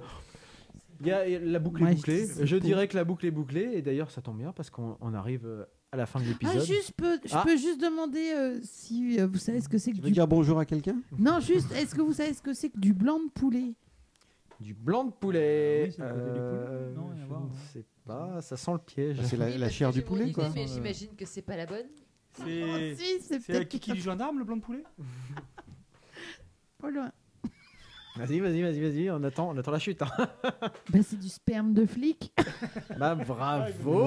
[SPEAKER 3] il y a la boucle est
[SPEAKER 4] Moi, je
[SPEAKER 3] bouclée.
[SPEAKER 4] dis
[SPEAKER 3] Je
[SPEAKER 4] c'est
[SPEAKER 3] dirais que la boucle est bouclée. Et d'ailleurs, ça tombe bien parce qu'on on arrive euh, à la fin de
[SPEAKER 4] Ah,
[SPEAKER 3] l'épisode.
[SPEAKER 4] juste, peux- je
[SPEAKER 3] Ah.
[SPEAKER 4] peux juste demander euh, si euh, vous savez ce que c'est que
[SPEAKER 2] Tu
[SPEAKER 4] du...
[SPEAKER 2] veux dire bonjour à quelqu'un
[SPEAKER 4] Non, juste, est-ce que vous savez ce que c'est que du blanc de poulet
[SPEAKER 3] Du blanc de
[SPEAKER 1] Ah
[SPEAKER 3] poulet.
[SPEAKER 1] Oui, c'est le côté du
[SPEAKER 3] euh,
[SPEAKER 1] poulet. Non, rien à voir, hein. non.
[SPEAKER 3] je ne sais pas, ça sent le piège.
[SPEAKER 2] Bah, c'est la- Oui, la parce chair que du j'ai mon poulet, idée, quoi. euh.
[SPEAKER 8] Mais j'imagine que c'est pas la bonne.
[SPEAKER 6] C'est
[SPEAKER 4] Oh, Si, c'est
[SPEAKER 6] c'est euh,
[SPEAKER 4] peut-être-
[SPEAKER 6] Kiki du gendarme, le blanc de poulet
[SPEAKER 4] Pas loin.
[SPEAKER 3] Vas-y, vas-y, vas-y, vas-y, on attend, on attend la chute. hein.
[SPEAKER 4] Bah, c'est du sperme de flic.
[SPEAKER 3] bah bravo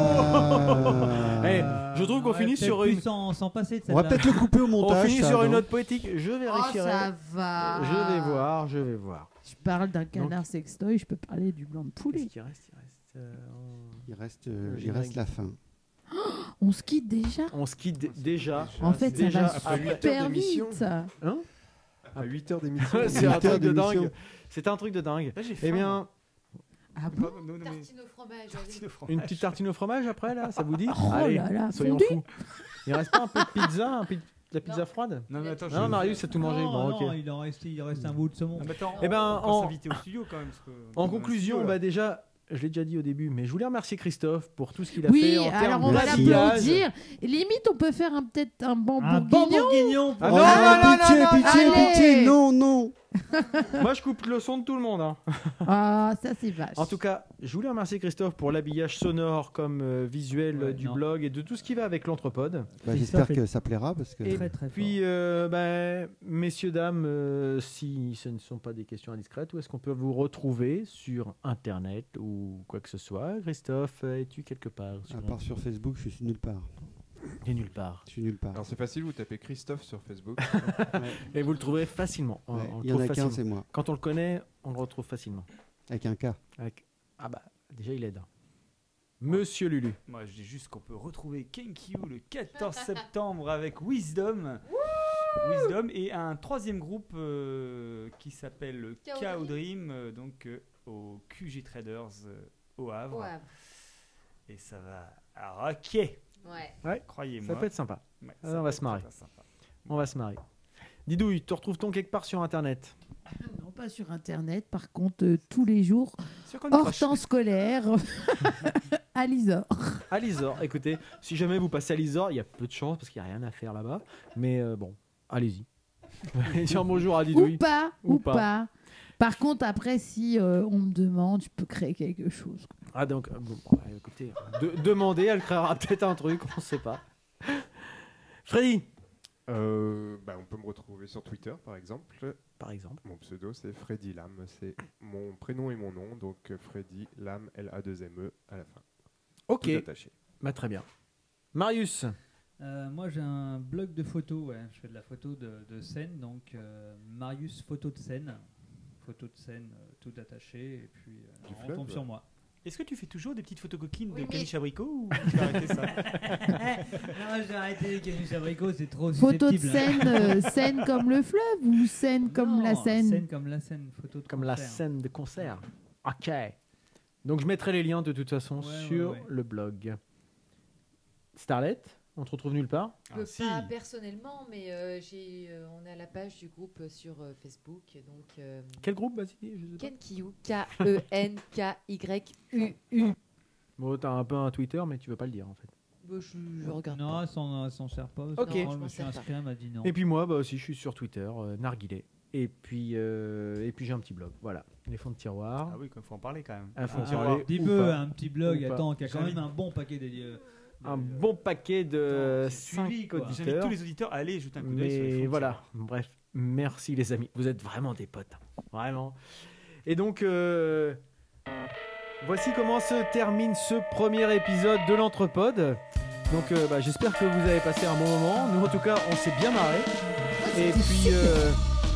[SPEAKER 3] Eh, Je trouve qu'on
[SPEAKER 1] Ouais,
[SPEAKER 3] finit
[SPEAKER 1] peut-être
[SPEAKER 3] sur
[SPEAKER 1] plus
[SPEAKER 3] une.
[SPEAKER 1] sans- Euh, sans passer de
[SPEAKER 2] On va
[SPEAKER 1] celle-là.
[SPEAKER 2] peut-être le couper au
[SPEAKER 3] On
[SPEAKER 2] montage.
[SPEAKER 3] finit
[SPEAKER 2] ça,
[SPEAKER 3] sur une
[SPEAKER 2] non
[SPEAKER 3] note poétique. Je
[SPEAKER 4] Oh,
[SPEAKER 3] vérifierai.
[SPEAKER 4] ça va.
[SPEAKER 3] Je vais voir, je vais voir.
[SPEAKER 4] Je parle d'un canard sextoy, je peux parler du blanc de poulet.
[SPEAKER 3] Qu'est-ce qui reste, il reste euh,
[SPEAKER 2] Il reste, euh,
[SPEAKER 3] Le
[SPEAKER 2] il reste
[SPEAKER 3] générique.
[SPEAKER 2] la fin.
[SPEAKER 4] On se quitte déjà
[SPEAKER 3] on... on se
[SPEAKER 1] Ah,
[SPEAKER 3] quitte déjà.
[SPEAKER 4] En fait,
[SPEAKER 3] Déjà,
[SPEAKER 4] ça va
[SPEAKER 3] après
[SPEAKER 7] huit heures
[SPEAKER 4] super
[SPEAKER 7] d'émission.
[SPEAKER 4] vite. ça.
[SPEAKER 3] Hein
[SPEAKER 7] À 8 heures d'émission.
[SPEAKER 3] C'est un
[SPEAKER 2] Huit heures
[SPEAKER 3] truc de
[SPEAKER 2] d'émission.
[SPEAKER 3] dingue. C'est un truc de dingue.
[SPEAKER 6] Là, j'ai faim.
[SPEAKER 3] Eh bien,
[SPEAKER 4] Ah
[SPEAKER 6] moi.
[SPEAKER 4] bon
[SPEAKER 6] Non, non, non, mais-
[SPEAKER 8] Tartine au fromage. allez.
[SPEAKER 6] Tartine au fromage.
[SPEAKER 3] une petite tartine au fromage après, là, ça vous dit
[SPEAKER 4] Oh
[SPEAKER 3] Allez,
[SPEAKER 4] là là,
[SPEAKER 3] soyons
[SPEAKER 4] fondue
[SPEAKER 3] fous. Il reste pas un peu de pizza, un peu de la pizza froide
[SPEAKER 6] Non, mais attends, je-
[SPEAKER 3] Non, Marius a tout mangé.
[SPEAKER 1] Non,
[SPEAKER 3] Bon,
[SPEAKER 1] non,
[SPEAKER 3] ok.
[SPEAKER 1] il, en reste, il reste un bout de saumon.
[SPEAKER 6] Non, mais attends,
[SPEAKER 3] Eh ben,
[SPEAKER 6] on peut
[SPEAKER 3] en-
[SPEAKER 6] s'inviter au studio quand même. parce que-
[SPEAKER 3] En
[SPEAKER 6] on a un
[SPEAKER 3] conclusion,
[SPEAKER 6] studio, là.
[SPEAKER 3] bah déjà, je l'ai déjà dit au début, mais je voulais remercier Christophe pour tout ce qu'il a
[SPEAKER 4] Oui,
[SPEAKER 3] fait en termes
[SPEAKER 4] alors on va
[SPEAKER 2] d'habillage.
[SPEAKER 4] l'applaudir. Et Limite, on peut faire un- peut-être un banc
[SPEAKER 1] Un bon
[SPEAKER 4] bourguignon.
[SPEAKER 1] bourguignon
[SPEAKER 3] Ah
[SPEAKER 1] pour-
[SPEAKER 3] non,
[SPEAKER 2] Oh,
[SPEAKER 3] non, non,
[SPEAKER 2] pitié,
[SPEAKER 3] non, non,
[SPEAKER 2] pitié,
[SPEAKER 4] allez.
[SPEAKER 2] pitié, non, non.
[SPEAKER 3] Moi, je coupe le son de tout le monde. hein.
[SPEAKER 4] Ah, ça c'est vache.
[SPEAKER 3] En tout cas, je voulais remercier Christophe pour l'habillage sonore comme euh, visuel
[SPEAKER 1] Ouais,
[SPEAKER 3] euh, du
[SPEAKER 1] non.
[SPEAKER 3] blog et de tout ce qui va avec l'anthropode.
[SPEAKER 2] Bah,
[SPEAKER 1] Christophe
[SPEAKER 2] J'espère
[SPEAKER 1] est-
[SPEAKER 2] que ça plaira parce que.
[SPEAKER 3] Et
[SPEAKER 1] Très, très
[SPEAKER 3] puis, euh, bah, messieurs, dames, euh, si ce ne sont pas des questions indiscrètes, où est-ce qu'on peut vous retrouver sur Internet ou quoi que ce soit Christophe, euh, es-tu quelque part sur
[SPEAKER 2] À part sur Facebook, je suis nulle part.
[SPEAKER 3] Il est nulle part.
[SPEAKER 2] Je suis nulle part.
[SPEAKER 7] Alors c'est facile, vous tapez Christophe sur Facebook.
[SPEAKER 3] Et vous le trouverez facilement. On-
[SPEAKER 2] Ouais,
[SPEAKER 3] on le
[SPEAKER 2] Il y en
[SPEAKER 3] trouve
[SPEAKER 2] a qu'un,
[SPEAKER 3] facilement.
[SPEAKER 2] c'est moi.
[SPEAKER 3] Quand on le connaît, on le retrouve facilement.
[SPEAKER 2] Avec un K.
[SPEAKER 3] Avec- Ah bah, déjà il aide. Monsieur Lulu.
[SPEAKER 6] Moi, je dis juste qu'on peut retrouver Kenkyu le 14 septembre avec Wisdom. Wisdom et un troisième groupe euh, qui s'appelle
[SPEAKER 8] Chaos
[SPEAKER 6] Chaos Dream, euh, donc euh, au QG Traders euh, au Havre.
[SPEAKER 8] Au Havre.
[SPEAKER 6] Et ça va rocker,
[SPEAKER 8] Ouais.
[SPEAKER 6] croyez-moi.
[SPEAKER 3] Ça peut être sympa.
[SPEAKER 6] Ouais,
[SPEAKER 3] Ah,
[SPEAKER 6] ça
[SPEAKER 3] on
[SPEAKER 6] peut
[SPEAKER 3] va
[SPEAKER 6] être
[SPEAKER 3] se marrer.
[SPEAKER 6] très sympa.
[SPEAKER 3] On va se marrer. Didouille, te retrouve-t-on quelque part sur Internet
[SPEAKER 4] Non, pas sur Internet. Par contre, euh, tous les jours,
[SPEAKER 6] Sur Candy
[SPEAKER 4] hors
[SPEAKER 6] Crush.
[SPEAKER 4] temps scolaire, à l'ISOR.
[SPEAKER 3] À Lisor. Écoutez, si jamais vous passez à Lisor, il y a peu de chance parce qu'il n'y a rien à faire là-bas. Mais euh, bon, allez-y. Allez dire bonjour à
[SPEAKER 4] Ou
[SPEAKER 3] Didouille.
[SPEAKER 4] pas,
[SPEAKER 3] Ou
[SPEAKER 4] ou,
[SPEAKER 3] pas.
[SPEAKER 4] pas. Par contre, après, si euh, on me demande, je peux créer quelque chose.
[SPEAKER 3] Ah donc, euh, bon, bah, écoutez, de- demandez, elle créera peut-être un truc, on ne sait pas. Freddy,
[SPEAKER 7] Euh, bah, on peut me retrouver sur Twitter par exemple.
[SPEAKER 3] par exemple.
[SPEAKER 7] Mon pseudo c'est Freddy Lam, c'est mon prénom et mon nom, donc euh, Freddy Lam L-A-2-M-E E, à la fin.
[SPEAKER 3] Ok,
[SPEAKER 7] Tout attaché.
[SPEAKER 3] bah, très bien. Marius,
[SPEAKER 1] Euh, moi, j'ai un blog de photos. ouais. Je fais de la photo de, de scène, donc euh, Marius photo de scène, photo de scène, euh, tout attaché, et puis euh,
[SPEAKER 7] Du
[SPEAKER 1] on
[SPEAKER 7] fleuve.
[SPEAKER 1] tombe sur moi.
[SPEAKER 6] Est-ce que tu fais toujours des petites photos coquines
[SPEAKER 8] Oui,
[SPEAKER 6] de
[SPEAKER 8] mais-
[SPEAKER 6] Camille Chabricot ou tu as arrêté ça
[SPEAKER 1] non, j'ai arrêté les Camille Chabricot, c'est trop
[SPEAKER 4] Photo de
[SPEAKER 1] susceptible.
[SPEAKER 4] scène, euh, scène comme le fleuve ou scène comme
[SPEAKER 1] Non,
[SPEAKER 4] la scène
[SPEAKER 1] Scène comme la scène, photo de
[SPEAKER 3] comme la
[SPEAKER 1] concert.
[SPEAKER 3] scène de concert. Ok. Donc je mettrai les liens de toute façon
[SPEAKER 1] Ouais, ouais,
[SPEAKER 3] sur
[SPEAKER 1] ouais.
[SPEAKER 3] le blog. Starlet, on te retrouve nulle part.
[SPEAKER 6] Ah,
[SPEAKER 8] Je peux
[SPEAKER 6] si.
[SPEAKER 8] pas personnellement, mais euh, j'ai, euh, on a la page du groupe euh, sur euh, Facebook. Donc, euh, E
[SPEAKER 3] Quel groupe Vas-y. je sais pas.
[SPEAKER 8] Ken Kiyou, K-E-N-K-Y-U-U.
[SPEAKER 3] Bon, t'as un peu un Twitter, mais tu veux pas le dire en fait.
[SPEAKER 6] Bah,
[SPEAKER 8] Bon, je, je regarde.
[SPEAKER 1] Non,
[SPEAKER 8] pas.
[SPEAKER 1] elle s'en elle s'en sert pas. parce
[SPEAKER 3] Ok.
[SPEAKER 1] que quand
[SPEAKER 8] Non, je
[SPEAKER 1] je
[SPEAKER 8] m'en
[SPEAKER 1] me suis
[SPEAKER 8] sers pas.
[SPEAKER 1] inscrit, elle m'a dit non.
[SPEAKER 3] Et puis moi, bah aussi, je suis sur Twitter, euh, narguilé. Et puis, euh, et puis j'ai un petit blog. Voilà, les fonds de tiroir.
[SPEAKER 6] Ah oui, il faut en parler quand même.
[SPEAKER 3] Un fonds de
[SPEAKER 1] Ah,
[SPEAKER 3] tiroir.
[SPEAKER 1] un petit
[SPEAKER 3] ou
[SPEAKER 1] peu,
[SPEAKER 3] pas.
[SPEAKER 1] un petit blog,
[SPEAKER 3] Ou pas.
[SPEAKER 1] attends, qui a quand
[SPEAKER 6] J'invite-
[SPEAKER 1] même un bon paquet de. de-
[SPEAKER 3] Un
[SPEAKER 6] bah, euh,
[SPEAKER 1] de-
[SPEAKER 3] bon paquet de
[SPEAKER 1] Attends, c'est suivi,
[SPEAKER 3] 5
[SPEAKER 1] quoi.
[SPEAKER 6] J'invite
[SPEAKER 3] auditeurs.
[SPEAKER 6] tous les auditeurs à aller jeter un coup d'œil sur les
[SPEAKER 3] Mais
[SPEAKER 6] photos.
[SPEAKER 3] voilà, bref, merci les amis. Vous êtes vraiment des potes. hein. Vraiment. Et donc, euh, voici comment se termine ce premier épisode de l'Entrepode. Donc, euh, bah, j'espère que vous avez passé un bon moment. Nous, en tout cas, on s'est bien marré. Et puis, euh,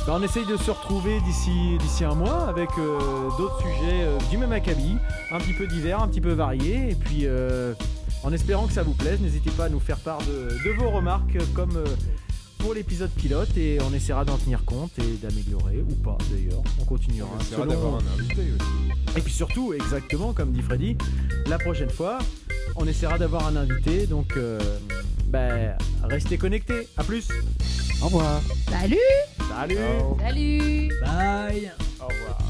[SPEAKER 3] bah, on essaye de se retrouver d'ici d'ici un mois avec euh, d'autres sujets euh, du même acabit, un petit peu divers, un petit peu variés. Et puis, euh, en espérant que ça vous plaise, n'hésitez pas à nous faire part de, de vos remarques euh, comme euh, pour l'épisode pilote et on essaiera d'en tenir compte et d'améliorer ou pas d'ailleurs. On continuera.
[SPEAKER 7] On essaiera
[SPEAKER 3] selon-
[SPEAKER 7] d'avoir un invité aussi.
[SPEAKER 3] et puis surtout, exactement comme dit Freddy, la prochaine fois, on essaiera d'avoir un invité. Donc, euh, bah, restez connectés. À plus.
[SPEAKER 2] Au revoir.
[SPEAKER 4] Salut
[SPEAKER 3] Salut.
[SPEAKER 8] Salut
[SPEAKER 1] Bye!
[SPEAKER 6] Au revoir.